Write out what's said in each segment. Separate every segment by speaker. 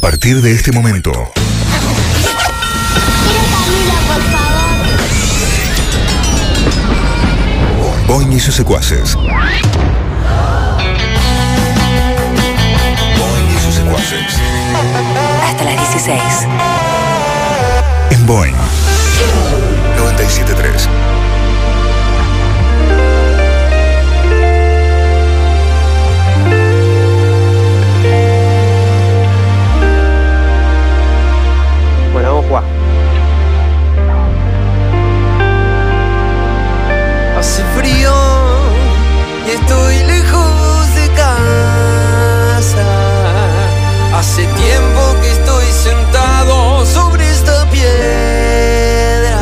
Speaker 1: partir de este momento. Boing y sus secuaces. Boing y sus secuaces.
Speaker 2: Hasta las 16.
Speaker 1: En Boing 973.
Speaker 3: Bueno, vamos a jugar.
Speaker 4: Hace frío y estoy lejos de casa. Hace tiempo que estoy sentado sobre esta piedra.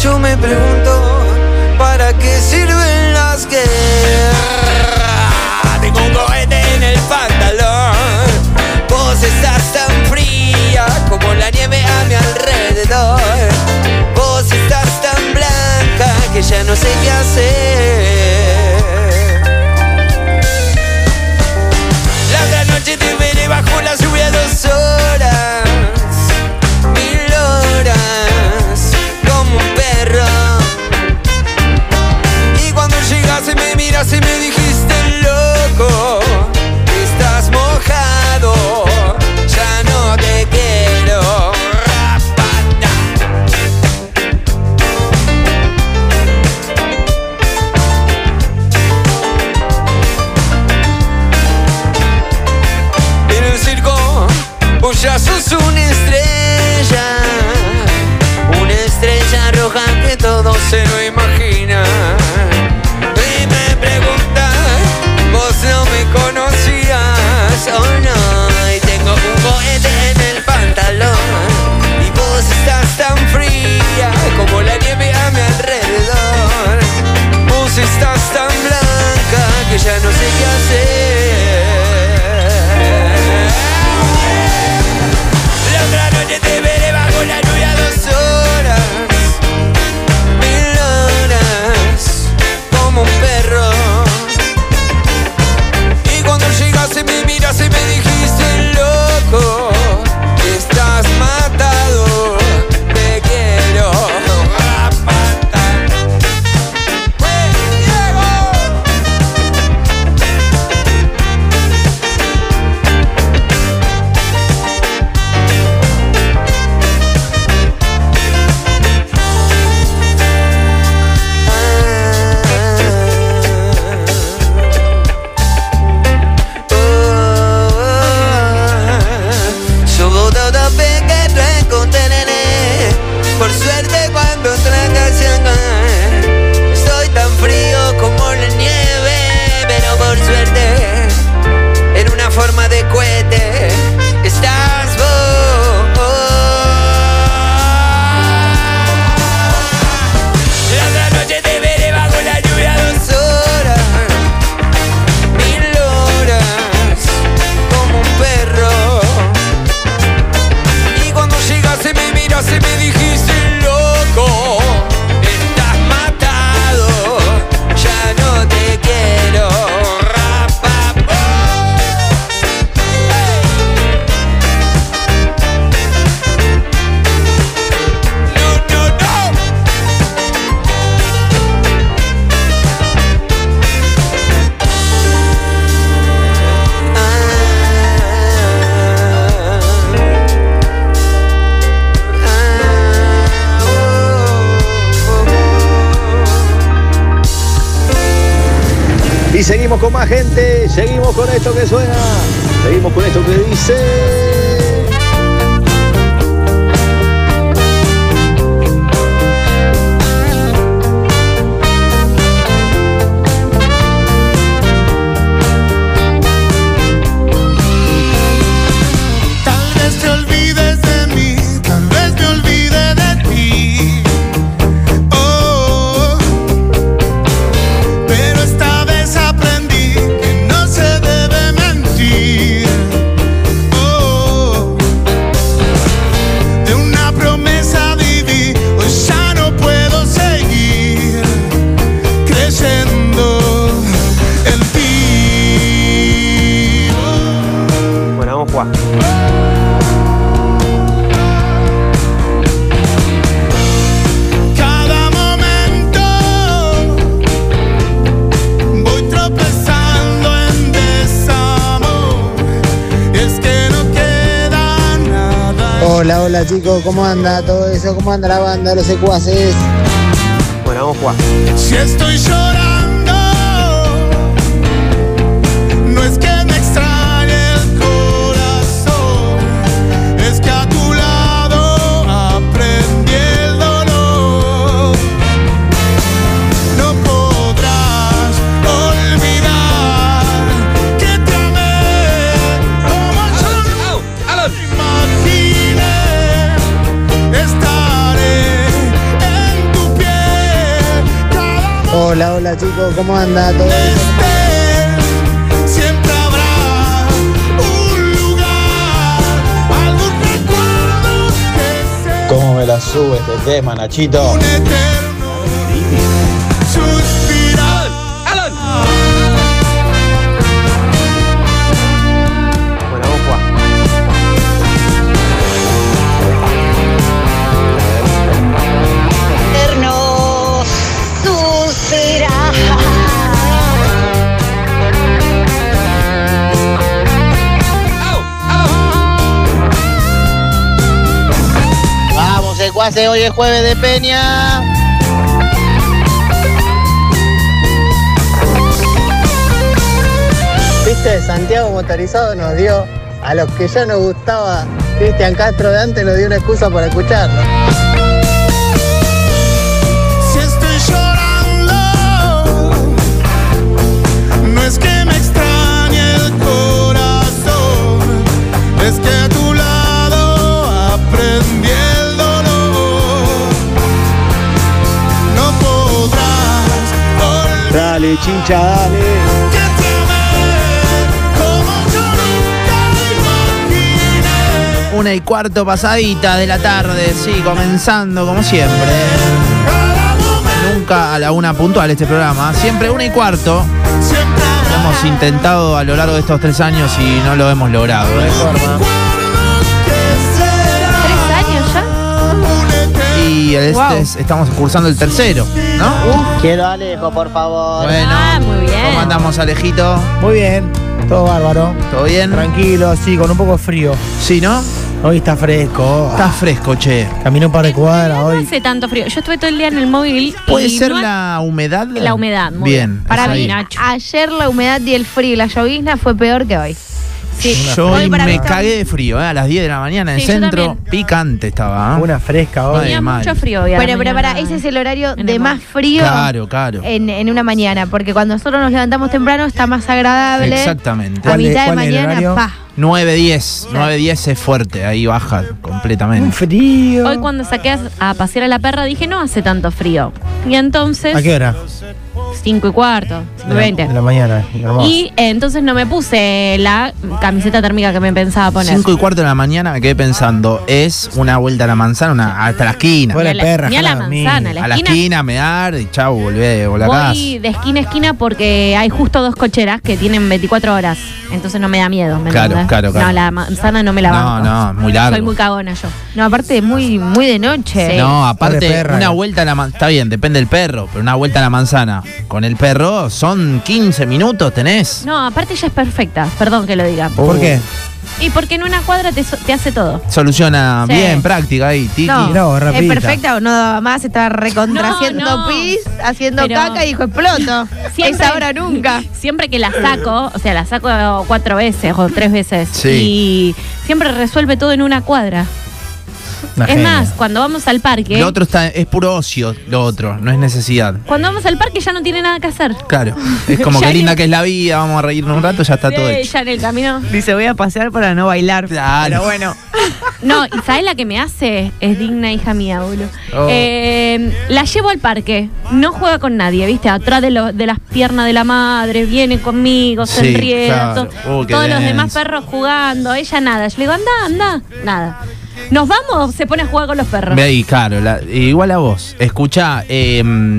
Speaker 4: Yo me pregunto, ¿para qué sirven las guerras? Tengo un cohete en el pantalón. Vos estás tan fría como la nieve a mi alrededor. Vos estás tan blanca que ya no sé qué hacer. La otra noche te veré bajo la lluvia dos horas, mil horas, como un perro. Y cuando llegaste me miraste y me dijiste loco, estás mojado, ya no te quiero. Rapata. En el circo, vos ya sos una estrella. Una estrella roja que todo se lo imagina. Y me preguntan, vos no me conocías o no. Y tengo un cohete en el pantalón. Y vos estás tan fría como la nieve a mi alrededor. Vos estás tan blanca que ya no sé qué hacer. La otra noche te veré bajo la lluvia dos horas, mil horas, como un perro. Y cuando llegaste me miraste y me dijiste loco, estás matado, te quiero. matar". ¡Eh, Diego! Yo toda que no encontraré Por suerte cuando tragas acá Soy tan frío como la nieve Pero por suerte En una forma de cohete Estás vos La otra noche te veré bajo la lluvia dos horas mil horas como un perro. Y cuando llegaste me miraste y me dijiste loco, estás matado, ya no te quiero. Rapapó. No, no, no.
Speaker 5: Y seguimos con más gente, seguimos con esto que suena, seguimos con esto que dice.
Speaker 6: Tal vez te olvides de mí, tal vez me olvide de ti. Oh, pero esta vez aprendí que no se debe mentir. Oh, de una promesa viví, hoy ya no puedo seguir creyendo en ti.
Speaker 3: Bueno, vamos a jugar.
Speaker 6: Boing es que no queda nada.
Speaker 7: Hola, hola chicos, ¿cómo anda todo eso? ¿Cómo anda la banda, los secuaces?
Speaker 8: Bueno, vamos a jugar.
Speaker 6: Si estoy llorando, no es que me extrañe el corazón, es que a tu lado aprendí el dolor. No podrás olvidar que te amé como yo nunca me imaginé. Estaré en tu piel cada momento.
Speaker 7: Hola, hola chicos, ¿cómo anda todo eso?
Speaker 6: Este, siempre habrá un lugar, algún recuerdo que sea
Speaker 9: ¿Cómo me la sube este tema, Nachito?
Speaker 6: un eterno suspirar.
Speaker 8: Bueno, vamos a jugar.
Speaker 10: eterno suspirar.
Speaker 11: ¿Eh?
Speaker 7: Vamos, secuaces, hoy es jueves de Peña. Viste, Santiago Motorizado nos dio a los que ya nos gustaba Cristian Castro de antes, nos dio una excusa para escucharlo.
Speaker 6: Si estoy llorando, no es que me extrañe el corazón, es que a tu lado aprendí el dolor. No podrás olvidar.
Speaker 4: Dale, chincha, dale.
Speaker 6: Que te amé como yo nunca imaginé
Speaker 12: Una y cuarto pasadita de la tarde, sí, comenzando como siempre.
Speaker 6: Cada momento
Speaker 12: Nunca a la una puntual este programa, siempre una y cuarto.
Speaker 6: siempre
Speaker 12: Lo
Speaker 6: habrá
Speaker 12: hemos intentado a lo largo de estos tres años y no lo hemos logrado. ¿eh?
Speaker 6: recuerdos que será
Speaker 13: ¿Tres años ya?
Speaker 6: un eterno
Speaker 12: Y este
Speaker 13: Wow.
Speaker 12: es- estamos cursando el tercero, ¿no?
Speaker 7: Quiero a Alejo, por favor.
Speaker 12: Bueno,
Speaker 13: Ah, muy bien.
Speaker 12: ¿cómo andamos, Alejito?
Speaker 7: Muy bien, todo bárbaro.
Speaker 12: ¿Todo bien?
Speaker 7: Tranquilo, sí, con un poco de frío.
Speaker 12: Sí, ¿no?
Speaker 7: Hoy está fresco.
Speaker 12: Está fresco, che.
Speaker 7: Camino para cuadra
Speaker 13: No hace tanto frío. Yo estuve todo el día en el móvil.
Speaker 12: ¿Puede
Speaker 13: y
Speaker 12: ser
Speaker 13: no-
Speaker 12: la humedad?
Speaker 13: La humedad. muy
Speaker 12: Bien.
Speaker 13: Para
Speaker 12: es
Speaker 13: mí,
Speaker 12: ahí.
Speaker 13: Nacho.
Speaker 11: Ayer la humedad y el frío y la llovizna fue peor que hoy.
Speaker 13: Sí.
Speaker 12: Yo
Speaker 13: Hoy para mí
Speaker 12: me
Speaker 13: está-
Speaker 12: cagué de frío, ¿eh? a las 10 de la mañana en el
Speaker 13: Sí, yo
Speaker 12: centro.
Speaker 13: también.
Speaker 12: Picante estaba. ¿eh?
Speaker 7: fresca
Speaker 12: hoy.
Speaker 13: Tenía
Speaker 12: Ay,
Speaker 13: mucho
Speaker 12: mal.
Speaker 13: frío. hoy a la
Speaker 11: Pero, pero
Speaker 13: mañana.
Speaker 11: para, ese es el horario
Speaker 13: En
Speaker 11: de
Speaker 13: el
Speaker 11: más
Speaker 13: mar.
Speaker 11: frío
Speaker 12: Claro, claro.
Speaker 11: en, en una mañana, porque cuando nosotros nos levantamos temprano está más agradable.
Speaker 12: Exactamente.
Speaker 11: A
Speaker 7: ¿Cuál es-
Speaker 11: mitad de
Speaker 7: cuál es el
Speaker 11: mañana,
Speaker 7: horario?
Speaker 11: pa.
Speaker 12: 9-10. 9-10 es fuerte, ahí baja completamente.
Speaker 7: frío.
Speaker 13: Hoy cuando saqué a- a pasear a la perra dije no hace tanto frío. Y
Speaker 7: ¿A qué
Speaker 13: entonces,
Speaker 7: hora?
Speaker 13: 5 y cuarto, cinco y veinte.
Speaker 7: De la mañana. hermoso.
Speaker 13: Y eh, entonces no me puse la camiseta térmica que me pensaba poner.
Speaker 12: 5 y cuarto de la mañana me quedé pensando, es una vuelta a la manzana, una hasta la esquina.
Speaker 13: Ni
Speaker 7: Fuera
Speaker 13: a
Speaker 7: de
Speaker 13: la,
Speaker 7: perra,
Speaker 13: ni a la
Speaker 7: jala, mi.
Speaker 13: manzana, a la
Speaker 12: a la
Speaker 13: esquina.
Speaker 12: esquina, me dar y chau, volvé, volvé a casa.
Speaker 13: Voy de esquina a esquina porque hay justo dos cocheras que tienen 24 horas. Entonces no me da miedo. ¿me
Speaker 12: Claro,
Speaker 13: entendés?
Speaker 12: claro, claro.
Speaker 13: No, la manzana no me la
Speaker 12: No,
Speaker 13: banco.
Speaker 12: no, muy largo.
Speaker 13: Soy muy cagona yo.
Speaker 11: No, aparte muy, muy de noche.
Speaker 12: No, aparte,
Speaker 7: Pobre perra,
Speaker 12: una
Speaker 7: eh.
Speaker 12: vuelta a la manzana. Está bien, depende del perro, pero una vuelta a la manzana con el perro son 15 minutos, tenés.
Speaker 13: No, aparte ella es perfecta. Perdón que lo diga.
Speaker 7: ¿Por
Speaker 12: Uh,
Speaker 7: qué?
Speaker 13: Y porque en una cuadra te, so- te hace todo.
Speaker 12: Soluciona
Speaker 13: Sí.
Speaker 12: bien, práctica ahí, Tiki.
Speaker 11: No,
Speaker 7: No,
Speaker 11: es
Speaker 7: rapidita.
Speaker 11: perfecta o no daba más, estaba recontra
Speaker 13: No,
Speaker 11: haciendo
Speaker 13: no.
Speaker 11: pis, haciendo
Speaker 13: Pero-
Speaker 11: caca y dijo exploto.
Speaker 13: Siempre-
Speaker 11: Es ahora nunca.
Speaker 13: Siempre que la saco, o sea, la saco cuatro veces o tres veces.
Speaker 12: Sí.
Speaker 13: Y siempre resuelve todo en una cuadra.
Speaker 7: Una
Speaker 13: es
Speaker 7: genia.
Speaker 13: más, cuando vamos al parque.
Speaker 12: Lo otro está, es puro ocio, lo otro, no es necesidad.
Speaker 13: Cuando vamos al parque ya no tiene nada que hacer.
Speaker 12: Claro, es como
Speaker 13: Ya
Speaker 12: que
Speaker 13: ni-
Speaker 12: linda que es la vida, vamos a reírnos un rato, ya está todo
Speaker 13: Sí,
Speaker 12: hecho.
Speaker 13: ya en el camino.
Speaker 11: Dice, voy a pasear para no bailar.
Speaker 12: Claro. pero
Speaker 11: bueno.
Speaker 13: No, ¿y sabes la que me hace? Es digna hija mía, boludo.
Speaker 12: Oh.
Speaker 13: Eh, la llevo al parque, no juega con nadie, ¿viste? Atrás de, lo- de las piernas de la madre, viene conmigo,
Speaker 12: Sí,
Speaker 13: sonriendo.
Speaker 12: claro. Uh, qué
Speaker 13: todos los
Speaker 12: denso.
Speaker 13: demás perros jugando, ella nada. Yo le digo, anda, anda, nada. ¿Nos vamos? Se pone a jugar con los perros.
Speaker 12: Ve ahí, claro, la- igual a vos. Escucha,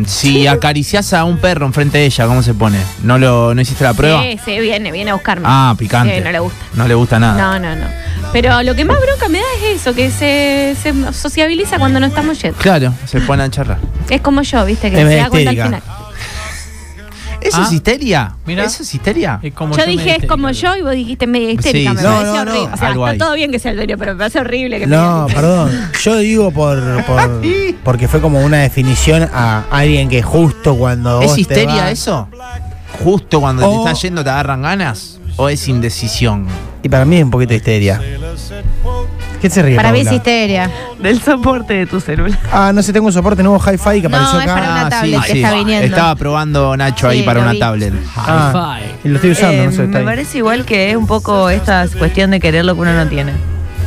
Speaker 12: si acariciás a un perro enfrente de ella, ¿cómo se pone? ¿No lo no hiciste la prueba?
Speaker 13: Sí, sí, viene, viene a buscarme.
Speaker 12: Ah, picante.
Speaker 13: Sí, no le gusta.
Speaker 12: No le gusta
Speaker 13: No,
Speaker 12: nada.
Speaker 13: no, no. Pero lo que más bronca me da es eso, que se, se sociabiliza cuando no estamos yendo.
Speaker 12: Claro, se pone a charlar.
Speaker 13: Es como yo, ¿viste? Que
Speaker 7: Es
Speaker 13: se da cuenta al
Speaker 7: histérica.
Speaker 13: final.
Speaker 12: ¿Eso
Speaker 14: Ah.
Speaker 12: es histeria?
Speaker 14: Mira.
Speaker 12: ¿Eso es histeria?
Speaker 13: yo dije es como yo y vos dijiste media histérica.
Speaker 12: Sí,
Speaker 13: me
Speaker 12: sí. No,
Speaker 13: pareció
Speaker 12: no, no,
Speaker 13: horrible. O sea,
Speaker 14: algo
Speaker 13: está
Speaker 14: hay.
Speaker 13: todo bien que sea el dueño, pero me parece horrible que me
Speaker 14: No,
Speaker 13: digan-
Speaker 14: perdón. Yo digo por, por- porque fue como una definición a alguien que justo cuando
Speaker 12: ¿Es
Speaker 14: vos te
Speaker 12: histeria
Speaker 14: vas- Oh.
Speaker 12: eso? Justo cuando
Speaker 14: O-
Speaker 12: te estás yendo te agarran ganas o es indecisión.
Speaker 14: Y para mí es un poquito de histeria. ¿Qué se ríe?
Speaker 11: Para mí es
Speaker 14: Paula?
Speaker 11: histeria.
Speaker 15: Del soporte de tu celular.
Speaker 14: Ah, no sé, tengo un soporte nuevo hi-fi que
Speaker 11: No,
Speaker 14: apareció
Speaker 11: es
Speaker 14: acá.
Speaker 11: para una tablet que está viniendo.
Speaker 12: Ah, Estaba probando Nacho ahí
Speaker 15: Sí,
Speaker 12: para
Speaker 15: lo
Speaker 12: una
Speaker 15: vi.
Speaker 12: tablet.
Speaker 14: Ah, y lo estoy usando,
Speaker 15: Eh,
Speaker 14: no sé, está
Speaker 15: me
Speaker 14: ahí.
Speaker 15: parece igual que es un poco esta cuestión de querer lo que uno no tiene.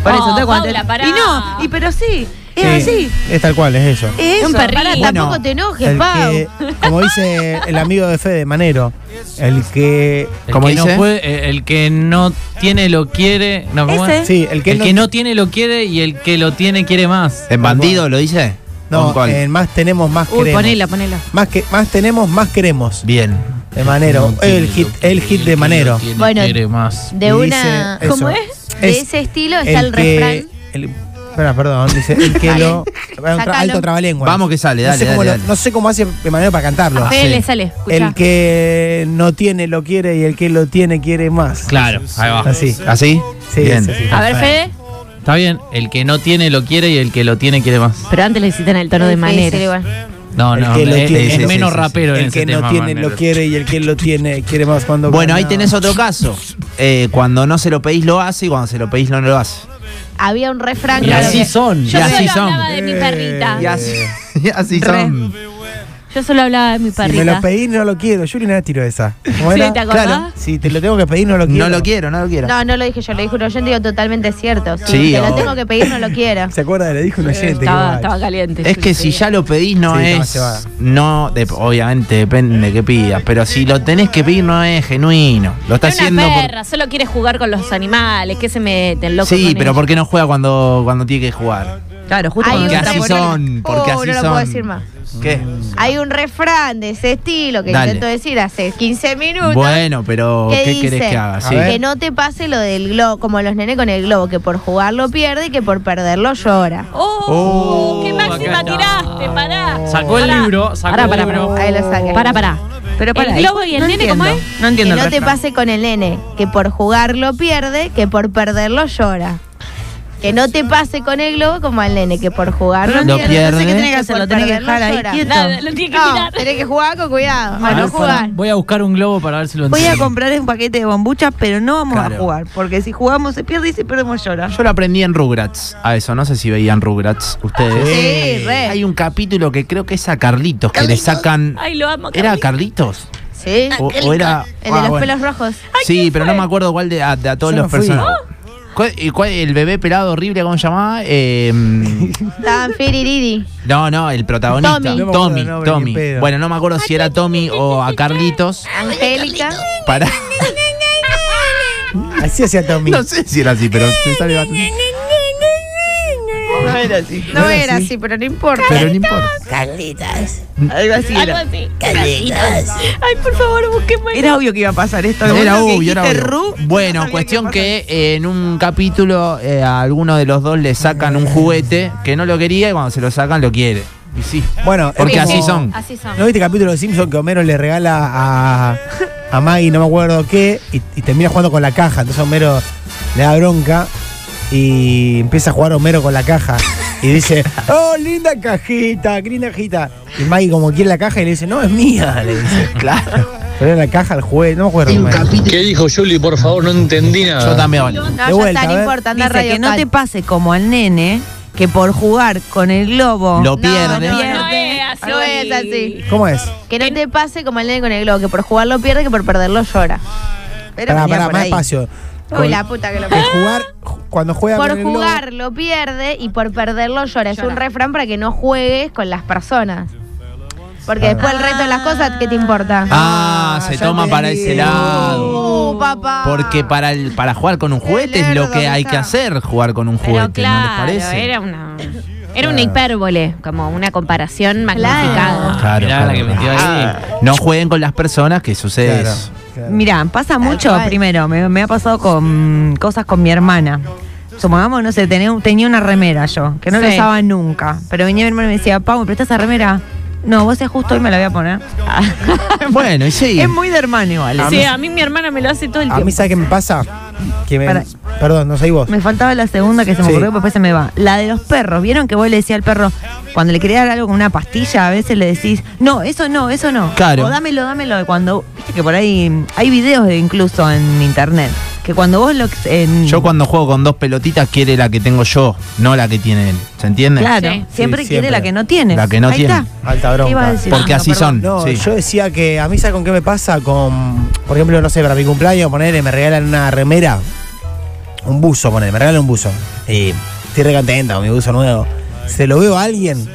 Speaker 15: Por
Speaker 13: Oh,
Speaker 15: eso, entonces, cuando te-
Speaker 13: Paula, pará.
Speaker 15: Y no, y pero sí, es
Speaker 14: Sí,
Speaker 15: así.
Speaker 14: Es tal cual, es eso.
Speaker 15: Es
Speaker 11: Un perrito. Pará,
Speaker 14: Bueno,
Speaker 11: tampoco te enojes,
Speaker 14: el
Speaker 11: Pau.
Speaker 14: que- como dice el amigo de Fede Manero, el que.
Speaker 16: El
Speaker 14: como
Speaker 16: que, no puede- eh, el que no tiene lo quiere. No, ¿cómo
Speaker 14: Ese.
Speaker 16: es?
Speaker 14: Sí, el que no-
Speaker 16: tiene lo quiere y el que lo tiene quiere más.
Speaker 12: ¿En bandido lo dice?
Speaker 14: No,
Speaker 12: ¿Con cuál?
Speaker 14: en más tenemos, más
Speaker 11: Uy,
Speaker 14: queremos.
Speaker 11: ponela, ponela.
Speaker 14: Más, que, más tenemos, más queremos.
Speaker 12: Bien.
Speaker 14: De Manero.
Speaker 16: No tiene
Speaker 14: el, hit, el hit de Manero.
Speaker 11: Bueno, quiere
Speaker 16: más.
Speaker 11: De
Speaker 14: Y
Speaker 11: una.
Speaker 14: dice eso.
Speaker 11: De ese estilo está el,
Speaker 14: que-
Speaker 11: refrán.
Speaker 14: el- espera, perdón, dice el que lo. Era un tra-
Speaker 11: Sácalo.
Speaker 14: alto trabalengua.
Speaker 12: Vamos que sale,
Speaker 14: no
Speaker 12: dale,
Speaker 14: sé, cómo
Speaker 12: dale,
Speaker 14: lo-
Speaker 12: dale.
Speaker 14: no sé cómo hace de manera para cantarlo.
Speaker 11: A Ah, Fede le sale, escuchá.
Speaker 14: El que no tiene lo quiere y el que lo tiene quiere más.
Speaker 16: Claro, ahí va.
Speaker 14: Así.
Speaker 12: ¿Así?
Speaker 14: Sí,
Speaker 16: Bien.
Speaker 14: sí, sí.
Speaker 13: A ver, Fede,
Speaker 16: Está bien, el que no tiene lo quiere y el que lo tiene quiere más.
Speaker 13: pero antes le hiciste en el tono de manera.
Speaker 16: No,
Speaker 14: El
Speaker 16: no,
Speaker 14: que
Speaker 16: es,
Speaker 14: lo tiene-
Speaker 16: es
Speaker 14: sí, sí,
Speaker 16: menos
Speaker 14: sí, sí.
Speaker 16: rapero en
Speaker 14: El
Speaker 16: ese
Speaker 14: que no
Speaker 16: tema,
Speaker 14: tiene
Speaker 16: Manero.
Speaker 14: lo quiere y el que lo tiene quiere más cuando.
Speaker 12: Bueno, ahí
Speaker 14: gana.
Speaker 12: tenés otro caso. Eh, cuando no se lo pedís lo hace y cuando se lo pedís no lo hace.
Speaker 11: Había un refrán.
Speaker 12: Y
Speaker 11: claro
Speaker 12: así
Speaker 11: que-
Speaker 12: son,
Speaker 11: Yo
Speaker 12: y
Speaker 11: solo
Speaker 12: así son.
Speaker 11: hablaba de mi
Speaker 13: Eh,
Speaker 11: perrita.
Speaker 12: Y así, y así
Speaker 11: Re.
Speaker 12: son.
Speaker 13: Yo solo hablaba de mi
Speaker 14: Si me lo
Speaker 13: perrita.
Speaker 14: pedís, no lo quiero. Yuri no la tiró esa. ¿Cómo
Speaker 13: Sí,
Speaker 14: era?
Speaker 13: ¿te acordás? Claro.
Speaker 14: Si te lo tengo que pedir, no lo quiero.
Speaker 12: No lo quiero, no lo quiero.
Speaker 11: No, no lo dije yo, lo dijo un oyente, digo totalmente cierto. Si
Speaker 12: Sí,
Speaker 11: te
Speaker 12: o-
Speaker 11: lo tengo que pedir, no lo quiera.
Speaker 14: ¿Se acuerda? Le dijo un oyente.
Speaker 13: Eh, Estaba,
Speaker 14: que-
Speaker 13: estaba caliente.
Speaker 12: Es que si ya lo pedís no
Speaker 14: Sí, estaba
Speaker 12: es.
Speaker 14: cebada.
Speaker 12: No, de- obviamente depende de qué pidas, pero si lo tenés que pedir no es genuino. Lo está
Speaker 13: Es
Speaker 12: haciendo
Speaker 13: una
Speaker 12: por.
Speaker 13: perra, solo quiere jugar con los animales, que se meten loco.
Speaker 12: Sí,
Speaker 13: con
Speaker 12: pero
Speaker 13: ella.
Speaker 12: ¿por qué no juega cuando, cuando tiene que jugar?
Speaker 15: Claro, justo
Speaker 11: Hay
Speaker 12: Porque
Speaker 11: un
Speaker 12: así
Speaker 11: refrán-
Speaker 12: son, porque
Speaker 11: Oh,
Speaker 12: así
Speaker 11: Ah, no lo
Speaker 12: son.
Speaker 11: puedo decir más.
Speaker 12: ¿Qué?
Speaker 11: Hay un refrán de ese estilo que
Speaker 12: Dale.
Speaker 11: intento decir hace 15 minutos.
Speaker 12: Bueno, pero
Speaker 11: que
Speaker 12: ¿qué
Speaker 11: dice
Speaker 12: querés que haga? Sí.
Speaker 11: que no te pase lo del globo, como los nenes con el globo, que por jugarlo pierde y que por perderlo llora.
Speaker 13: ¡Oh!
Speaker 16: Oh,
Speaker 13: ¡Qué máxima tiraste! ¡Pará!
Speaker 16: Sacó el
Speaker 13: Pará.
Speaker 16: libro, sacó
Speaker 13: Pará,
Speaker 16: el
Speaker 13: pará,
Speaker 16: libro.
Speaker 13: pará.
Speaker 11: Ahí lo saqué.
Speaker 13: Para, para.
Speaker 15: Pero para
Speaker 13: ¿El globo y el
Speaker 15: no
Speaker 13: nene cómo
Speaker 15: entiendo,
Speaker 13: es?
Speaker 15: No
Speaker 11: Que
Speaker 15: entiendo. el
Speaker 11: no te
Speaker 15: refrán.
Speaker 11: pase con el nene, que por jugarlo pierde, que por perderlo llora. Que no te pase con el globo como al nene, que por jugarlo
Speaker 12: Lo
Speaker 11: pierde.
Speaker 12: pierde.
Speaker 15: Entonces, ¿qué tenés que hacer?
Speaker 11: por
Speaker 15: Lo tenés que
Speaker 11: perderlo
Speaker 15: dejar ahí
Speaker 11: llora.
Speaker 15: quieto.
Speaker 13: Nada, lo tiene que Ah,
Speaker 11: No,
Speaker 13: mirar.
Speaker 11: tenés que jugar con cuidado.
Speaker 16: A
Speaker 11: Para no
Speaker 16: ver, pará,
Speaker 11: jugar.
Speaker 16: Voy a buscar un globo para ver si lo
Speaker 15: Voy a
Speaker 16: entiendo.
Speaker 15: comprar un paquete de bombuchas, pero no vamos a
Speaker 12: Claro.
Speaker 15: jugar. Porque si jugamos se pierde y si perdemos llora.
Speaker 12: Yo lo aprendí en Rugrats, a eso, no sé si veían Rugrats ustedes.
Speaker 11: Sí, re.
Speaker 12: Hay un capítulo que creo que es a Carlitos, que le sacan...
Speaker 13: Ay, lo amo.
Speaker 12: ¿Era
Speaker 13: Carlitos.
Speaker 12: Carlitos?
Speaker 11: Sí.
Speaker 12: O, o era...
Speaker 11: El de
Speaker 12: ah,
Speaker 11: los
Speaker 12: bueno.
Speaker 11: pelos rojos.
Speaker 12: Sí, pero no me acuerdo cuál de a, de a todos
Speaker 14: Yo no
Speaker 12: los
Speaker 14: fui.
Speaker 12: personajes. ¿Cuál- y cuál- el bebé pelado horrible, ¿cómo se llamaba? Eh,
Speaker 11: Estaban Firiridi.
Speaker 12: no, no, el protagonista. Tommy,
Speaker 11: Tommy.
Speaker 14: No me acuerdo el
Speaker 12: Tommy.
Speaker 14: nombre, ni en pedo.
Speaker 12: Bueno, no me acuerdo si era Tommy o a Carlitos.
Speaker 11: Angélica.
Speaker 12: Para,
Speaker 14: Así hacía Tommy.
Speaker 12: no sé si era así, pero te sale bastante.
Speaker 15: No era así.
Speaker 11: No era así, pero no importa.
Speaker 12: Pero no importa.
Speaker 15: Algo así
Speaker 13: Algo
Speaker 15: era.
Speaker 13: así. Ay, por favor, busquemos.
Speaker 15: Era obvio que iba a pasar esto.
Speaker 12: No,
Speaker 15: Lo
Speaker 12: era
Speaker 15: bueno que
Speaker 12: obvio, era
Speaker 15: dijiste,
Speaker 12: obvio.
Speaker 15: Ru, no
Speaker 12: Bueno,
Speaker 15: sabía
Speaker 12: cuestión
Speaker 15: qué
Speaker 12: que eh, en un capítulo eh, a alguno de los dos le sacan un juguete que no lo quería y cuando se lo sacan lo quiere. Y sí.
Speaker 14: Bueno, es
Speaker 12: Porque
Speaker 14: como-
Speaker 12: así son.
Speaker 13: Así son.
Speaker 14: ¿No viste el capítulo de Simpson que Homero le regala a, a Maggie, no me acuerdo qué, y, y termina jugando con la caja? Entonces Homero le da bronca y empieza a jugar Homero con la caja. Y dice, oh, linda cajita, qué linda cajita. Y Maggie como quiere la caja y le dice, no, es mía, le dice.
Speaker 12: Claro.
Speaker 14: Pero era la caja, el juez, no me acuerdo. cómo era.
Speaker 17: ¿Qué dijo Juli? Por favor, no entendí nada.
Speaker 12: Yo también, bueno.
Speaker 11: No,
Speaker 14: De
Speaker 11: ya
Speaker 14: vuelta,
Speaker 11: está,
Speaker 14: a
Speaker 11: no
Speaker 14: ver.
Speaker 11: importa. Anda
Speaker 15: Dice
Speaker 11: radio
Speaker 15: que no
Speaker 11: Cal.
Speaker 15: te pase como al nene que por jugar con el globo.
Speaker 12: Lo pierde.
Speaker 11: no,
Speaker 13: No es así.
Speaker 11: No es así.
Speaker 14: ¿Cómo es?
Speaker 11: Que no te pase como el nene con el globo, que por jugarlo pierde, que por perderlo llora.
Speaker 15: Pero
Speaker 14: Pará,
Speaker 15: venía
Speaker 14: pará,
Speaker 15: por
Speaker 14: más
Speaker 15: ahí.
Speaker 14: espacio.
Speaker 11: Uy,
Speaker 14: Con-
Speaker 11: la puta que lo
Speaker 14: que jugar, ju- cuando juega con
Speaker 11: Por
Speaker 14: el globo-
Speaker 11: jugarlo pierde y por perderlo llora. Es un refrán para que no juegues con las personas. Porque
Speaker 14: Claro.
Speaker 11: después el resto de las cosas, ¿qué te importa?
Speaker 12: Ah,
Speaker 14: Ah,
Speaker 12: se
Speaker 14: ya
Speaker 12: toma
Speaker 14: entendí. Oh,
Speaker 12: para ese lado.
Speaker 11: Uh, papá.
Speaker 12: Porque para el, para jugar con un juguete es lo
Speaker 11: lerdo
Speaker 12: que
Speaker 11: que
Speaker 12: hay
Speaker 11: está.
Speaker 12: que hacer, jugar con un
Speaker 13: Pero
Speaker 12: juguete,
Speaker 13: claro,
Speaker 12: ¿no les parece?
Speaker 13: era una. Era una hipérbole, como una comparación magnificada.
Speaker 12: Claro,
Speaker 16: Mirá la
Speaker 12: claro.
Speaker 16: que metió ahí.
Speaker 12: No jueguen con las personas que sucede
Speaker 14: Claro,
Speaker 12: eso.
Speaker 14: claro.
Speaker 15: Mirá, pasa mucho
Speaker 11: cual.
Speaker 15: primero. Me, me ha pasado con cosas con mi hermana. Supongamos, no sé, tenía, tenía una remera yo, que no la
Speaker 13: Sí.
Speaker 15: usaba nunca. Pero venía mi hermana y me decía, Pau, ¿me prestás esa remera? No, vos es justo hoy me la voy a poner.
Speaker 14: Ah,
Speaker 12: bueno, y sí.
Speaker 15: Es muy de hermano igual.
Speaker 14: ¿eh?
Speaker 13: sí, a mí mi hermana me lo hace todo el
Speaker 14: A
Speaker 13: tiempo.
Speaker 14: mí, ¿sabes qué me pasa? Que me-
Speaker 15: Para.
Speaker 14: Perdón, no soy vos.
Speaker 15: Me faltaba la segunda que se me
Speaker 14: Sí.
Speaker 15: ocurrió, pero después se me va. La de los perros. ¿Vieron que vos le decías al perro, cuando le querías dar algo con una pastilla, a veces le decís, no, eso no, eso no.
Speaker 12: Claro.
Speaker 15: O dámelo, dámelo. Y Cuando, viste que por ahí hay videos de- incluso en internet, que cuando vos lo... en-
Speaker 12: Yo cuando juego con dos pelotitas quiere la que tengo yo, no la que tiene él. ¿Se entiende?
Speaker 15: Claro, siempre quiere
Speaker 14: Sí, siempre.
Speaker 15: la que no tiene.
Speaker 12: La que no
Speaker 15: Ahí
Speaker 12: tiene.
Speaker 15: está.
Speaker 14: Alta
Speaker 15: ¿Qué ibas a
Speaker 14: bronca.
Speaker 15: decir?
Speaker 12: Porque
Speaker 15: Ah,
Speaker 12: así
Speaker 15: perdón.
Speaker 12: son.
Speaker 14: No,
Speaker 12: sí.
Speaker 14: yo decía que a mí, ¿sabes con qué me pasa? Con, por ejemplo, no sé, para mi cumpleaños, ponerle, me regalan una remera, un buzo, ponerle, me regalan un buzo. Y estoy re contenta con mi buzo nuevo. Se lo veo a alguien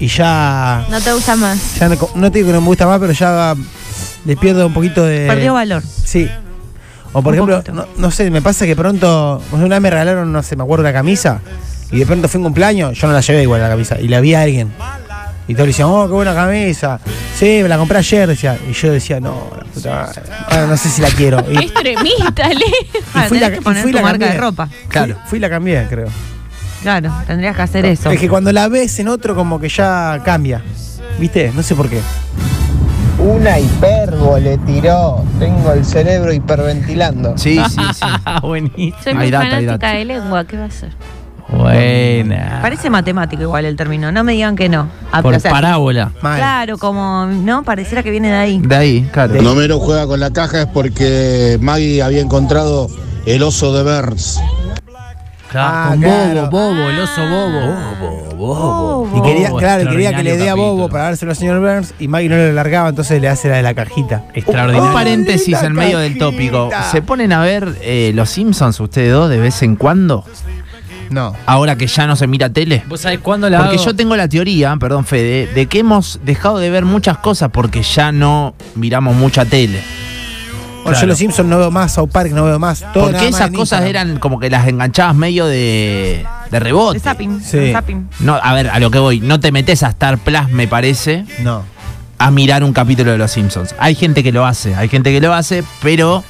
Speaker 14: y ya.
Speaker 11: No te gusta más.
Speaker 14: ya no, no te digo que no me gusta más, pero ya le pierdo un poquito de.
Speaker 15: Perdió valor.
Speaker 14: Sí. O por
Speaker 15: Un
Speaker 14: ejemplo, no, no sé, me pasa que pronto, no sé, una vez me regalaron, no sé, me acuerdo una camisa y de pronto fue un cumpleaños, yo no la llevé igual la camisa y la vi a alguien. Y todos le decían, oh, qué buena camisa. Sí, me la compré ayer, decía. Y yo decía, no, la puta madre, ahora no sé si la quiero. Y,
Speaker 13: Es tremita, Le.
Speaker 15: Ah,
Speaker 14: fui
Speaker 15: tenés
Speaker 14: la-
Speaker 15: que poner
Speaker 14: fui
Speaker 15: tu
Speaker 14: la
Speaker 15: marca de
Speaker 14: cambié.
Speaker 15: ropa.
Speaker 14: claro. Fui y la cambié, creo.
Speaker 15: Claro, tendrías que hacer eso.
Speaker 14: Es que cuando la ves en otro, como que ya cambia. ¿Viste? No sé por qué.
Speaker 7: Una hipérbole tiró. Tengo el cerebro hiperventilando. Ah,
Speaker 12: Sí, sí, sí.
Speaker 16: Ah, Buenísimo.
Speaker 13: Soy
Speaker 12: Hay
Speaker 13: muy
Speaker 12: data, hay
Speaker 13: fanática
Speaker 12: data.
Speaker 13: de lengua, ¿qué va a ser?
Speaker 16: Buena.
Speaker 15: Parece matemático igual el término, no me digan que no. A-
Speaker 16: Por
Speaker 15: Ah, o sea,
Speaker 16: parábola.
Speaker 15: Claro, como, ¿no? Pareciera que viene de ahí.
Speaker 12: De ahí, claro.
Speaker 18: Nomero juega con la caja es porque Maggie había encontrado el oso de Burns.
Speaker 14: Ah,
Speaker 16: con
Speaker 14: claro.
Speaker 16: Bobo, Bobo, el oso Bobo. Bobo, Bobo.
Speaker 14: Y quería, claro, quería que le dé a
Speaker 16: Extraordinario
Speaker 14: Bobo para dárselo al señor Burns y Maggie no le largaba, entonces le hace la de la cajita.
Speaker 16: Extraordinario.
Speaker 12: Un paréntesis en medio del tópico. ¿Se ponen a ver eh, Los Simpsons ustedes dos de vez en cuando?
Speaker 14: No.
Speaker 12: Ahora que ya no se mira tele.
Speaker 16: ¿Vos sabés cuándo la
Speaker 12: Porque
Speaker 16: hago?
Speaker 12: yo tengo la teoría, perdón Fede, de que hemos dejado de ver muchas cosas porque ya no miramos mucha tele.
Speaker 14: Bueno, yo los Simpsons no veo más, South Park no veo más. Todo nada
Speaker 12: Porque
Speaker 14: más
Speaker 12: esas
Speaker 14: en
Speaker 12: cosas
Speaker 14: Instagram.
Speaker 12: eran como que las enganchabas medio de, de
Speaker 15: De
Speaker 12: rebote.
Speaker 15: zapping,
Speaker 14: Sí.
Speaker 15: de zapping.
Speaker 12: No, a ver, a lo que voy, no te metes a Star Plus, me parece,
Speaker 14: No.
Speaker 12: a mirar un capítulo de Los Simpsons. Hay gente que lo hace, hay gente que lo hace, pero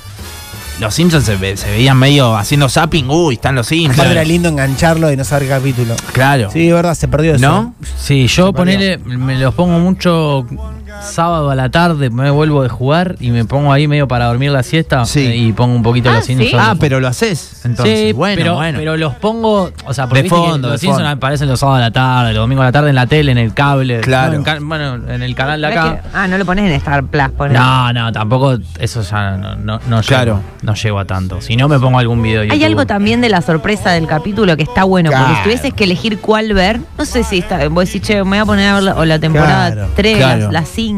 Speaker 12: Los Simpsons se, ve- se veían medio haciendo zapping, uy, están los Simpsons.
Speaker 14: Aparte era lindo engancharlo y no saber qué capítulo.
Speaker 12: Claro.
Speaker 14: Sí, es verdad, se perdió eso.
Speaker 12: ¿No?
Speaker 16: Sí, yo
Speaker 14: Se
Speaker 16: ponele, me los pongo mucho sábado a la tarde, me vuelvo de jugar y me pongo ahí medio para dormir la siesta
Speaker 12: Sí.
Speaker 16: eh, y pongo un poquito
Speaker 13: Ah,
Speaker 16: los Simpsons.
Speaker 13: ¿sí?
Speaker 12: Ah, pero lo haces. Entonces,
Speaker 16: sí,
Speaker 12: bueno,
Speaker 16: pero,
Speaker 12: bueno.
Speaker 16: pero los pongo, o sea, porque
Speaker 12: De
Speaker 16: viste que
Speaker 12: fondo, de
Speaker 16: los Simpsons
Speaker 12: fondo.
Speaker 16: aparecen los sábados a la tarde, los domingos a la tarde en la tele, en el cable.
Speaker 12: Claro.
Speaker 16: No, en ca- bueno, en el canal de
Speaker 15: Pero es
Speaker 16: acá.
Speaker 15: que- ah, no lo pones en Star Plus, ponele.
Speaker 16: No, no, tampoco eso ya no, no, no llego,
Speaker 12: Claro.
Speaker 16: no llego a tanto. Si no, me pongo algún video. de
Speaker 15: Hay
Speaker 16: YouTube.
Speaker 15: algo también de la sorpresa del capítulo que está bueno, porque
Speaker 12: Claro.
Speaker 15: si tuvieses que elegir cuál ver, no sé si está, vos decís, che, me voy a poner a ver la, o la temporada
Speaker 14: Claro,
Speaker 15: 3,
Speaker 12: claro.
Speaker 15: la 5.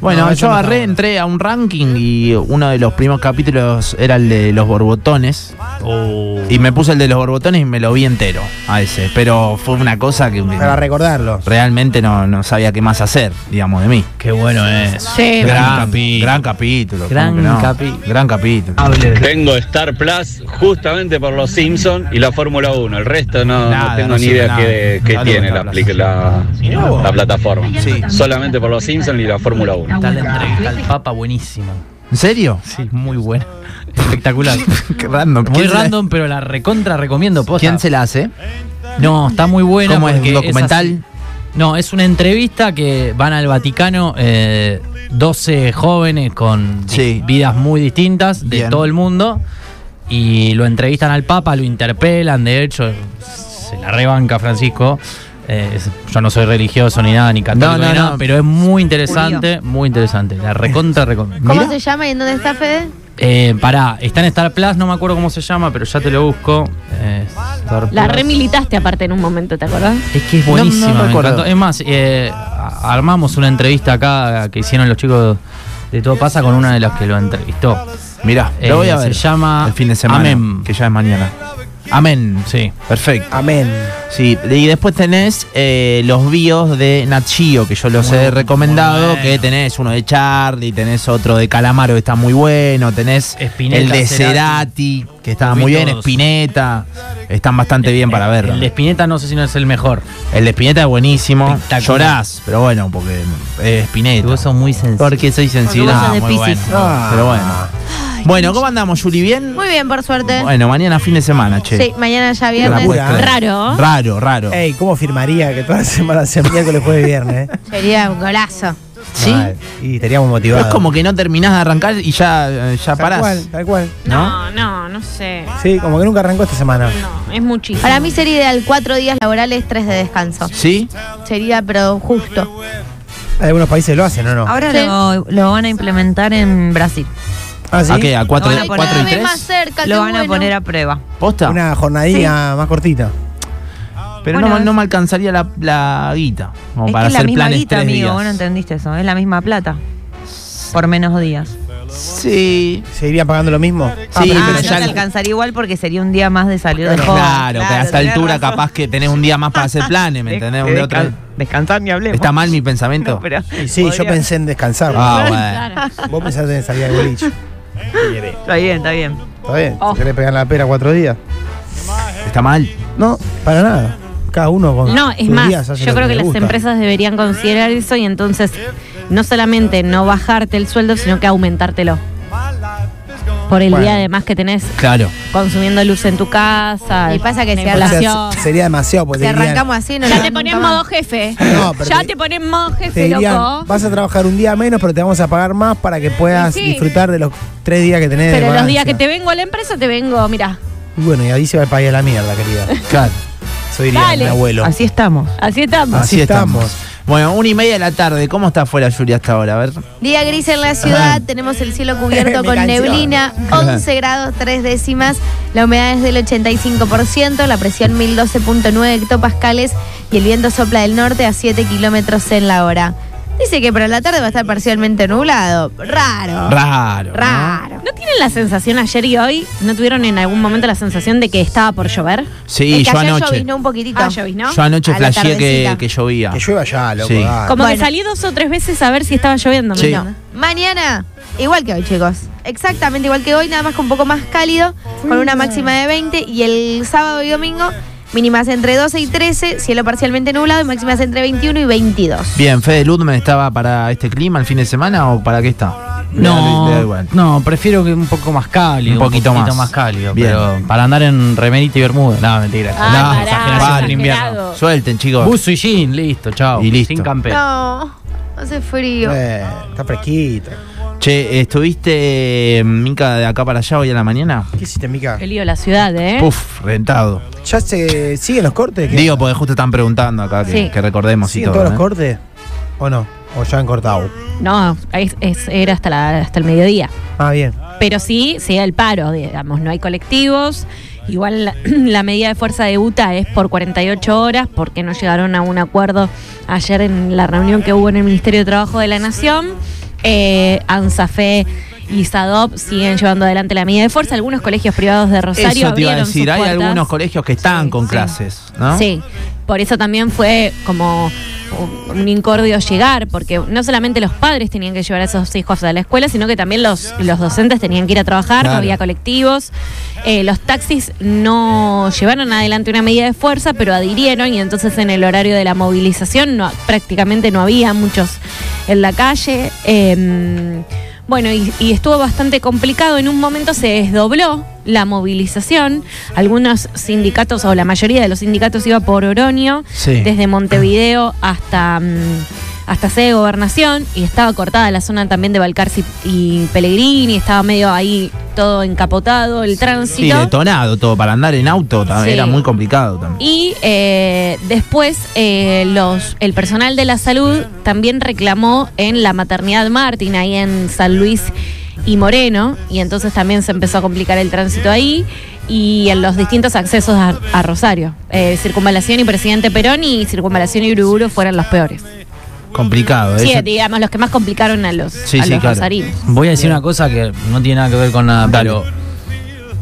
Speaker 12: Bueno,
Speaker 14: No, eso
Speaker 12: yo
Speaker 14: no
Speaker 12: agarré,
Speaker 14: está bueno.
Speaker 12: entré a un ranking y uno de los primeros capítulos era el de los borbotones.
Speaker 16: Oh.
Speaker 12: Y me puse el de los borbotones y me lo vi entero a ese. Pero fue una cosa que
Speaker 14: Para recordarlo.
Speaker 12: realmente no, no sabía qué más hacer, digamos, de mí.
Speaker 16: Qué bueno es.
Speaker 13: Sí,
Speaker 12: Gran, gran capítulo.
Speaker 16: Gran
Speaker 12: ¿cómo que no?
Speaker 16: capi-
Speaker 12: Gran capítulo.
Speaker 5: Ah,
Speaker 17: Tengo Star Plus justamente por los Simpsons y la Fórmula 1. El resto no, no
Speaker 12: Nada,
Speaker 17: tengo
Speaker 12: no
Speaker 17: ni
Speaker 12: sirve
Speaker 17: idea
Speaker 12: nada.
Speaker 17: qué, qué
Speaker 12: Ah, Dale
Speaker 17: tiene la,
Speaker 12: Star
Speaker 17: apli-
Speaker 12: Plus.
Speaker 17: la- la plataforma.
Speaker 12: Sí.
Speaker 17: Solamente por los Simpsons y la Fórmula 1.
Speaker 16: Está la entrevista al Papa buenísima.
Speaker 12: ¿En serio?
Speaker 16: Sí, muy buena. Espectacular.
Speaker 12: Qué random.
Speaker 16: muy
Speaker 12: ¿Quién se la-
Speaker 16: random, pero la recontra recomiendo. posta.
Speaker 12: ¿Quién se la hace?
Speaker 16: No, está muy buena.
Speaker 12: ¿Cómo es?
Speaker 16: porque
Speaker 12: ¿Un documental?
Speaker 16: así. no, es una entrevista que van al Vaticano eh, 12 jóvenes con
Speaker 12: Sí.
Speaker 16: vidas muy distintas de
Speaker 12: Bien.
Speaker 16: todo el mundo y lo entrevistan al Papa, lo interpelan, de hecho, se la rebanca Francisco. Eh, es- yo no soy religioso ni nada, ni católico,
Speaker 12: No, no,
Speaker 16: ni nada,
Speaker 12: no.
Speaker 16: pero es muy interesante, muy interesante. La recontra recomiendo.
Speaker 11: ¿Cómo se llama y en dónde está Fede?
Speaker 16: Eh, pará, está en Star Plus, no me acuerdo cómo se llama, pero ya te lo busco. Eh, Star
Speaker 13: La
Speaker 16: Plus.
Speaker 13: remilitaste aparte en un momento, ¿te acordás?
Speaker 16: Es que es
Speaker 12: No, no
Speaker 16: buenísima. me
Speaker 12: recuerdo.
Speaker 16: encantó. es más, eh, a- armamos una entrevista acá que hicieron los chicos de Todo Pasa con una de las que lo entrevistó.
Speaker 12: Mirá,
Speaker 16: Eh,
Speaker 12: lo voy a
Speaker 16: se
Speaker 12: ver.
Speaker 16: llama
Speaker 12: el fin de semana.
Speaker 16: Amén.
Speaker 12: Que ya es mañana. Amén.
Speaker 16: Sí.
Speaker 12: Perfecto.
Speaker 14: Amén.
Speaker 12: Sí, y después tenés eh, los bios de Nachio, que yo los he recomendado,
Speaker 16: bueno.
Speaker 12: que tenés uno de Charlie, tenés otro de Calamaro, que está muy bueno, tenés
Speaker 16: Spinetta,
Speaker 12: el de
Speaker 16: Cerati.
Speaker 12: Cerati, que está
Speaker 16: Los vi
Speaker 12: muy bien,
Speaker 16: todos.
Speaker 12: Spinetta, están bastante bien para
Speaker 16: El-
Speaker 12: verlo.
Speaker 16: El de Spinetta no sé si no es el mejor.
Speaker 12: El de Spinetta es buenísimo,
Speaker 16: Espectacular.
Speaker 12: llorás, pero bueno, porque es
Speaker 16: Y
Speaker 12: Spinetta.
Speaker 16: vos sos muy sencillo.
Speaker 12: Porque soy sensible,
Speaker 15: vos sos
Speaker 12: Ah,
Speaker 15: de
Speaker 12: muy bueno.
Speaker 15: Piscis.
Speaker 14: Ah.
Speaker 12: Pero bueno, Bueno, ¿cómo andamos, Juli? ¿Bien?
Speaker 11: Muy bien, por suerte.
Speaker 12: Bueno, mañana fin de semana, che.
Speaker 11: Sí, mañana ya viernes.
Speaker 12: No la puedo creer. Raro, raro.
Speaker 14: Ey, ¿cómo firmaría que toda la semana sea miércoles, jueves y viernes? eh?
Speaker 11: Sería un golazo.
Speaker 12: ¿Sí?
Speaker 14: Mal. Y estaríamos motivados.
Speaker 12: Es como que no terminás de arrancar y ya, eh,
Speaker 14: Tal
Speaker 12: ya parás.
Speaker 14: cual, tal cual.
Speaker 13: No, no, no sé.
Speaker 14: Sí, como que nunca arrancó esta semana.
Speaker 13: No, es muchísimo.
Speaker 11: Para mí sería ideal cuatro días laborales, tres de descanso.
Speaker 12: ¿Sí?
Speaker 11: Sería, pero justo.
Speaker 14: Hay algunos países lo hacen, ¿o no?
Speaker 15: Ahora
Speaker 11: Sí.
Speaker 15: lo, lo van a implementar en Brasil.
Speaker 14: Ah,
Speaker 12: ¿A qué? ¿A cuatro,
Speaker 15: Lo van a poner-
Speaker 12: cuatro y
Speaker 11: Dame más
Speaker 12: tres?
Speaker 11: cerca,
Speaker 15: Lo
Speaker 11: qué
Speaker 15: van a
Speaker 11: bueno.
Speaker 15: poner a prueba.
Speaker 12: ¿Posta?
Speaker 14: Una jornadilla más cortita.
Speaker 12: Pero
Speaker 15: Bueno,
Speaker 12: no, me-
Speaker 15: es-
Speaker 12: no me alcanzaría la, la guita. Como
Speaker 15: es
Speaker 12: para
Speaker 15: que es la
Speaker 12: hacer
Speaker 15: misma
Speaker 12: planes
Speaker 15: guita,
Speaker 12: tres
Speaker 15: amigo.
Speaker 12: días.
Speaker 15: Vos no entendiste eso. Es la misma plata. Por menos días.
Speaker 12: Sí.
Speaker 14: ¿Se irían pagando lo mismo?
Speaker 12: Sí,
Speaker 15: ah,
Speaker 12: pero
Speaker 15: no
Speaker 12: ya-
Speaker 15: te alcanzaría igual porque sería un día más de salir de
Speaker 12: Claro,
Speaker 15: joda.
Speaker 12: que a esta
Speaker 15: tenés
Speaker 12: altura
Speaker 15: razón.
Speaker 12: capaz que tenés un día más para hacer planes, ¿me entendés? Un
Speaker 15: Eh,
Speaker 12: de otro-
Speaker 15: descan- Descansar ni hablemos.
Speaker 12: ¿Está mal mi pensamiento?
Speaker 15: Pero
Speaker 14: Y sí, yo
Speaker 15: podría-
Speaker 14: pensé en descansar.
Speaker 12: Ah, bueno.
Speaker 14: Vos pensaste en salir al boliche.
Speaker 15: Está bien, está bien.
Speaker 14: ¿Está bien?
Speaker 13: Oh.
Speaker 14: ¿Te querés pegar la pera cuatro días?
Speaker 12: ¿Está mal?
Speaker 14: No, para nada. Cada uno con
Speaker 13: No, es
Speaker 14: sus días
Speaker 13: más,
Speaker 14: hace
Speaker 13: yo
Speaker 14: lo
Speaker 13: creo que
Speaker 14: le
Speaker 13: las
Speaker 14: gusta.
Speaker 13: empresas deberían considerar eso y entonces no solamente no bajarte el sueldo, sino que aumentártelo. Por el
Speaker 14: Bueno.
Speaker 13: día además que tenés
Speaker 12: Claro.
Speaker 13: consumiendo luz en tu casa.
Speaker 11: Y pasa que si
Speaker 14: O sea,
Speaker 11: hablas-
Speaker 13: inflación.
Speaker 14: Pues se- sería demasiado porque
Speaker 11: Si
Speaker 14: te dirían-
Speaker 11: arrancamos así, no
Speaker 13: Ya
Speaker 11: lo
Speaker 13: te
Speaker 11: nunca
Speaker 13: pones
Speaker 11: más.
Speaker 13: modo jefe.
Speaker 14: No, pero
Speaker 13: ya
Speaker 14: te-
Speaker 13: te pones modo
Speaker 14: te
Speaker 13: jefe,
Speaker 14: dirían,
Speaker 13: loco.
Speaker 14: vas a trabajar un día menos, pero te vamos a pagar más para que puedas
Speaker 13: Sí.
Speaker 14: disfrutar de los tres días que tenés. de
Speaker 13: Pero los días
Speaker 14: vacancia.
Speaker 13: que te vengo a la empresa, te vengo, mira.
Speaker 14: Y bueno, y ahí se va el país a la mierda, querida.
Speaker 12: Claro.
Speaker 14: Soy diría
Speaker 13: Dale.
Speaker 14: mi abuelo.
Speaker 15: Así estamos.
Speaker 13: Así estamos.
Speaker 14: Así estamos.
Speaker 12: Bueno, una y media de la tarde. ¿Cómo está fuera, Yuri, hasta ahora? A ver.
Speaker 11: Día gris en la ciudad, tenemos el cielo cubierto
Speaker 14: Mi
Speaker 11: con
Speaker 14: canción.
Speaker 11: neblina, 11 grados 3 décimas, la humedad es del 85%, la presión 1012.9 hectopascales y el viento sopla del norte a 7 kilómetros en la hora. Dice que para la tarde va a estar parcialmente nublado. Raro.
Speaker 12: Raro. ¿no?
Speaker 11: Raro.
Speaker 13: ¿No tienen la sensación ayer y hoy? ¿No tuvieron en algún momento la sensación de que estaba por llover?
Speaker 12: Sí,
Speaker 11: Es que
Speaker 12: yo
Speaker 11: ayer
Speaker 12: anoche.
Speaker 11: lloviznó un poquitito.
Speaker 13: Ah, lloviznó.
Speaker 12: Yo anoche
Speaker 11: A la
Speaker 12: flasheé que,
Speaker 11: tardecita.
Speaker 12: que llovía.
Speaker 14: Que llueva ya, loco.
Speaker 12: Sí.
Speaker 14: dale.
Speaker 13: Como que
Speaker 11: Bueno.
Speaker 13: salí dos o tres veces a ver si estaba lloviendo.
Speaker 12: Sí.
Speaker 13: ¿no?
Speaker 11: Mañana, igual que hoy, chicos. Exactamente igual que hoy, nada más con un poco más cálido, con una máxima de 20. Y el sábado y domingo, mínimas entre 12 y 13, cielo parcialmente nublado y máximas entre 21 y 22.
Speaker 12: Bien, Fede Ludman estaba para este clima el fin de semana o para qué está? Le da- le da
Speaker 16: No,
Speaker 12: igual.
Speaker 16: no, prefiero que un poco más cálido.
Speaker 12: Un poquito más.
Speaker 16: cálido.
Speaker 12: Bien. Ah,
Speaker 16: Pero para andar en remerita y bermuda. No, mentira.
Speaker 13: Ay,
Speaker 16: no,
Speaker 13: pará,
Speaker 16: exageración
Speaker 13: exagerado.
Speaker 16: del invierno.
Speaker 12: Suelten, chicos.
Speaker 16: Buzo y jean, listo, chao.
Speaker 12: Y listo.
Speaker 16: Sin campera.
Speaker 11: No, hace frío.
Speaker 14: Eh, está fresquito.
Speaker 12: Che, ¿estuviste, eh, Mica, de acá para allá hoy a la mañana?
Speaker 14: ¿Qué hiciste, Mica?
Speaker 13: Qué lío la ciudad, ¿eh?
Speaker 12: Ah. Puf, rentado.
Speaker 14: ¿Ya se siguen los cortes? ¿Qué?
Speaker 12: Digo, porque justo están preguntando acá que,
Speaker 13: Sí.
Speaker 12: que recordemos y
Speaker 14: ¿Siguen
Speaker 12: todo.
Speaker 14: todos los
Speaker 12: ¿eh?
Speaker 14: cortes? ¿O no? ¿O ya han cortado?
Speaker 13: No, es- es- era hasta, la- hasta el mediodía.
Speaker 14: Ah, bien.
Speaker 13: Pero sí, se da el paro, digamos, no hay colectivos. Igual la, la medida de fuerza de UTA es por 48 horas, porque no llegaron a un acuerdo ayer en la reunión que hubo en el Ministerio de Trabajo de la Nación. Eh, ANSAFE y SADOP siguen llevando adelante la medida de fuerza. Algunos colegios privados de Rosario
Speaker 12: Eso te iba a
Speaker 13: abrieron
Speaker 12: decir,
Speaker 13: sus
Speaker 12: hay
Speaker 13: puertas.
Speaker 12: algunos colegios que están
Speaker 13: Sí,
Speaker 12: con
Speaker 13: sí.
Speaker 12: clases, ¿no?
Speaker 13: Sí, por eso también fue como un incordio llegar, porque no solamente los padres tenían que llevar a esos hijos a la escuela, sino que también los, los docentes tenían que ir a trabajar,
Speaker 12: Claro.
Speaker 13: no había colectivos. Eh, los taxis no llevaron adelante una medida de fuerza, pero adhirieron y entonces en el horario de la movilización no- prácticamente no había muchos en la calle. Eh, bueno, y, y estuvo bastante complicado. En un momento se desdobló la movilización. Algunos sindicatos, o la mayoría de los sindicatos, iba por Oroño,
Speaker 12: Sí.
Speaker 13: desde Montevideo hasta, mm, hasta sede de gobernación, y estaba cortada la zona también de Balcarce y, y Pellegrini, estaba medio ahí todo encapotado el tránsito.
Speaker 12: Sí, detonado todo, para andar en auto ta-
Speaker 13: Sí.
Speaker 12: era muy complicado también.
Speaker 13: Y eh, después eh, los, el personal de la salud también reclamó en la maternidad Martín, ahí en San Luis y Moreno, y entonces también se empezó a complicar el tránsito ahí y en los distintos accesos a, a Rosario. Eh, circunvalación y Presidente Perón y Circunvalación y Uriburu fueron los peores.
Speaker 12: Complicado,
Speaker 13: Sí,
Speaker 12: eso-
Speaker 13: digamos, los que más complicaron a los,
Speaker 12: Sí,
Speaker 13: a
Speaker 12: sí,
Speaker 13: los
Speaker 12: claro.
Speaker 13: rosarinos.
Speaker 16: Voy a decir una cosa que no tiene nada que ver con nada,
Speaker 12: Dale.
Speaker 16: pero.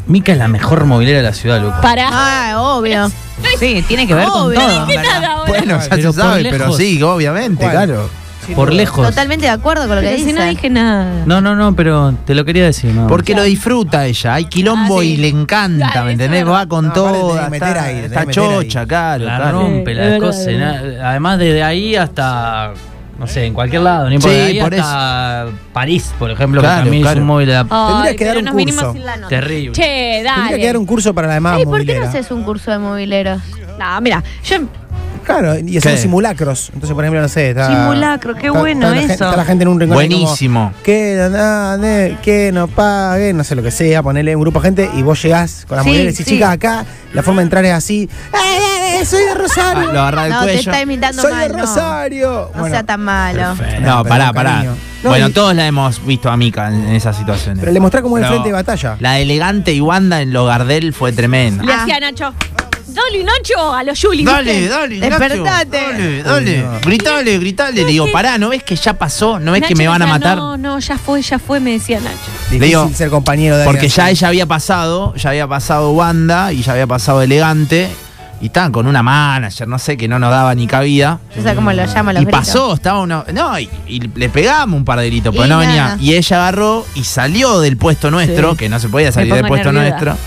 Speaker 16: Mica es la mejor movilera de la ciudad, loco.
Speaker 13: Para...
Speaker 11: Ah, obvio.
Speaker 15: Sí, tiene que ver con
Speaker 11: Obvio,
Speaker 15: todo.
Speaker 13: ¿Qué nada ahora?
Speaker 12: Bueno, ya
Speaker 16: Pero
Speaker 12: se sabe,
Speaker 16: por
Speaker 12: pero
Speaker 16: lejos.
Speaker 12: sí, obviamente,
Speaker 14: ¿Cuál?
Speaker 12: claro.
Speaker 14: Sin
Speaker 16: Por
Speaker 14: duda.
Speaker 16: lejos.
Speaker 11: Totalmente de acuerdo con lo que
Speaker 13: Pero
Speaker 11: dice.
Speaker 13: si no dije nada.
Speaker 16: No, no, no, pero te lo quería decir. No.
Speaker 12: Porque lo disfruta ella, hay quilombo
Speaker 13: Ah, sí.
Speaker 12: y le encanta,
Speaker 13: Claro, eso
Speaker 12: ¿me entendés?
Speaker 13: es verdad.
Speaker 12: Va con
Speaker 14: No, aparte tenés
Speaker 12: todo,
Speaker 14: que meter
Speaker 12: está,
Speaker 14: ahí, tenés
Speaker 12: está
Speaker 14: que meter
Speaker 12: chocha, claro,
Speaker 16: La
Speaker 12: claro.
Speaker 16: rompe,
Speaker 13: Sí,
Speaker 16: la
Speaker 13: es
Speaker 16: cosa.
Speaker 13: verdad,
Speaker 16: na- Además, desde ahí hasta no sé, en cualquier lado, ni
Speaker 12: Sí,
Speaker 16: por ahí
Speaker 12: por
Speaker 16: hasta París, por ejemplo,
Speaker 12: Claro,
Speaker 16: que también
Speaker 12: claro.
Speaker 16: es un móvil de
Speaker 11: Ay,
Speaker 14: Tendría que dar
Speaker 11: pero
Speaker 14: un
Speaker 11: nos vinimos
Speaker 14: curso.
Speaker 11: sin la nota.
Speaker 16: Terrible.
Speaker 11: Che,
Speaker 14: Tendría que dar
Speaker 11: dale.
Speaker 14: un curso para la demás
Speaker 11: Ay, ¿por qué no
Speaker 14: mobileras.
Speaker 11: haces un curso de mobileros?
Speaker 13: No, mira, yo
Speaker 14: Claro, y hacemos
Speaker 12: ¿Qué?
Speaker 14: simulacros. Entonces, por ejemplo, no sé, está.
Speaker 15: Simulacro, qué
Speaker 14: está-
Speaker 15: bueno
Speaker 14: está la gente-
Speaker 15: eso.
Speaker 14: está la gente en un rincón. ahí como,
Speaker 12: Buenísimo.
Speaker 14: que no, na- ne- que no pague, no sé lo que sea, ponele un grupo de gente y vos llegás con la
Speaker 15: Sí,
Speaker 14: mujer y
Speaker 15: sí.
Speaker 14: decís, chicas, acá la forma de entrar es así. "Ay, ay, ay, Eh, soy de Rosario.
Speaker 12: Ah, lo agarrá del
Speaker 11: No, te
Speaker 12: cuello.
Speaker 11: está imitando
Speaker 14: Soy
Speaker 11: mal.
Speaker 14: de
Speaker 11: no.
Speaker 14: Rosario.
Speaker 11: No sea tan malo.
Speaker 12: No,
Speaker 14: pero
Speaker 12: pará,
Speaker 14: con
Speaker 12: pará.
Speaker 14: cariño. No,
Speaker 12: Bueno,
Speaker 14: y-
Speaker 12: todos la hemos visto a Mica en en esas situaciones.
Speaker 14: Pero le mostrá cómo es el
Speaker 12: Pero
Speaker 14: frente de batalla.
Speaker 12: La de elegante y Wanda en los Gardel fue tremenda.
Speaker 13: le hacía a Nacho. Dale, Nacho, a los Juli.
Speaker 12: Dale,
Speaker 13: ¿viste?
Speaker 12: dale,
Speaker 13: Despertate.
Speaker 12: Nacho, Dale, dale.
Speaker 14: Uy, no.
Speaker 12: Gritale, gritale. Le digo, pará, ¿no ves que ya pasó? ¿No ves que
Speaker 13: Nacho
Speaker 12: me van a
Speaker 13: decía,
Speaker 12: matar?
Speaker 13: No, no, ya fue, ya fue, me decía Nacho.
Speaker 14: Difícil
Speaker 12: digo,
Speaker 14: ser compañero de
Speaker 12: Porque
Speaker 14: alguien
Speaker 12: ya
Speaker 14: así.
Speaker 12: ella había pasado, ya había pasado Wanda y ya había pasado Elegante. Y estaban con una manager, no sé, que no nos daba ni cabida.
Speaker 11: O sea, como lo llama los
Speaker 12: Y
Speaker 11: gritos.
Speaker 12: pasó, estaba uno. No, y, y le pegamos un par de gritos, pero
Speaker 11: Y
Speaker 12: no
Speaker 11: nada.
Speaker 12: venía. Y ella agarró y salió del puesto nuestro,
Speaker 13: Sí.
Speaker 12: que no se podía salir
Speaker 13: Me
Speaker 12: del
Speaker 13: pongo
Speaker 12: puesto
Speaker 13: nerviosa.
Speaker 12: nuestro.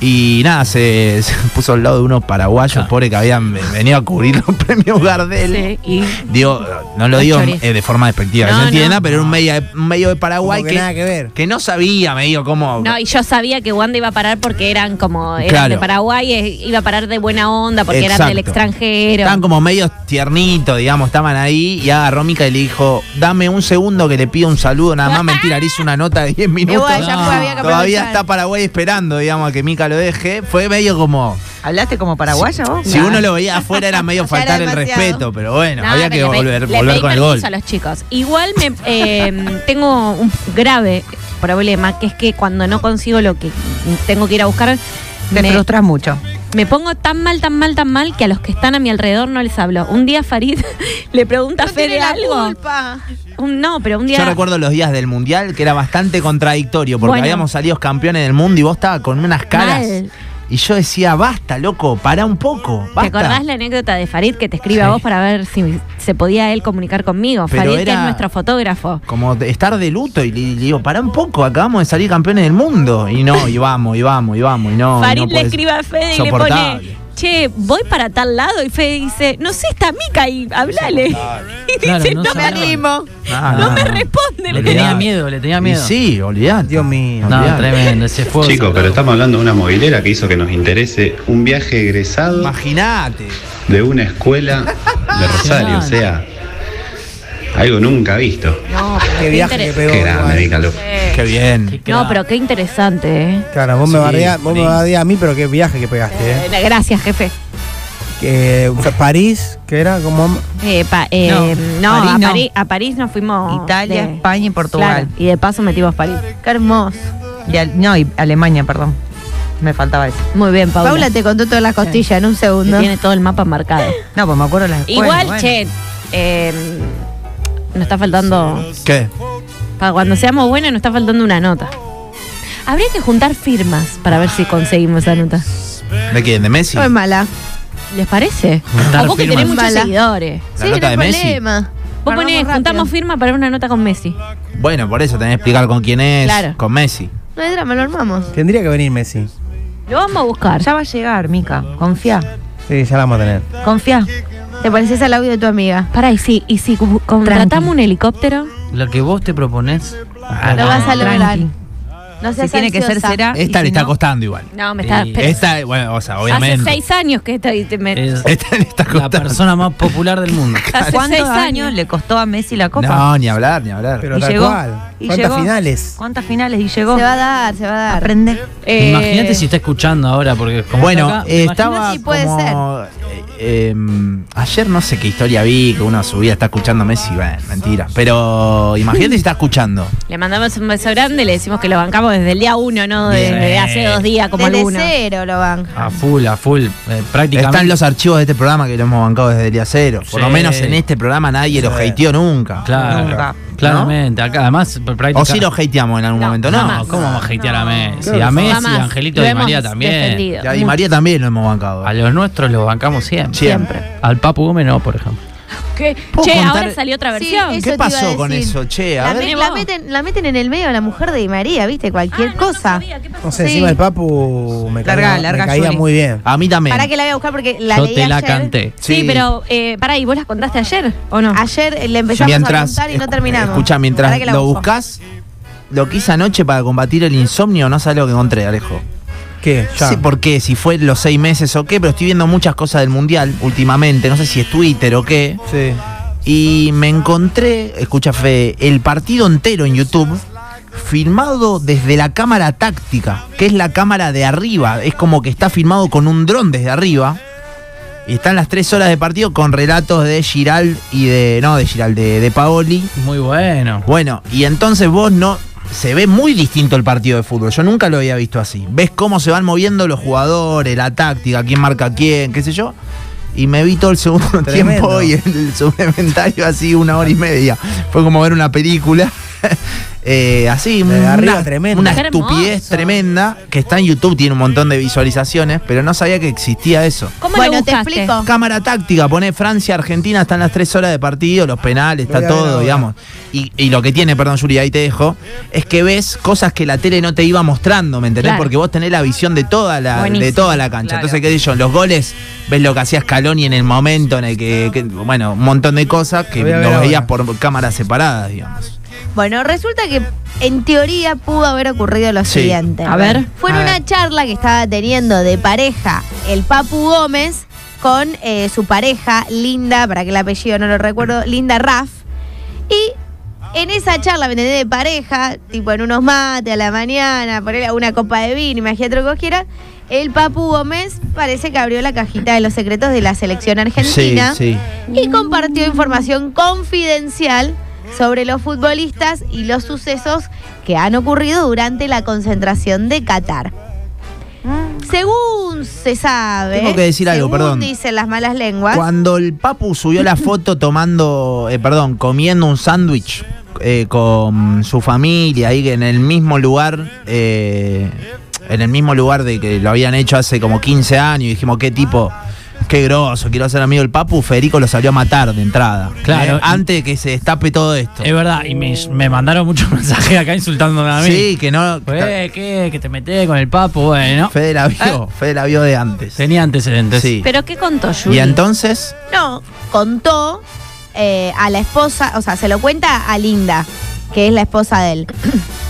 Speaker 12: Y nada, se, se puso al lado de unos paraguayos, pobre, que habían venido a cubrir los premios Gardel.
Speaker 13: Sí, y
Speaker 12: Digo, no lo digo
Speaker 13: Chorizo.
Speaker 12: eh, de forma despectiva, que
Speaker 13: No,
Speaker 12: se entienda,
Speaker 13: no.
Speaker 12: pero era un medio, de- un medio de Paraguay
Speaker 14: Como que nada que ver.
Speaker 12: que no sabía medio cómo.
Speaker 13: No, y yo sabía que Wanda iba a parar porque eran como eran
Speaker 12: Claro.
Speaker 13: de Paraguay, eh, iba a parar de buena onda porque eran del
Speaker 12: Exacto.
Speaker 13: extranjero.
Speaker 12: Estaban como medios tiernitos, digamos, estaban ahí y agarró Mica y le dijo, dame un segundo que le pido un saludo, nada más mentira, le hizo una nota de 10 minutos.
Speaker 11: Igual, ya fue, había que
Speaker 12: Todavía
Speaker 11: aprovechar.
Speaker 12: está Paraguay esperando, digamos, a que Mica lo deje. Fue medio como,
Speaker 15: ¿Hablaste como paraguaya vos?
Speaker 12: si uno lo veía afuera era medio
Speaker 11: Ya
Speaker 12: faltar el
Speaker 11: era demasiado.
Speaker 12: respeto, pero bueno,
Speaker 13: No,
Speaker 12: había que
Speaker 13: pero le pedí-
Speaker 12: volver,
Speaker 13: le
Speaker 12: volver
Speaker 13: pedí
Speaker 12: con el
Speaker 13: permiso
Speaker 12: gol.
Speaker 13: a los chicos. Igual me eh, tengo un grave problema que es que cuando no consigo lo que tengo que ir a buscar
Speaker 15: Te
Speaker 13: me,
Speaker 15: frustras mucho.
Speaker 13: me pongo tan mal, tan mal, tan mal que a los que están a mi alrededor no les hablo. Un día Farid le pregunta a
Speaker 11: No
Speaker 13: Fede
Speaker 11: tiene la
Speaker 13: algo.
Speaker 11: culpa.
Speaker 13: Un- no, pero un día
Speaker 12: Yo recuerdo los días del Mundial que era bastante contradictorio porque
Speaker 13: Bueno.
Speaker 12: habíamos salido campeones del mundo y vos estabas con unas caras.
Speaker 13: Mal.
Speaker 12: Y yo decía, basta, loco, para un poco.
Speaker 13: ¿Te
Speaker 12: Basta.
Speaker 13: acordás la anécdota de Farid que te escribe
Speaker 12: Sí.
Speaker 13: a vos para ver si se podía él comunicar conmigo?
Speaker 12: Pero
Speaker 13: Farid, que
Speaker 12: era-
Speaker 13: es nuestro fotógrafo.
Speaker 12: Como de estar de luto y le, le digo, para un poco, acabamos de salir campeones del mundo. Y no, y vamos, y vamos, y vamos, y no. y
Speaker 13: Farid
Speaker 12: no
Speaker 13: le
Speaker 12: puede-
Speaker 13: escribe a Fede y le
Speaker 12: Soportable.
Speaker 13: pone, che, voy para tal lado. Y Fede dice, no sé, está Mica ahí, hablale. Y
Speaker 16: Claro,
Speaker 13: dice,
Speaker 16: no
Speaker 13: no,
Speaker 16: se
Speaker 13: me
Speaker 16: hablan.
Speaker 13: animo,
Speaker 12: Ah,
Speaker 13: no, me
Speaker 16: Le
Speaker 13: responde.
Speaker 16: tenía
Speaker 12: Olvidate.
Speaker 16: miedo, le tenía
Speaker 12: Y
Speaker 16: miedo.
Speaker 12: sí, olvidate.
Speaker 14: Dios mío.
Speaker 16: No,
Speaker 12: olvidate.
Speaker 16: tremendo, ese fue.
Speaker 19: Chicos, pero estamos hablando de una movilera que hizo que nos interese un viaje egresado
Speaker 12: Imaginate.
Speaker 19: de una escuela de Rosario, o sea, algo nunca visto.
Speaker 13: No, pero
Speaker 14: Qué viaje que
Speaker 13: inter-
Speaker 14: pegó.
Speaker 19: Qué grande,
Speaker 14: igual.
Speaker 19: Mícalo.
Speaker 12: Qué bien.
Speaker 13: No, pero qué interesante. ¿eh?
Speaker 14: Claro, vos me
Speaker 12: Sí,
Speaker 14: bardeás vos me
Speaker 12: sí.
Speaker 14: bardeás a mí, pero qué viaje que pegaste, ¿eh?
Speaker 13: Eh, Gracias, jefe.
Speaker 14: Que, fue París, que era como.
Speaker 13: Eh, pa- eh,
Speaker 15: No,
Speaker 13: no,
Speaker 15: París
Speaker 13: a,
Speaker 15: no.
Speaker 13: París, a París nos fuimos.
Speaker 15: Italia,
Speaker 13: de-
Speaker 15: España y Portugal.
Speaker 13: Claro, y de paso metimos París.
Speaker 11: Qué hermoso.
Speaker 15: Y al- no, y Alemania, perdón. Me faltaba eso.
Speaker 13: Muy bien, Paula.
Speaker 11: Paula te contó todas las costillas en un
Speaker 13: Te
Speaker 11: segundo.
Speaker 13: tiene todo el mapa marcado.
Speaker 15: No, pues me acuerdo las escuelas,
Speaker 13: Igual,
Speaker 15: bueno.
Speaker 13: che, eh, nos está faltando.
Speaker 12: ¿Qué?
Speaker 13: Para cuando seamos buenos, nos está faltando una nota. Habría que juntar firmas para ver si conseguimos esa nota.
Speaker 12: ¿De quién? ¿De Messi?
Speaker 11: No es mala.
Speaker 13: ¿Les parece?
Speaker 12: Juntar
Speaker 13: A vos que
Speaker 12: firmas.
Speaker 13: tenés muchos
Speaker 11: Mala.
Speaker 13: seguidores.
Speaker 12: ¿La
Speaker 11: sí,
Speaker 12: nota
Speaker 11: no
Speaker 12: de
Speaker 11: hay
Speaker 12: Messi?
Speaker 11: problema.
Speaker 13: Vos
Speaker 11: Armamos
Speaker 13: ponés,
Speaker 11: rápido.
Speaker 13: juntamos firmas para una nota con Messi.
Speaker 12: Bueno, por eso tenés que explicar con quién es,
Speaker 13: Claro.
Speaker 12: con Messi.
Speaker 11: No hay drama, lo armamos.
Speaker 14: Tendría que venir Messi.
Speaker 13: Lo vamos a buscar.
Speaker 15: Ya va a llegar, Mica. Confía.
Speaker 14: Sí, ya la vamos a tener.
Speaker 15: Confía.
Speaker 11: Te pareces al audio de tu amiga.
Speaker 13: Pará, y si, y si cu- contratamos
Speaker 15: Tranqui.
Speaker 13: un helicóptero.
Speaker 16: Lo que vos te proponés.
Speaker 12: Ah,
Speaker 16: Ah,
Speaker 11: Lo vas a lograr.
Speaker 15: Tranqui.
Speaker 11: No
Speaker 15: Si
Speaker 11: seas
Speaker 15: tiene que ser
Speaker 11: ansiosa.
Speaker 15: será. y
Speaker 12: Esta
Speaker 15: si
Speaker 12: le está
Speaker 15: no-
Speaker 12: costando igual.
Speaker 13: No, me está.
Speaker 16: Sí.
Speaker 13: pero-
Speaker 12: Esta, bueno, o sea,
Speaker 13: hace
Speaker 12: obviamente.
Speaker 13: seis años que estoy. te- me-
Speaker 16: Es
Speaker 12: Esta le está
Speaker 16: la
Speaker 12: costando.
Speaker 16: persona más popular del mundo.
Speaker 13: hace
Speaker 15: ¿Cuántos
Speaker 13: seis
Speaker 15: años?
Speaker 13: años.
Speaker 15: le costó a Messi la copa?
Speaker 12: No, ni hablar, ni hablar.
Speaker 14: Pero
Speaker 15: Y
Speaker 14: tal
Speaker 15: llegó.
Speaker 14: cual.
Speaker 15: Y
Speaker 14: ¿Cuántas
Speaker 15: llegó.
Speaker 14: finales?
Speaker 15: ¿Cuántas finales? Y
Speaker 11: Se
Speaker 15: llegó.
Speaker 11: va a dar, se va a dar.
Speaker 15: Aprende.
Speaker 13: Eh,
Speaker 16: Imagínate si está escuchando ahora, porque como
Speaker 12: Bueno,
Speaker 16: está acá,
Speaker 12: eh,
Speaker 16: me imagino-
Speaker 12: estaba
Speaker 11: si puede
Speaker 12: como, eh, em, ayer no sé qué historia vi, que uno subía, está escuchando Messi, bueno, mentira. Pero imagínate si está escuchando.
Speaker 13: Le mandamos un beso grande y le decimos que lo bancamos desde el día uno, no desde
Speaker 16: Bien.
Speaker 13: hace dos días, como
Speaker 11: Desde
Speaker 13: algunos.
Speaker 11: cero lo van.
Speaker 16: a full, a full, eh, prácticamente.
Speaker 12: Están los archivos de este programa que lo hemos bancado desde el día cero. Por lo
Speaker 16: Sí.
Speaker 12: menos en este programa nadie lo hateó nunca.
Speaker 16: Claro,
Speaker 15: Nunca.
Speaker 16: claramente. Acá, además,
Speaker 12: O
Speaker 16: prácticamente.
Speaker 12: si lo hateamos en algún
Speaker 13: No,
Speaker 12: momento, ¿no?
Speaker 13: jamás.
Speaker 16: No, ¿cómo vamos a hatear a Messi?
Speaker 14: Claro que
Speaker 16: a
Speaker 14: sí.
Speaker 16: Messi,
Speaker 13: Jamás.
Speaker 16: Angelito
Speaker 13: Lo
Speaker 16: Di
Speaker 13: hemos
Speaker 16: María también.
Speaker 13: defendido.
Speaker 12: Y a Di María también lo hemos bancado.
Speaker 16: A los nuestros los bancamos siempre.
Speaker 12: Siempre.
Speaker 16: Al Papu Gómez no, por ejemplo.
Speaker 13: que.
Speaker 12: ¿Puedo
Speaker 13: Che,
Speaker 12: contar-
Speaker 13: ahora salió otra versión.
Speaker 12: ¿Qué pasó con eso, che? A
Speaker 11: La,
Speaker 12: ver.
Speaker 11: met- la meten, la meten en el medio de la mujer de Di María, ¿viste? Cualquier
Speaker 13: Ah,
Speaker 11: cosa.
Speaker 14: No sé,
Speaker 11: Sí.
Speaker 14: encima el Papu me
Speaker 11: Larga,
Speaker 14: caía, me
Speaker 11: larga,
Speaker 14: caía
Speaker 11: Juli.
Speaker 14: muy bien.
Speaker 12: A mí también.
Speaker 11: Para que la voy a buscar porque la
Speaker 14: Yo
Speaker 11: leí
Speaker 14: te la
Speaker 11: ayer.
Speaker 14: canté.
Speaker 12: Sí, Sí. pero,
Speaker 11: eh, pará, ¿y vos las contaste ayer o no? Ayer eh, le empezamos
Speaker 12: Mientras-
Speaker 11: a contar y no
Speaker 12: escu-
Speaker 11: terminamos.
Speaker 12: Escucha,
Speaker 11: Pará
Speaker 12: mientras
Speaker 11: que la
Speaker 12: lo
Speaker 11: busco.
Speaker 12: buscas, lo que hice anoche para combatir el insomnio, no sabes lo que encontré, Alejo.
Speaker 14: ¿Qué?
Speaker 12: No sé por qué, si fue los seis meses o qué, pero estoy viendo muchas cosas del mundial últimamente, no sé si es Twitter o qué.
Speaker 14: Sí.
Speaker 12: Y me encontré, escucha Fe, el partido entero en YouTube, filmado desde la cámara táctica, que es la cámara de arriba, es como que está filmado con un dron desde arriba. Y están las tres horas de partido con relatos de Giral y de. No, de Giral, de, de Paoli.
Speaker 16: Muy bueno.
Speaker 12: Bueno, y entonces vos no. Se ve muy distinto el partido de fútbol. Yo nunca lo había visto así. Ves cómo se van moviendo los jugadores, la táctica, quién marca a quién, qué sé yo. Y me vi todo el segundo
Speaker 14: Tremendo.
Speaker 12: tiempo y el suplementario así una hora y media. Fue como ver una película. Eh, así,
Speaker 14: Desde
Speaker 12: una,
Speaker 14: arriba, tremendo.
Speaker 12: una
Speaker 14: Qué
Speaker 12: estupidez
Speaker 13: hermoso.
Speaker 12: tremenda que está en YouTube, tiene un montón de visualizaciones, pero no sabía que existía eso.
Speaker 13: ¿Cómo
Speaker 11: Bueno,
Speaker 13: lo
Speaker 11: te
Speaker 13: buscaste?
Speaker 11: explico.
Speaker 12: Cámara táctica, pone Francia, Argentina, están las tres horas de partido, los penales,
Speaker 14: Lo
Speaker 12: está
Speaker 14: voy a ver
Speaker 12: todo,
Speaker 14: ahora.
Speaker 12: digamos. Y, y lo que tiene, perdón, Yuri, ahí te dejo, es que ves cosas que la tele no te iba mostrando, ¿me entendés?
Speaker 13: Claro.
Speaker 12: Porque vos tenés la visión de toda la, de
Speaker 13: Buenísimo.
Speaker 12: toda la cancha.
Speaker 13: Claro.
Speaker 12: Entonces, qué sé yo, los goles, ves lo que hacía Scaloni en el momento en el que, que- bueno, un montón de cosas que
Speaker 14: Lo voy a
Speaker 12: lo,
Speaker 14: ver ahora.
Speaker 12: veías por cámaras separadas, digamos.
Speaker 11: Bueno, resulta que en teoría pudo haber ocurrido lo
Speaker 12: Sí.
Speaker 11: siguiente.
Speaker 13: A ver.
Speaker 11: Fue en
Speaker 13: A
Speaker 11: una charla que estaba teniendo de pareja el Papu Gómez con eh, su pareja Linda, para que el apellido no lo recuerdo, Linda Raff. Y en esa charla, ¿me entendés? De pareja, tipo en unos mates a la mañana, ponerle una copa de vino, imagínate lo que vos quieras. El Papu Gómez parece que abrió la cajita de los secretos de la selección argentina
Speaker 12: Sí, sí.
Speaker 11: y compartió información confidencial sobre los futbolistas y los sucesos que han ocurrido durante la concentración de Qatar. Según se sabe,
Speaker 12: Tengo que decir algo,
Speaker 11: según
Speaker 12: perdón.
Speaker 11: dicen las malas lenguas,
Speaker 12: Cuando el Papu subió la foto tomando, eh, perdón, comiendo un sándwich eh, con su familia ahí en el mismo lugar, eh, en el mismo lugar de que lo habían hecho hace como 15 años y dijimos qué tipo, qué groso, quiero ser amigo del Papu, Federico lo salió a matar de entrada.
Speaker 16: Claro.
Speaker 12: Eh, antes de que se destape todo esto.
Speaker 16: Es verdad, y me, me mandaron muchos mensajes acá insultándome a mí.
Speaker 12: Sí, que no.
Speaker 16: Eh, ¿qué? Que te metés con el papo, bueno. Ah.
Speaker 12: Fede la vio, Fede la vio de antes.
Speaker 16: Tenía antecedentes.
Speaker 12: Sí.
Speaker 13: ¿Pero qué contó Yuri?
Speaker 12: Y entonces,
Speaker 11: no, contó eh, a la esposa, o sea, se lo cuenta a Linda, que es la esposa de él.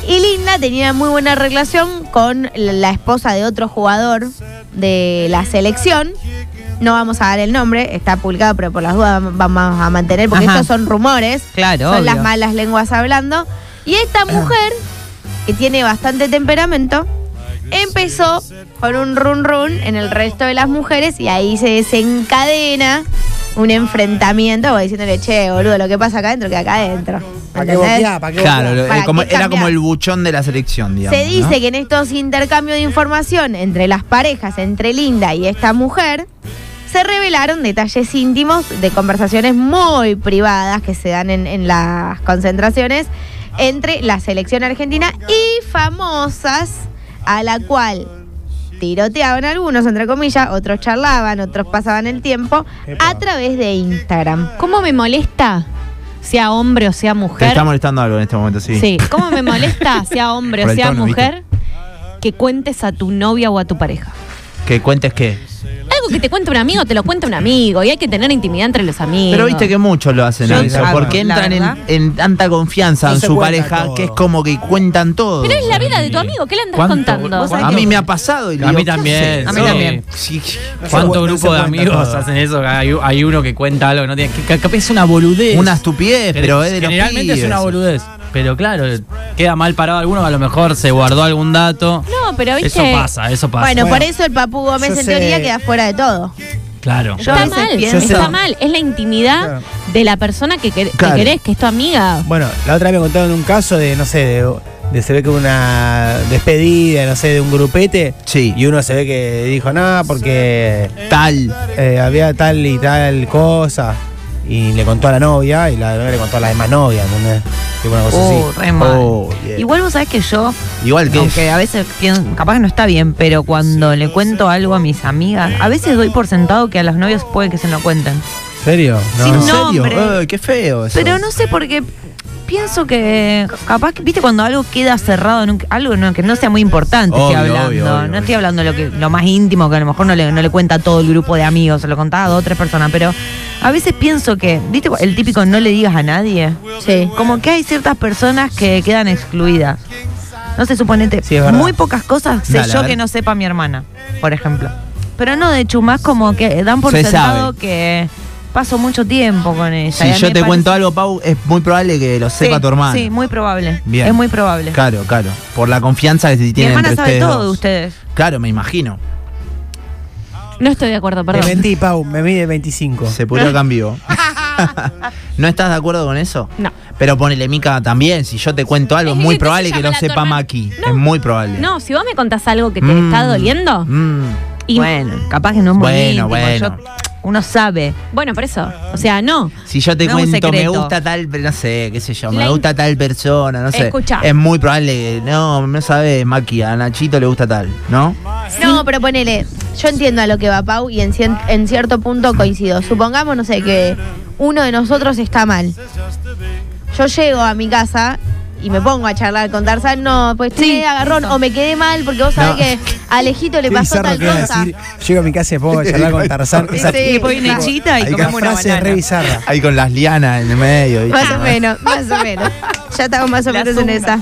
Speaker 11: Y Linda tenía muy buena relación con la esposa de otro jugador de la selección. No vamos a dar el nombre, está publicado, pero por las dudas vamos a mantener, porque
Speaker 15: Ajá.
Speaker 11: estos son rumores.
Speaker 15: Claro,
Speaker 11: Son
Speaker 15: obvio.
Speaker 11: las malas lenguas hablando. Y esta mujer, que tiene bastante temperamento, empezó con un run run en el resto de las mujeres y ahí se desencadena un enfrentamiento, como diciéndole, che, boludo, lo que pasa acá adentro queda acá adentro.
Speaker 14: ¿Para qué
Speaker 11: ¿Entendés?
Speaker 14: boquear? ¿Para qué
Speaker 12: claro,
Speaker 14: boquear?
Speaker 12: eh,
Speaker 11: ¿Para
Speaker 12: como-
Speaker 11: qué
Speaker 12: era como
Speaker 11: cambiar?
Speaker 12: el buchón de la selección, digamos.
Speaker 11: Se dice
Speaker 12: ¿no?
Speaker 11: que en estos intercambios de información entre las parejas, entre Linda y esta mujer, se revelaron detalles íntimos de conversaciones muy privadas que se dan en, en las concentraciones entre la selección argentina y famosas a la cual tiroteaban algunos, entre comillas, otros charlaban, otros pasaban el tiempo a través de Instagram.
Speaker 13: ¿Cómo me molesta? Sea hombre o sea mujer.
Speaker 12: Te está molestando algo en este momento, sí.
Speaker 13: Sí, ¿cómo me molesta, sea hombre o
Speaker 12: Por el
Speaker 13: sea
Speaker 12: tono,
Speaker 13: mujer, que cuentes a tu novia o a tu pareja?
Speaker 12: Que cuentes qué.
Speaker 13: Algo que te cuenta un amigo, te lo cuenta un amigo y hay que tener intimidad entre los amigos.
Speaker 12: Pero viste que muchos lo hacen
Speaker 14: Sí,
Speaker 12: eso,
Speaker 14: claro.
Speaker 12: porque
Speaker 13: La
Speaker 12: entran en,
Speaker 13: verdad.
Speaker 12: en tanta confianza
Speaker 14: No
Speaker 12: en
Speaker 14: se
Speaker 12: su
Speaker 14: cuenta
Speaker 12: pareja
Speaker 14: todo.
Speaker 12: que es como que cuentan todo.
Speaker 13: Pero es la vida de tu amigo, ¿qué le andas
Speaker 16: ¿Cuánto-
Speaker 13: contando?
Speaker 12: a mí me ha pasado. Y
Speaker 16: A
Speaker 12: digo,
Speaker 16: mí
Speaker 12: ¿qué haces?
Speaker 16: también.
Speaker 15: A mí
Speaker 16: sí.
Speaker 15: también.
Speaker 12: Sí, sí.
Speaker 14: No
Speaker 16: ¿Cuántos
Speaker 14: se
Speaker 16: grupos de
Speaker 14: cuenta
Speaker 16: amigos
Speaker 14: todo.
Speaker 16: hacen eso? Hay, hay uno que cuenta algo, que no tiene, que ca- capaz es una boludez.
Speaker 12: Una estupidez, Eh, pero es de los
Speaker 16: Generalmente es
Speaker 12: pibes.
Speaker 16: una boludez. Pero claro, queda mal parado alguno, a lo mejor se guardó algún dato.
Speaker 13: No, pero viste.
Speaker 16: Eso pasa, eso pasa.
Speaker 11: Bueno, por
Speaker 14: Bueno,
Speaker 11: eso el Papu
Speaker 14: yo
Speaker 11: Gómez en
Speaker 14: sé-
Speaker 11: teoría queda fuera de todo.
Speaker 16: Claro.
Speaker 14: Yo a
Speaker 13: Está
Speaker 14: veces
Speaker 13: mal,
Speaker 14: pienso-
Speaker 13: está mal. Es la intimidad
Speaker 14: Claro.
Speaker 13: de la persona que, quer- que
Speaker 12: Claro.
Speaker 13: querés, que es tu amiga.
Speaker 14: Bueno, la otra vez me contaron un caso de, no sé, de, de se ve que una despedida, no sé, de un grupete.
Speaker 12: Sí.
Speaker 14: Y uno se ve que dijo nada porque
Speaker 12: Tal.
Speaker 14: eh, había tal y tal cosa. Y le contó a la novia y la novia le contó a la demás novia, ¿entendés? Tipo una cosa
Speaker 15: Uh,
Speaker 14: así.
Speaker 15: re mal.
Speaker 12: Oh, bien.
Speaker 15: Igual vos sabés que yo,
Speaker 12: Igual que.
Speaker 15: aunque a veces pien- capaz que no está bien, pero cuando le cuento algo a mis amigas, a veces doy por sentado que a los novios puede que se lo cuenten.
Speaker 14: ¿En serio? No.
Speaker 15: Sin
Speaker 14: ¿En
Speaker 15: nombre.
Speaker 14: serio?
Speaker 12: Ay, qué feo eso.
Speaker 15: Pero no sé por qué. Pienso que capaz que, viste, cuando algo queda cerrado, en un- algo no- que no sea muy importante,
Speaker 12: Obvio,
Speaker 15: estoy hablando.
Speaker 12: obvio, obvio,
Speaker 15: no estoy hablando lo que lo más íntimo, que a lo mejor no le, no le cuenta a todo el grupo de amigos, se lo contaba a dos o tres personas, pero a veces pienso que, viste, el típico no le digas a nadie.
Speaker 11: Sí.
Speaker 15: Como que hay ciertas personas que quedan excluidas. No sé, suponete,
Speaker 11: es verdad.
Speaker 15: muy pocas cosas sé
Speaker 11: Dale, a
Speaker 15: yo
Speaker 11: ver.
Speaker 15: que no sepa mi hermana, por ejemplo. Pero no, de hecho, más como que dan por
Speaker 12: Se
Speaker 15: sentado que paso mucho tiempo con ella. y
Speaker 12: Si
Speaker 15: a mí
Speaker 12: yo
Speaker 15: me
Speaker 12: te
Speaker 15: parece-
Speaker 12: cuento algo, Pau, es muy probable que lo sepa
Speaker 15: Sí,
Speaker 12: tu hermana.
Speaker 15: Sí, muy probable.
Speaker 12: Bien.
Speaker 15: Es muy probable.
Speaker 12: Claro, claro. Por la confianza que
Speaker 15: Mi
Speaker 12: tienen
Speaker 15: hermana
Speaker 12: entre
Speaker 15: sabe
Speaker 12: ustedes.
Speaker 15: todo de
Speaker 12: dos.
Speaker 15: ustedes.
Speaker 12: Claro, me imagino.
Speaker 13: No estoy de acuerdo,
Speaker 14: Te
Speaker 13: perdón.
Speaker 14: mentí, Pau, me mide 25.
Speaker 12: Se pudrió acá en vivo. ¿No estás de acuerdo con eso?
Speaker 13: No.
Speaker 12: Pero ponele Mica también. Si yo te cuento algo, es muy probable que lo sepa Maki. Es muy probable.
Speaker 13: No, si vos me contás algo que te
Speaker 12: Mm.
Speaker 13: está doliendo.
Speaker 12: Mm.
Speaker 13: Y
Speaker 15: bueno, capaz que no es muy
Speaker 12: Bueno,
Speaker 15: íntimo,
Speaker 12: bueno.
Speaker 15: yo- uno sabe.
Speaker 13: Bueno, por eso. O sea, no.
Speaker 12: Si yo te
Speaker 13: No es un
Speaker 12: cuento, me
Speaker 13: secreto.
Speaker 12: gusta tal, pero no sé, qué sé yo,
Speaker 13: La
Speaker 12: me
Speaker 13: in-
Speaker 12: gusta tal persona, no sé.
Speaker 13: Escuchá.
Speaker 12: Es muy probable que, no, no sabes, Maki, a Nachito le gusta tal, ¿no?
Speaker 11: No, pero ponele, yo entiendo a lo que va Pau y en, cien- en cierto punto coincido. Supongamos, no sé, que uno de nosotros está mal. Yo llego a mi casa y me pongo a charlar con Tarzán, no, pues sí, agarrón, o me quedé mal porque vos sabés
Speaker 14: No.
Speaker 11: que a Alejito le
Speaker 14: Qué
Speaker 11: pasó
Speaker 14: bizarro
Speaker 11: tal
Speaker 14: que era
Speaker 11: cosa.
Speaker 14: decir, llego a mi casa y me pongo a charlar con Tarzán.
Speaker 11: Sí, sí. Y después viene Chita y
Speaker 14: Ahí
Speaker 11: comemos
Speaker 14: la
Speaker 11: una
Speaker 14: frase
Speaker 11: banana.
Speaker 14: re bizarra.
Speaker 12: Ahí con las lianas en el medio. ¿viste?
Speaker 11: Más o menos, más o menos. Ya estamos más o
Speaker 15: La
Speaker 11: menos en
Speaker 15: zumba.
Speaker 11: esa.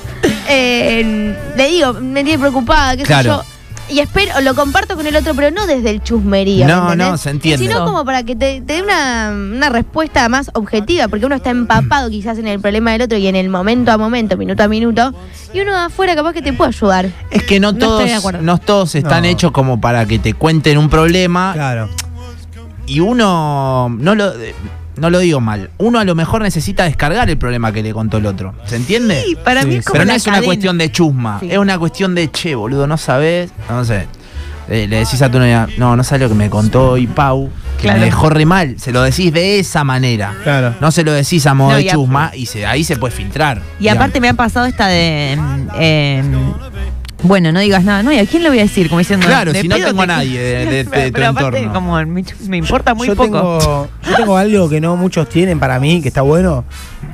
Speaker 11: Eh, le digo, me tiene preocupada, qué sé
Speaker 12: Claro.
Speaker 11: yo. Y espero, lo comparto con el otro, pero no desde el chusmerío. ¿me
Speaker 12: No,
Speaker 11: entendés?
Speaker 12: no, se entiende.
Speaker 11: Sino como para que te, te dé una, una respuesta más objetiva, porque uno está empapado quizás en el problema del otro y en el momento a momento, minuto a minuto, y uno de afuera capaz que te puede ayudar.
Speaker 12: Es que no
Speaker 11: estoy
Speaker 12: todos,
Speaker 11: de acuerdo.
Speaker 12: no todos están
Speaker 14: No.
Speaker 12: hechos como para que te cuenten un problema.
Speaker 14: Claro.
Speaker 12: Y uno, no lo, eh, no lo digo mal, uno a lo mejor necesita descargar el problema que le contó el otro. ¿Se entiende?
Speaker 15: Sí, para mí es como
Speaker 12: Pero no
Speaker 15: la
Speaker 12: es una
Speaker 15: cadena.
Speaker 12: cuestión de chusma,
Speaker 15: Sí.
Speaker 12: es una cuestión de che, boludo, no sabes. No sé. Eh, le decís a tu novia, no, no sabes lo que me contó hoy Pau, que
Speaker 15: Claro.
Speaker 12: me dejó re mal. Se lo decís de esa manera.
Speaker 14: Claro.
Speaker 12: No se lo decís a modo
Speaker 15: No,
Speaker 12: de
Speaker 15: y a-
Speaker 12: chusma y se, ahí se puede filtrar.
Speaker 15: Y aparte me ha pasado esta de. mm, eh, bueno, no digas nada. No, ¿y a quién le voy a decir? Como diciendo.
Speaker 12: Claro,
Speaker 15: de
Speaker 12: si no
Speaker 15: pedo
Speaker 12: tengo a
Speaker 15: te-
Speaker 12: nadie de- de- de tu
Speaker 15: pero aparte,
Speaker 12: entorno.
Speaker 15: como me, me importa muy
Speaker 14: yo
Speaker 15: poco.
Speaker 14: Tengo, yo tengo algo que no muchos tienen para mí, que está bueno.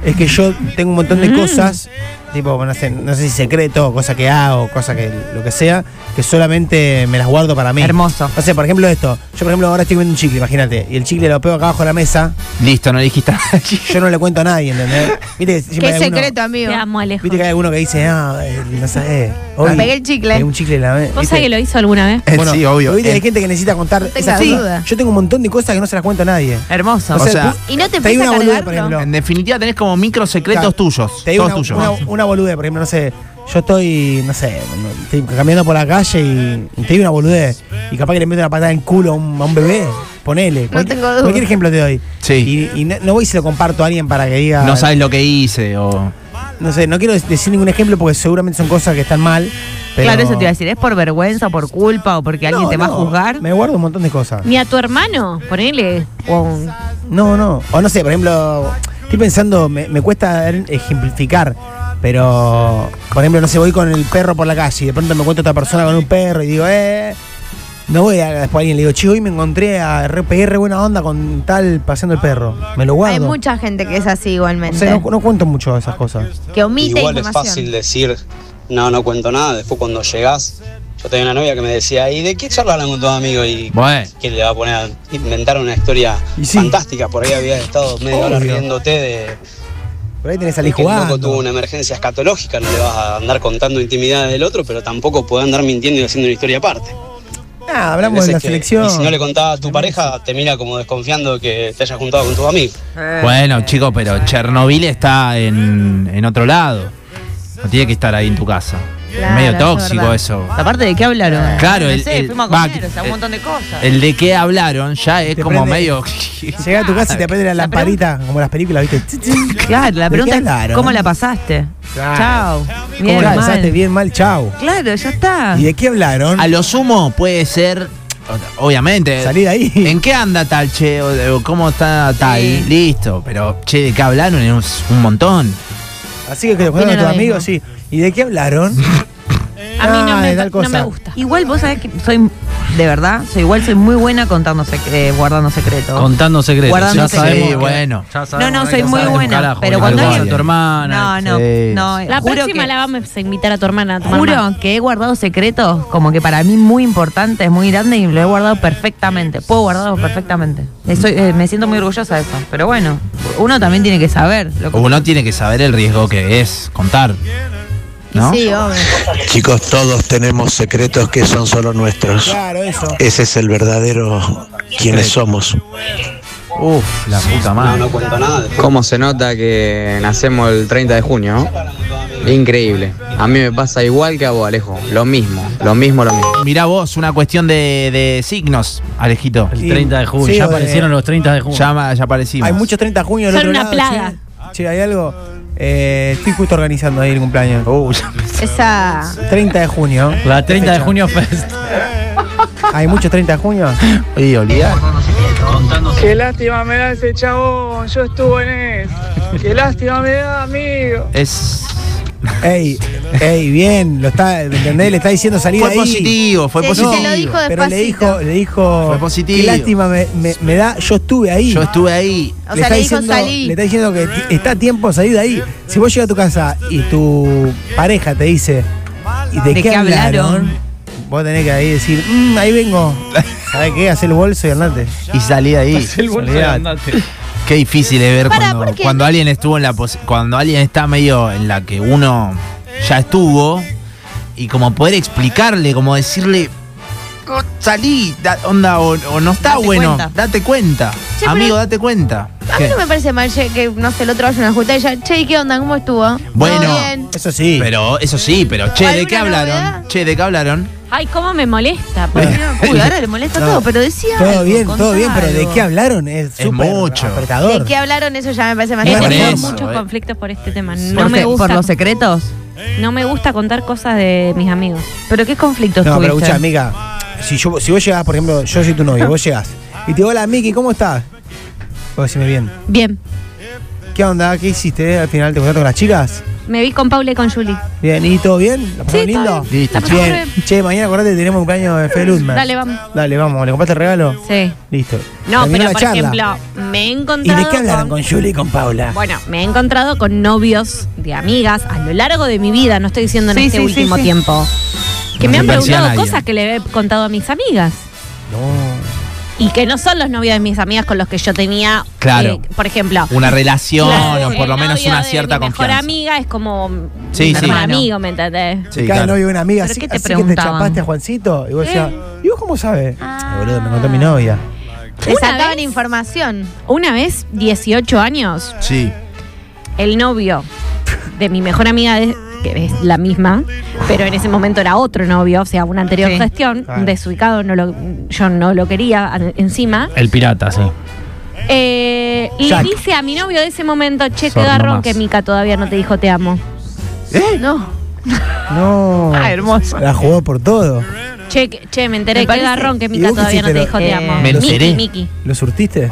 Speaker 14: Es que yo tengo un montón de cosas, tipo, no sé, no sé si secreto, cosa que hago, cosa que lo que sea, que solamente me las guardo para mí.
Speaker 15: Hermoso.
Speaker 14: O sea, por ejemplo, esto. Yo, por ejemplo, ahora estoy comiendo un chicle, imagínate. Y el chicle lo pego acá abajo de la mesa.
Speaker 12: Listo, no dijiste nada.
Speaker 14: Yo no le cuento a nadie, ¿entendés? Viste que siempre hay alguno-
Speaker 11: amigo.
Speaker 13: Te amo, Alejo.
Speaker 14: Viste que hay alguno que dice, ah, eh, no sabés. hoy
Speaker 11: Pegué el chicle.
Speaker 14: pegué un chicle en la mesa.
Speaker 13: ¿Vos sabés que lo hizo alguna vez?
Speaker 12: Eh, sí, obvio.
Speaker 14: Pero viste,
Speaker 12: Eh,
Speaker 14: hay gente que necesita contar. esas
Speaker 11: tengas
Speaker 14: cosas.
Speaker 11: duda.
Speaker 14: Yo tengo un montón de cosas que no se las cuento a nadie.
Speaker 15: Hermoso.
Speaker 12: O sea,
Speaker 14: tú-
Speaker 11: Y no te
Speaker 14: te digo
Speaker 11: empieza
Speaker 14: una
Speaker 11: a
Speaker 14: boludez, por
Speaker 11: cargar.
Speaker 14: ejemplo.
Speaker 12: En definitiva tenés como micro secretos
Speaker 14: Claro,
Speaker 12: tuyos.
Speaker 14: Te digo
Speaker 12: todos
Speaker 14: una,
Speaker 12: tuyos.
Speaker 14: una, una boludez, por ejemplo, no sé. Yo estoy, no sé, estoy caminando por la calle y, y te digo una boludez. Y capaz que le meto una patada en el culo a un, a un bebé. Ponele. Cualquier-
Speaker 11: tengo duda.
Speaker 14: Cualquier ejemplo te doy.
Speaker 12: Sí.
Speaker 14: Y, y no, no voy y se lo comparto a alguien para que diga.
Speaker 12: No sabes lo que hice o.
Speaker 14: No sé, no quiero decir ningún ejemplo porque seguramente son cosas que están mal. pero-
Speaker 15: Claro, eso te iba a decir. ¿Es por vergüenza, por culpa o porque alguien
Speaker 14: No,
Speaker 15: te va a
Speaker 14: no,
Speaker 15: juzgar?
Speaker 14: Me guardo un montón de cosas.
Speaker 13: Ni a tu hermano, ponele. O un-
Speaker 14: No, no. O no sé, por ejemplo, estoy pensando, me, me cuesta ejemplificar, pero, por ejemplo, no sé, voy con el perro por la calle y de pronto me encuentro otra persona con un perro y digo, eh. No voy a después a alguien, le digo, chico, hoy me encontré a re, pegué re buena onda con tal paseando el perro. Me lo
Speaker 11: Hay
Speaker 14: guardo.
Speaker 11: mucha gente que es así
Speaker 14: O
Speaker 11: igualmente.
Speaker 14: sea, no, no cuento mucho esas cosas.
Speaker 11: que omite
Speaker 3: Igual es
Speaker 11: información.
Speaker 3: fácil decir, no, no cuento nada. Después cuando llegás, yo tenía una novia que me decía, ¿y de qué charlaron con tus amigos? Y
Speaker 12: Bueno.
Speaker 3: que le va a poner, a inventar una historia fantástica. Por ahí había estado medio hora
Speaker 14: Obvio.
Speaker 3: riéndote de,
Speaker 14: Por ahí tenés que
Speaker 3: de
Speaker 14: salir
Speaker 3: que el loco
Speaker 14: jugando.
Speaker 3: tuvo una emergencia escatológica. No le vas a andar contando intimidad del otro, pero tampoco puede andar mintiendo y haciendo una historia aparte.
Speaker 14: Ah, hablamos
Speaker 3: Hay
Speaker 14: de la
Speaker 3: veces que-
Speaker 14: selección.
Speaker 3: Y si no le contás a tu pareja, te mira como desconfiando que te hayas juntado con tus amigos.
Speaker 14: Eh,
Speaker 12: Bueno, chicos, pero Chernobyl está en, en otro lado. No tiene que estar ahí en tu casa.
Speaker 15: Claro,
Speaker 12: Medio
Speaker 15: es
Speaker 12: tóxico
Speaker 15: verdad.
Speaker 12: eso.
Speaker 15: Aparte de qué hablaron.
Speaker 12: Claro,
Speaker 15: Eh, no
Speaker 12: el-
Speaker 15: sé,
Speaker 12: el-
Speaker 15: fuimos a
Speaker 12: va,
Speaker 15: comer, o sea, un
Speaker 12: eh,
Speaker 15: montón de cosas.
Speaker 12: El de qué hablaron ya es
Speaker 14: Te
Speaker 12: como
Speaker 14: prende-
Speaker 12: medio.
Speaker 14: Llegás a tu casa y te prende la lamparita, como las películas, ¿viste?
Speaker 15: Claro, la
Speaker 14: ¿De
Speaker 15: pregunta
Speaker 14: qué
Speaker 15: es
Speaker 14: hablaron?
Speaker 15: ¿cómo la pasaste?
Speaker 14: Claro.
Speaker 15: Chao. Bien,
Speaker 14: ¿Cómo la
Speaker 15: mal.
Speaker 14: pasaste? Bien, mal, chao.
Speaker 15: Claro, ya está.
Speaker 14: ¿Y de qué hablaron?
Speaker 12: A lo sumo puede ser. Obviamente.
Speaker 14: Salí de ahí.
Speaker 12: ¿En qué anda tal, che? O- o ¿Cómo está tal?
Speaker 15: Sí.
Speaker 12: Listo. Pero, che, ¿de qué hablaron? Es un montón.
Speaker 14: Así que que te
Speaker 15: Opino
Speaker 14: cuento a tus
Speaker 15: lo mismo.
Speaker 14: amigos, sí. ¿Y de qué hablaron?
Speaker 13: A mí no
Speaker 14: Ah,
Speaker 13: me-
Speaker 14: de tal
Speaker 13: no
Speaker 14: cosa.
Speaker 13: me gusta.
Speaker 15: Igual vos sabés que soy de verdad, soy igual, soy muy buena contando sec- eh, guardando secretos.
Speaker 16: Contando secretos.
Speaker 15: Guardando
Speaker 16: ya
Speaker 15: secretos.
Speaker 16: sabemos.
Speaker 15: Sí,
Speaker 16: que-
Speaker 12: bueno.
Speaker 16: ya
Speaker 15: No,
Speaker 16: sabemos
Speaker 15: no,
Speaker 16: que
Speaker 15: soy
Speaker 16: no
Speaker 15: muy
Speaker 16: sabes un
Speaker 15: buena.
Speaker 16: carajo,
Speaker 15: pero
Speaker 16: que
Speaker 15: cuando
Speaker 16: no sabes
Speaker 15: alguien-
Speaker 16: a tu hermana.
Speaker 15: No, no,
Speaker 16: Sí.
Speaker 15: no.
Speaker 13: La
Speaker 15: juro
Speaker 13: próxima
Speaker 15: que-
Speaker 13: la vamos a invitar a tu hermana. A tu
Speaker 15: Juro
Speaker 13: mamá.
Speaker 15: que he guardado secretos como que para mí muy importantes, muy grandes y lo he guardado perfectamente. Puedo guardarlo perfectamente. Eh, soy- eh, me siento muy orgullosa de eso. Pero bueno, uno también tiene que saber. lo que-
Speaker 12: Uno tiene que saber el riesgo que es contar. ¿No?
Speaker 11: Sí, obvio.
Speaker 20: Chicos, todos tenemos secretos que son solo nuestros.
Speaker 14: Claro, eso.
Speaker 20: Ese es el verdadero quienes somos.
Speaker 12: Uf, la puta madre.
Speaker 21: ¿Cómo se nota que nacemos el 30 de junio? ¿no? Increíble. A mí me pasa igual que a vos, Alejo. Lo mismo, lo mismo, lo mismo.
Speaker 12: Mirá vos, una cuestión de, de signos, Alejito.
Speaker 16: El 30 de junio, Sí, ya o de- aparecieron los 30 de junio.
Speaker 12: Ya, ma- ya aparecimos.
Speaker 14: eh, Hay muchos 30 de junio del
Speaker 13: Son
Speaker 14: otro
Speaker 13: una
Speaker 14: lado,
Speaker 13: plaga.
Speaker 14: Che, Che, hay algo. Eh, estoy justo organizando ahí el cumpleaños.
Speaker 12: Uh,
Speaker 11: Esa.
Speaker 14: 30 de junio.
Speaker 16: La 30 de junio fest.
Speaker 14: Hay muchos 30 de junio.
Speaker 12: Y olvidar.
Speaker 22: Qué lástima me da ese chabón, yo estuve en él. Qué lástima me da, amigo.
Speaker 12: Es.
Speaker 14: Ey, ey, bien, lo está, ¿me ¿entendés? Le está diciendo salir
Speaker 12: Fue
Speaker 14: ahí.
Speaker 12: positivo, fue Sí, positivo. se lo dijo
Speaker 14: Pero le
Speaker 12: despacito.
Speaker 14: dijo, le dijo.
Speaker 12: Fue positivo.
Speaker 14: Qué lástima me, me- me da, yo estuve ahí.
Speaker 12: Yo estuve ahí.
Speaker 11: O sea, le dijo salí.
Speaker 14: Le está diciendo que ti- está a tiempo de salir de ahí. Si vos llegas a tu casa y tu pareja te dice, ¿y
Speaker 15: ¿De
Speaker 14: de, qué,
Speaker 15: qué
Speaker 14: hablaron?
Speaker 15: hablaron?
Speaker 14: Vos tenés que ahí decir, "Mm, ahí vengo. ¿Sabés qué? Hacé el bolso y andate.
Speaker 12: Y salí de ahí.
Speaker 14: Hacé el bolso y
Speaker 12: Olvidate. Qué difícil es ver
Speaker 11: Pará,
Speaker 12: cuando,
Speaker 11: ¿por qué?
Speaker 12: cuando alguien estuvo en la pos- cuando alguien está medio en la que uno ya estuvo y como poder explicarle, como decirle "Co- salí, da- onda, o, o no está
Speaker 11: Date
Speaker 12: bueno,
Speaker 11: cuenta.
Speaker 12: date cuenta.
Speaker 11: Che,
Speaker 12: Amigo,
Speaker 11: pero-
Speaker 12: date cuenta.
Speaker 11: A mí
Speaker 12: ¿Qué?
Speaker 11: no me parece mal che, que, no sé, el otro vaya a una junta y ya, che, ¿y qué onda? ¿Cómo estuvo?
Speaker 12: Bueno,
Speaker 11: ¿Todo bien?
Speaker 14: Eso sí.
Speaker 12: Pero, eso sí, pero che, ¿de qué hablaron? Che, ¿de qué hablaron?
Speaker 13: Ay, cómo me molesta. por Dios.
Speaker 15: Uy, ahora le molesta
Speaker 14: No.
Speaker 15: todo, pero decía.
Speaker 14: Todo
Speaker 15: algo,
Speaker 14: bien,
Speaker 15: contá
Speaker 14: todo bien, pero ¿de
Speaker 15: algo.
Speaker 14: qué hablaron? Es
Speaker 12: Es
Speaker 14: súper
Speaker 12: mucho.
Speaker 14: apretador.
Speaker 11: ¿De qué hablaron? Eso ya me parece más
Speaker 13: He
Speaker 14: Bueno,
Speaker 13: tenido
Speaker 14: por eso,
Speaker 13: muchos
Speaker 14: eh.
Speaker 13: conflictos por este tema.
Speaker 15: ¿Por,
Speaker 13: No me
Speaker 15: qué? ¿Por
Speaker 13: gusta.
Speaker 15: los secretos?
Speaker 13: No me gusta contar cosas de mis amigos.
Speaker 15: ¿Pero qué conflictos
Speaker 14: No, pero
Speaker 15: tuviste?
Speaker 14: escucha, amiga, si, yo, si vos llegás, por ejemplo, yo soy tu novio, vos llegás y te digo, hola, Miki, ¿cómo estás? Vos decime bien.
Speaker 13: Bien.
Speaker 14: ¿Qué onda? ¿Qué hiciste? ¿Al final te juntaste con las chicas?
Speaker 13: Me vi con Paula y con Julie.
Speaker 14: Bien, ¿y todo bien? ¿La pasaron
Speaker 13: Sí, todo
Speaker 14: lindo?
Speaker 13: bien. La pasamos
Speaker 14: bien. Che, mañana acordate que tenemos cumpleaños de Fede Luzman.
Speaker 13: Dale, vamos.
Speaker 14: Dale, vamos. ¿Le compraste el regalo?
Speaker 13: Sí.
Speaker 14: Listo.
Speaker 13: No,
Speaker 14: Terminó
Speaker 13: pero
Speaker 14: la
Speaker 13: por
Speaker 14: charla.
Speaker 13: ejemplo, me he
Speaker 14: ¿Y
Speaker 13: encontrado.
Speaker 14: de qué hablaron con Julie y con Paula?
Speaker 13: Bueno, me he encontrado con novios de amigas a lo largo de mi vida, no estoy diciendo en
Speaker 15: Sí,
Speaker 13: este
Speaker 15: sí, sí,
Speaker 13: último
Speaker 15: sí.
Speaker 13: tiempo, que me han
Speaker 15: Inversión
Speaker 13: preguntado
Speaker 15: ahí,
Speaker 13: cosas que le he contado a mis amigas. Y que no son los novios de mis amigas con los que yo tenía,
Speaker 12: Claro.
Speaker 13: eh, por
Speaker 14: Ah.
Speaker 13: ejemplo.
Speaker 12: Una relación
Speaker 13: Claro,
Speaker 12: o por
Speaker 13: el
Speaker 12: lo menos
Speaker 13: novio
Speaker 12: una
Speaker 13: de
Speaker 12: cierta
Speaker 13: mi mejor
Speaker 12: confianza.
Speaker 13: amiga es como
Speaker 12: Sí,
Speaker 13: un
Speaker 12: sí.
Speaker 13: hermano amigo, ¿me entendés?
Speaker 12: Sí,
Speaker 14: Cada
Speaker 12: claro.
Speaker 14: novio de una amiga,
Speaker 13: ¿Pero
Speaker 14: así,
Speaker 13: qué te
Speaker 14: así que te
Speaker 13: preguntaban? ¿Eh? Ah.
Speaker 14: chapaste a Juancito. Y vos
Speaker 13: Sí.
Speaker 14: decías, ¿y vos cómo sabes? Ay, boludo, me contó mi novia.
Speaker 11: Le sacaban información.
Speaker 13: Una vez, 18 años,
Speaker 12: Sí.
Speaker 13: el novio de mi mejor amiga, de- que es la misma, pero en ese momento era otro novio, o sea, una anterior
Speaker 15: Sí.
Speaker 13: gestión,
Speaker 16: Claro.
Speaker 13: desubicado, no lo, yo no lo quería an- encima.
Speaker 16: El pirata, sí.
Speaker 13: Eh, le
Speaker 16: Jack.
Speaker 13: dice a mi novio de ese momento, che, qué
Speaker 16: Sorno
Speaker 13: garrón
Speaker 16: más.
Speaker 13: que Mica todavía no te dijo te amo.
Speaker 14: ¿Eh?
Speaker 13: No.
Speaker 14: No.
Speaker 13: Ah, hermoso.
Speaker 14: La jugó por todo.
Speaker 13: Che, que- che, me enteré,
Speaker 15: Me
Speaker 13: qué
Speaker 15: parece-
Speaker 13: garrón que
Speaker 14: ¿Y
Speaker 13: Mica
Speaker 14: vos qué
Speaker 13: todavía no te
Speaker 14: hiciste?
Speaker 13: dijo
Speaker 22: eh,
Speaker 13: te
Speaker 14: Lo-
Speaker 13: amo.
Speaker 14: Me lo
Speaker 13: Miki,
Speaker 14: enteré.
Speaker 13: Miki.
Speaker 14: ¿Lo surtiste?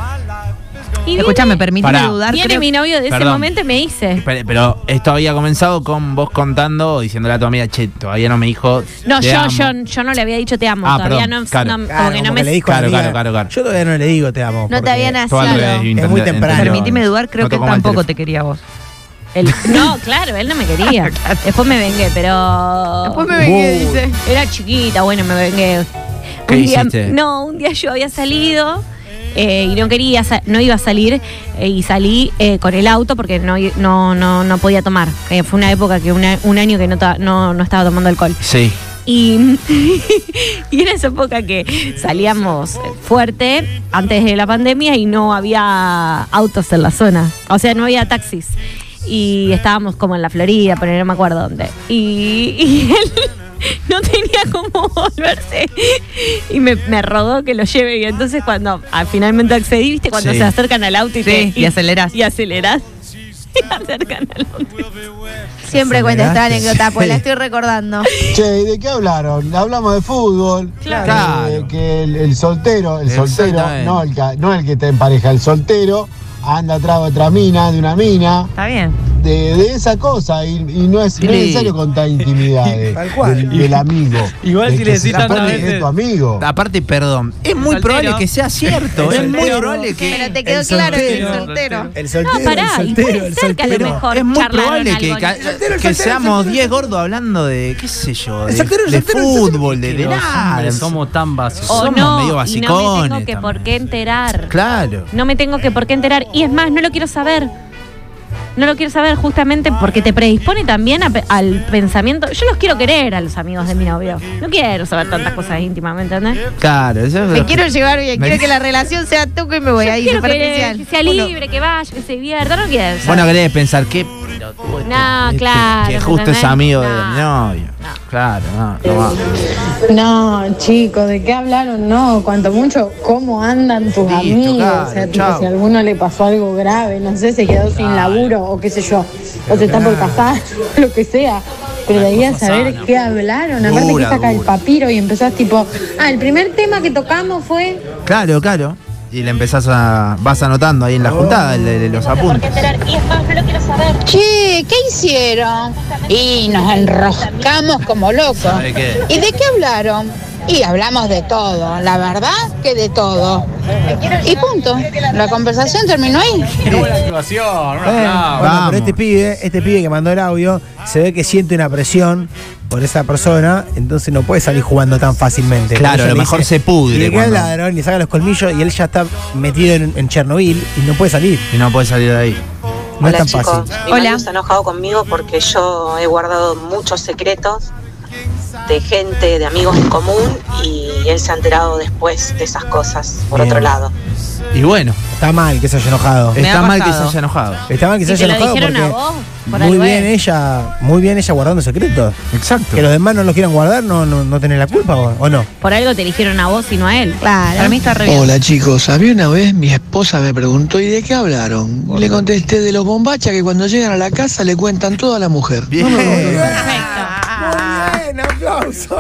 Speaker 13: Y
Speaker 15: Escuchá,
Speaker 13: viene-
Speaker 15: me permití
Speaker 12: Pará.
Speaker 15: dudar.
Speaker 13: Viene
Speaker 15: creo-
Speaker 13: mi novio de ese
Speaker 12: Perdón.
Speaker 13: momento y me dice.
Speaker 12: Pero, pero esto había comenzado con vos contando, o diciéndole a tu amiga, che, todavía no me dijo.
Speaker 13: No,
Speaker 12: te
Speaker 13: yo,
Speaker 12: amo".
Speaker 13: yo, yo no le había dicho te amo.
Speaker 12: Ah,
Speaker 13: Todavía
Speaker 12: perdón,
Speaker 13: no,
Speaker 12: claro.
Speaker 13: no-
Speaker 14: Claro,
Speaker 13: como que no
Speaker 14: como
Speaker 13: me
Speaker 14: que le dijo a la
Speaker 12: Claro,
Speaker 14: amiga,
Speaker 12: claro, claro, claro.
Speaker 14: Yo todavía no le digo te amo.
Speaker 11: No te
Speaker 14: porque
Speaker 11: había
Speaker 12: Todo al revés,
Speaker 11: nacido.
Speaker 12: entendé-
Speaker 14: muy temprano.
Speaker 12: entendió-
Speaker 15: Permitime dudar, creo
Speaker 12: No
Speaker 15: que él
Speaker 12: tocó más el
Speaker 15: tampoco
Speaker 12: teléfono.
Speaker 15: te quería a vos.
Speaker 13: Él- no, claro, él no me quería. Después me vengué, pero.
Speaker 11: Después me vengué,
Speaker 13: Uh.
Speaker 11: dice.
Speaker 13: Era chiquita, bueno, me vengué.
Speaker 12: ¿Qué
Speaker 13: un día,
Speaker 12: hiciste?
Speaker 13: No, un día yo había salido. eh, y no quería, sa- no iba a salir eh, y salí eh, con el auto porque no, i- no, no, no podía tomar. Eh, fue una época que una- un año que no, ta- no, no estaba tomando alcohol.
Speaker 12: Sí.
Speaker 13: Y, y era esa época que salíamos fuerte antes de la pandemia y no había autos en la zona. O sea, no había taxis. Y estábamos como en la Florida, pero no me acuerdo dónde. Y, y él no tenía cómo volverse. Y me, me rogó que lo lleve. Y entonces cuando ah, finalmente accedí, viste, cuando
Speaker 15: Sí.
Speaker 13: se acercan al auto y,
Speaker 15: Sí,
Speaker 13: te-
Speaker 15: y acelerás.
Speaker 13: Y acelerás. Y acercan al auto.
Speaker 11: Siempre
Speaker 15: Esa
Speaker 11: cuenta esta
Speaker 15: gracia.
Speaker 11: anécdota, pues la estoy recordando.
Speaker 18: Che, ¿y de qué hablaron? Hablamos de fútbol.
Speaker 11: Claro.
Speaker 18: Eh, que el, el soltero, el soltero,
Speaker 12: Exactamente.
Speaker 18: no el, ca- no el que está en pareja, el soltero anda atrás de otra mina, de una mina.
Speaker 15: Está bien.
Speaker 18: de, de esa cosa y, y no, es, no
Speaker 12: Sí.
Speaker 18: es necesario contar intimidades
Speaker 12: Tal cual.
Speaker 18: Eh, del, del amigo.
Speaker 12: Igual
Speaker 18: de
Speaker 12: si
Speaker 18: que
Speaker 12: le
Speaker 18: se
Speaker 12: decís tantas
Speaker 18: supone que
Speaker 12: veces-
Speaker 18: es tu amigo.
Speaker 12: Aparte, perdón. Es muy
Speaker 18: Soltero.
Speaker 12: probable que sea cierto.
Speaker 18: El
Speaker 12: Es muy
Speaker 18: soltero.
Speaker 12: probable que.
Speaker 11: Pero te quedó
Speaker 12: el
Speaker 11: claro que el
Speaker 12: soltero-
Speaker 11: soltero.
Speaker 14: El
Speaker 11: soltero, No, pará, el y puede soltero, el ser que a lo soltero. mejor
Speaker 12: es muy
Speaker 11: charlaron
Speaker 12: probable que,
Speaker 11: algo,
Speaker 12: ca-
Speaker 11: ¿no? El soltero, el
Speaker 12: que
Speaker 11: soltero, el
Speaker 12: seamos
Speaker 11: soltero.
Speaker 12: 10 gordos hablando de, qué sé yo, de,
Speaker 16: El soltero, el
Speaker 12: de
Speaker 16: soltero, el soltero.
Speaker 12: fútbol, de, de
Speaker 16: Que los
Speaker 12: nada.
Speaker 16: hombres somos tan básicos.
Speaker 13: O
Speaker 12: Somos
Speaker 13: no,
Speaker 12: medio
Speaker 13: y no me tengo
Speaker 12: basicones.
Speaker 13: que por qué enterar.
Speaker 12: Claro.
Speaker 13: No me tengo que por qué enterar. Y es más, no lo quiero saber. No lo quiero saber justamente porque te predispone también a pe- al pensamiento. Yo los quiero querer a los amigos de mi novio. No quiero saber tantas cosas íntimamente, ¿entendés?
Speaker 12: Claro, eso es
Speaker 11: Me quiero llevar bien,
Speaker 12: Me-
Speaker 11: quiero que la relación sea toco y me voy
Speaker 13: Yo
Speaker 11: a ir
Speaker 13: quiero que,
Speaker 11: superficial.
Speaker 13: que sea libre, que vaya, que se divierta. No quiero. saber.
Speaker 12: Bueno, querés pensar que,
Speaker 13: no, claro.
Speaker 12: que justo es
Speaker 13: ¿entendés?
Speaker 12: amigo de mi novio. Claro, no, no va.
Speaker 23: No, chicos, ¿de qué hablaron? No, cuanto mucho, ¿cómo andan tus amigos? o sea,
Speaker 12: claro,
Speaker 23: tipo,
Speaker 12: chao.
Speaker 23: si a alguno le pasó algo grave, no sé, se quedó sin laburo o qué sé yo, o se está por casar, lo que sea. Pero de ahí a
Speaker 24: cosa
Speaker 23: saber
Speaker 24: sana.
Speaker 23: qué hablaron, aparte
Speaker 12: Dura,
Speaker 23: que saca el
Speaker 12: dura.
Speaker 23: papiro y empezás tipo, ah, el primer tema que tocamos fue
Speaker 12: Claro, claro. Y le empezás a. vas anotando ahí en la juntada el- el- los apuntes.
Speaker 24: Che, ¿qué hicieron? Y nos enroscamos como locos.
Speaker 12: ¿Sabe qué?
Speaker 24: ¿Y de qué hablaron? Y hablamos de todo, la verdad que de todo. Y punto. La conversación terminó ahí.
Speaker 16: actuación, un
Speaker 14: Eh,
Speaker 16: aplauso.
Speaker 14: bueno, pero este pibe, este pibe que mandó el audio, se ve que siente una presión por esa persona, entonces no puede salir jugando tan fácilmente.
Speaker 12: Claro,
Speaker 14: Ella
Speaker 12: a lo
Speaker 14: le
Speaker 12: mejor
Speaker 14: dice-
Speaker 12: se pudre
Speaker 14: y Le queda el
Speaker 12: cuando-
Speaker 14: ladrón, le saca los colmillos y él ya está metido en, en Chernobyl y no puede salir.
Speaker 12: Y no puede salir de ahí.
Speaker 14: No
Speaker 1: Hola
Speaker 14: es tan
Speaker 1: chicos,
Speaker 14: fácil.
Speaker 1: mi marido está enojado conmigo porque yo he guardado muchos secretos de gente, de amigos en común y él se ha enterado después de esas cosas por
Speaker 14: Bien.
Speaker 12: Eh,
Speaker 1: otro lado.
Speaker 12: Y bueno.
Speaker 14: Está mal que se haya enojado.
Speaker 12: Me Está ha mal que pasado. se haya enojado.
Speaker 14: Está mal que
Speaker 1: ¿Y
Speaker 14: se
Speaker 1: te
Speaker 14: haya
Speaker 1: lo
Speaker 14: enojado
Speaker 1: dijeron a
Speaker 14: porque
Speaker 1: vos? Por
Speaker 14: muy
Speaker 1: algo
Speaker 14: bien
Speaker 1: es.
Speaker 14: ella, muy bien ella guardando secretos.
Speaker 12: Exacto.
Speaker 14: Que los demás no los quieran guardar, no, no, no tenés la culpa o, o no.
Speaker 13: Por algo te eligieron a vos y no a él.
Speaker 11: Claro.
Speaker 13: Para mí está re bien.
Speaker 25: Hola chicos, había una vez mi esposa me preguntó ¿y de qué hablaron? Le contesté de los bombachas que cuando llegan a la casa le cuentan todo a la mujer. No me acuerdo nada.
Speaker 14: Bien, aplauso.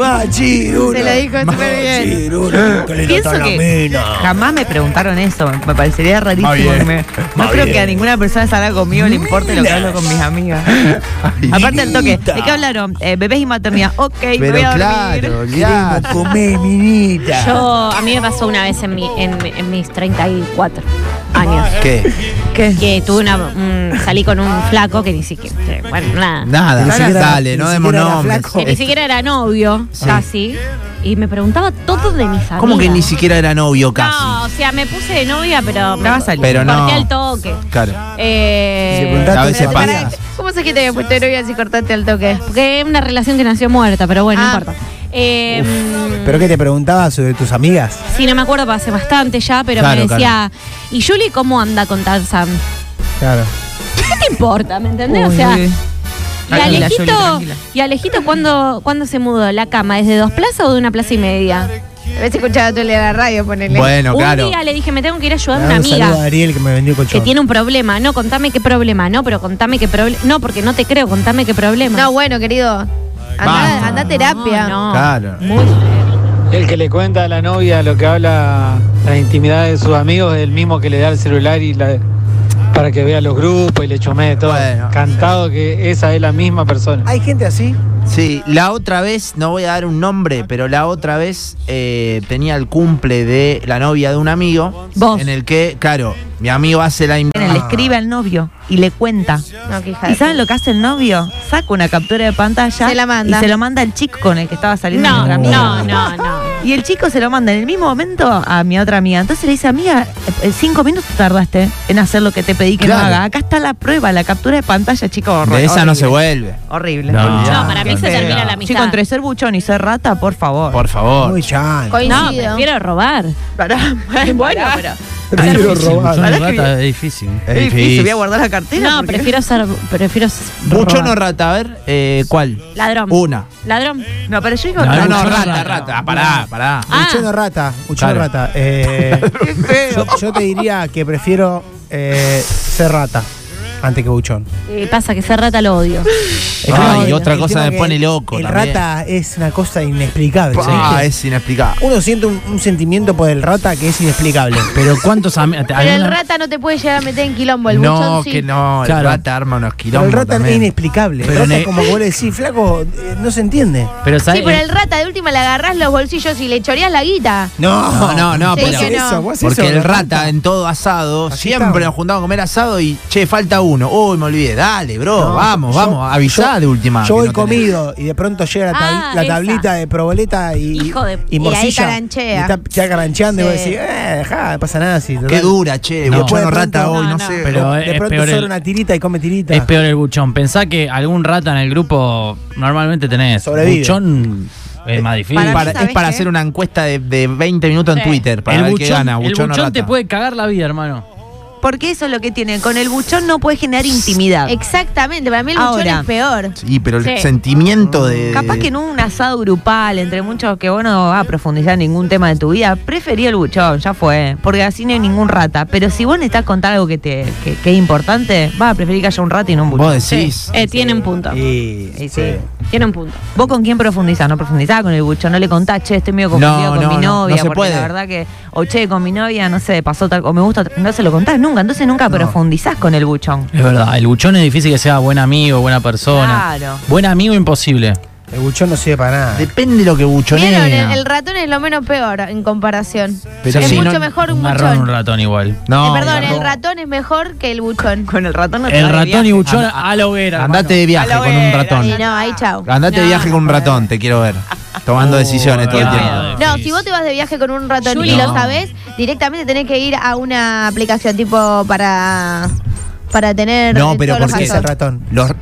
Speaker 14: Va, Chirulo.
Speaker 15: Se lo dijo
Speaker 14: Va,
Speaker 15: súper bien.
Speaker 14: Chirulo, que le
Speaker 15: Pienso
Speaker 14: nota la
Speaker 15: que
Speaker 14: mina.
Speaker 15: jamás me preguntaron eso. Me parecería rarísimo.
Speaker 14: Más bien,
Speaker 15: que me- no
Speaker 14: más
Speaker 15: creo
Speaker 14: bien.
Speaker 15: que a ninguna persona salga conmigo le importe lo que hablo con mis amigas. Aparte del toque, ¿de qué hablaron? Eh, bebés y maternidad. Ok, me
Speaker 12: Pero
Speaker 15: voy a dormir.
Speaker 12: claro, ya.
Speaker 14: Comé, minita.
Speaker 13: Yo, a mí me pasó una vez en, mi- en- en mis 34 años.
Speaker 12: ¿Qué?
Speaker 13: Que tuve una. un- salí con un flaco que ni siquiera. Bueno, nada.
Speaker 12: Nada,
Speaker 13: Ni siquiera era-
Speaker 12: dale,
Speaker 13: ni
Speaker 12: no
Speaker 13: siquiera
Speaker 12: demos
Speaker 13: era
Speaker 12: nombres.
Speaker 13: Que ni siquiera era novio, casi. Y me preguntaba todo de mis amigos.
Speaker 12: ¿Cómo que ni siquiera era novio casi?
Speaker 13: No, o sea, me puse de novia, pero. Me
Speaker 12: saliendo. Pero no.
Speaker 13: Corté al toque.
Speaker 12: Claro.
Speaker 13: Eh,
Speaker 12: A veces
Speaker 11: Pará,
Speaker 12: pasa.
Speaker 11: ¿Cómo sé que te había puesto de novia si cortaste al toque?
Speaker 13: Porque es una relación que nació muerta, pero bueno, no importa. Eh,
Speaker 14: ¿Pero qué te preguntabas sobre tus amigas?
Speaker 13: Sí, no me acuerdo, pasé bastante ya, pero
Speaker 14: Claro,
Speaker 13: me decía, ¿y Julie cómo anda con Tarzan?
Speaker 14: Claro.
Speaker 13: ¿Qué te importa? ¿Me entendés? o sea, y
Speaker 15: Tranquila,
Speaker 13: Alejito,
Speaker 15: Julie, tranquila.
Speaker 13: y Alejito ¿cuándo, cuándo se mudó? ¿La cama? ¿Es de dos plazas o de una plaza y media? A veces escuchaba tú la radio, ponele.
Speaker 14: Bueno, claro.
Speaker 13: Un día le dije, me tengo que ir a ayudar a
Speaker 14: Un
Speaker 13: una amiga.
Speaker 14: saludo a Ariel que me vendió el
Speaker 13: Que
Speaker 14: colchón.
Speaker 13: tiene un problema, no, contame qué problema, no, pero contame qué problema. No, porque no te creo, contame qué problema. No, bueno, querido,
Speaker 11: Anda, anda a terapia.
Speaker 12: Claro.
Speaker 26: El que le cuenta a la novia lo que habla la intimidad de sus amigos es el mismo que le da el celular y la- para que vea los grupos y le chomee todo. Cantado que esa es la misma persona.
Speaker 14: ¿Hay gente así?
Speaker 12: Sí, la otra vez, no voy a dar un nombre, pero la otra vez eh, tenía el cumple de la novia de un amigo. En el que, claro, mi amigo hace la
Speaker 15: Miren, le escribe al novio y le cuenta. ¿Y saben lo que hace el novio? Saca una captura de pantalla
Speaker 11: Se la manda.
Speaker 15: y se lo manda al chico con el que estaba saliendo.
Speaker 11: No,
Speaker 15: nuestra amiga.
Speaker 11: no, no,
Speaker 15: Y el chico se lo manda en el mismo momento a mi otra amiga. Entonces le dice, amiga, eh, cinco minutos tardaste en hacer lo que te pedí que
Speaker 12: Claro.
Speaker 15: no haga. Acá está la prueba, la captura de pantalla, chico. horror-
Speaker 12: De esa no se
Speaker 15: horrible.
Speaker 12: vuelve.
Speaker 15: Horrible.
Speaker 12: No, No, olvidate,
Speaker 13: para mí se termina la amistad.
Speaker 15: Chico, entre ser buchón y ser rata, por favor.
Speaker 12: Por favor.
Speaker 14: Muy chan.
Speaker 13: No, prefiero robar.
Speaker 15: bueno, pero...
Speaker 14: Prefiero robar.
Speaker 16: Son
Speaker 14: Pará que
Speaker 16: rata,
Speaker 14: vi-
Speaker 16: es difícil.
Speaker 12: Es difícil.
Speaker 15: voy a guardar la cartera.
Speaker 13: No, prefiero ser. Prefiero ser-
Speaker 12: Buchón o rata, a ver, eh, ¿cuál?
Speaker 13: Ladrón.
Speaker 12: Una.
Speaker 13: Ladrón.
Speaker 15: No, pero yo digo.
Speaker 12: No, no, no, Ah, rata, rata. Ah, Pará, pará.
Speaker 14: Uchuno rata, Uchuno
Speaker 12: Claro.
Speaker 14: rata. Eh, yo, yo te diría que prefiero eh, ser rata. antes que Buchón.
Speaker 13: Eh, pasa que ese rata lo odio.
Speaker 12: Ah, y
Speaker 14: El
Speaker 12: otra
Speaker 14: tema
Speaker 12: cosa me
Speaker 14: que
Speaker 12: pone loco
Speaker 14: El
Speaker 12: también.
Speaker 14: rata es una cosa inexplicable.
Speaker 12: Ah,
Speaker 14: ¿sí?
Speaker 12: es inexplicable.
Speaker 14: Uno siente un, un sentimiento por el rata que es inexplicable.
Speaker 16: Pero ¿cuántos amigos?
Speaker 11: Pero el rata no te puede llegar a meter en quilombo, el
Speaker 12: No,
Speaker 11: buchón sí.
Speaker 12: que no, el
Speaker 16: Claro.
Speaker 12: rata arma unos
Speaker 14: Pero
Speaker 12: quilombos
Speaker 14: el rata
Speaker 12: también.
Speaker 14: es inexplicable.
Speaker 12: Pero
Speaker 14: el rata
Speaker 12: ne-
Speaker 14: es como que vos le decís, flaco, eh, no se entiende.
Speaker 16: Pero
Speaker 11: Sí, pero el rata de última le agarrás los bolsillos y le choreás la guita.
Speaker 14: No,
Speaker 12: No, no, no,
Speaker 11: Sí,
Speaker 12: pero
Speaker 11: que no.
Speaker 14: ¿Vos haces
Speaker 12: porque
Speaker 14: eso,
Speaker 12: el
Speaker 14: la
Speaker 12: rata en todo asado siempre nos juntaba a comer asado y che, falta uno. Uy, me olvidé, dale, bro,
Speaker 14: No,
Speaker 12: vamos,
Speaker 14: yo-
Speaker 12: vamos, avisá
Speaker 14: yo-
Speaker 12: de última.
Speaker 14: Yo
Speaker 12: que
Speaker 14: voy
Speaker 12: no tenés.
Speaker 14: comido y de pronto llega la, tabli-
Speaker 11: Ah,
Speaker 14: la
Speaker 11: esa.
Speaker 14: tablita de proboleta y,
Speaker 11: Hijo de- y
Speaker 14: y
Speaker 11: ahí
Speaker 14: morcilla.
Speaker 11: caranchea.
Speaker 14: Y está, está carancheando y vos
Speaker 11: Sí.
Speaker 14: decís, eh, dejá, no pasa nada. Si,
Speaker 12: Qué dura, che,
Speaker 16: No.
Speaker 12: no,
Speaker 16: Después de
Speaker 12: rata
Speaker 14: pronto-
Speaker 12: hoy, no,
Speaker 16: no.
Speaker 12: sé.
Speaker 16: Pero
Speaker 14: de
Speaker 16: es
Speaker 14: pronto
Speaker 16: peor
Speaker 14: sobra
Speaker 16: el-
Speaker 14: una tirita y come tirita.
Speaker 16: Es peor el buchón. Pensá que algún rata en el grupo normalmente tenés.
Speaker 14: Sobrevive.
Speaker 16: Buchón es más difícil.
Speaker 12: Para- es para hacer una encuesta de, de 20 minutos en
Speaker 15: Sí.
Speaker 12: Twitter para
Speaker 16: el
Speaker 12: ver
Speaker 16: buchón,
Speaker 12: qué gana,
Speaker 16: el
Speaker 12: buchón o
Speaker 16: buchón te
Speaker 12: rata.
Speaker 16: puede cagar la vida, hermano.
Speaker 15: Porque eso es lo que tiene. Con el buchón no puedes generar intimidad.
Speaker 11: Exactamente, para mí el buchón
Speaker 15: Ahora.
Speaker 11: es peor.
Speaker 12: Sí, pero el
Speaker 15: Sí.
Speaker 12: sentimiento
Speaker 14: Mm.
Speaker 12: de.
Speaker 15: Capaz que en un asado grupal, entre muchos que vos no vas a profundizar en ningún tema de tu vida, preferí el buchón, ya fue. Porque así no hay ningún rata. Pero si vos necesitas contar algo que te que, que es importante, vas a preferir que haya un rata y no un buchón.
Speaker 12: Vos decís.
Speaker 13: Eh, tienen punto.
Speaker 14: Y,
Speaker 15: Sí, sí.
Speaker 13: Tienen punto.
Speaker 15: ¿Vos con quién profundizás? No profundizás con el buchón, no le contás, che, estoy medio confundido
Speaker 12: No,
Speaker 15: con
Speaker 12: no,
Speaker 15: mi
Speaker 12: no, no
Speaker 15: novia,
Speaker 12: se
Speaker 15: porque
Speaker 12: puede.
Speaker 15: la verdad que, o che, con mi novia, no sé, pasó tal, o me gusta, otra- no se lo contás nunca, entonces nunca profundizás con el buchón.
Speaker 16: Es verdad, el buchón es difícil que sea buen amigo, buena persona.
Speaker 15: Claro.
Speaker 16: Buen amigo imposible.
Speaker 14: El buchón no sirve para nada.
Speaker 12: Depende de lo que buchonea.
Speaker 11: Vieron, el, el ratón es lo menos peor en comparación.
Speaker 12: Pero
Speaker 11: es
Speaker 12: si
Speaker 11: mucho
Speaker 12: no-
Speaker 11: mejor un
Speaker 16: Marrón un
Speaker 11: buchón.
Speaker 16: ratón igual.
Speaker 12: No,
Speaker 11: Eh, perdón,
Speaker 12: no.
Speaker 11: el ratón es mejor que el buchón. Ah,
Speaker 15: Con el ratón no te
Speaker 16: El
Speaker 15: vas de
Speaker 16: ratón
Speaker 15: viaje.
Speaker 16: y buchón a la hoguera.
Speaker 12: Andate
Speaker 16: hermano.
Speaker 12: de viaje con un ratón.
Speaker 11: Y no, ahí chao.
Speaker 12: Andate de viaje con un ratón, te quiero ver. Tomando
Speaker 16: Oh,
Speaker 12: decisiones todo el
Speaker 16: verdad.
Speaker 12: tiempo.
Speaker 11: No, si vos te vas de viaje con un ratón
Speaker 13: Juli,
Speaker 11: y lo
Speaker 13: no.
Speaker 11: sabés, directamente tenés que ir a una aplicación tipo para para tener
Speaker 12: No,
Speaker 11: eh,
Speaker 12: pero
Speaker 11: todos los
Speaker 12: porque-
Speaker 14: El
Speaker 11: asos.
Speaker 14: ratón.
Speaker 12: Los-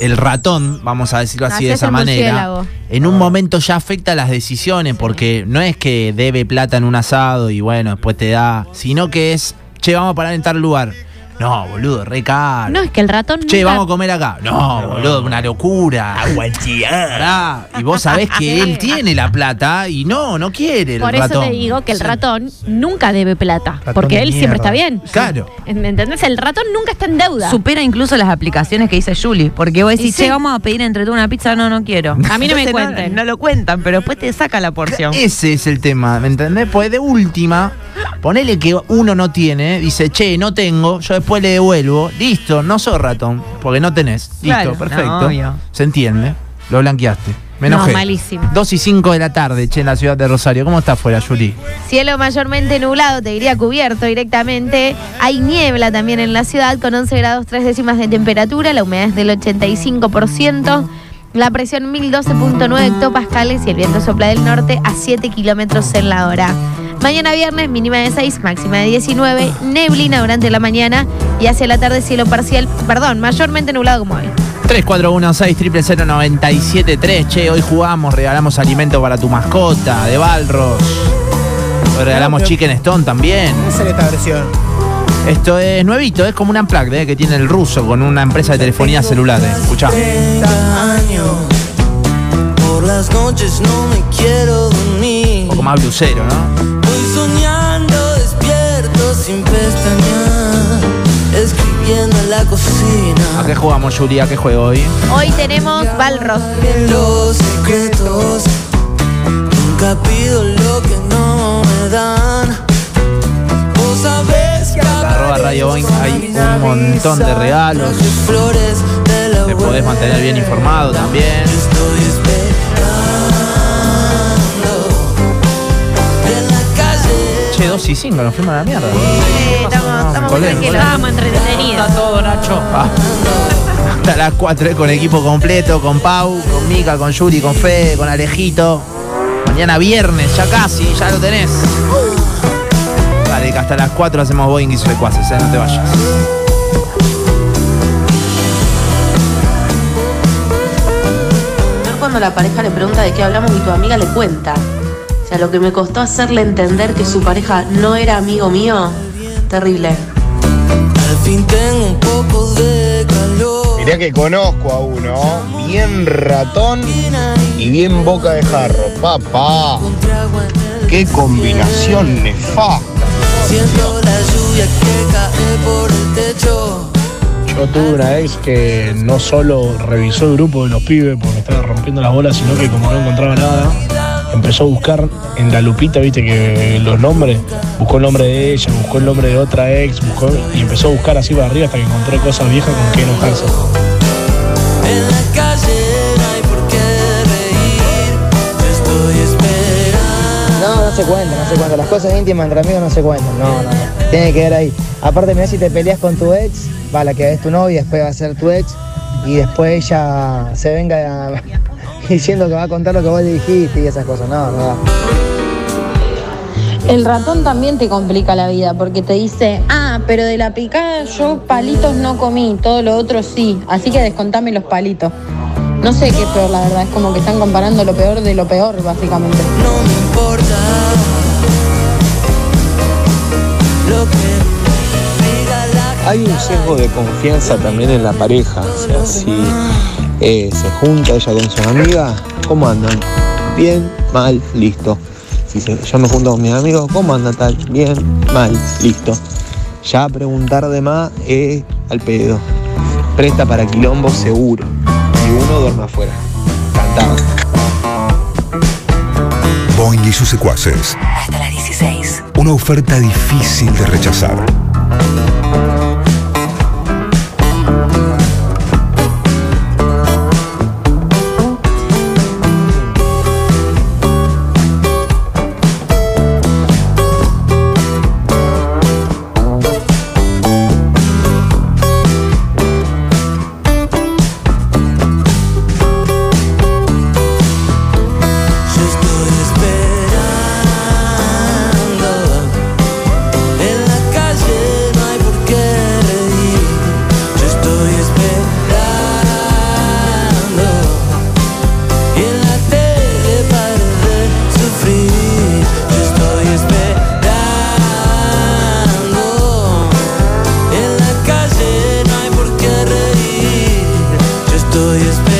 Speaker 12: el ratón, vamos a decirlo así de
Speaker 11: Haces
Speaker 12: esa
Speaker 11: el
Speaker 12: manera,
Speaker 11: murciélago.
Speaker 12: en un momento ya afecta las decisiones, porque no es que debe plata en un asado y bueno, después te da, sino que es, che, vamos a parar en tal lugar. No, boludo, re caro.
Speaker 13: No, es que el ratón
Speaker 12: Che,
Speaker 13: nunca-
Speaker 12: vamos a comer acá. No, boludo, una locura. Pará. Y vos sabés que él tiene la plata y no, no quiere el
Speaker 13: Por eso
Speaker 12: ratón.
Speaker 13: te digo que el ratón nunca debe plata,
Speaker 14: Ratón
Speaker 13: porque
Speaker 14: de
Speaker 13: él siempre
Speaker 14: mierda.
Speaker 13: está bien.
Speaker 12: Claro.
Speaker 13: ¿Me entendés? El ratón nunca está en deuda.
Speaker 15: Supera incluso las aplicaciones que dice Julie, porque vos
Speaker 13: Y
Speaker 15: decís,
Speaker 13: sí.
Speaker 15: che, vamos a pedir entre tú una pizza, no, no quiero.
Speaker 13: A mí no me
Speaker 15: Entonces
Speaker 13: cuenten.
Speaker 15: No, lo cuentan, pero después te saca la porción.
Speaker 12: Ese es el tema, ¿me entendés? Pues de última, ponele que uno no tiene, dice, che, no tengo, yo después le devuelvo, listo, no sos ratón, porque no tenés. Listo,
Speaker 15: Claro,
Speaker 12: perfecto.
Speaker 15: no, obvio.
Speaker 12: Se entiende, lo blanqueaste. Me
Speaker 13: No,
Speaker 12: enojé.
Speaker 13: malísimo.
Speaker 12: 2 y 5 de la tarde, che, en la ciudad de Rosario. ¿Cómo está afuera, Yuri?
Speaker 11: Cielo mayormente nublado, te diría cubierto directamente. Hay niebla también en la ciudad con 11 grados 3 décimas de temperatura, la humedad es del 85%, la presión 1012.9 hectopascales y el viento sopla del norte a 7 kilómetros en la hora. Mañana viernes mínima de 6, máxima de 19, neblina durante la mañana y hacia la tarde cielo parcial, perdón, mayormente nublado como hoy.
Speaker 12: 3416-000973, che, hoy jugamos, regalamos alimento para tu mascota, de Balros. Hoy Regalamos
Speaker 14: Claro,
Speaker 12: Chicken Stone también.
Speaker 14: Esa es esta versión.
Speaker 12: Esto es nuevito, es como un unplugged eh, que tiene el ruso con una empresa de telefonía celular. eh. Escuchá.
Speaker 6: años. Por las noches no me quiero dormir.
Speaker 12: Un poco más blusero, ¿no?
Speaker 6: Voy soñando despierto sin pestañear. Escribiendo en la
Speaker 12: ¿A
Speaker 6: cocina.
Speaker 12: qué jugamos, Yuri? ¿A qué juego hoy?
Speaker 11: Hoy tenemos Balros.
Speaker 6: Los secretos. Nunca pido lo que no me dan. Vos sabés que
Speaker 12: Arroba Radio Boing, hay un montón de regalos.
Speaker 6: Traje flores de la
Speaker 12: Te podés mantener bien informado también.
Speaker 6: Estoy esperando en la calle.
Speaker 12: Che, 2 y 5, nos fuimos a la mierda.
Speaker 11: Eh, estamos- estamos muy
Speaker 12: Colén,
Speaker 11: tranquilos.
Speaker 13: Estábamos entretenidos.
Speaker 12: Ah. Hasta las 4 eh, con equipo completo, con Pau, con Mica, con Yuri, con Fede, con Alejito. Mañana viernes, ya casi, ya lo tenés. Dale, que hasta las 4 hacemos Boing y sus secuaces, eh, no te vayas.
Speaker 8: Peor cuando la pareja le pregunta de qué hablamos y tu amiga le cuenta. O sea, lo que me costó hacerle entender que su pareja no era amigo mío, terrible.
Speaker 6: Al fin tengo un poco de calor.
Speaker 18: Mirá que conozco a uno, bien ratón y bien boca de jarro. Papá,
Speaker 6: Un trago en el
Speaker 18: qué combinación nefasta.
Speaker 6: Siento la lluvia que cae por el techo.
Speaker 5: Yo tuve una ex que no solo revisó el grupo de los pibes porque estaba rompiendo las bolas, sino que como no encontraba nada, empezó a buscar en la lupita, viste que los nombres, buscó el nombre de ella, buscó el nombre de otra ex, buscó y empezó a buscar así para arriba hasta que encontró cosas viejas con que enojarse.
Speaker 4: En la calle no hay por qué reír, te estoy esperando.
Speaker 27: No, no se cuentan, no se cuentan. Las cosas íntimas entre amigos no se cuentan. No, no, no. Tiene que quedar ahí. Aparte, mira, si te peleas con tu ex, va la que es tu novia, después va a ser tu ex y después ella se venga a- diciendo que va a contar lo que vos le dijiste y esas cosas. No, no.
Speaker 19: El ratón también te complica la vida porque te dice, ah, pero de la picada yo palitos no comí, todo lo otro sí, así que descontame los palitos. No sé qué es peor, la verdad, es como que están comparando lo peor de lo peor, básicamente.
Speaker 4: importa lo que diga la
Speaker 14: Hay un sesgo de confianza también en la pareja. O sea, si eh, se junta ella con sus amigas, ¿cómo andan? Bien, mal, listo. Si se- yo me junto con mis amigos, ¿cómo anda tal? Bien, mal, listo. Ya preguntar de más es al pedo. Presta para quilombo seguro. Si uno duerme afuera. Cantado.
Speaker 1: Boing y sus secuaces.
Speaker 4: Hasta las 16.
Speaker 1: Una oferta difícil de rechazar.
Speaker 4: Yo estoy esperando. En la calle no hay por qué reír. Yo estoy esperando. Y en la tele para de sufrir. Yo estoy esperando. En la calle no hay por qué reír. Yo estoy esperando.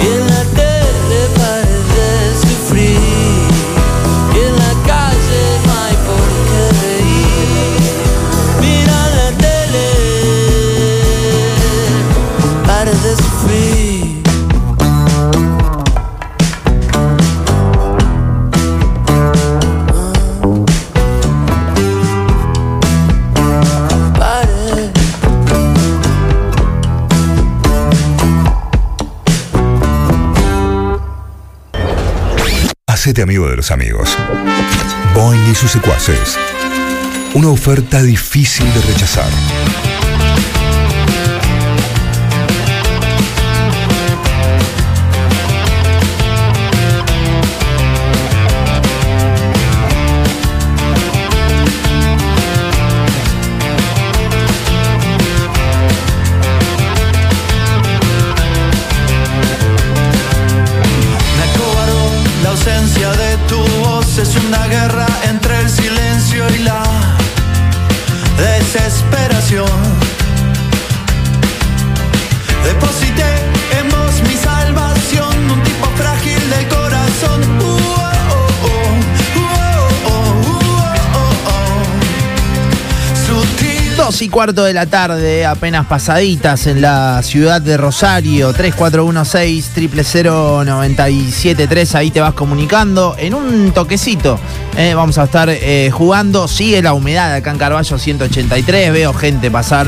Speaker 4: Y en la tele parece sufrir Y en la calle no hay por qué reír Mira la tele Parece sufrir Pare
Speaker 1: Hacete amigo de los amigos. Boing y sus secuaces. Una oferta difícil de rechazar.
Speaker 4: Me acobardó la ausencia de tu voz. Es una guerra entre el silencio y la desesperación. Deposité en vos mi salvación, un tipo frágil del corazón. Uh, oh, oh, oh, uh, oh, oh, uh, oh, oh. Sutil.
Speaker 12: Dos y cuarto de la tarde, apenas pasaditas en la ciudad de Rosario, 3416-000973, ahí te vas comunicando. En un toquecito eh, vamos a estar eh, jugando, sigue la humedad acá en Carballo 183, veo gente pasar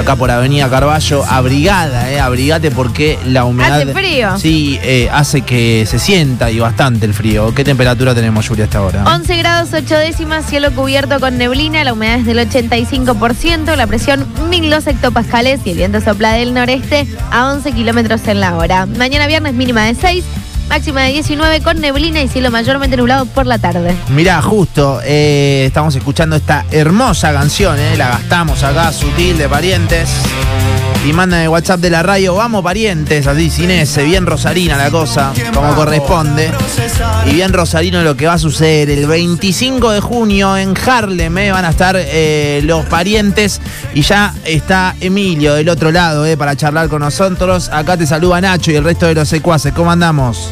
Speaker 12: acá por Avenida Carballo, abrigada, eh, abrigate porque la humedad...
Speaker 11: Hace frío.
Speaker 12: Sí, eh, hace que se sienta y bastante el frío. ¿Qué temperatura tenemos, Julia, hasta ahora?
Speaker 11: 11 grados 8 décimas, cielo cubierto con neblina, la humedad es del 85%, la presión 1002 hectopascales y el viento sopla del noreste a 11 kilómetros en la hora. Mañana viernes mínima de 6, máxima de 19 con neblina y cielo mayormente nublado por la tarde.
Speaker 12: Mirá, justo eh, estamos escuchando esta hermosa canción, eh, la gastamos acá, sutil de parientes. Y mandan el WhatsApp de la radio, vamos parientes, así sin ese, bien rosarina la cosa, como corresponde. Y bien rosarino lo que va a suceder el 25 de junio en Harlem, eh, van a estar eh, los parientes. Y ya está Emilio del otro lado eh, para charlar con nosotros. Acá te saluda Nacho y el resto de los secuaces, ¿cómo andamos?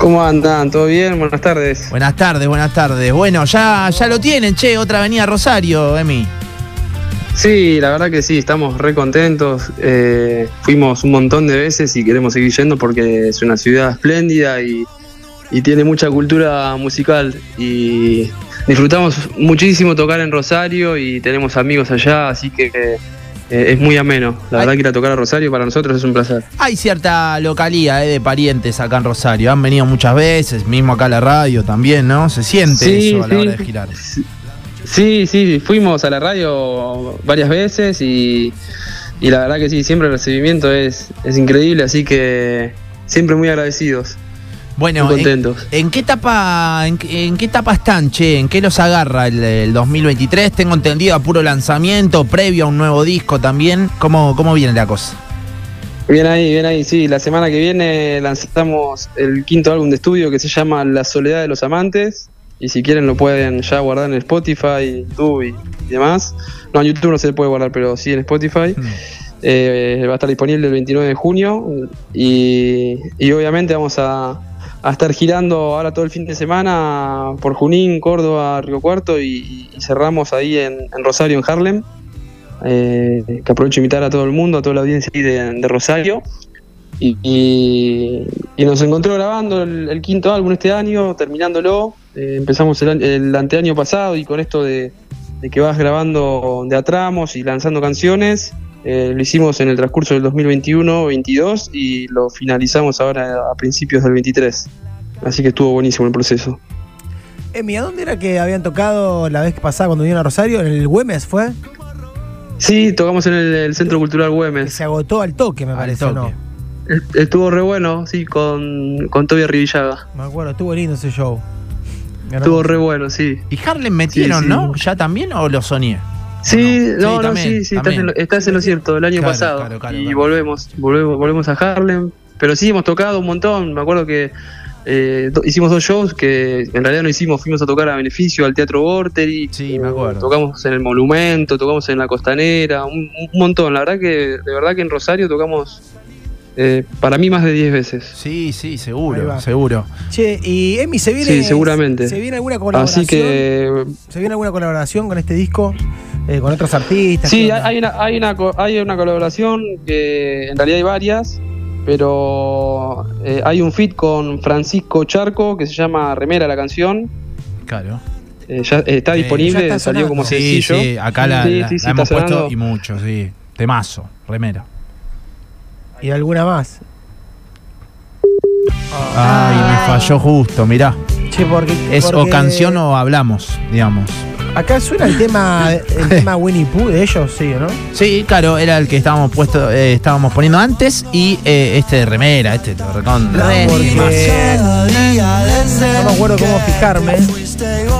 Speaker 17: ¿Cómo andan? ¿Todo bien? Buenas tardes.
Speaker 12: Buenas tardes, buenas tardes. Bueno, ya, ya lo tienen, che, otra avenida Rosario, Emi.
Speaker 17: Sí, la verdad que sí, estamos re contentos. Eh, fuimos un montón de veces y queremos seguir yendo porque es una ciudad espléndida y, y tiene mucha cultura musical. Y disfrutamos muchísimo tocar en Rosario y tenemos amigos allá, así que eh, es muy ameno. La verdad que ir a tocar a Rosario para nosotros es un placer.
Speaker 12: Hay cierta localía eh, de parientes acá en Rosario. Han venido muchas veces, mismo acá a la radio también, ¿no? Se siente
Speaker 17: Sí,
Speaker 12: eso a la
Speaker 17: sí.
Speaker 12: hora de girar.
Speaker 17: Sí, sí, fuimos a la radio varias veces y, y la verdad que sí, siempre el recibimiento es, es increíble, así que siempre muy agradecidos.
Speaker 12: Bueno, eh,
Speaker 17: muy
Speaker 12: ¿en-
Speaker 17: contentos.
Speaker 12: ¿En, qué etapa, en, qué- en qué etapa están, che? ¿En qué los agarra el, el 2023? Tengo entendido a puro lanzamiento, previo a un nuevo disco también. ¿Cómo, cómo viene la cosa?
Speaker 17: Bien ahí, bien ahí, sí, la semana que viene lanzamos el quinto álbum de estudio que se llama La Soledad de los Amantes y si quieren lo pueden ya guardar en Spotify, YouTube y, y demás. No, en YouTube no se puede guardar, pero sí en Spotify. Eh, va a estar disponible el 29 de junio y, y obviamente vamos a, a estar girando ahora todo el fin de semana por Junín, Córdoba, Río Cuarto y, y cerramos ahí en, en Rosario, en Harlem. Eh, que aprovecho de invitar a todo el mundo, a toda la audiencia ahí de, de Rosario. Y, y- y nos encontró grabando el, el quinto álbum este año, terminándolo. Eh, empezamos el, año- el anteaño pasado y con esto de, de que vas grabando de a tramos y lanzando canciones, eh, lo hicimos en el transcurso del 2021-22 y lo finalizamos ahora a principios del 23. Así que estuvo buenísimo el proceso.
Speaker 14: Emi, ¿a dónde era que habían tocado la vez que pasaba cuando vinieron a Rosario? ¿En el Güemes fue?
Speaker 17: Sí, tocamos en el, el Centro Cultural Güemes.
Speaker 14: Se agotó al toque, me parece, ¿o ¿no?
Speaker 17: Est- Estuvo re bueno, sí, con, con Toby Rivillaga.
Speaker 14: Me acuerdo, estuvo lindo ese show.
Speaker 17: Estuvo re bueno, sí.
Speaker 12: Y Harlem metieron,
Speaker 17: Sí, sí.
Speaker 12: ¿no? ¿Ya también o lo soñé?
Speaker 17: Sí,
Speaker 12: Sí,
Speaker 17: no, no,
Speaker 12: también,
Speaker 17: sí, sí, estás
Speaker 12: también.
Speaker 17: en, lo, estás en lo cierto, el año
Speaker 12: Claro,
Speaker 17: pasado.
Speaker 12: claro, claro,
Speaker 17: y
Speaker 12: claro.
Speaker 17: volvemos, volvemos, volvemos a Harlem. Pero sí, hemos tocado un montón. Me acuerdo que eh, do- hicimos dos shows que en realidad no hicimos, fuimos a tocar a beneficio al Teatro Borteri.
Speaker 12: Sí, me acuerdo.
Speaker 17: Tocamos en el Monumento, tocamos en la Costanera, un, un montón. La verdad que, de verdad que en Rosario tocamos eh, para mí más de 10 veces.
Speaker 12: Sí, sí,
Speaker 14: Ahí
Speaker 12: seguro,
Speaker 14: va.
Speaker 12: seguro.
Speaker 14: Che, Eh, y Emi, ¿se viene,
Speaker 17: Sí, seguramente.
Speaker 14: ¿se viene alguna colaboración?
Speaker 17: Así que
Speaker 14: ¿Se viene alguna colaboración con este disco? Eh, ¿Con otros artistas?
Speaker 17: Sí,
Speaker 14: ¿Qué
Speaker 17: hay
Speaker 14: onda?
Speaker 17: hay una, hay, una, co- hay una colaboración que en realidad hay varias, pero eh, hay un feat con Francisco Charco que se llama Remera la canción.
Speaker 12: Claro.
Speaker 17: Eh, ya eh, está disponible,
Speaker 12: Ya está
Speaker 17: salió
Speaker 12: sonando.
Speaker 17: como
Speaker 12: sí,
Speaker 17: sencillo.
Speaker 12: Sí, acá la,
Speaker 17: Sí,
Speaker 12: la-
Speaker 17: sí, sí,
Speaker 12: la hemos
Speaker 17: está
Speaker 12: puesto
Speaker 17: sonando.
Speaker 12: y mucho, sí. Temazo, remera.
Speaker 14: ¿Y alguna más?
Speaker 12: Ay, me falló justo, mirá.
Speaker 14: Che, porque.
Speaker 12: Es o
Speaker 14: porque
Speaker 12: canción o hablamos, digamos.
Speaker 14: Acá suena el tema, el tema Winnie Pooh de ellos, sí, ¿o ¿no?
Speaker 12: Sí, claro, era el que estábamos puesto, eh, estábamos poniendo antes y eh, este de remera, este de recontra.
Speaker 14: Porque no me acuerdo cómo fijarme.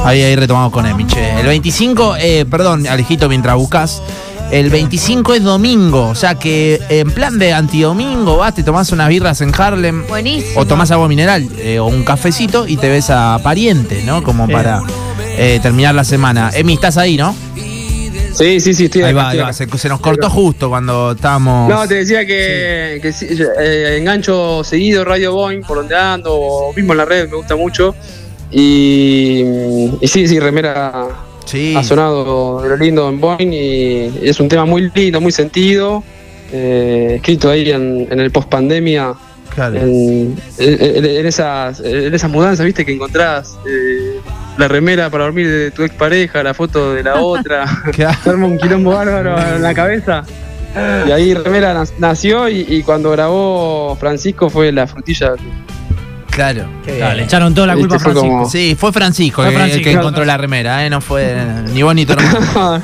Speaker 12: Ahí, ahí retomamos con Emi, che. El 25, eh, perdón, Alejito, mientras buscas. El 25 es domingo, o sea que en plan de antidomingo vas, te tomás unas birras en Harlem.
Speaker 11: Buenísimo.
Speaker 12: O tomás agua mineral eh, o un cafecito y te ves a pariente, ¿no? Como para eh, terminar la semana. Emi, estás ahí, ¿no?
Speaker 17: Sí, sí, sí, estoy
Speaker 12: Ahí
Speaker 17: acá,
Speaker 12: va, ahí
Speaker 17: estoy
Speaker 12: va.
Speaker 17: acá.
Speaker 12: Se, se nos cortó justo cuando estábamos.
Speaker 17: No, te decía que, que sí, eh, engancho seguido Radio Boeing por donde ando, o mismo en la red, me gusta mucho. Y, y sí, sí, Remera ha sonado de lo lindo en Boeing y es un tema muy lindo, muy sentido, eh, escrito ahí en, en el post pandemia. En, en- en esas, en esas mudanzas, viste, que encontrás eh, la remera para dormir de tu expareja, la foto de la otra. Se arma un quilombo bárbaro en la cabeza. Y ahí Remera nas- nació y, y cuando grabó Francisco fue la frutilla.
Speaker 12: Claro.
Speaker 17: bien.
Speaker 12: le echaron toda la
Speaker 17: Este
Speaker 12: culpa a
Speaker 17: fue
Speaker 12: Francisco.
Speaker 17: como-
Speaker 12: Sí, fue Francisco,
Speaker 17: Fue
Speaker 12: el- el
Speaker 17: Francisco.
Speaker 12: que encontró la remera, ¿eh? No fue ni vos ni tu hermano.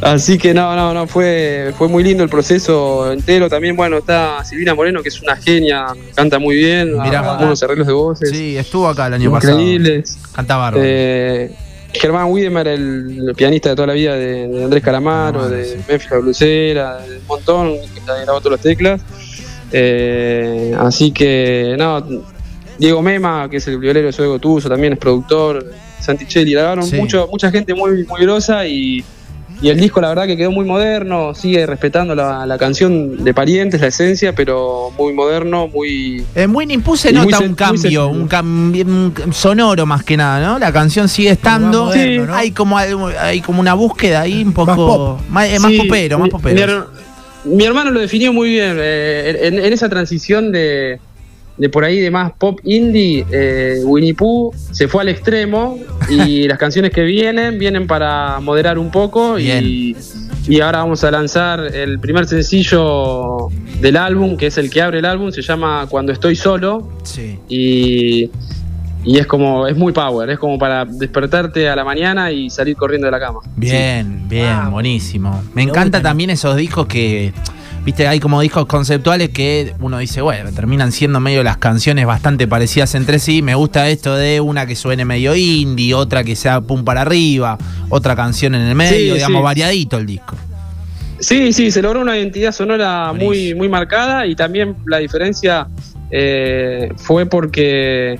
Speaker 17: Así que no, no, no, fue, fue muy lindo el proceso entero. También, bueno, está Silvina Moreno, que es una genia, canta muy bien,
Speaker 12: Mirá.
Speaker 17: unos arreglos de voces.
Speaker 12: Sí, estuvo acá el año
Speaker 17: increíbles.
Speaker 12: pasado. Canta bárbaro.
Speaker 17: Eh, Germán Wiedemer, el pianista de toda la vida de, de Andrés
Speaker 12: Ah,
Speaker 17: Calamaro, de Memphis La Blusera, de un montón, que también grabó todas las teclas. Eh, así que, no, Diego Mema, que es el violero de Suego Tuso, también es productor, Santichelli, grabaron
Speaker 12: Sí.
Speaker 17: mucho, mucha gente muy, muy grosa y, Y el disco, la verdad, que quedó muy moderno, sigue respetando la, la canción de Parientes, la esencia, pero muy moderno, muy.
Speaker 12: En Winning Pooh se
Speaker 17: Y
Speaker 12: Eh,
Speaker 17: muy
Speaker 12: nota
Speaker 17: sen-
Speaker 12: un
Speaker 17: muy
Speaker 12: cambio, un cambio un sonoro más que nada, ¿no? La canción sigue estando.
Speaker 17: moderno, ¿no?
Speaker 12: Hay como algo- hay como una búsqueda ahí un poco. Más, eh, más
Speaker 17: Sí,
Speaker 12: popero, más
Speaker 17: mi-
Speaker 12: popero.
Speaker 17: Mi, her- mi hermano lo definió muy bien. eh, en, en esa transición de, de por ahí de más pop indie, eh, Winnie Pooh se fue al extremo y las canciones que vienen, vienen para moderar un poco. Y, y ahora vamos a lanzar el primer sencillo del álbum, que es el que abre el álbum, se llama Cuando Estoy Solo.
Speaker 12: Sí.
Speaker 17: Y. y es como, es muy power, es como para despertarte a la mañana y salir corriendo de la cama.
Speaker 12: Bien, bien, buenísimo. Me encanta también esos discos que, viste, hay como discos conceptuales que uno dice, bueno, terminan siendo medio las canciones bastante parecidas entre sí. Me gusta esto de una que suene medio indie, otra que sea pum para arriba, otra canción en el medio,
Speaker 17: Sí,
Speaker 12: digamos,
Speaker 17: sí.
Speaker 12: variadito el disco.
Speaker 17: Sí, sí, se logró una identidad sonora muy, muy marcada y también la diferencia eh, fue porque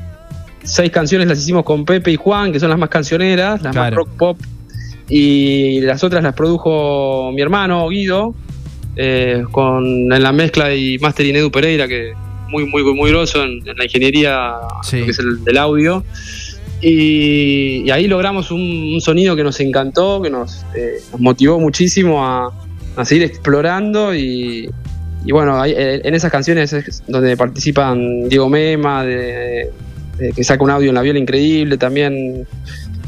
Speaker 17: seis canciones las hicimos con Pepe y Juan, que son las más cancioneras, las
Speaker 12: Claro.
Speaker 17: más rock pop, y las otras las produjo mi hermano Guido, eh, con, en la mezcla y mastering Edu Pereira, que muy, muy, muy grosso en, en la ingeniería lo que es el, del audio. Y, y ahí logramos un, un sonido que nos encantó, que nos, eh, nos motivó muchísimo a, a seguir explorando y, y bueno, ahí, eh, en esas canciones es donde participan Diego Mema, de- de- que saca un audio en la viola increíble, también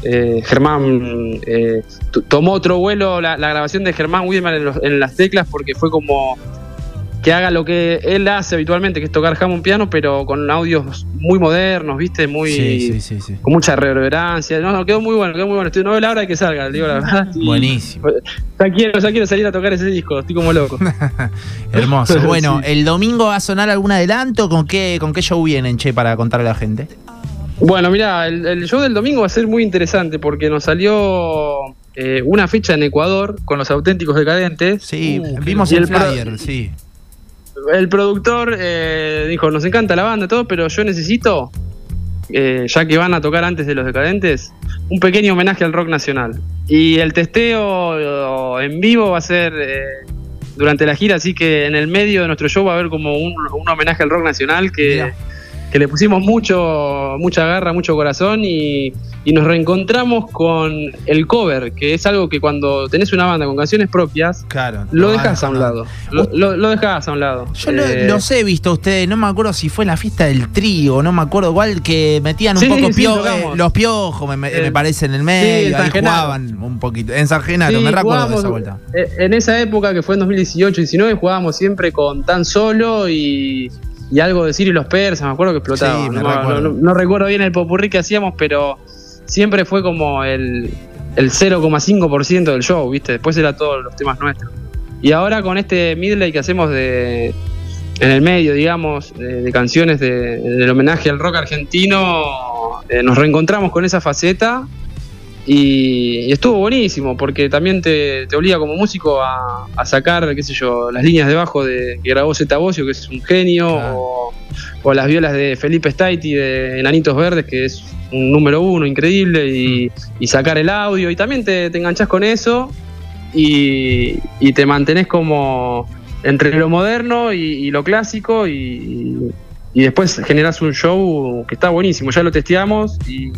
Speaker 17: eh, Germán eh, t- tomó otro vuelo la, la grabación de Germán Widman en, los- en las teclas porque fue como que haga lo que él hace habitualmente, que es tocar jamón piano, pero con audios muy modernos, viste, muy
Speaker 12: Sí, sí, sí, sí.
Speaker 17: con mucha reverberancia. No, no, quedó muy bueno, quedó muy bueno. Estoy, no veo la hora de que salga, digo la verdad. Y-
Speaker 12: Buenísimo.
Speaker 17: Ya quiero, ya quiero salir a tocar ese disco, estoy como loco.
Speaker 12: Hermoso. Bueno, eh.
Speaker 17: Sí.
Speaker 12: el domingo va a sonar algún adelanto. ¿Con qué, con qué show vienen, che, para contarle a la gente?
Speaker 17: Bueno, mira, el, el show del domingo va a ser muy interesante porque nos salió eh, una fecha en Ecuador con los auténticos decadentes. Uh,
Speaker 12: Sí, Vimos el flyer, sí.
Speaker 17: el productor eh, dijo, nos encanta la banda, todo, pero yo necesito, eh, ya que van a tocar antes de los decadentes, un pequeño homenaje al rock nacional. Y el testeo eh, en vivo va a ser eh, durante la gira, así que en el medio de nuestro show va a haber como un, un homenaje al rock nacional que, que le pusimos mucho, mucha garra, mucho corazón y, y nos reencontramos con el cover, que es algo que cuando tenés una banda con canciones propias,
Speaker 12: claro,
Speaker 17: lo
Speaker 12: no,
Speaker 17: dejas a un lado. Lo, lo, lo dejás a un lado.
Speaker 12: Yo lo-
Speaker 17: Eh,
Speaker 12: los he visto a ustedes, no me acuerdo si fue en la fiesta del trío, no me acuerdo cuál, que metían un
Speaker 17: Sí,
Speaker 12: poco
Speaker 17: sí,
Speaker 12: pio-
Speaker 17: tocamos.
Speaker 12: eh, los piojos, me, me- me parece, en el medio,
Speaker 17: en San
Speaker 12: ahí
Speaker 17: Genaro.
Speaker 12: jugaban un poquito. En San Genaro,
Speaker 17: Sí,
Speaker 12: me recuerdo de
Speaker 17: jugábamos,
Speaker 12: esa vuelta.
Speaker 17: eh, En esa época, que fue en 2018-19, jugábamos siempre con tan solo y, y algo de Ciro y los persas, me acuerdo que explotaba.
Speaker 12: Sí, me
Speaker 17: no,
Speaker 12: recuerdo.
Speaker 17: no- no recuerdo bien el popurrí que hacíamos, pero siempre fue como el, el 0,5% del show, ¿viste? Después era todos los temas nuestros. Y ahora con este midley que hacemos de en el medio, digamos, de, de canciones de- del homenaje al rock argentino, eh, nos reencontramos con esa faceta y, y estuvo buenísimo porque también te, te obliga como músico a, a sacar, qué sé yo, las líneas debajo de que grabó Zeta Bosio, que es un genio, o, o las violas de Felipe Staiti de Enanitos Verdes, que es un número uno increíble, y, y sacar el audio, y también te, te enganchás con eso y, y te mantenés como entre lo moderno y, y lo clásico y, y después generás un show que está buenísimo, ya lo testeamos y,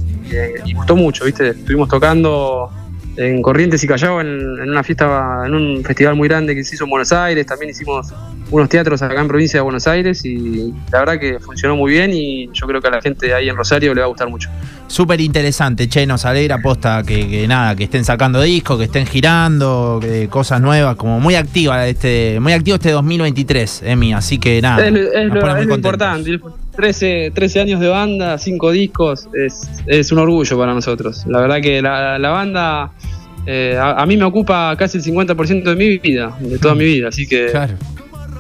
Speaker 17: y gustó mucho, ¿viste? Estuvimos tocando en Corrientes y Callao en, en una fiesta, en un festival muy grande que se hizo en Buenos Aires, también hicimos unos teatros acá en provincia de Buenos Aires y la verdad que funcionó muy bien y yo creo que a la gente ahí en Rosario le va a gustar mucho.
Speaker 12: Súper interesante, che, nos alegra posta que, que nada, que estén sacando discos, que estén girando, que- cosas nuevas, como muy activa este, muy activo este 2023, Emi, así que nada.
Speaker 17: es lo, es
Speaker 12: nos
Speaker 17: lo-
Speaker 12: pone
Speaker 17: es
Speaker 12: muy
Speaker 17: lo
Speaker 12: contentos.
Speaker 17: importante. 13, 13 años de banda, 5 discos, es, es un orgullo para nosotros. La verdad que la, la banda eh, a, a mí me ocupa casi el 50% de mi vida, de toda mi vida, así que...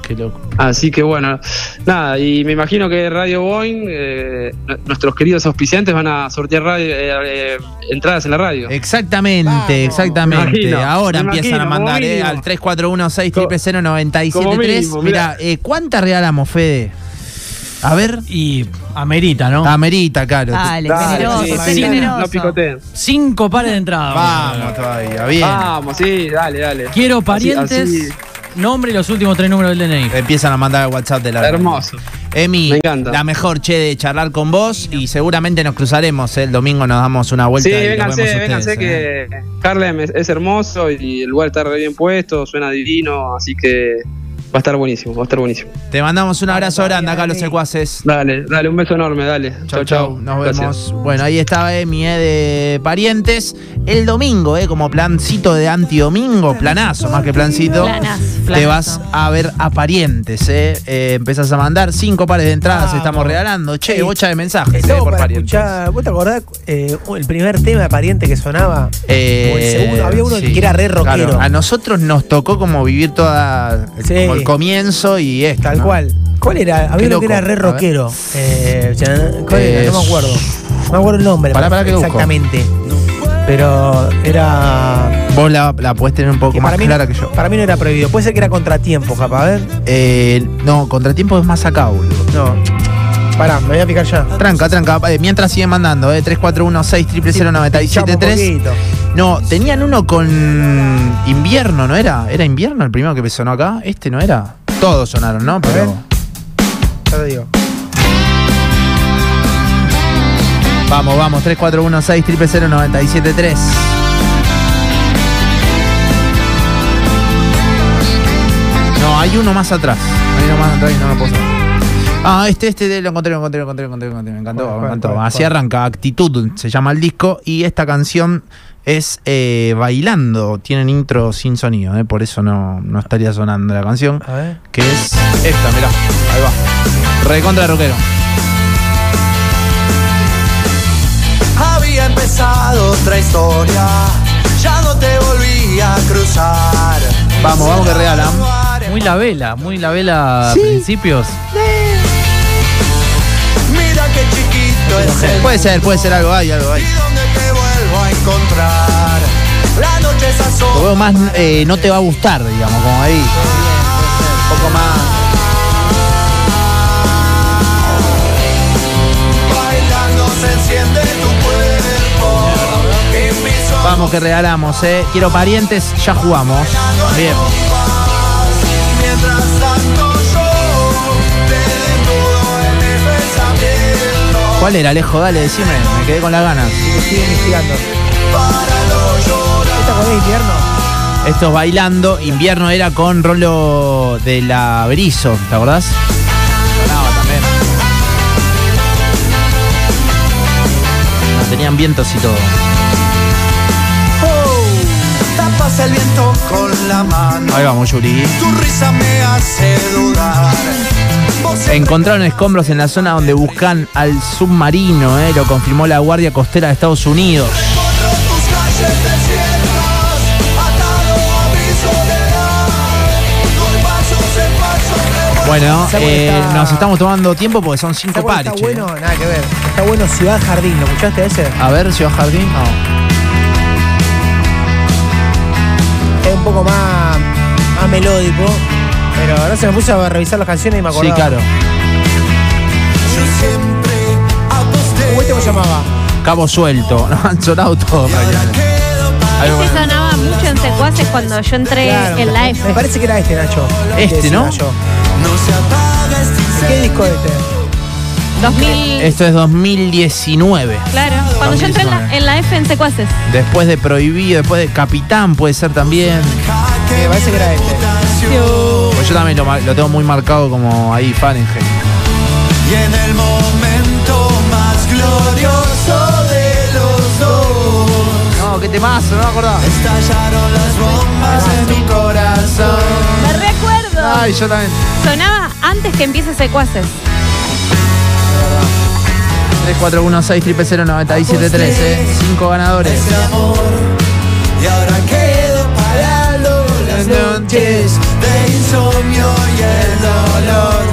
Speaker 12: Qué loco.
Speaker 17: Así que bueno, nada, y me imagino que Radio Boeing, eh, n- nuestros queridos auspiciantes van a sortear radio- eh, eh, entradas en la radio.
Speaker 12: Exactamente, exactamente.
Speaker 17: Imagino,
Speaker 12: Ahora
Speaker 17: me
Speaker 12: empiezan a
Speaker 17: imagino, como
Speaker 12: mandar eh,
Speaker 17: mínimo.
Speaker 12: al 341 6
Speaker 17: Como mínimo,
Speaker 12: Mira,
Speaker 17: mirá.
Speaker 12: eh, ¿cuántas regalamos, Fede? A ver.
Speaker 16: Y amerita, ¿no?
Speaker 12: Amerita, claro.
Speaker 16: Dale,
Speaker 12: Dale,
Speaker 16: generoso,
Speaker 12: sí,
Speaker 16: sé
Speaker 12: sí.
Speaker 16: generoso.
Speaker 12: No picoteen.
Speaker 16: Cinco pares de entrada.
Speaker 12: Vamos todavía, bien.
Speaker 16: Vamos, sí, dale, dale. Quiero
Speaker 12: Así-
Speaker 16: parientes,
Speaker 12: así-
Speaker 16: nombre y los últimos tres números del DNI.
Speaker 12: Empiezan a mandar WhatsApp de la
Speaker 16: Hermoso.
Speaker 12: Emi, la mejor, che, de charlar con vos y seguramente nos cruzaremos. eh, El domingo nos damos una vuelta.
Speaker 17: Sí,
Speaker 12: y lo
Speaker 17: vénganse,
Speaker 12: vemos ustedes,
Speaker 17: vénganse
Speaker 12: eh.
Speaker 17: que Harlem es, es hermoso y el lugar está re bien puesto, suena divino, así que va a estar buenísimo, va a estar buenísimo.
Speaker 12: Te mandamos un abrazo grande acá a los secuaces.
Speaker 17: Dale, dale, un beso enorme, dale. Chau, chau.
Speaker 12: Nos vemos.
Speaker 17: Gracias.
Speaker 12: Bueno, ahí estaba Emi eh, de Parientes. El domingo, eh, como plancito de antidomingo, planazo más que plancito.
Speaker 13: Planazo,
Speaker 12: Te
Speaker 13: planazo.
Speaker 12: vas a ver a Parientes. Eh. Eh, empezás a mandar cinco pares de entradas, estamos regalando. Che,
Speaker 14: Sí.
Speaker 12: bocha de mensajes eh,
Speaker 14: Estamos
Speaker 12: por
Speaker 14: para
Speaker 12: Parientes.
Speaker 14: escuchar- ¿Vos te acordás eh, el primer tema de pariente que sonaba?
Speaker 12: Eh,
Speaker 14: O el segundo, había uno que era re rockero.
Speaker 12: a nosotros nos tocó como vivir toda como el comienzo y esto.
Speaker 14: Tal cual. ¿Cuál era? Había uno que era re rockero. Eh, ya- ¿Cuál era? No me acuerdo. No me acuerdo el nombre.
Speaker 12: Pará, pará que busco.
Speaker 14: Exactamente. Pero era.
Speaker 12: Vos la, la podés tener un poco
Speaker 14: que
Speaker 12: más
Speaker 14: para mí,
Speaker 12: clara
Speaker 14: no-
Speaker 12: que yo.
Speaker 14: Para mí no era prohibido. Puede ser que era contratiempo, capaz. A ver.
Speaker 12: Eh, no, contratiempo es más acá, boludo.
Speaker 14: No. Pará, me voy a picar ya.
Speaker 12: Tranca, tranca. Eh, mientras sigue mandando, eh, 341-600-973. No, tenían uno con invierno, ¿no era? ¿Era invierno el primero que sonó acá? Este no era. Todos sonaron, ¿no? Pero.
Speaker 14: Ya te digo.
Speaker 12: Vamos, vamos, 341-600-973. No, hay uno más atrás. Hay uno más atrás y no lo puedo saber. Ah, este, este, lo encontré, lo encontré, lo encontré, lo encontré, lo encontré. Me encantó, me encantó. Así arranca, Actitud se llama el disco y esta canción es eh, Bailando. Tienen intro sin sonido, eh, por eso no, no estaría sonando la canción.
Speaker 14: A ver.
Speaker 12: Que es esta, mirá, ahí va. Recontra rockero.
Speaker 4: Había empezado otra historia, ya no te volví a cruzar.
Speaker 12: Vamos, vamos que regalan.
Speaker 16: Muy la vela, muy la vela a principios.
Speaker 4: Mira qué chiquito es el
Speaker 12: Puede ser, puede ser algo, hay algo, hay.
Speaker 4: te vuelvo a encontrar. La noche es azul.
Speaker 12: Lo veo más, eh, no te va a gustar, digamos, como ahí. Un poco más.
Speaker 4: Bailando se enciende tu cuerpo. Que mis ojos
Speaker 12: Vamos que regalamos, eh. Quiero parientes, ya jugamos. Bien.
Speaker 4: Mientras tanto yo te desnudo en mi pensamiento.
Speaker 12: ¿Cuál era, Alejo? Dale, decime, me quedé con las ganas.
Speaker 14: Siguen investigando. ¿Esta con el invierno?
Speaker 12: Esto es bailando, invierno era con Rolo de la Brizo, ¿te acordás? Sonaba también. No, tenían vientos y todo.
Speaker 4: Oh, tapas el viento con la mano.
Speaker 12: Ahí vamos, Yuri.
Speaker 4: Tu risa me hace dudar. Vos
Speaker 12: Encontraron escombros en la zona donde buscan al submarino, eh, lo confirmó la Guardia Costera de Estados Unidos. Bueno,
Speaker 14: ¿Sabes cuál
Speaker 12: eh,
Speaker 14: está-
Speaker 12: nos estamos tomando tiempo porque son
Speaker 14: ¿Está
Speaker 12: cinco
Speaker 14: bueno?
Speaker 12: pares.
Speaker 14: Está
Speaker 12: che.
Speaker 14: bueno, nada que ver. Está bueno Ciudad Jardín, ¿lo escuchaste ese?
Speaker 12: A ver, Ciudad Jardín, no.
Speaker 14: Es un poco más, más melódico. Pero ahora se me puse a revisar las canciones y me
Speaker 12: Sí,
Speaker 14: acordaba.
Speaker 12: claro.
Speaker 14: ¿Cómo este me llamaba?
Speaker 12: Cabo suelto, ¿no? han sonado todos. prácticamente. Ahí va.
Speaker 13: Ese sonaba mucho en Secuaces cuando yo entré
Speaker 14: Claro,
Speaker 13: en la
Speaker 14: Me
Speaker 13: F.
Speaker 14: parece que era este, Nacho.
Speaker 12: Este,
Speaker 14: decía
Speaker 12: ¿no?
Speaker 14: yo. ¿Qué disco es este?
Speaker 13: 2000,
Speaker 12: Esto es 2019.
Speaker 13: claro. Cuando yo entré en la,
Speaker 12: 2019.
Speaker 13: en la F en Secuaces.
Speaker 12: Después de Prohibido, después de Capitán puede ser también.
Speaker 14: Me parece que era este.
Speaker 12: Pues yo también lo, mar- lo tengo muy marcado como ahí, Fahrenheit.
Speaker 4: Y en el momento más glorioso de los dos.
Speaker 12: No, qué temazo, no me acordaba.
Speaker 4: Estallaron las bombas en mi corazón.
Speaker 13: Me recuerdo.
Speaker 12: Ay, yo también.
Speaker 13: Sonaba antes que empiece Secuaces.
Speaker 12: 3416 eh. Cinco ganadores.
Speaker 4: Y ahora quedo parado las noches de insomnio y el dolor.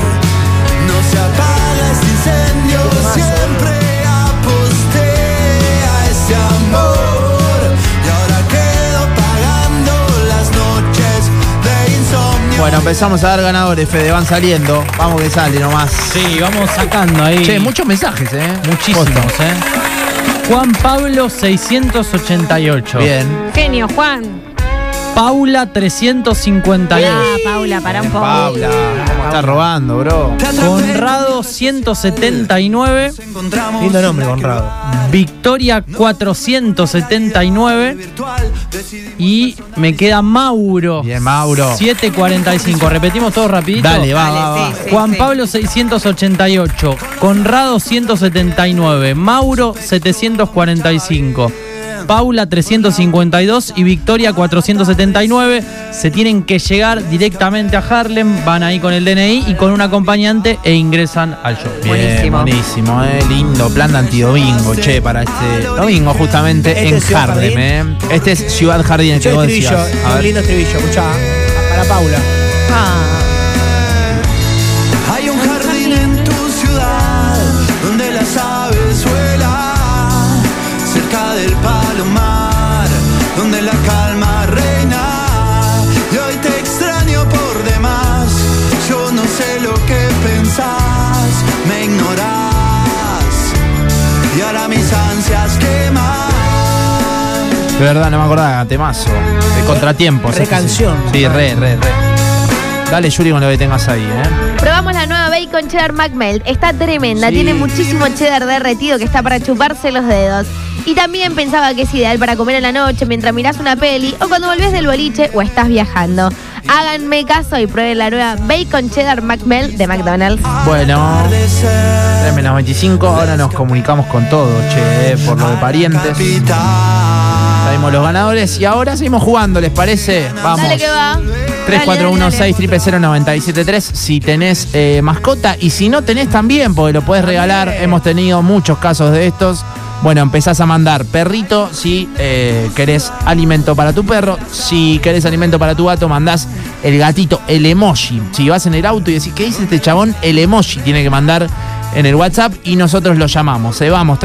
Speaker 4: No se apaga este incendio, siempre aposté a ese amor. Y ahora quedo pagando las noches de insomnio.
Speaker 12: Bueno, empezamos a dar ganadores, Fede, van saliendo. Vamos que sale nomás.
Speaker 16: Sí, vamos sacando ahí.
Speaker 12: Che, muchos mensajes, ¿eh?
Speaker 16: Muchísimos, ¿eh? Juan Pablo 688.
Speaker 12: Bien.
Speaker 13: Genio, Juan.
Speaker 16: Paula 358.
Speaker 13: Ah, Paula, para un poco.
Speaker 12: Paula, ¿cómo está robando, bro?
Speaker 16: Conrado 179.
Speaker 14: Lindo nombre, Conrado.
Speaker 16: Victoria 479. Y me queda Mauro.
Speaker 12: Bien, Mauro.
Speaker 16: 745. Repetimos todos rapidito.
Speaker 12: Dale, va, Dale, va, va. sí, sí,
Speaker 16: Juan
Speaker 12: sí.
Speaker 16: Pablo 688. Conrado 179. Mauro 745. Paula 352 y Victoria 479. Se tienen que llegar directamente a Harlem, van ahí con el DNI y con un acompañante e ingresan al show.
Speaker 12: Bien, Buenísimo, eh, lindo plan de antidomingo, che, para este domingo justamente
Speaker 14: Este
Speaker 12: en
Speaker 14: es Ciudad
Speaker 12: Harlem,
Speaker 14: Jardín.
Speaker 12: eh. Este es Ciudad Jardín, el que
Speaker 14: Yo
Speaker 12: vos
Speaker 14: estribillo,
Speaker 12: decías. A
Speaker 14: un
Speaker 12: ver.
Speaker 14: lindo estribillo, escuchá. Para Paula.
Speaker 12: Ah.
Speaker 4: Hay un jardín en tu ciudad donde las aves vuelan, cerca del palomar, donde la calma reina. Y hoy te extraño por demás, yo no sé lo que pensás, me ignorás y ahora mis ansias queman.
Speaker 12: De verdad, no me acordaba, temazo. De contratiempos.
Speaker 14: Re
Speaker 12: este sí.
Speaker 14: canción.
Speaker 12: Sí, re, re, re. Dale, Yuri, con lo que tengas ahí, eh.
Speaker 11: Probamos la nueva Bacon Cheddar McMelt. Está tremenda,
Speaker 12: Sí.
Speaker 11: tiene muchísimo cheddar derretido que está para chuparse los dedos. Y también pensaba que es ideal para comer en la noche mientras mirás una peli o cuando volvés del boliche o estás viajando. Háganme caso y prueben la nueva Bacon Cheddar McMelt de McDonald's.
Speaker 12: Bueno, 3 menos 25, ahora nos comunicamos con todo, che, eh, por lo de parientes. Sabemos los ganadores y ahora seguimos jugando, ¿les parece? Vamos.
Speaker 11: Dale que va.
Speaker 12: 3416-000973 si tenés eh, mascota y si no tenés también, porque lo podés regalar. Hemos tenido muchos casos de estos. Bueno, empezás a mandar perrito si eh, querés alimento para tu perro. Si querés alimento para tu gato, mandás el gatito, el emoji. Si vas en el auto y decís, ¿qué dice este chabón? El emoji tiene que mandar en el WhatsApp y nosotros lo llamamos. Eh, vamos,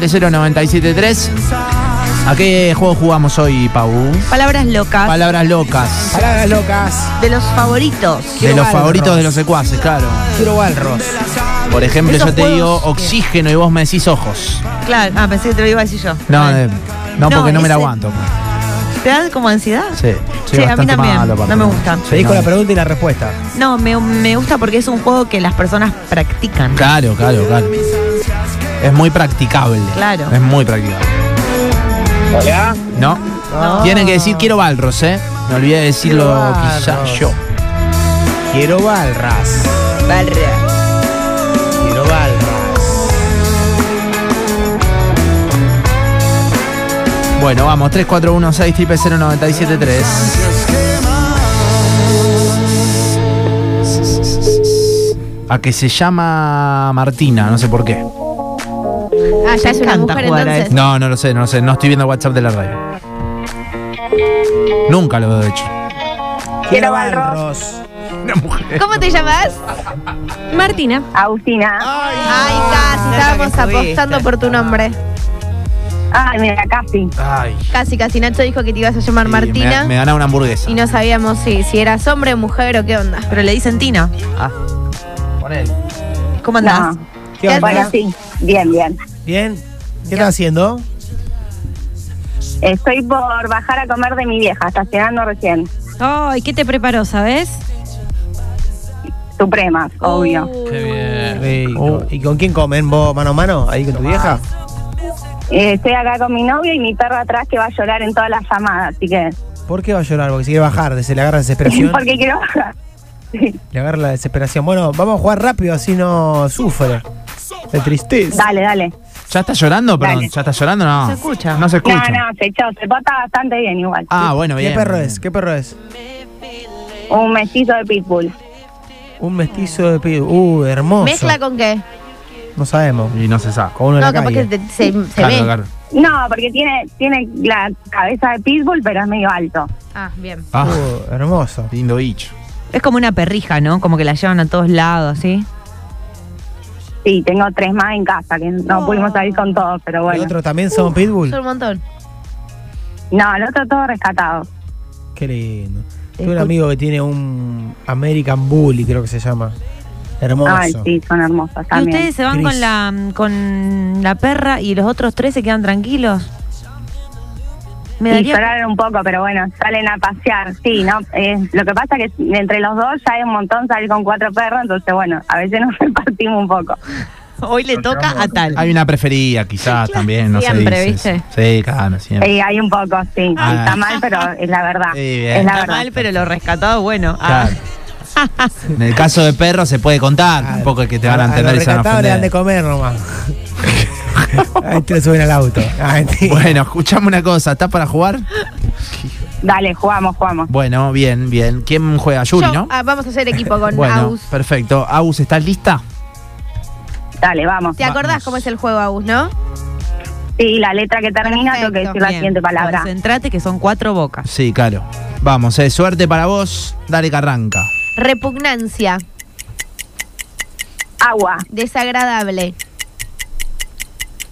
Speaker 12: 3416-000973. ¿A qué juego jugamos hoy, Pau?
Speaker 15: Palabras locas.
Speaker 12: Palabras locas.
Speaker 14: Palabras locas.
Speaker 15: De los favoritos.
Speaker 12: de los favoritos de los secuaces, claro.
Speaker 14: Quiero Walros.
Speaker 12: Por ejemplo,
Speaker 15: Esos
Speaker 12: yo te digo
Speaker 15: juegos que-
Speaker 12: oxígeno y vos me decís ojos.
Speaker 15: Claro, ah, pensé que te lo iba a decir yo.
Speaker 12: No,
Speaker 15: Vale.
Speaker 12: eh, no, porque no me la
Speaker 15: ese-
Speaker 12: aguanto.
Speaker 15: ¿Te da como ansiedad?
Speaker 12: Sí, soy
Speaker 15: Sí, a mí
Speaker 12: bastante
Speaker 15: también.
Speaker 12: malo, aparte.
Speaker 15: No me gusta.
Speaker 12: Sí,
Speaker 14: Seguís
Speaker 12: no.
Speaker 14: con la pregunta y la respuesta.
Speaker 15: No, me, me gusta porque es un juego que las personas practican.
Speaker 12: Claro, claro, claro. Es muy practicable.
Speaker 15: Claro.
Speaker 12: Es muy practicable.
Speaker 15: Hola.
Speaker 12: No. Tienen que decir quiero Balros, ¿eh? Me olvidé de decirlo quizás yo.
Speaker 14: Quiero Balras. Quiero Balras.
Speaker 12: Bueno, vamos, 3416-000973. A que se llama Martina, no sé por qué.
Speaker 11: Ah, ya es una
Speaker 15: encanta
Speaker 11: mujer
Speaker 15: jugar a
Speaker 11: entonces.
Speaker 12: No, no lo sé, no lo sé. No estoy viendo WhatsApp de la radio. Nunca lo he hecho.
Speaker 14: Quiero Balros.
Speaker 11: ¿Cómo te llamas?
Speaker 13: Martina.
Speaker 19: Agustina.
Speaker 11: Ay, casi, estábamos apostando por tu nombre.
Speaker 19: Ay, mira, casi.
Speaker 12: Ay.
Speaker 11: Casi, casi. Nacho dijo que te ibas a llamar Martina.
Speaker 12: Me, me ganaba una hamburguesa.
Speaker 11: Y no sabíamos si, si eras hombre, mujer o qué onda.
Speaker 15: Pero le dicen Tina.
Speaker 12: Ah. Ponele.
Speaker 15: ¿Cómo andás?
Speaker 14: ¿Qué onda?
Speaker 19: Ah. Bueno, sí, bien, bien.
Speaker 14: Bien. ¿Qué estás haciendo?
Speaker 19: Estoy por bajar a comer de mi vieja, está cenando recién.
Speaker 13: Ay, ¿qué te preparó, sabes?
Speaker 19: Supremas, obvio.
Speaker 14: Qué bien.
Speaker 12: Uh.
Speaker 14: ¿Y con quién comen vos mano a mano? ¿Ahí con tu vieja?
Speaker 19: Eh, estoy acá con mi novio y mi perro atrás que va a llorar en todas las llamadas, así que.
Speaker 14: ¿Por qué va a llorar? Porque se quiere bajar, se le agarra desesperación.
Speaker 19: Porque quiero bajar.
Speaker 14: Le agarra la desesperación. Bueno, vamos a jugar rápido, así no sufre. De tristeza.
Speaker 19: Dale, dale.
Speaker 12: ¿Ya está llorando? Perdón,
Speaker 19: Dale.
Speaker 12: ¿ya está llorando? No.
Speaker 19: Se
Speaker 12: escucha. No se escucha.
Speaker 19: No, no, se echó, se porta bastante bien igual.
Speaker 12: Ah, bueno, bien.
Speaker 14: ¿Qué perro es? ¿Qué perro es?
Speaker 19: Un mestizo de pitbull.
Speaker 14: Un mestizo de pido. Uh, hermoso.
Speaker 11: ¿Mezcla con qué?
Speaker 14: No sabemos.
Speaker 12: Y no se sabe.
Speaker 14: Con uno en
Speaker 11: No,
Speaker 14: la
Speaker 11: capaz que
Speaker 14: calle.
Speaker 11: te- se, se ve.
Speaker 19: No, porque tiene, tiene la cabeza de pitbull, pero es medio alto.
Speaker 11: Ah, bien.
Speaker 12: Ah.
Speaker 14: Uh, hermoso.
Speaker 12: Lindo bicho.
Speaker 15: Es como una perrija, ¿no? Como que la llevan a todos lados, ¿sí?
Speaker 19: Sí, tengo tres más en casa, que no
Speaker 11: Oh.
Speaker 19: pudimos salir con todos, pero
Speaker 14: ¿El
Speaker 19: bueno.
Speaker 14: otro también son pitbull?
Speaker 11: Son un montón.
Speaker 19: No, el otro todo rescatado.
Speaker 14: Qué lindo. Tengo un amigo que tiene un American Bully, creo que se llama. Hermoso.
Speaker 19: Ay, sí, son hermosas
Speaker 15: ¿Y
Speaker 19: también.
Speaker 15: ustedes se van
Speaker 14: Cris.
Speaker 15: con la, con la perra y los otros tres se quedan tranquilos? Me
Speaker 19: Sí,
Speaker 15: daría-
Speaker 19: lloraron un poco, pero bueno, salen a pasear, sí, ¿no? Eh, lo que pasa que entre los dos ya hay un montón, salir con cuatro perros, entonces bueno, a veces nos repartimos un poco.
Speaker 15: Hoy le toca a tal.
Speaker 12: Hay una preferida, quizás también, no sé.
Speaker 19: Siempre,
Speaker 12: Sí, claro, siempre.
Speaker 19: Sí, Eh, hay un poco, sí.
Speaker 12: Ah.
Speaker 19: Está mal, pero es la verdad.
Speaker 12: Sí, bien.
Speaker 19: es la
Speaker 12: Está
Speaker 19: verdad.
Speaker 15: mal, pero lo rescatado, bueno. Ah.
Speaker 12: Claro. En el caso de perros se puede contar, un poco que te van a
Speaker 14: A
Speaker 12: entender
Speaker 14: los
Speaker 12: y se van a
Speaker 14: recatados le dan de
Speaker 12: ofender.
Speaker 14: comer nomás. Ahí te lo suben al auto.
Speaker 12: Bueno, escuchame una cosa, ¿estás para jugar?
Speaker 19: Dale, jugamos, jugamos.
Speaker 12: Bueno, bien, bien. ¿Quién juega? Yuri,
Speaker 11: Yo,
Speaker 12: ¿no?
Speaker 11: ah, vamos a hacer equipo con
Speaker 12: Bueno,
Speaker 11: Agus.
Speaker 12: perfecto. Agus, ¿estás lista?
Speaker 19: Dale, vamos.
Speaker 11: ¿Te acordás cómo es el juego, Agus, no?
Speaker 19: Sí, la letra que termina tengo que decir la
Speaker 15: Bien.
Speaker 19: siguiente palabra.
Speaker 15: Concentrate que son cuatro bocas.
Speaker 12: Sí, claro. Vamos, eh, suerte para vos. Dale que arranca.
Speaker 11: Repugnancia.
Speaker 19: Agua.
Speaker 11: Desagradable.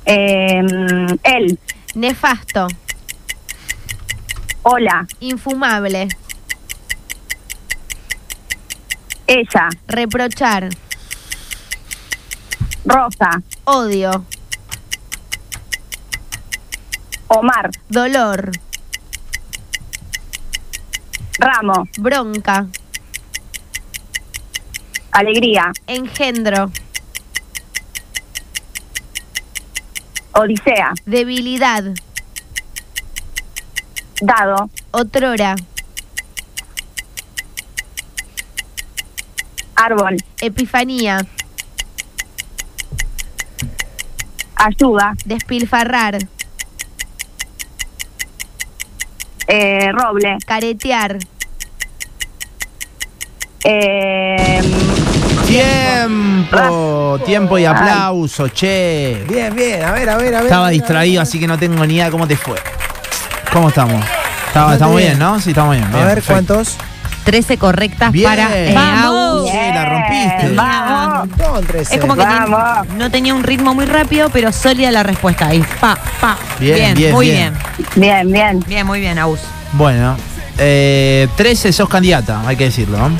Speaker 19: Em, él.
Speaker 11: Nefasto.
Speaker 19: Hola.
Speaker 11: Infumable.
Speaker 19: Ella.
Speaker 11: Reprochar.
Speaker 19: Rosa.
Speaker 11: Odio.
Speaker 19: Omar.
Speaker 11: Dolor.
Speaker 19: Ramo.
Speaker 11: Bronca.
Speaker 19: Alegría.
Speaker 11: Engendro.
Speaker 19: Odisea.
Speaker 11: Debilidad.
Speaker 19: Dado.
Speaker 11: Otrora.
Speaker 19: Árbol.
Speaker 11: Epifanía.
Speaker 19: Ayuda.
Speaker 11: Despilfarrar.
Speaker 19: Eh, roble.
Speaker 11: Caretear.
Speaker 19: Eh,
Speaker 12: Tiempo, tiempo y aplauso, che.
Speaker 14: Bien, bien, a ver, a ver, a ver.
Speaker 12: Estaba distraído, así que no tengo ni idea de cómo te fue. ¿Cómo estamos? Estaba- estamos bien, ¿no? Sí, estamos bien. bien, perfecto.
Speaker 15: 13 correctas
Speaker 12: Bien.
Speaker 15: para eh,
Speaker 12: Vamos.
Speaker 15: Agus.
Speaker 12: Sí, la rompiste.
Speaker 15: Vamos.
Speaker 14: trece.
Speaker 15: Es como que ten- no tenía un ritmo muy rápido, pero sólida la respuesta ahí. Pa, pa.
Speaker 12: Bien, bien,
Speaker 15: muy
Speaker 12: bien.
Speaker 15: bien.
Speaker 19: Bien, bien.
Speaker 15: Bien, muy bien, Agus.
Speaker 12: Bueno, eh, 13 sos candidata, hay que decirlo. ¿no?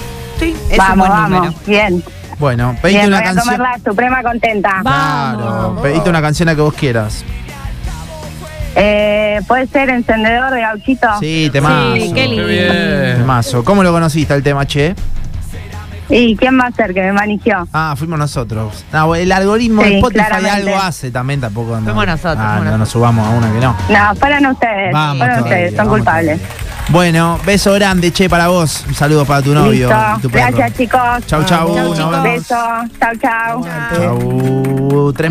Speaker 15: Sí,
Speaker 19: es un Vamos, buen vamos. número. Bien.
Speaker 12: Bueno,
Speaker 19: Bien,
Speaker 12: pediste
Speaker 19: voy
Speaker 12: una
Speaker 19: a tomar
Speaker 12: canción.
Speaker 19: la suprema contenta.
Speaker 12: Claro, pediste una canción a que vos quieras.
Speaker 19: Eh, ¿Puede ser encendedor de gauchito?
Speaker 12: Sí, temazo. Temazo. ¿Cómo lo conociste al tema, che?
Speaker 19: ¿Y quién va a ser que me manigió?
Speaker 12: Ah, fuimos nosotros. No, el algoritmo
Speaker 19: Sí,
Speaker 12: de Spotify
Speaker 19: claramente.
Speaker 12: algo hace también, tampoco. no.
Speaker 19: Fuimos nosotros,
Speaker 12: Ah,
Speaker 19: fuimos
Speaker 12: no nos subamos a una que no.
Speaker 19: No, fueron ustedes.
Speaker 12: Vamos
Speaker 19: fueron
Speaker 12: todavía,
Speaker 19: ustedes, son
Speaker 12: vamos
Speaker 19: culpables.
Speaker 12: Bueno, beso grande, che, para vos. Un saludo para tu novio. y
Speaker 19: Listo.
Speaker 12: tu perro.
Speaker 19: Gracias, chicos.
Speaker 12: Chau, chau, nos
Speaker 19: chicos.
Speaker 12: vemos.
Speaker 19: Beso. Chau, chau.
Speaker 12: Chau, 3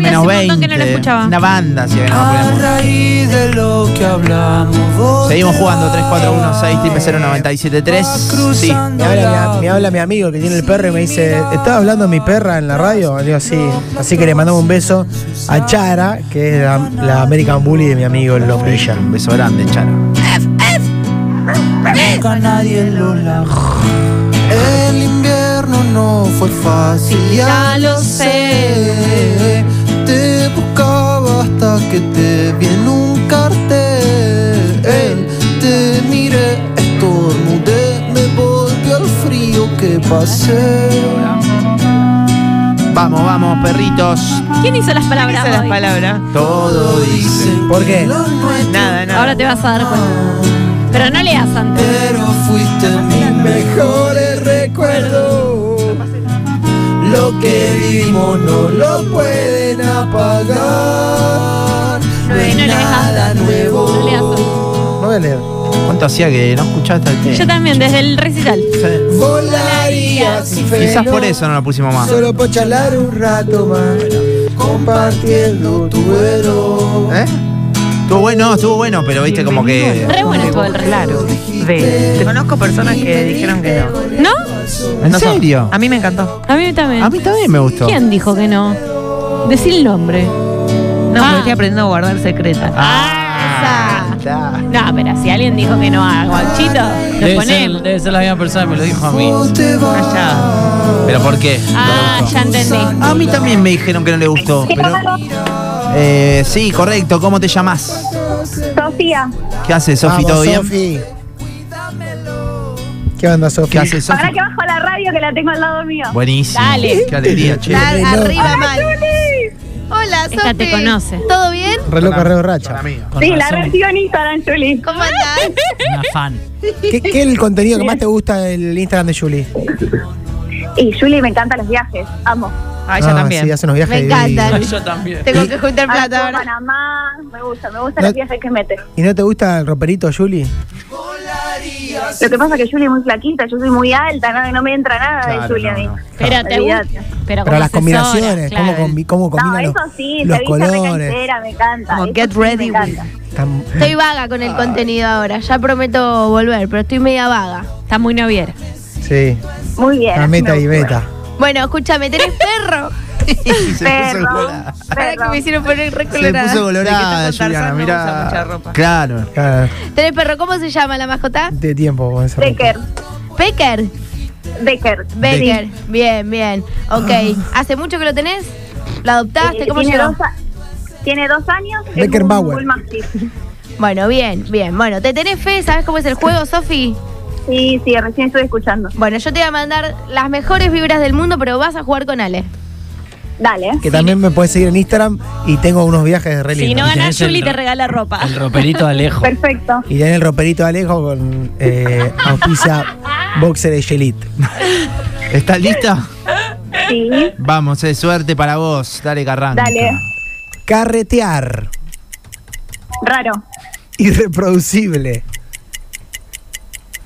Speaker 19: Uy, hace
Speaker 12: menos
Speaker 19: un montón
Speaker 12: 20.
Speaker 19: que no lo escuchaba.
Speaker 12: Una banda, si que no
Speaker 19: Ah.
Speaker 12: nos ponemos.
Speaker 4: raíz de lo que hablamos. vos
Speaker 12: Seguimos jugando 3416 Sí.
Speaker 14: Me habla, mi, me habla mi amigo que tiene el perro y me dice, ¿estaba hablando mi perra en la radio? Le digo, sí. Así que le mandamos un beso a Chara, que es la, la American Bully de mi amigo Lombrilla. Un
Speaker 12: beso grande, Chara.
Speaker 4: Nunca nadie lo lajo. El invierno no fue fácil, ya lo sé. Te buscaba hasta que te vi en un cartel. Te miré, estornudé, me volvió al frío que pasé.
Speaker 12: Vamos, vamos, perritos.
Speaker 13: ¿Quién hizo las palabras?
Speaker 15: ¿Quién hizo las
Speaker 13: hoy?
Speaker 15: palabras?
Speaker 12: Todo dice.
Speaker 14: ¿Por qué?
Speaker 15: Nada, nada.
Speaker 13: Ahora te vas a dar cuenta. Pero no leas antes.
Speaker 4: Pero fuiste mi mejores recuerdo. Lo que vivimos no lo pueden apagar. No es nada nuevo.
Speaker 14: No voy a leer.
Speaker 12: ¿Cuánto hacía que no escuchaste el tema?
Speaker 13: Yo también, desde el recital.
Speaker 4: Volaría sin
Speaker 12: Quizás
Speaker 4: freno,
Speaker 12: por eso no lo pusimos más.
Speaker 4: Solo por charlar un rato más, compartiendo tu duelo.
Speaker 12: ¿Eh? Estuvo bueno, estuvo bueno, pero viste como que.
Speaker 13: Re bueno estuvo el
Speaker 15: Claro. Ve. Te conozco personas que dijeron que no.
Speaker 13: ¿No?
Speaker 12: ¿En serio?
Speaker 15: A mí me encantó.
Speaker 13: A mí también. A mí
Speaker 12: también me gustó.
Speaker 13: ¿Quién dijo que no? Decí el nombre. Ah.
Speaker 15: No, porque estoy aprendiendo a guardar secretos.
Speaker 12: Ah,
Speaker 13: No, pero si alguien dijo que no a Guachito, lo
Speaker 16: Debe ser,
Speaker 13: ponemos.
Speaker 16: debe ser la misma persona que me lo dijo a mí.
Speaker 12: ¿Pero por qué?
Speaker 13: Ah, ya entendí.
Speaker 12: A mí también me dijeron que no le gustó, pero. Eh, sí, correcto. ¿Cómo te llamás?
Speaker 19: Sofía.
Speaker 12: ¿Qué haces, Sofi? ¿Todo bien?
Speaker 14: Sofi. ¿Qué onda, Sofía?
Speaker 12: ¿Qué haces,
Speaker 19: Ahora que bajo la radio que la tengo al lado mío.
Speaker 12: Buenísimo.
Speaker 19: Dale.
Speaker 12: Qué alegría, che.
Speaker 11: Está
Speaker 14: Re loco.
Speaker 11: arriba
Speaker 19: Hola,
Speaker 11: mal. Hola, Sofi.
Speaker 13: te conoce.
Speaker 11: ¿Todo bien?
Speaker 14: Re loca, re borracha.
Speaker 19: Sí, la recibo en Instagram, Juli.
Speaker 11: ¿Cómo andás?
Speaker 14: Una fan. ¿Qué, qué es el contenido que más te gusta del Instagram de Julie?
Speaker 19: Y Juli me encantan los viajes, amo.
Speaker 15: Ah,
Speaker 14: ella Ah, también. sí, hace unos viajes Me encantan. divinos. Yo
Speaker 16: también.
Speaker 14: Tengo que
Speaker 11: juntar plata
Speaker 19: Ay,
Speaker 11: ahora.
Speaker 19: Panamá, me gusta, me gustan
Speaker 14: No-
Speaker 19: los viajes que mete.
Speaker 14: ¿Y no te gusta el roperito, Julie?
Speaker 19: Lo que pasa es que Juli es muy flaquita, yo soy muy alta, no, no me entra nada de
Speaker 14: Claro,
Speaker 19: Juli a
Speaker 14: no,
Speaker 19: mí.
Speaker 14: no.
Speaker 13: Espérate,
Speaker 19: Olvídate.
Speaker 14: Pero las combinaciones, cómo, combi- cómo
Speaker 19: No,
Speaker 14: combina
Speaker 19: eso
Speaker 14: los,
Speaker 19: sí,
Speaker 14: los
Speaker 19: te viste
Speaker 14: colores.
Speaker 19: recaicera, me encanta.
Speaker 11: Como
Speaker 19: eso
Speaker 11: get
Speaker 19: sí me
Speaker 11: ready
Speaker 19: encanta. Ah.
Speaker 14: Tan-
Speaker 11: Estoy vaga con el contenido ahora. Ya prometo volver, pero estoy media vaga.
Speaker 13: Está muy noviera.
Speaker 14: Sí,
Speaker 19: Muy bien.
Speaker 14: la meta y beta.
Speaker 11: Bueno, escúchame, ¿tenés perro?
Speaker 12: puso colorada.
Speaker 11: Para que me hicieron poner re
Speaker 12: Se
Speaker 11: colorada.
Speaker 12: puso colorada,
Speaker 15: Tarzán
Speaker 12: Juliana,
Speaker 15: no usa mucha
Speaker 12: mirá.
Speaker 15: ropa.
Speaker 12: Claro.
Speaker 11: ¿Tenés perro? ¿Cómo se llama la mascota?
Speaker 14: De tiempo, con esa ropa.
Speaker 11: Becker. Becker.
Speaker 19: Becker.
Speaker 11: Becker. Bien, bien. Ok. ¿Hace mucho que lo tenés? ¿La adoptaste?
Speaker 19: Eh,
Speaker 11: ¿Cómo
Speaker 19: tiene
Speaker 11: llegó?
Speaker 19: dos a- Ah, Tiene dos años. es
Speaker 11: Becker
Speaker 19: un
Speaker 11: Bauer.
Speaker 19: Bullmastiff.
Speaker 11: Bueno, bien, bien. Bueno, ¿te tenés fe? ¿Sabes cómo es el juego, Sofi?
Speaker 19: Sí, sí, recién estoy escuchando.
Speaker 11: Bueno, yo te voy a mandar las mejores vibras del mundo, pero vas a jugar con Ale.
Speaker 19: Dale.
Speaker 14: Que también me puedes seguir en Instagram y tengo unos viajes re lindos.
Speaker 13: Si no ganas, Juli te regala ropa.
Speaker 16: El roperito de Alejo.
Speaker 19: Perfecto.
Speaker 14: Y tenés el roperito de Alejo con eh, auspicia Boxer de Elite.
Speaker 12: ¿Estás lista?
Speaker 19: Sí,
Speaker 12: Vamos, eh, suerte para vos. Dale, Carrán.
Speaker 19: dale.
Speaker 14: Carretear.
Speaker 19: Raro.
Speaker 14: Irreproducible.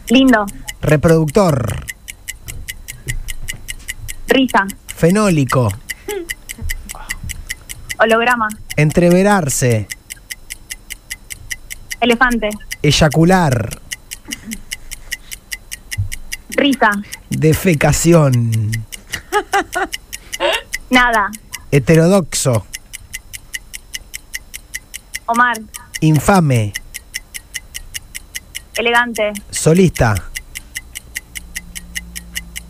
Speaker 19: Lindo.
Speaker 14: Reproductor.
Speaker 19: Risa.
Speaker 14: Fenólico.
Speaker 19: Holograma.
Speaker 14: Entreverarse.
Speaker 19: Elefante.
Speaker 14: Eyacular.
Speaker 19: Risa.
Speaker 14: Defecación.
Speaker 19: Nada.
Speaker 14: Heterodoxo.
Speaker 19: Omar.
Speaker 14: Infame.
Speaker 19: Elegante.
Speaker 14: Solista.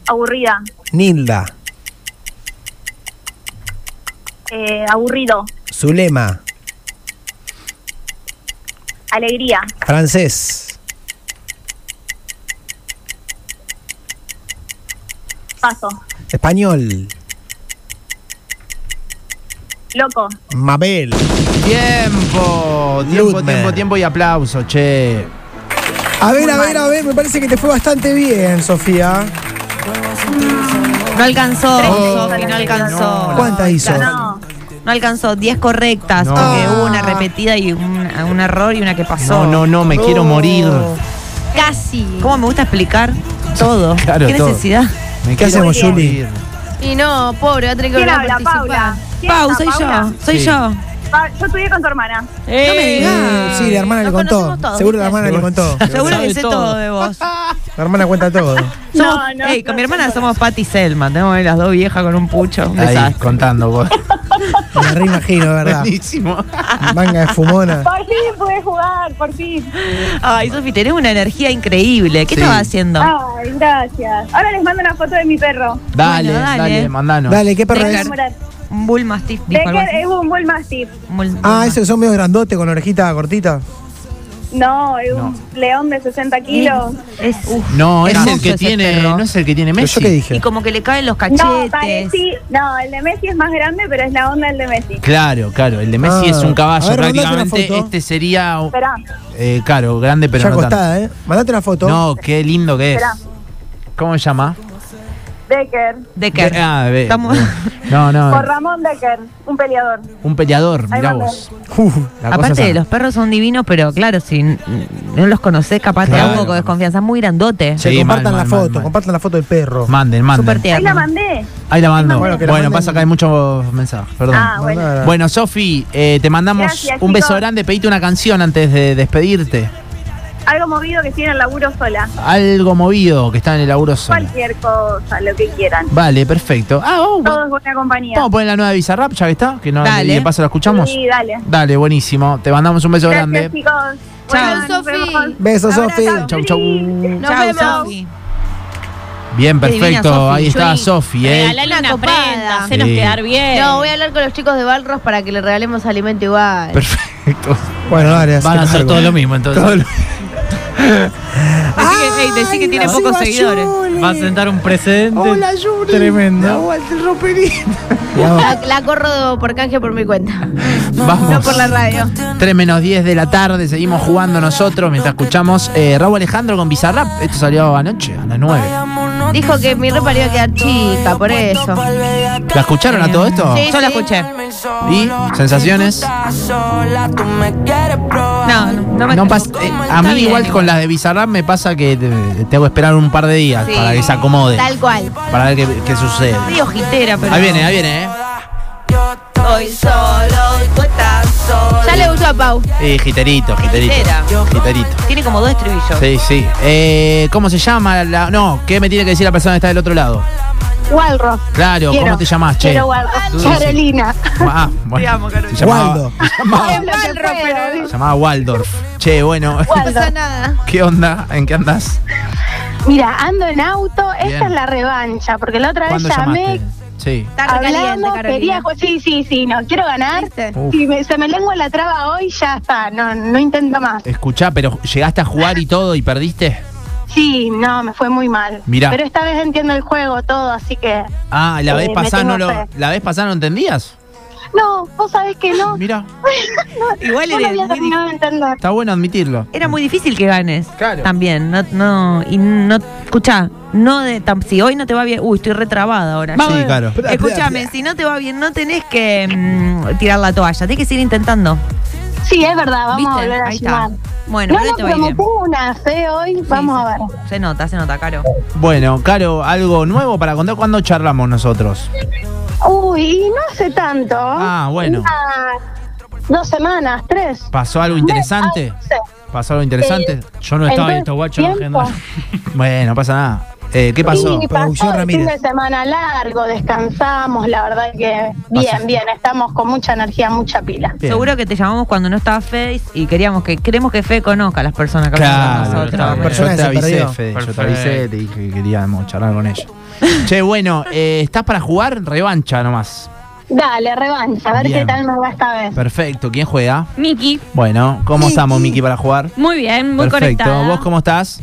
Speaker 19: Aburrida.
Speaker 14: Nilda.
Speaker 19: eh, aburrido.
Speaker 14: Zulema.
Speaker 19: Alegría.
Speaker 14: Francés.
Speaker 19: Paso.
Speaker 14: Español.
Speaker 19: Loco.
Speaker 14: Mabel.
Speaker 12: Tiempo. Tiempo,
Speaker 14: Ludmer.
Speaker 12: tiempo, tiempo y aplauso, che.
Speaker 14: A ver, a ver, a ver, me parece que te fue bastante bien, Sofía.
Speaker 15: No alcanzó,
Speaker 14: Oh,
Speaker 15: Sofi, no alcanzó.
Speaker 14: ¿Cuántas hizo?
Speaker 15: No, no alcanzó, 10 correctas,
Speaker 12: No.
Speaker 15: porque hubo una repetida y un, un error y una que pasó.
Speaker 12: No, no, no, me quiero morir.
Speaker 11: Casi.
Speaker 15: ¿Cómo me gusta explicar todo?
Speaker 12: Claro,
Speaker 15: ¿Qué
Speaker 12: todo.
Speaker 15: necesidad?
Speaker 12: Me
Speaker 14: ¿Qué hacemos,
Speaker 12: quiero
Speaker 14: Juli?
Speaker 12: morir.
Speaker 11: Y no, pobre, va a tener que
Speaker 19: ¿Quién
Speaker 11: volver
Speaker 19: habla?
Speaker 11: a
Speaker 19: Paula.
Speaker 11: participar.
Speaker 19: ¿Quién
Speaker 15: Pau,
Speaker 19: habla?
Speaker 15: soy yo, soy
Speaker 12: Sí.
Speaker 15: yo.
Speaker 19: Pa- yo estudié con tu hermana.
Speaker 15: Eh,
Speaker 14: Eh, sí, la hermana le contó.
Speaker 15: conocemos todos,
Speaker 14: Seguro la
Speaker 15: ¿viste?
Speaker 14: hermana le contó.
Speaker 15: Seguro que sé todo de vos.
Speaker 14: La hermana cuenta todo.
Speaker 15: Somos- Ey, con mi hermana somos Patty y Selma. Tenemos ahí las dos viejas con un pucho. Un
Speaker 12: Ahí,
Speaker 15: desastre.
Speaker 12: contando vos.
Speaker 14: Me reimagino, de ¿verdad?
Speaker 12: Buenísimo.
Speaker 14: Manga de fumona.
Speaker 19: Por fin pude jugar, por fin.
Speaker 15: Ay, Sofi, tenés una energía increíble. ¿Qué
Speaker 12: Sí.
Speaker 15: estabas haciendo?
Speaker 19: Ay, gracias. Ahora les mando una foto de mi perro.
Speaker 12: Dale,
Speaker 15: Bueno,
Speaker 12: dale,
Speaker 15: dale.
Speaker 12: mandanos.
Speaker 14: Dale, ¿qué perro
Speaker 19: Voy a
Speaker 14: es?
Speaker 19: enamorar.
Speaker 15: Un bull mastiff. dijo algo
Speaker 19: Becker
Speaker 15: así.
Speaker 19: es un bullmastiff.
Speaker 15: Un bull-
Speaker 14: Ah, esos que son medio grandotes con orejita cortita.
Speaker 19: No, es un león de 60 kilos.
Speaker 15: Es, uf,
Speaker 12: No, es
Speaker 15: hermoso
Speaker 12: el que
Speaker 15: ese
Speaker 12: tiene,
Speaker 15: perro.
Speaker 12: no es el que tiene
Speaker 14: ¿Pero
Speaker 12: Messi.
Speaker 14: yo qué dije?
Speaker 15: Y como que le caen los cachetes.
Speaker 19: No, parecí, no, el de Messi es más grande, pero es la onda del de Messi.
Speaker 12: Claro, claro, el de Messi
Speaker 14: Ah.
Speaker 12: es un caballo
Speaker 14: A ver, mandate una
Speaker 12: prácticamente.
Speaker 14: foto.
Speaker 12: Este sería,
Speaker 19: Esperá,
Speaker 12: eh, claro, grande pero
Speaker 14: ya
Speaker 12: no tanto.
Speaker 14: acostada, ¿eh? Mandate una foto.
Speaker 12: No, qué lindo que es.
Speaker 19: esperá.
Speaker 12: ¿Cómo se llama?
Speaker 19: Decker.
Speaker 15: Decker.
Speaker 12: De- ah, de-
Speaker 15: Estamos-
Speaker 12: No, no,
Speaker 19: Por Ramón Decker, un peleador.
Speaker 12: un peleador,
Speaker 19: Ahí
Speaker 12: mirá
Speaker 19: mandé.
Speaker 12: vos.
Speaker 14: Uh,
Speaker 12: La cosa
Speaker 15: Aparte,
Speaker 12: es-
Speaker 15: los perros son divinos, pero claro, si n- no los conocés, capaz te da un
Speaker 12: Claro.
Speaker 15: poco de desconfianza. Es muy grandote.
Speaker 12: Sí,
Speaker 14: che, compartan
Speaker 12: mal, mal,
Speaker 14: la
Speaker 12: mal,
Speaker 14: foto,
Speaker 12: mal.
Speaker 14: compartan la foto del perro.
Speaker 12: Manden,
Speaker 15: Súper
Speaker 12: manden.
Speaker 19: Ahí la
Speaker 15: tierno.
Speaker 19: mandé.
Speaker 12: Ahí la
Speaker 14: Bueno,
Speaker 12: mando. Bueno,
Speaker 14: que la manden.
Speaker 12: pasa que hay muchos mensajes, perdón.
Speaker 19: Ah, bueno.
Speaker 14: Mandala.
Speaker 12: Bueno, Sofi, eh, te mandamos
Speaker 19: Gracias,
Speaker 12: un beso
Speaker 19: chicos.
Speaker 12: grande. Pedite una canción antes de despedirte.
Speaker 19: Algo movido que tiene el laburo sola.
Speaker 12: Algo movido que está en el laburo solo.
Speaker 19: Cualquier cosa, lo que quieran.
Speaker 12: Vale, perfecto. Ah, oh,
Speaker 19: Todo es buena compañía.
Speaker 12: vamos a poner la nueva de Bizarrap, ya que está, que no
Speaker 15: Dale.
Speaker 12: de paso la escuchamos.
Speaker 19: Sí, dale.
Speaker 12: Dale, buenísimo. Te mandamos un beso
Speaker 19: Gracias,
Speaker 12: grande.
Speaker 19: chicos. Bueno, nos
Speaker 11: Sofi.
Speaker 19: vemos.
Speaker 14: Besos, Sofi.
Speaker 19: Abrazo.
Speaker 12: Chau, chau.
Speaker 11: Nos
Speaker 15: Chau,
Speaker 11: vemos.
Speaker 15: Sofi.
Speaker 12: Bien,
Speaker 15: Qué divina
Speaker 12: perfecto.
Speaker 15: Sofi.
Speaker 12: Ahí está
Speaker 11: Yuri,
Speaker 12: Sofi, eh.
Speaker 13: Regalale una,
Speaker 11: copada.
Speaker 13: prenda, hacenos
Speaker 12: Sí.
Speaker 13: quedar bien.
Speaker 11: No, voy a hablar con los chicos de Balros para que le regalemos alimento igual.
Speaker 12: Perfecto.
Speaker 14: Bueno, dale,
Speaker 16: Van a
Speaker 14: hacemos
Speaker 16: hacer
Speaker 14: algo.
Speaker 16: todo lo mismo, entonces.
Speaker 12: Todo lo-
Speaker 15: Decí que, hey, decí que tiene
Speaker 16: la
Speaker 15: pocos
Speaker 16: Seba
Speaker 15: seguidores.
Speaker 16: Va a sentar un
Speaker 12: Oh,
Speaker 16: precedente
Speaker 15: Hola,
Speaker 16: Yuri. tremendo.
Speaker 11: La, la corro por canje por mi cuenta.
Speaker 12: Vamos.
Speaker 11: No por la radio.
Speaker 12: 3 menos 10 de la tarde, seguimos jugando nosotros mientras escuchamos eh, Raúl Alejandro con Bizarrap. Esto salió anoche, a las 9.
Speaker 11: Dijo que mi ropa le iba a quedar chica, por eso.
Speaker 12: ¿La escucharon a todo esto?
Speaker 11: Sí,
Speaker 15: Yo la
Speaker 11: sí.
Speaker 15: escuché.
Speaker 12: ¿Y sensaciones?
Speaker 15: No, no me
Speaker 12: No pas- eh, a mí
Speaker 15: Está bien.
Speaker 12: igual con las de Bizarrap me pasa que te, te hago esperar un par de días
Speaker 15: Sí.
Speaker 12: para que se acomode,
Speaker 11: Tal cual.
Speaker 12: para ver qué, qué sucede.
Speaker 15: Soy ojitera, pero.
Speaker 12: Ahí viene, ahí viene, ¿eh?
Speaker 15: Hoy solo y tú estás solo.
Speaker 11: Ya le gustó a Pau.
Speaker 12: Sí, giterito, giterito.
Speaker 15: Ojitera.
Speaker 12: Giterito.
Speaker 15: Tiene como dos estribillos.
Speaker 12: Sí, sí. Eh, ¿Cómo se llama? La, no, ¿qué me tiene que decir la persona que está del otro lado?
Speaker 19: Walro.
Speaker 12: Claro,
Speaker 19: Quiero,
Speaker 12: ¿cómo te llamás, che?
Speaker 19: Quiero Walro.
Speaker 12: Sí, sí.
Speaker 19: Carolina.
Speaker 12: Ah, bueno. Se llamaba-
Speaker 19: Waldo.
Speaker 12: se llamaba- se llamaba Waldorf. Che, bueno,
Speaker 19: pasa nada.
Speaker 12: ¿qué onda? ¿En qué andas?
Speaker 19: Mira, ando en auto, esta
Speaker 12: Bien.
Speaker 19: es la revancha, porque la otra vez
Speaker 12: ¿Cuándo
Speaker 19: llamé,
Speaker 12: llamaste? Sí.
Speaker 19: hablamos,
Speaker 11: caliente,
Speaker 19: quería, ju- sí, sí, sí, no, quiero ganar.
Speaker 12: Uf.
Speaker 19: Si me- se me lengua la traba hoy, ya está, no, no intento más.
Speaker 12: Escuchá, pero llegaste a jugar y todo y perdiste.
Speaker 19: Sí, no, me fue muy mal.
Speaker 12: Mirá.
Speaker 19: Pero esta vez entiendo el juego todo, así que...
Speaker 12: Ah, la vez
Speaker 19: Eh, me
Speaker 12: pasada
Speaker 19: tengo
Speaker 12: no lo,
Speaker 19: fe.
Speaker 12: la vez pasada no entendías.
Speaker 19: No, vos sabés que no.
Speaker 12: Mira.
Speaker 15: Igual
Speaker 19: no lo
Speaker 15: era
Speaker 19: había
Speaker 15: muy
Speaker 19: terminado de entender.
Speaker 12: Está bueno admitirlo.
Speaker 15: Era muy difícil que ganes. También, no, no, y no, escuchá, no de, tam- si hoy no te va bien, uy, estoy retrabada ahora.
Speaker 12: Vamos. Sí, claro.
Speaker 15: Escúchame, si no te va bien, no tenés que mm, tirar la toalla, tenés que seguir intentando.
Speaker 19: Sí, es verdad, vamos
Speaker 15: ¿Viste?
Speaker 19: a volver a
Speaker 15: Ahí está.
Speaker 19: llamar.
Speaker 15: Bueno,
Speaker 19: no,
Speaker 15: pero
Speaker 19: no,
Speaker 15: te va a
Speaker 19: pero
Speaker 15: ir
Speaker 19: me
Speaker 15: bien.
Speaker 19: pongo una fe hoy, vamos a ver.
Speaker 15: Se nota, se nota, Caro.
Speaker 12: Bueno, Caro, algo nuevo para contar cuando charlamos nosotros.
Speaker 19: Uy, no hace tanto. Ah,
Speaker 12: bueno.
Speaker 19: dos semanas, tres. Eh,
Speaker 12: ¿Pasó algo interesante? ¿Pasó algo interesante?
Speaker 16: Yo no estaba y estos guachos
Speaker 19: tiempo.
Speaker 16: agendaron.
Speaker 12: Bueno, no pasa nada. Eh, ¿Qué pasó?
Speaker 19: Y pasó el fin de semana largo, descansamos, la verdad que bien, bien, estamos con mucha energía, mucha pila.
Speaker 15: Seguro que te llamamos cuando no estaba Face y queríamos que queremos que Fe conozca a las personas que hablan con
Speaker 12: Claro,
Speaker 15: nosotros.
Speaker 12: claro,
Speaker 15: Bueno.
Speaker 12: yo te avisé,
Speaker 14: perdió.
Speaker 12: Fede, yo te
Speaker 14: Perfecto.
Speaker 12: avisé, te dije que queríamos charlar con ella. che, bueno, eh, ¿estás para jugar? Revancha nomás.
Speaker 19: Dale, revancha, a ver
Speaker 12: Bien.
Speaker 19: qué tal me va esta vez.
Speaker 12: Perfecto, ¿quién juega?
Speaker 13: Miki,
Speaker 12: Bueno, ¿cómo
Speaker 19: Miki.
Speaker 12: estamos, Miki, para jugar?
Speaker 13: muy bien, muy
Speaker 12: Perfecto,
Speaker 13: conectada.
Speaker 12: ¿vos cómo estás?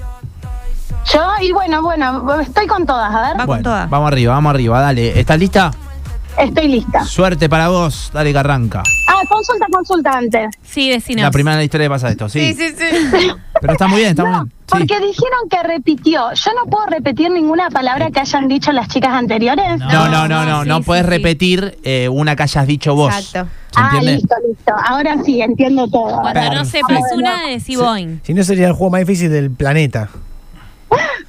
Speaker 19: Yo, y bueno, bueno, estoy con todas, a ver.
Speaker 12: bueno, vamos arriba, vamos arriba, dale. ¿Estás lista?
Speaker 19: Estoy lista.
Speaker 12: Suerte para vos, dale que arranca.
Speaker 19: Ah, consulta, consulta antes.
Speaker 13: Sí, decinos.
Speaker 12: La primera en la historia que pasa esto, sí.
Speaker 19: sí.
Speaker 12: Pero está muy bien, está muy bien.
Speaker 19: Porque dijeron que repitió. Yo no puedo repetir ninguna palabra que hayan dicho las chicas anteriores.
Speaker 12: No, no, no, no, no podés repetir eh, una que hayas dicho vos. ¿Se
Speaker 19: Ah,
Speaker 12: entiende?
Speaker 19: listo, listo. Ahora sí, entiendo todo. Ah,
Speaker 13: Cuando no sepas una, decí Boeing.
Speaker 14: Si no sería el juego más difícil del planeta.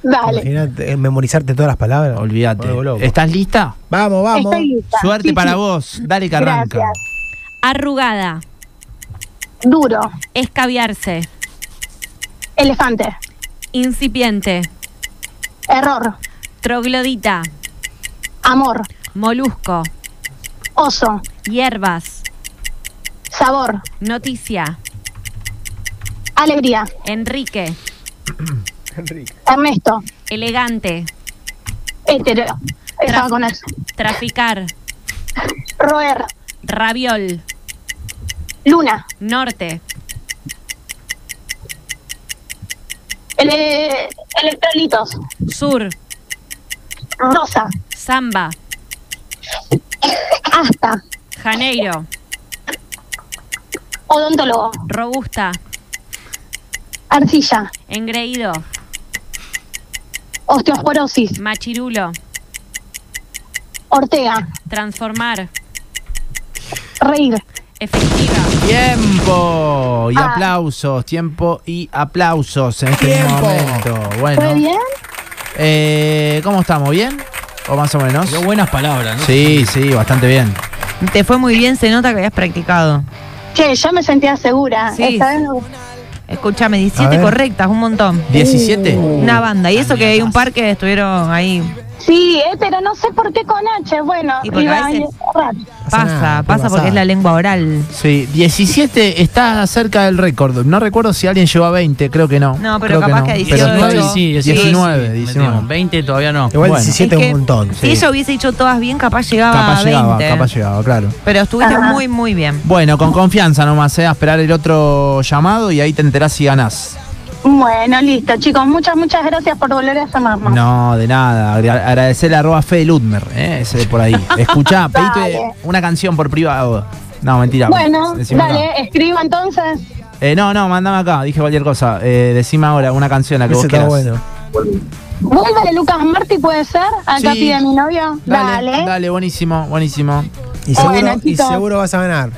Speaker 19: Dale.
Speaker 14: Imagínate eh, memorizarte todas las palabras.
Speaker 12: Olvídate.
Speaker 14: ¿Estás
Speaker 12: lista?
Speaker 14: Vamos, vamos.
Speaker 19: Estoy lista.
Speaker 12: Suerte
Speaker 19: Sí,
Speaker 12: para
Speaker 19: sí.
Speaker 12: vos, dale que arranca.
Speaker 19: Gracias.
Speaker 13: Arrugada.
Speaker 19: Duro.
Speaker 13: Escabiarse.
Speaker 19: Elefante.
Speaker 13: Incipiente.
Speaker 19: Error.
Speaker 13: Troglodita.
Speaker 19: Amor.
Speaker 13: Molusco.
Speaker 19: Oso.
Speaker 13: Hierbas.
Speaker 19: Sabor.
Speaker 13: Noticia.
Speaker 19: Alegría.
Speaker 13: Enrique.
Speaker 19: Ernesto.
Speaker 13: Elegante.
Speaker 19: Hétero. Este, Estaba con eso.
Speaker 13: Traficar.
Speaker 19: Roer.
Speaker 13: Raviol.
Speaker 19: Luna.
Speaker 13: Norte.
Speaker 19: Ele- electrolitos.
Speaker 13: Sur.
Speaker 19: Rosa.
Speaker 13: Samba.
Speaker 19: Asta.
Speaker 13: Janeiro.
Speaker 19: Odontólogo.
Speaker 13: Robusta.
Speaker 19: Arcilla.
Speaker 13: Engreído.
Speaker 19: Osteosporosis.
Speaker 13: Machirulo.
Speaker 19: Ortega.
Speaker 13: Transformar.
Speaker 19: Reír.
Speaker 12: Tiempo y
Speaker 19: Ah.
Speaker 12: aplausos, tiempo y aplausos en este
Speaker 19: Tiempo.
Speaker 12: momento.
Speaker 19: ¿Fue
Speaker 12: Bueno,
Speaker 19: bien?
Speaker 12: eh, ¿cómo estamos? ¿Bien? ¿O más o menos?
Speaker 16: Dio buenas palabras, ¿no?
Speaker 12: Sí, sí, bastante bien.
Speaker 15: Te fue muy bien, se nota que habías practicado.
Speaker 19: Che, yo me sentía segura.
Speaker 15: Sí.
Speaker 19: Esta vez no-
Speaker 15: Escúchame,
Speaker 12: A
Speaker 15: 17
Speaker 12: ver. Uh,
Speaker 15: correctas, un montón.
Speaker 12: ¿17?
Speaker 15: Una banda. Y eso que hay un par que estuvieron ahí.
Speaker 19: Sí, eh, pero no sé por qué con H. Bueno,
Speaker 15: Y porque
Speaker 19: iba
Speaker 15: a veces-
Speaker 19: a errar.
Speaker 15: Pasa, pasa, porque es la lengua oral.
Speaker 12: Sí, 17 está cerca del récord. No recuerdo si alguien llegó a 20, creo que no.
Speaker 15: No, pero
Speaker 12: Creo
Speaker 15: capaz que a
Speaker 12: Pero
Speaker 15: 18.
Speaker 12: está-
Speaker 16: Sí, 18,
Speaker 12: 19,
Speaker 16: sí,
Speaker 12: 19.
Speaker 16: metimos. 20 todavía no.
Speaker 12: Igual 17
Speaker 15: es
Speaker 12: un montón,
Speaker 15: Si
Speaker 12: sí.
Speaker 15: ella hubiese dicho todas bien, capaz llegaba
Speaker 12: Capaz
Speaker 15: a 20.
Speaker 12: llegaba, capaz llegaba, claro.
Speaker 15: Pero estuviste
Speaker 19: Ajá.
Speaker 15: muy, muy bien.
Speaker 12: Bueno, con confianza nomás, ¿eh? a esperar el otro llamado y ahí te enterás si ganás.
Speaker 19: Bueno, listo, chicos. Muchas, muchas gracias por volver a llamarnos.
Speaker 12: No, de nada. Agra- Agradecerle a arroba Fede Ludmer, ¿eh? ese de por ahí. Escuchá, pedite
Speaker 19: Dale.
Speaker 12: una canción por privado. No, mentira.
Speaker 19: Bueno,
Speaker 12: decime acá.
Speaker 19: dale, escriba entonces.
Speaker 12: Eh, no, no, mandame acá, dije cualquier cosa. Eh, decime ahora una canción, la que
Speaker 14: Ese
Speaker 12: vos
Speaker 14: está
Speaker 12: quieras.
Speaker 14: bueno.
Speaker 19: Vuelve de Lucas Martí, ¿puede ser? Acá
Speaker 12: Sí.
Speaker 19: pide mi novio.
Speaker 12: Dale,
Speaker 19: Dale.
Speaker 12: dale, buenísimo, buenísimo.
Speaker 14: Y seguro,
Speaker 19: Bueno,
Speaker 14: y
Speaker 19: chicos.
Speaker 14: seguro vas a ganar.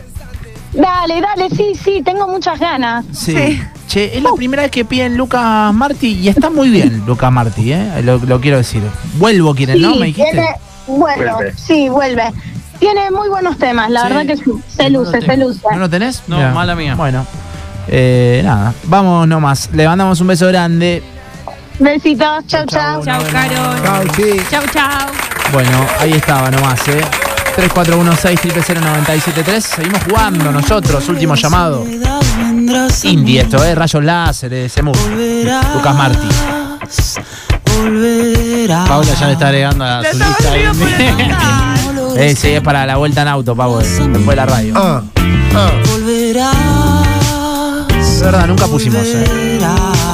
Speaker 19: Dale, dale, sí, sí, tengo muchas ganas.
Speaker 12: Sí. Che, es la primera vez que piden Lucas Martí y está muy bien Lucas Martí, ¿eh? Lo, lo quiero decir. Vuelvo quieren,
Speaker 19: Sí,
Speaker 12: ¿no? Me dijiste.
Speaker 19: tiene- vuelve,
Speaker 12: Vuelve.
Speaker 19: sí, vuelve. Tiene muy buenos temas, la
Speaker 12: Sí.
Speaker 19: verdad que sí, se luce, se luce.
Speaker 12: ¿No lo tenés?
Speaker 16: No,
Speaker 12: Mirá.
Speaker 16: mala mía.
Speaker 12: Bueno, eh, nada, vamos nomás. Le mandamos un beso grande.
Speaker 19: Besitos, chau, chau.
Speaker 13: Chau, Carol.
Speaker 12: Chau, sí.
Speaker 13: Chau, chau.
Speaker 12: Bueno, ahí estaba nomás, ¿eh? 3416-000973. Seguimos jugando nosotros, último llamado. Indie esto, ¿eh? Rayos láser, eh, Semu. Lucas Martí. Paula ya le está agregando a su lista. de indie. Eh, sí, es para la vuelta en auto, Pablo. Después de la radio.
Speaker 14: Ah.
Speaker 12: Es verdad, nunca pusimos, eh.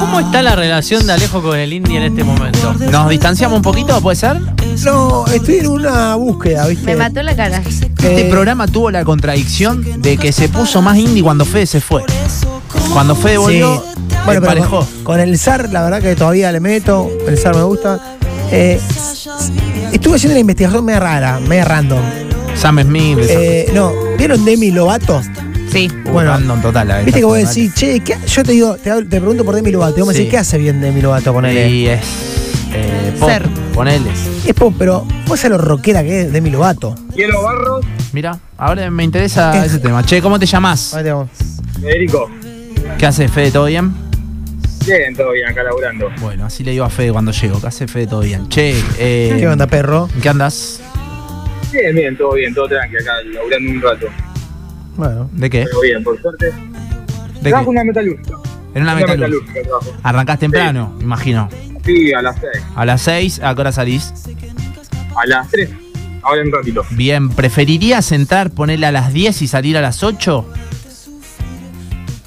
Speaker 16: ¿Cómo está la relación de Alejo con el indie en este momento?
Speaker 12: ¿Nos distanciamos un poquito, puede ser?
Speaker 14: No, estoy en una búsqueda, ¿viste? Eh,
Speaker 11: Me mató la cara.
Speaker 12: Este programa tuvo la contradicción de que se puso más indie cuando Fede se fue. Cuando Fede volvió,
Speaker 14: Sí. Bueno, pero
Speaker 12: emparejó.
Speaker 14: con, con el SAR, la verdad que todavía le meto. El SAR me gusta. Eh, s- s- estuve haciendo una investigación media rara, media random.
Speaker 12: Sam Smith.
Speaker 14: Eh, no, ¿vieron Demi Lovato?
Speaker 12: sí.
Speaker 14: Bueno,
Speaker 12: random total. la
Speaker 14: Viste que vos
Speaker 12: verdad.
Speaker 14: decís, che, ¿qué ha-?" yo te digo, te, hablo- te pregunto por Demi Lovato, y vos me
Speaker 12: Sí.
Speaker 14: decís, ¿qué hace bien Demi Lovato con él?
Speaker 12: Y es. Eh, pop,
Speaker 14: Ser.
Speaker 12: Ponele.
Speaker 14: Es pop, pero vos sabés lo rockera que es Demi Lovato.
Speaker 12: Quiero barro. Mira, ahora me interesa ese tema. Che, ¿cómo te llamás?
Speaker 23: Federico.
Speaker 12: ¿Qué haces, Fede? ¿Todo bien?
Speaker 23: Bien, todo bien, acá laburando.
Speaker 12: Bueno, así le digo a Fede cuando llego. ¿Qué haces, Fede? ¿Todo bien? Che, eh,
Speaker 14: ¿Qué onda, perro?
Speaker 12: ¿En qué andas?
Speaker 23: Bien, bien, todo bien, todo tranqui, acá laburando un rato.
Speaker 14: Bueno.
Speaker 12: ¿De qué?
Speaker 23: Todo bien, por suerte.
Speaker 12: ¿De
Speaker 23: trabajo
Speaker 12: qué?
Speaker 23: en una metalúrgica.
Speaker 12: En una metalúrgica.
Speaker 23: metalúrgica trabajo.
Speaker 12: Arrancás temprano, imagino.
Speaker 23: Sí, a las 6.
Speaker 12: A las 6, ¿a qué hora salís?
Speaker 23: A las 3. Ahora en un ratito.
Speaker 12: Bien, ¿preferirías entrar, ponerle a las 10 y salir a las 8?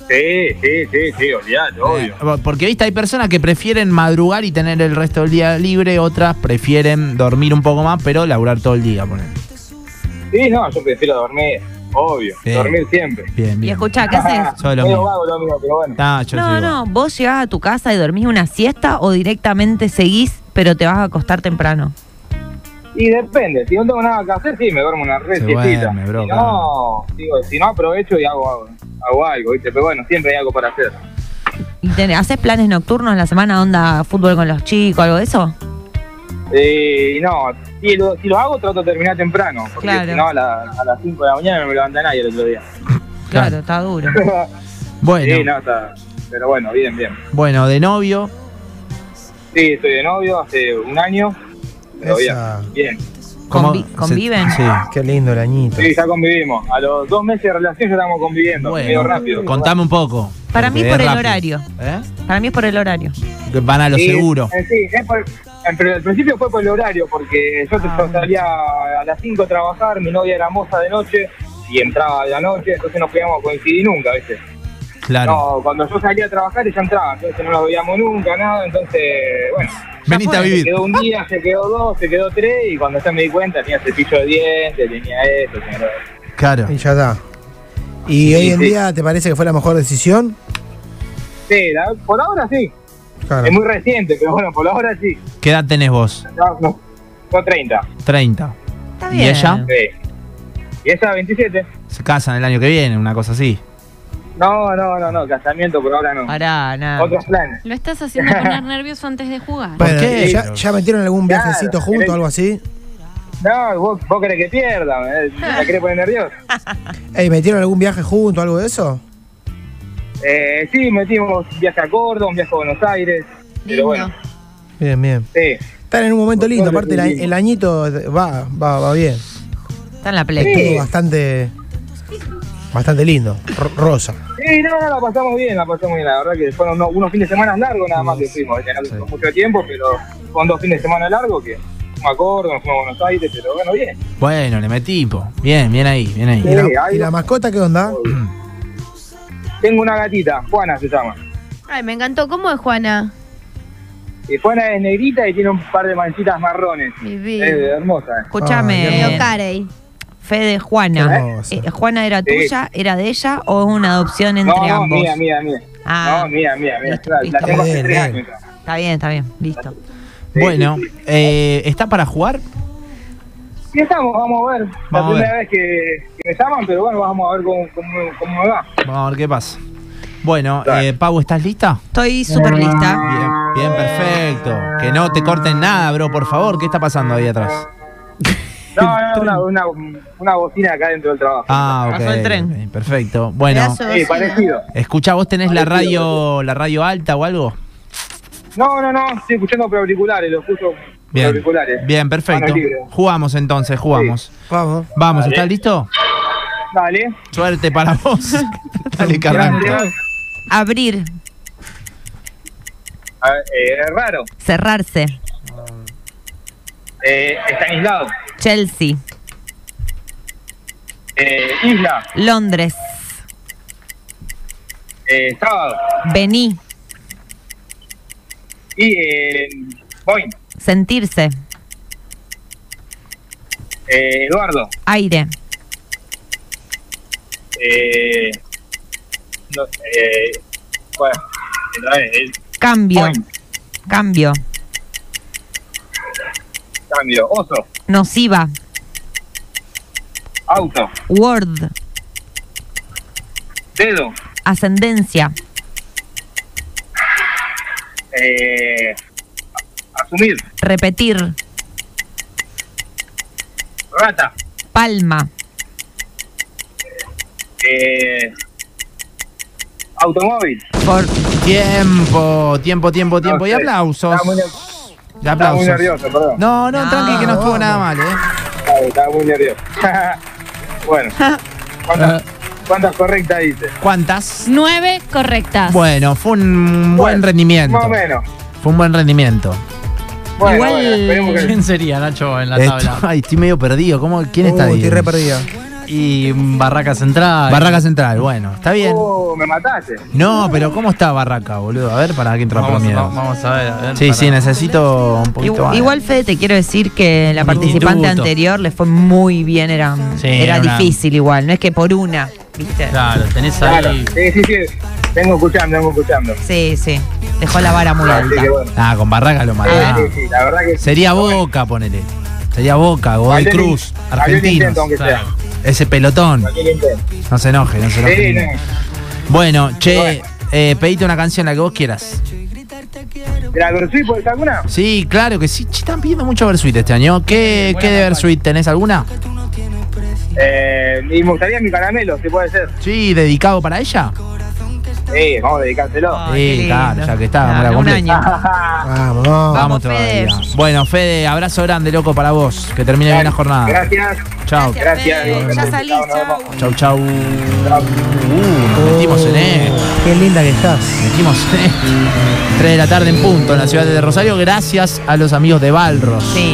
Speaker 23: Sí, sí, sí, sí, olvidate, obvio.
Speaker 12: Porque, viste, hay personas que prefieren madrugar y tener el resto del día libre, otras prefieren dormir un poco más, pero laburar todo el día, poner.
Speaker 23: Sí, no, yo prefiero dormir, obvio.
Speaker 12: Sí.
Speaker 23: Dormir siempre.
Speaker 15: Y
Speaker 12: Bien, bien.
Speaker 15: escuchá, ¿qué haces?
Speaker 12: Soy lo
Speaker 23: Medio
Speaker 12: mismo.
Speaker 23: vago lo mío, pero bueno.
Speaker 12: Ah, yo soy
Speaker 15: No,
Speaker 12: igual.
Speaker 15: no, vos llegás a tu casa y dormís una siesta o directamente seguís, pero te vas a acostar temprano.
Speaker 23: Y depende, si no tengo nada que hacer, sí, me duermo una red
Speaker 12: Se
Speaker 23: siestita.
Speaker 12: duerme, bro,
Speaker 23: si no, digo, si no aprovecho y hago, hago, hago algo, ¿viste? Pero bueno, siempre hay algo para hacer.
Speaker 15: ¿Y te- haces planes nocturnos en la semana, onda fútbol con los chicos, algo de eso?
Speaker 23: Eh, no, si lo, si lo hago, trato de terminar temprano. Porque
Speaker 15: Claro.
Speaker 23: si no, a, la- a las 5 de la mañana no me levanta nadie el otro día.
Speaker 15: Claro, está duro.
Speaker 12: Bueno.
Speaker 23: Sí, no, está- pero bueno, bien, bien.
Speaker 12: Bueno, de novio,
Speaker 23: Sí, estoy de novio hace un año. Pero
Speaker 14: Esa.
Speaker 23: bien. bien.
Speaker 12: ¿cómo
Speaker 23: Convi-
Speaker 12: se-
Speaker 23: conviven.
Speaker 12: sí.
Speaker 14: Qué lindo el añito.
Speaker 23: Sí, ya convivimos. A los dos meses de relación ya estamos conviviendo. medio rápido.
Speaker 12: Contame un poco.
Speaker 15: Para mí
Speaker 12: porque
Speaker 15: es por
Speaker 12: es
Speaker 15: el
Speaker 12: rápido. ¿Eh?
Speaker 15: horario. Para mí es por el horario.
Speaker 12: Van a lo
Speaker 23: Sí,
Speaker 12: seguro.
Speaker 23: eh, sí, es por- eh, pero al principio fue por el horario, porque yo, te-
Speaker 12: Ah.
Speaker 23: yo salía a las 5 a trabajar, mi novia era moza de noche y entraba de la noche, entonces no podíamos coincidir nunca, ¿viste?
Speaker 12: Claro.
Speaker 23: No, cuando yo salía a trabajar ella entraba, entonces no nos veíamos nunca, nada, entonces, bueno.
Speaker 12: Veniste
Speaker 23: ya fue,
Speaker 12: a vivir.
Speaker 23: Se quedó un día, se quedó dos, se quedó tres, y cuando ya me di cuenta tenía cepillo de dientes, tenía esto, tenía lo otro.
Speaker 12: Claro.
Speaker 14: Y ya está. ¿Y
Speaker 23: Sí,
Speaker 14: hoy en
Speaker 23: sí.
Speaker 14: día te parece que fue la mejor decisión?
Speaker 23: Sí, la- por ahora sí.
Speaker 14: Claro.
Speaker 23: Es muy reciente, pero bueno, por ahora sí.
Speaker 12: ¿Qué edad tenés vos?
Speaker 23: No, no, no 30.
Speaker 12: 30. ¿Y ella?
Speaker 23: Sí. Y ella 27.
Speaker 12: Se casan el año que viene, una cosa así.
Speaker 23: No, no, no, no, casamiento por ahora no.
Speaker 15: Pará, nada.
Speaker 23: Otros planes.
Speaker 13: Lo estás haciendo poner nervioso antes de jugar.
Speaker 14: Bueno, ¿y ¿Ya, ya metieron algún
Speaker 23: Claro,
Speaker 14: viajecito juntos,
Speaker 23: querés-
Speaker 14: algo así?
Speaker 23: No, vos, vos querés que pierda, eh, me querés poner nervioso.
Speaker 14: Ey, ¿Metieron algún viaje juntos, algo de eso?
Speaker 23: Eh, sí, metimos un viaje a Córdoba, un viaje a Buenos Aires, pero bueno,
Speaker 14: Bien, bien.
Speaker 23: sí.
Speaker 14: Están en un momento lindo,
Speaker 23: Nosotros
Speaker 14: aparte el, a-
Speaker 23: vivimos.
Speaker 14: el añito va, va, va bien.
Speaker 15: Está en la play.
Speaker 14: Estuvo bastante, bastante lindo, ro- rosa.
Speaker 23: Sí, no, no, la pasamos bien, la pasamos bien, la verdad que fueron unos, unos fines de semana largos nada más que fuimos, ya no tuvimos mucho tiempo, pero fueron dos fines de semana largos que fuimos a Córdoba, fuimos a Buenos Aires, pero bueno, bien.
Speaker 12: Bueno, le metí, po. Bien, bien ahí, bien ahí.
Speaker 14: ¿Y la, y la mascota qué onda?
Speaker 23: Tengo una gatita, Juana se llama.
Speaker 11: Ay, me encantó. ¿Cómo es Juana?
Speaker 23: Y Juana es negrita y tiene un par de manchitas marrones.
Speaker 11: vida.
Speaker 23: Es hermosa. eh.
Speaker 15: Escúchame.
Speaker 11: Medio Carey.
Speaker 15: Fede, Juana.
Speaker 23: Hermosa.
Speaker 15: Eh, ¿Juana era
Speaker 23: Sí.
Speaker 15: tuya? ¿Era de ella? ¿O es una adopción entre
Speaker 23: no,
Speaker 15: ambos?
Speaker 23: mía, mía, mía.
Speaker 15: Ah.
Speaker 23: No, mía, mía, mía.
Speaker 15: Listo,
Speaker 23: La, la
Speaker 15: listo.
Speaker 23: tengo hace
Speaker 15: Bien,
Speaker 23: tres
Speaker 15: bien.
Speaker 23: años.
Speaker 15: Está bien, está bien. Listo.
Speaker 12: Bueno, eh, ¿está para jugar?
Speaker 23: Y estamos, vamos a ver.
Speaker 12: Vamos a
Speaker 23: la primera vez que, que me llaman, pero bueno, vamos a ver cómo, cómo, cómo me va.
Speaker 12: Vamos a ver qué pasa. Bueno, eh, Pau, ¿estás lista?
Speaker 15: Estoy súper lista.
Speaker 12: Bien, bien, perfecto. Que no te corten nada, bro, por favor. ¿Qué está pasando ahí atrás?
Speaker 23: No, no, no, una, una, una bocina acá dentro del trabajo.
Speaker 12: Ah, ok.
Speaker 23: Pasó el
Speaker 12: ok, perfecto. Bueno,
Speaker 23: Pedazo de Sí, bocina. parecido.
Speaker 12: Escucha, ¿vos tenés la radio, la radio alta o algo?
Speaker 23: No, no, no, estoy escuchando por auriculares, lo escucho por
Speaker 12: Bien.
Speaker 23: auriculares.
Speaker 12: Bien, perfecto.
Speaker 23: Mano libre.
Speaker 12: Jugamos entonces, jugamos.
Speaker 14: Vamos.
Speaker 12: Vamos,
Speaker 23: Dale.
Speaker 12: ¿estás listo?
Speaker 23: Dale.
Speaker 12: Suerte para vos. Dale, que arranca.
Speaker 15: Abrir.
Speaker 23: A ver, eh, es raro.
Speaker 15: Cerrarse.
Speaker 23: Eh, está aislado.
Speaker 15: Chelsea.
Speaker 23: Eh, isla.
Speaker 15: Londres.
Speaker 23: Eh, sábado.
Speaker 15: Vení.
Speaker 23: Y eh, Boeing.
Speaker 15: Sentirse.
Speaker 23: Eh, Eduardo.
Speaker 15: Aire.
Speaker 23: Eh, no, eh, bueno, otra vez, eh, el
Speaker 15: Cambio. Cambio.
Speaker 23: cambio. Oso.
Speaker 15: Nociva.
Speaker 23: Auto.
Speaker 15: Word.
Speaker 23: Dedo.
Speaker 15: Ascendencia.
Speaker 23: Eh, asumir.
Speaker 15: Repetir.
Speaker 23: Rata.
Speaker 15: Palma.
Speaker 23: Eh, automóvil.
Speaker 12: Por tiempo, tiempo, tiempo, tiempo. y
Speaker 23: sé.
Speaker 12: aplausos.
Speaker 23: Estaba muy ner-
Speaker 12: Y
Speaker 23: estaba muy
Speaker 12: aplausos.
Speaker 23: nervioso, perdón.
Speaker 12: No, no, tranqui, que no estuvo nada mal, ¿eh?
Speaker 23: Estaba, estaba muy nervioso. bueno. ¿Cuántas,
Speaker 16: Ah.
Speaker 23: cuántas correctas hice?
Speaker 12: ¿Cuántas?
Speaker 13: Nueve correctas.
Speaker 12: Bueno, fue un buen rendimiento.
Speaker 13: más o menos.
Speaker 12: Fue un buen rendimiento.
Speaker 13: Bueno, Igual- bueno, esperemos que-
Speaker 16: ¿Quién sería, Nacho, en la
Speaker 12: Esto-
Speaker 16: tabla?
Speaker 12: ay, estoy medio perdido. ¿Cómo, ¿Quién está
Speaker 16: Uh,
Speaker 12: ahí?
Speaker 16: estoy re perdido. Y mm, Barraca Central.
Speaker 12: Barraca Central, bueno, está bien.
Speaker 23: Oh, me mataste.
Speaker 12: No, pero ¿cómo está Barraca, boludo? A ver, para que entra por
Speaker 16: Vamos,
Speaker 12: miedo.
Speaker 16: va- vamos a ver, a ver,
Speaker 12: Sí,
Speaker 16: para-
Speaker 12: sí, necesito un poquito
Speaker 15: Igual,
Speaker 12: más.
Speaker 15: igual, Fede, te quiero decir que la participante
Speaker 12: Instituto.
Speaker 15: anterior le fue muy bien. Era,
Speaker 12: Sí,
Speaker 15: era
Speaker 12: era una-
Speaker 15: difícil igual. No es que por una. ¿Viste?
Speaker 16: Claro, tenés
Speaker 23: Claro.
Speaker 16: ahí.
Speaker 23: Sí, sí, sí. Vengo escuchando, vengo escuchando.
Speaker 15: Sí, sí. Dejó la vara muy
Speaker 23: Así
Speaker 15: alta.
Speaker 23: que bueno.
Speaker 12: Ah, con Barraca lo mataba.
Speaker 23: Sí, sí, la verdad que
Speaker 12: Sería Boca, ponele. Sería Boca, Godoy
Speaker 23: Cualquier
Speaker 12: Cruz,
Speaker 23: in- cualquier
Speaker 12: Argentinos.
Speaker 23: intento, aunque sea.
Speaker 12: Claro. Ese pelotón.
Speaker 23: cualquier intento.
Speaker 12: No se enoje, no se
Speaker 23: Sí,
Speaker 12: enoje.
Speaker 23: no.
Speaker 12: Bueno, che, eh, pedite una canción, la que vos quieras.
Speaker 23: ¿De la Versuit podés alguna?
Speaker 12: Sí, claro que sí. Che, están pidiendo mucho Versuit este año. ¿Qué, qué de Versuit tenés alguna?
Speaker 23: Eh, y me gustaría mi caramelo, si puede ser.
Speaker 12: Sí, dedicado para ella.
Speaker 23: Sí, vamos a dedicárselo.
Speaker 12: sí, claro, ya que está, me la compré.
Speaker 14: Vamos.
Speaker 12: Vamos todavía. Bueno, Fede, abrazo grande, loco, para vos. Que termine bien la jornada.
Speaker 23: Gracias.
Speaker 12: Chao.
Speaker 23: Gracias.
Speaker 12: Ya
Speaker 23: salí, chao.
Speaker 12: Chau, chau. Uh, nos metimos en esto.
Speaker 14: Qué linda que estás.
Speaker 12: Metimos en esto. 3 de la tarde en punto en la ciudad de Rosario, gracias a los amigos de Balros.
Speaker 15: Sí.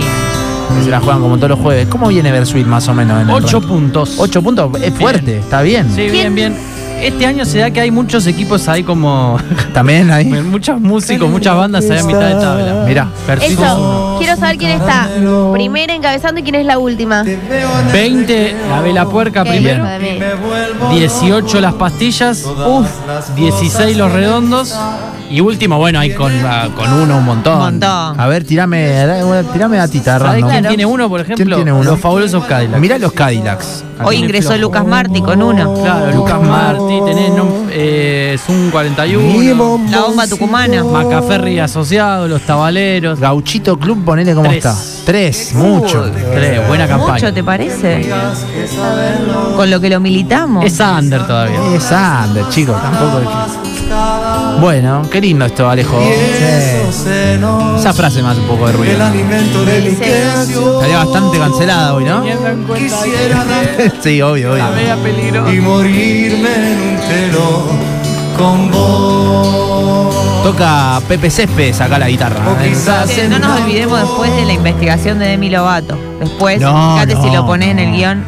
Speaker 12: Que se la juegan como todos los jueves. ¿Cómo viene Versuit más o menos? En el
Speaker 16: Mm. Ocho
Speaker 12: ranking?
Speaker 16: puntos.
Speaker 12: Ocho puntos, es fuerte, está bien.
Speaker 16: Sí, bien, bien. Este año se da que hay muchos equipos ahí como.
Speaker 12: También ahí.
Speaker 16: Muchos músicos, muchas bandas ahí a mitad de tabla.
Speaker 12: Mirá.
Speaker 16: Persigo
Speaker 11: Eso. Quiero saber quién está primera encabezando y quién es la última.
Speaker 16: 20, la vela puerca primero.
Speaker 11: Para mí.
Speaker 16: 18 las pastillas. Uf, 16 los redondos. Y último, bueno, hay con, ah, con uno un montón.
Speaker 12: A ver, tirame, da- una- tirame datita
Speaker 16: ¿Sabés
Speaker 12: random.
Speaker 16: quién tiene uno, por ejemplo?
Speaker 12: ¿Quién tiene uno?
Speaker 16: Los fabulosos Cadillacs.
Speaker 12: Mirá los Cadillacs.
Speaker 15: Hoy ingresó Lucas Martí con uno.
Speaker 16: Claro, Lucas Martí, tenés nom- eh, Zoom 41.
Speaker 15: La bomba tucumana.
Speaker 16: Macaferri asociado, los tabaleros.
Speaker 12: Gauchito Club, ponele cómo
Speaker 16: Tres.
Speaker 12: está. Tres, mucho.
Speaker 16: Tres, buena campaña.
Speaker 15: ¿Mucho te parece? Con lo que lo militamos.
Speaker 16: Es under todavía.
Speaker 12: Es under, chicos, tampoco. es- Bueno, qué lindo esto, Alejo. Esa frase más un poco de ruido. Estaría bastante cancelada hoy, ¿no?
Speaker 4: Quisiera
Speaker 12: sí, obvio, obvio.
Speaker 4: y morirme en un telón con vos.
Speaker 12: Toca Pepe Céspedes acá la guitarra. ¿eh?
Speaker 15: Que no nos olvidemos después de la investigación de Demi Lovato. Después,
Speaker 12: No,
Speaker 15: fíjate si
Speaker 12: no,
Speaker 15: lo pones en el guión.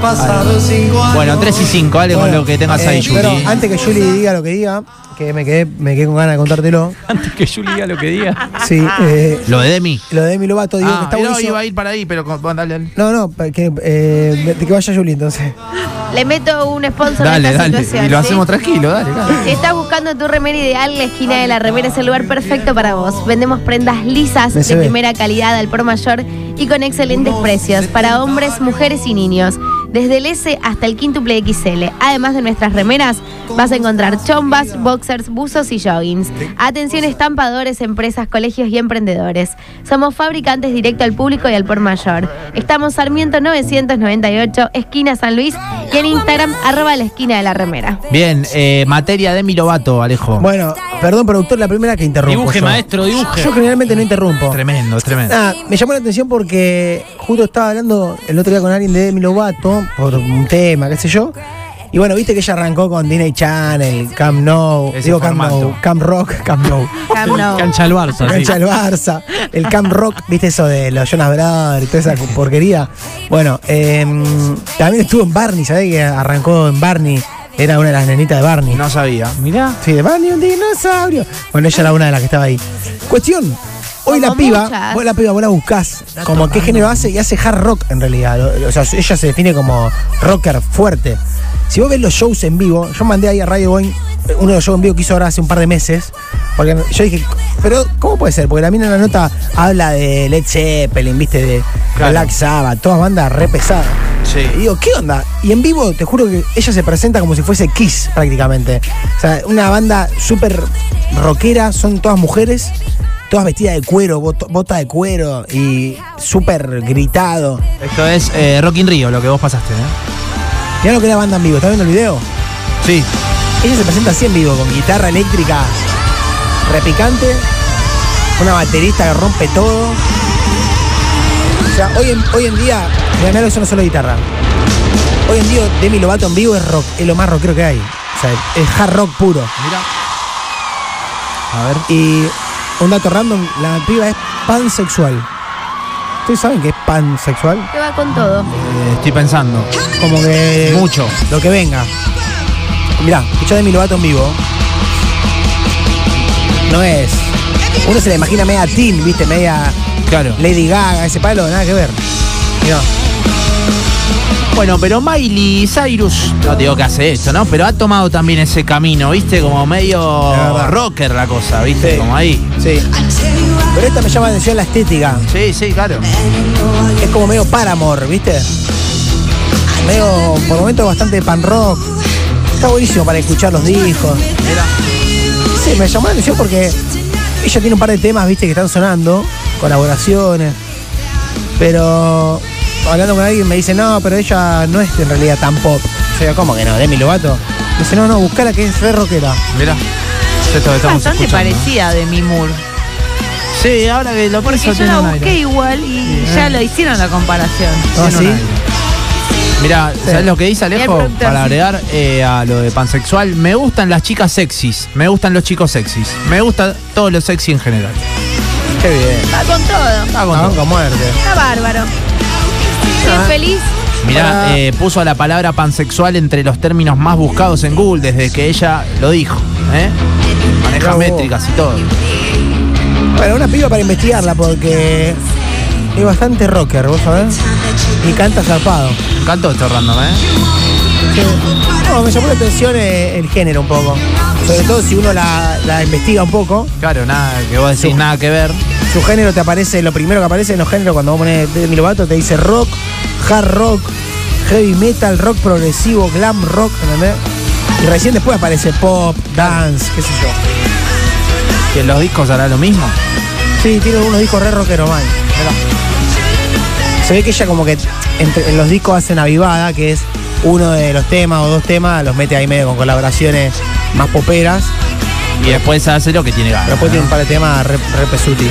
Speaker 4: pasado cinco años.
Speaker 12: Bueno, 3 y 5, dale con
Speaker 14: Bueno,
Speaker 12: lo que tengas
Speaker 14: eh,
Speaker 12: ahí, Juli.
Speaker 14: Pero antes que Juli diga lo que diga, que me quedé, me quedé con ganas de contártelo.
Speaker 16: Antes que Juli diga lo que diga.
Speaker 14: Sí, eh,
Speaker 12: Lo de Demi.
Speaker 14: lo de Demi Lovato, digo que
Speaker 12: Ah,
Speaker 14: está
Speaker 12: no,
Speaker 14: buenísimo.
Speaker 12: iba a ir para ahí, pero con- dale, dale.
Speaker 14: No, no, pa- que, eh, que vaya Juli entonces.
Speaker 11: Le meto un sponsor a
Speaker 12: Dale,
Speaker 11: esta
Speaker 12: dale.
Speaker 11: situación.
Speaker 12: Y lo
Speaker 11: ¿sí?
Speaker 12: hacemos tranquilo, dale, dale.
Speaker 11: Si estás buscando tu remera ideal, la esquina de la remera es el lugar perfecto para vos. Vendemos prendas lisas
Speaker 3: Me se
Speaker 11: de
Speaker 3: ve.
Speaker 11: primera calidad al por mayor y con excelentes precios para hombres, mujeres y niños. Desde el S hasta el quíntuple XL. Además de nuestras remeras, vas a encontrar chombas, boxers, buzos y joggings. Atención estampadores, empresas, colegios y emprendedores. Somos fabricantes directo al público y al por mayor. Estamos Sarmiento 998, esquina San Luis y en Instagram arroba la esquina de la remera.
Speaker 12: Bien, eh, materia Demi Lovato, Alejo.
Speaker 14: Bueno, perdón, productor, la primera que interrumpo.
Speaker 12: Dibuje,
Speaker 14: yo.
Speaker 12: maestro, dibuje.
Speaker 14: Yo generalmente no interrumpo.
Speaker 12: Tremendo, tremendo.
Speaker 14: Nada, Ah, me llamó la atención porque justo estaba hablando el otro día con alguien de Demi Lovato por un tema, qué sé yo. Y bueno, viste que ella arrancó con Disney Channel, Cam No,
Speaker 16: Ese
Speaker 14: digo Cam
Speaker 16: formato.
Speaker 14: No, Cam Rock, Cam No.
Speaker 11: Cam No.
Speaker 16: Cancha al Barça. sí.
Speaker 14: Cancha del Barça, el Cam Rock, viste eso de los Jonas Brothers y toda esa porquería. Bueno, em, también estuvo en Barney, ¿sabés que arrancó en Barney? Era una de las nenitas de Barney.
Speaker 12: No sabía.
Speaker 14: Mirá. Sí, de Barney, un dinosaurio. Bueno, ella era una de las que estaba ahí. Cuestión. Hoy la
Speaker 11: Como
Speaker 14: piba,
Speaker 11: muchas.
Speaker 14: vos la piba, vos la buscás como qué género hace y hace hard rock en realidad. Lo- O sea, ella se define como rocker fuerte. Si vos ves los shows en vivo, yo mandé ahí a Radio Boeing eh, uno de los shows en vivo que hizo ahora hace un par de meses. Porque yo dije, pero ¿cómo puede ser? Porque la mina en la nota habla de Led Zeppelin, viste, de
Speaker 12: Claro.
Speaker 14: Black Sabbath, todas bandas re pesadas.
Speaker 12: Sí.
Speaker 14: Y digo, ¿qué onda? Y en vivo, te juro que ella se presenta como si fuese Kiss prácticamente. O sea, una banda súper rockera, son todas mujeres, todas vestidas de cuero, bot- bota de cuero y súper gritado.
Speaker 12: Esto es eh, Rock in Rio, lo que vos pasaste, ¿eh?
Speaker 14: Mirá lo que es la banda en vivo, ¿estás viendo el video?
Speaker 12: Sí.
Speaker 14: Ella se presenta así en vivo, con guitarra eléctrica repicante, una baterista que rompe todo. O sea, hoy en, hoy en día, mirá, mirá lo que son no solo guitarra. Hoy en día Demi Lovato en vivo es rock, es lo más rockero que hay. O sea, es hard rock puro.
Speaker 12: Mira.
Speaker 14: A ver. Y un dato random, la piba es pansexual. ¿Ustedes saben qué es pansexual?
Speaker 11: Te va con todo.
Speaker 12: Eh, estoy pensando.
Speaker 14: Como que.
Speaker 12: Mucho.
Speaker 14: Lo que venga. Mirá, escucha de mi Lovato en vivo. No es. Uno se la imagina media teen, viste, media.
Speaker 12: Claro.
Speaker 14: Lady Gaga, ese palo, nada que ver. Mirá.
Speaker 12: Bueno, pero Miley Cyrus, no digo que hace esto, ¿no? Pero ha tomado también ese camino, ¿viste? Como medio rocker la cosa, ¿viste? Como ahí.
Speaker 14: Sí. Pero esta me llama la atención la estética.
Speaker 12: Sí, sí, claro.
Speaker 14: Es como medio Paramore, viste. Medio, por momentos, bastante pan rock. Está buenísimo para escuchar los discos. Sí, me llamó la atención porque ella tiene un par de temas, viste, que están sonando, colaboraciones. Pero hablando con alguien me dice, no, pero ella no es en realidad tan pop. Yo digo, ¿cómo que no? Demi Lovato. Me dice, no, no, buscala que es re rockera.
Speaker 12: Mira. Esto que
Speaker 15: Es
Speaker 12: estamos
Speaker 15: bastante
Speaker 12: escuchando.
Speaker 15: parecida de mi Moore.
Speaker 12: Sí, ahora que lo
Speaker 15: Porque
Speaker 12: eso
Speaker 15: yo
Speaker 12: tiene
Speaker 15: la
Speaker 12: un
Speaker 15: busqué
Speaker 12: aire. eh. ¿Ah,
Speaker 15: igual y ya lo hicieron la comparación.
Speaker 14: Ah,
Speaker 12: Tiene un aire. Mirá, ¿sabes lo que dice
Speaker 15: Bien,
Speaker 12: Alejo?
Speaker 15: productor,
Speaker 12: Para
Speaker 15: sí.
Speaker 12: agregar eh, a lo de pansexual, me gustan las chicas sexys, me gustan los chicos sexys, me gusta todo lo sexy en general.
Speaker 14: Qué bien.
Speaker 11: Va con todo.
Speaker 12: Ah, con Ah. todo.
Speaker 14: muerte.
Speaker 11: Está bárbaro. Bien feliz.
Speaker 12: Mirá, eh, puso la palabra pansexual entre los términos más buscados en Google desde que ella lo dijo. ¿eh? Maneja
Speaker 14: Bravo.
Speaker 12: métricas y todo.
Speaker 14: Bueno, una piba para investigarla porque es bastante rocker, vos sabés. Y canta zarpado.
Speaker 12: Me encantó esto random, ¿eh?
Speaker 14: Sí. No, me llamó la atención eh, el género un poco. Sobre todo si uno la, la investiga un poco.
Speaker 12: Claro, nada, que vos decís nada que ver.
Speaker 14: Su género te aparece, lo primero que aparece en los géneros cuando vos pones Demi Lovato te dice rock, hard rock, heavy metal, rock progresivo, glam rock, ¿entendés? Y recién después aparece pop, dance, qué sé yo.
Speaker 12: Que en los discos hará lo mismo.
Speaker 14: Sí, tiene unos discos re rockeros, man. Se ve que ella como que entre, en los discos hace una vivada, que es uno de los temas o dos temas, los mete ahí medio con colaboraciones más poperas.
Speaker 12: Y después hace lo que tiene ganas.
Speaker 14: Pero después tiene un par de temas re, re pesuti.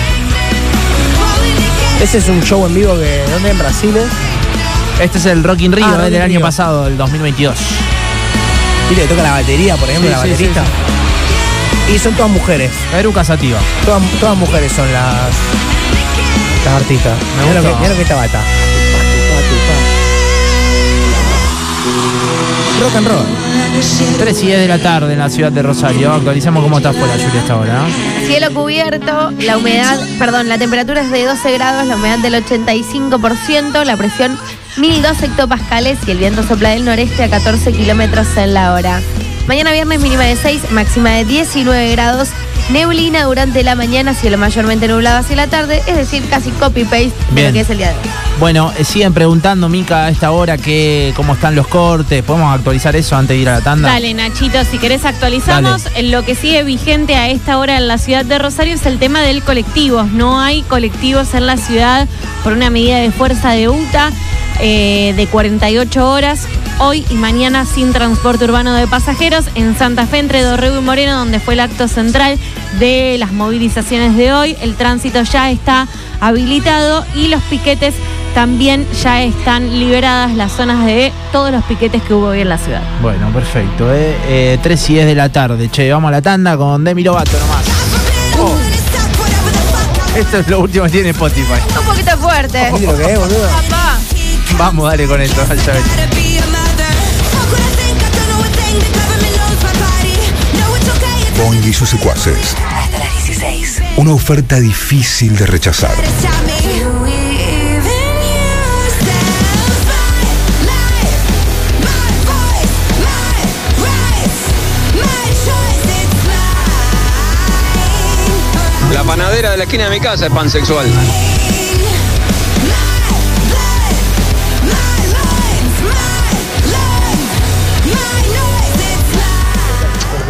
Speaker 14: Ese es un show en vivo que. ¿Dónde? En Brasil. es?
Speaker 12: Este es el Rock in Rio
Speaker 14: Ah,
Speaker 12: eh,
Speaker 14: Rock in
Speaker 12: del año
Speaker 14: Rio.
Speaker 12: pasado, el 2022.
Speaker 14: Y le toca la batería, por ejemplo,
Speaker 12: Sí,
Speaker 14: la
Speaker 12: sí, sí,
Speaker 14: baterista. Y son todas mujeres.
Speaker 12: Eruca Sativa.
Speaker 14: Todas, todas mujeres son las. Las artistas.
Speaker 12: Me
Speaker 14: Mirá lo
Speaker 12: gusta.
Speaker 14: que, mirá lo que esta bata.
Speaker 12: Rock and roll. 3 y 10 de la tarde en la ciudad de Rosario. Actualizamos cómo está afuera, Julia, hasta ahora. ¿eh?
Speaker 11: Cielo cubierto, la humedad, perdón, la temperatura es de 12 grados, la humedad del 85%, la presión 1002 hectopascales y el viento sopla del noreste a 14 kilómetros en la hora. Mañana viernes mínima de 6, máxima de 19 grados, neblina durante la mañana, cielo mayormente nublado hacia la tarde, es decir, casi copy-paste de lo
Speaker 12: Bien.
Speaker 11: que es el día de hoy.
Speaker 12: Bueno, eh, siguen preguntando, Mica, a esta hora que, cómo están los cortes. ¿Podemos actualizar eso antes de ir a la tanda?
Speaker 13: Dale, Nachito, si querés actualizamos. Lo que sigue vigente a esta hora en la ciudad de Rosario es el tema del colectivo. No hay colectivos en la ciudad por una medida de fuerza de UTA eh, de 48 horas. Hoy y mañana sin transporte urbano de pasajeros en Santa Fe entre Dorrego y Moreno, donde fue el acto central de las movilizaciones de hoy. El tránsito ya está habilitado y los piquetes también ya están liberadas las zonas de todos los piquetes que hubo hoy en la ciudad.
Speaker 12: Bueno, perfecto. Eh. Eh, 3 y 10 de la tarde. Che, vamos a la tanda con Demi Lovato nomás. Oh. Esto es lo último que tiene Spotify.
Speaker 11: Un poquito fuerte.
Speaker 12: Ojo, lo que es, boludo.
Speaker 11: Papá.
Speaker 12: Vamos, dale con esto. ya ven.
Speaker 1: Boing y sus secuaces.
Speaker 6: Hasta las 16.
Speaker 1: Una oferta difícil de rechazar.
Speaker 5: La panadera de la esquina de mi casa es pansexual.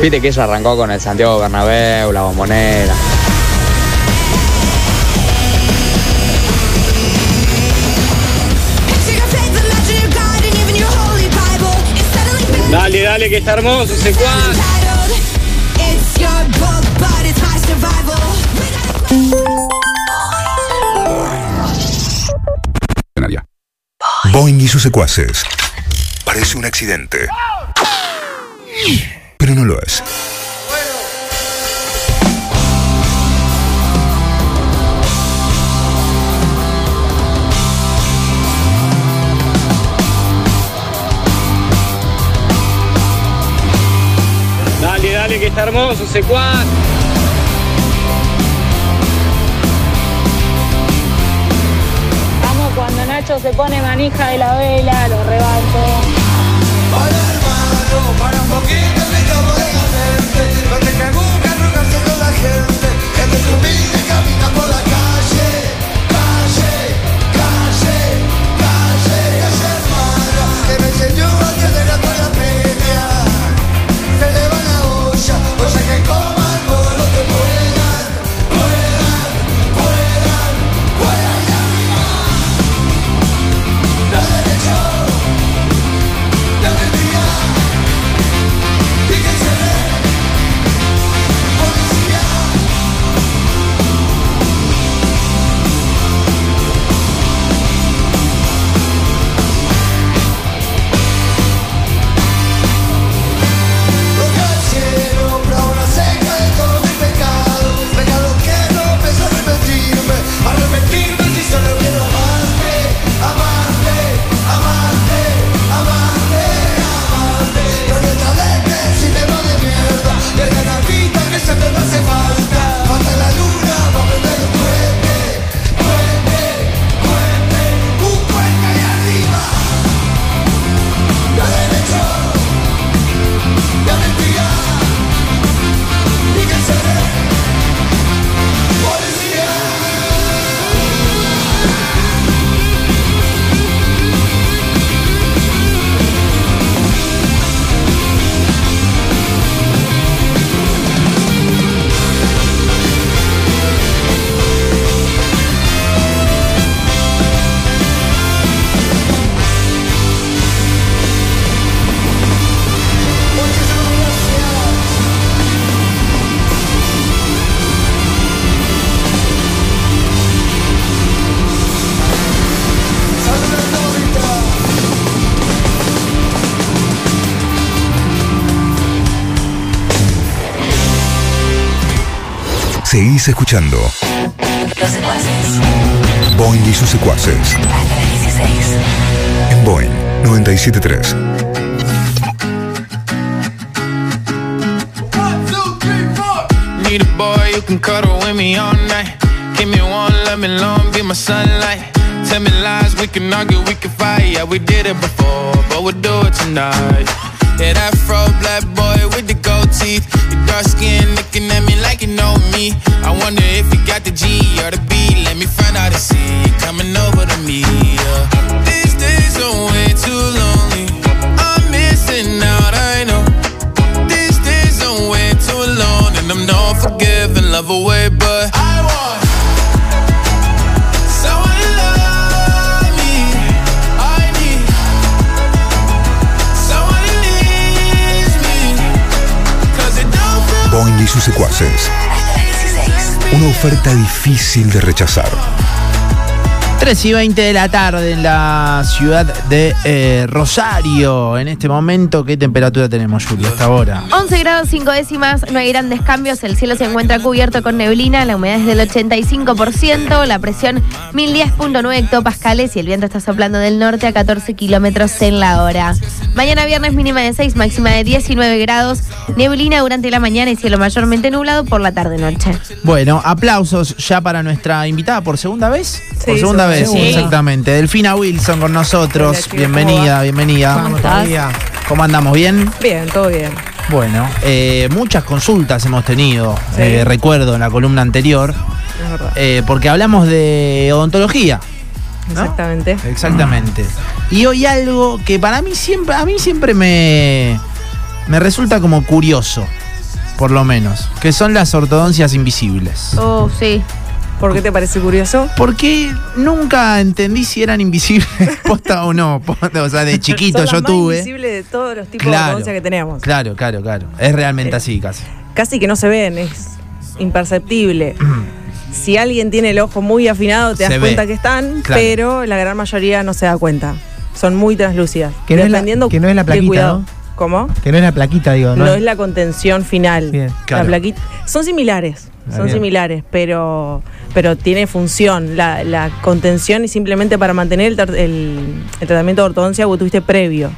Speaker 28: Viste que ella arrancó con el Santiago Bernabéu, la bombonera.
Speaker 6: Dale, dale, que está hermoso ese cuadro.
Speaker 1: Boing y sus secuaces. Parece un accidente. Pero no lo es.
Speaker 6: Dale, dale, que está hermoso ese cuadro.
Speaker 19: Vamos cuando Nacho se pone manija de la vela, lo rebanco.
Speaker 1: Seguís escuchando
Speaker 6: Los secuaces.
Speaker 1: Boing y sus secuaces.
Speaker 6: Hasta las 16.
Speaker 1: En Boing 973.
Speaker 21: need a boy who can cuddle with me all night. Give me one, let me long, be my sunlight. Tell me lies, we can argue, we can fight. Yeah, we did it before, but we'll do it tonight. Yeah, that fro black boy with the gold teeth. Your dark skin looking at me like you know me. I wonder if you got the G or the B. Let me find out and see you coming over to me. Yeah. These days are way too lonely. I'm missing out, I know. These days I'm way too alone, and I'm not forgiving, love away, but I want. someone to love me. I need someone who needs me. 'Cause it don't feel
Speaker 10: Boing y sus secuaces. Una oferta difícil de rechazar.
Speaker 12: 3 y 20 de la tarde en la ciudad de eh, Rosario. En este momento, ¿qué temperatura tenemos, Julio, hasta ahora?
Speaker 11: 11 grados 5 décimas, no hay grandes cambios, el cielo se encuentra cubierto con neblina, la humedad es del 85%, la presión 1010.9 hectopascales y el viento está soplando del norte a 14 kilómetros en la hora. Mañana viernes mínima de 6, máxima de 19 grados, neblina durante la mañana y cielo mayormente nublado por la tarde-noche.
Speaker 12: Bueno, aplausos ya para nuestra invitada por segunda vez. por
Speaker 11: Sí,
Speaker 12: segunda
Speaker 11: segunda
Speaker 12: vez,
Speaker 11: vez. Sí.
Speaker 12: exactamente. Delfina Wilson con nosotros.
Speaker 22: Hola, chicos, ¿cómo
Speaker 12: bienvenida,
Speaker 22: va?
Speaker 12: bienvenida.
Speaker 22: ¿Cómo estás?
Speaker 12: ¿Cómo andamos? ¿Bien?
Speaker 22: Bien, todo bien.
Speaker 12: Bueno, eh, muchas consultas hemos tenido,
Speaker 22: Sí.
Speaker 12: eh, recuerdo en la columna anterior,
Speaker 22: Es verdad.
Speaker 12: eh, porque hablamos de odontología.
Speaker 22: Exactamente.
Speaker 12: Exactamente. Y hoy algo que para mí siempre, a mí siempre me, me resulta como curioso, por lo menos, que son las ortodoncias invisibles.
Speaker 22: Oh, sí. ¿Por qué te parece curioso?
Speaker 12: Porque nunca entendí si eran invisibles posta o no. posta, o sea, de chiquito
Speaker 22: Son las
Speaker 12: yo
Speaker 22: más
Speaker 12: tuve.
Speaker 22: invisibles de todos los tipos de
Speaker 12: Claro.
Speaker 22: ortodoncia que tenemos.
Speaker 12: Claro, claro, claro. Es realmente
Speaker 22: Eh.
Speaker 12: así casi.
Speaker 22: Casi que no se ven, es imperceptible. Si alguien tiene el ojo muy afinado, te
Speaker 12: Se
Speaker 22: das
Speaker 12: ve.
Speaker 22: cuenta que están,
Speaker 12: Claro.
Speaker 22: pero la gran mayoría no se da cuenta. Son muy translúcidas.
Speaker 14: Que no es la-
Speaker 22: Dependiendo
Speaker 14: que no es la
Speaker 22: qué
Speaker 14: plaquita,
Speaker 22: cuidado-
Speaker 14: ¿no?
Speaker 22: ¿Cómo?
Speaker 14: Que no es la plaquita, digo,
Speaker 22: No,
Speaker 14: ¿no?
Speaker 22: es la contención final.
Speaker 14: Bien,
Speaker 22: La
Speaker 14: claro.
Speaker 22: plaquita- Son similares,
Speaker 14: Ah,
Speaker 22: son
Speaker 14: bien.
Speaker 22: similares, pero, pero tiene función. La, la contención es simplemente para mantener el, tar- el- el tratamiento de ortodoncia que tuviste previo.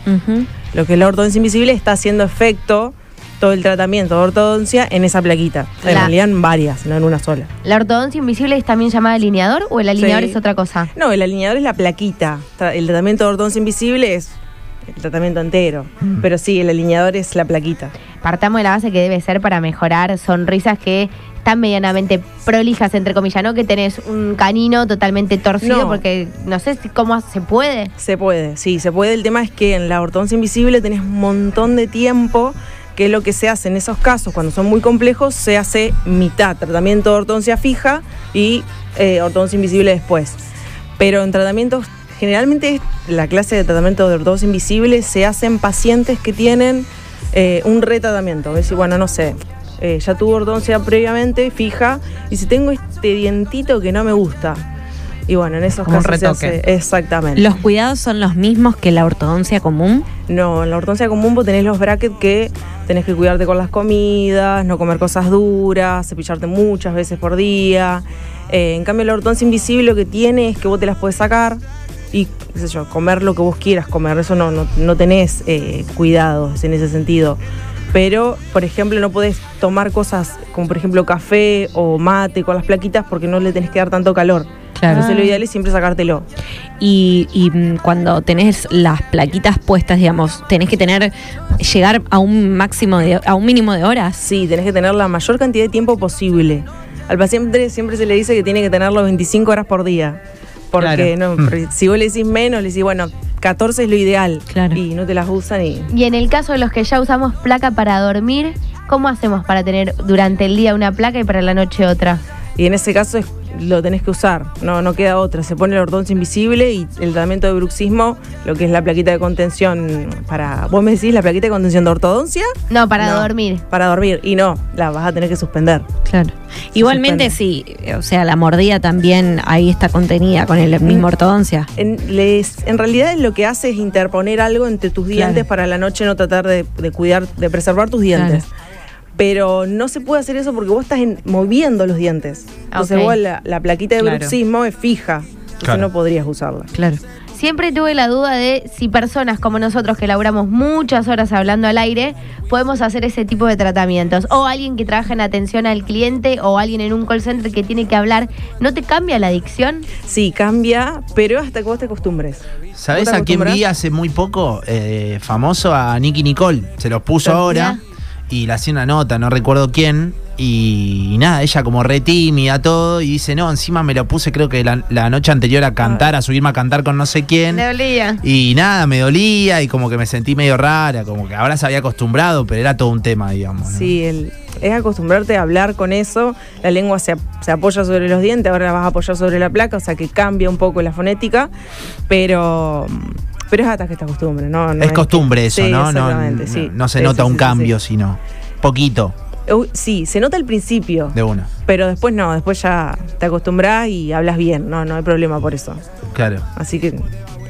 Speaker 22: Lo que es la ortodoncia invisible está haciendo efecto todo el tratamiento de ortodoncia en esa plaquita. En
Speaker 11: La-
Speaker 22: realidad en varias, no en una sola.
Speaker 11: ¿La ortodoncia invisible es también llamada alineador o el alineador
Speaker 22: Sí.
Speaker 11: es otra cosa?
Speaker 22: No, el alineador es la plaquita. Tra- El tratamiento de ortodoncia invisible es el tratamiento entero.
Speaker 14: Mm.
Speaker 22: Pero sí, el alineador es la plaquita.
Speaker 11: Partamos de la base que debe ser para mejorar sonrisas que están medianamente prolijas, entre comillas, ¿no? Que tenés un canino totalmente torcido
Speaker 22: No.
Speaker 11: porque no sé si- cómo se puede.
Speaker 22: Se puede, sí, se puede. El tema es que en la ortodoncia invisible tenés un montón de tiempo que es lo que se hace en esos casos, cuando son muy complejos, se hace mitad tratamiento de ortodoncia fija y eh, ortodoncia invisible después. Pero en tratamientos, generalmente la clase de tratamiento de ortodoncia invisible se hace en pacientes que tienen eh, un retratamiento. Es decir, bueno, no sé, eh, ya tuve ortodoncia previamente fija y si tengo este dientito que no me gusta. Y bueno, en esos
Speaker 13: Como un
Speaker 22: casos se
Speaker 13: retoque.
Speaker 22: hace- exactamente.
Speaker 13: ¿Los cuidados son los mismos que la ortodoncia común?
Speaker 22: No, en la hortensia común vos tenés los brackets que tenés que cuidarte con las comidas, no comer cosas duras, cepillarte muchas veces por día. Eh, en cambio, la hortensia invisible lo que tiene es que vos te las podés sacar y, qué sé yo, comer lo que vos quieras comer. Eso no, no, no tenés eh, cuidados en ese sentido. Pero, por ejemplo, no podés tomar cosas como, por ejemplo, café o mate con las plaquitas porque no le tenés que dar tanto calor.
Speaker 13: Claro.
Speaker 22: Entonces, lo ideal es siempre sacártelo.
Speaker 13: Y, y, mm, cuando tenés las plaquitas puestas, digamos, tenés que tener, llegar a un máximo de, a un mínimo de horas.
Speaker 22: Sí, tenés que tener la mayor cantidad de tiempo posible. Al paciente siempre se le dice que tiene que tenerlo 25 horas por día.
Speaker 13: Claro.
Speaker 22: Porque
Speaker 13: Hmm.
Speaker 22: no, porque si vos le decís menos, le decís, bueno, 14 es lo ideal. Y no te las usan y.
Speaker 11: Y en el caso de los que ya usamos placa para dormir, ¿cómo hacemos para tener durante el día una placa y para la noche otra?
Speaker 22: Y en ese caso es- lo tenés que usar, no, no queda otra. Se pone el ortodoncia invisible y el tratamiento de bruxismo, lo que es la plaquita de contención para. ¿Vos me decís la plaquita de contención de ortodoncia?
Speaker 11: No, para dormir.
Speaker 22: Para dormir. Y no, la vas a tener que suspender.
Speaker 13: Claro. Igualmente sí, o sea, la mordida también ahí está contenida con el mismo ortodoncia.
Speaker 22: En, les- en realidad lo que hace es interponer algo entre tus
Speaker 13: Claro.
Speaker 22: dientes para la noche no tratar de, de cuidar, de preservar tus dientes. Pero no se puede hacer eso porque vos estás en- moviendo los dientes.
Speaker 11: Ah,
Speaker 22: Entonces
Speaker 11: ok.
Speaker 22: vos la, la plaquita de
Speaker 11: Claro.
Speaker 22: bruxismo es fija. Entonces
Speaker 13: Claro.
Speaker 22: no podrías usarla.
Speaker 13: Claro.
Speaker 11: Siempre tuve la duda de si personas como nosotros que laburamos muchas horas hablando al aire podemos hacer ese tipo de tratamientos. O alguien que trabaja en atención al cliente o alguien en un call center que tiene que hablar. ¿No te cambia la adicción?
Speaker 22: Sí, cambia, pero hasta que vos te acostumbres.
Speaker 12: ¿Sabés
Speaker 22: ¿Vos te
Speaker 12: a quién vi
Speaker 22: acostumbrás?
Speaker 12: hace muy poco? Eh, famoso a Nicky Nicole. Se los puso
Speaker 22: Mirá.
Speaker 12: ahora y le hacía una nota, no recuerdo quién. Y, nada, ella como re tímida, todo. Y dice, no, encima me lo puse creo que la, la noche anterior a cantar, a subirme a cantar con no sé quién.
Speaker 11: Me dolía.
Speaker 12: Y nada, me dolía y como que me sentí medio rara, como que ahora se había acostumbrado, pero era todo un tema, digamos.
Speaker 22: Sí, el- es acostumbrarte a hablar con eso. La lengua se, ap- se apoya sobre los dientes, ahora la vas a apoyar sobre la placa, o sea que cambia un poco la fonética, pero, pero es hasta que te acostumbres. No, no
Speaker 12: es costumbre eso,
Speaker 22: Sí,
Speaker 12: ¿no? No,
Speaker 22: Exactamente,
Speaker 12: no-
Speaker 22: sí.
Speaker 12: no se
Speaker 22: Sí,
Speaker 12: nota
Speaker 22: sí,
Speaker 12: un
Speaker 22: sí, sí,
Speaker 12: cambio, sino poquito
Speaker 22: sí. Uy, sí, se nota al principio,
Speaker 12: de una.
Speaker 22: pero después no, después ya te acostumbras y hablas bien, no, no hay problema por eso.
Speaker 12: Claro.
Speaker 22: Así que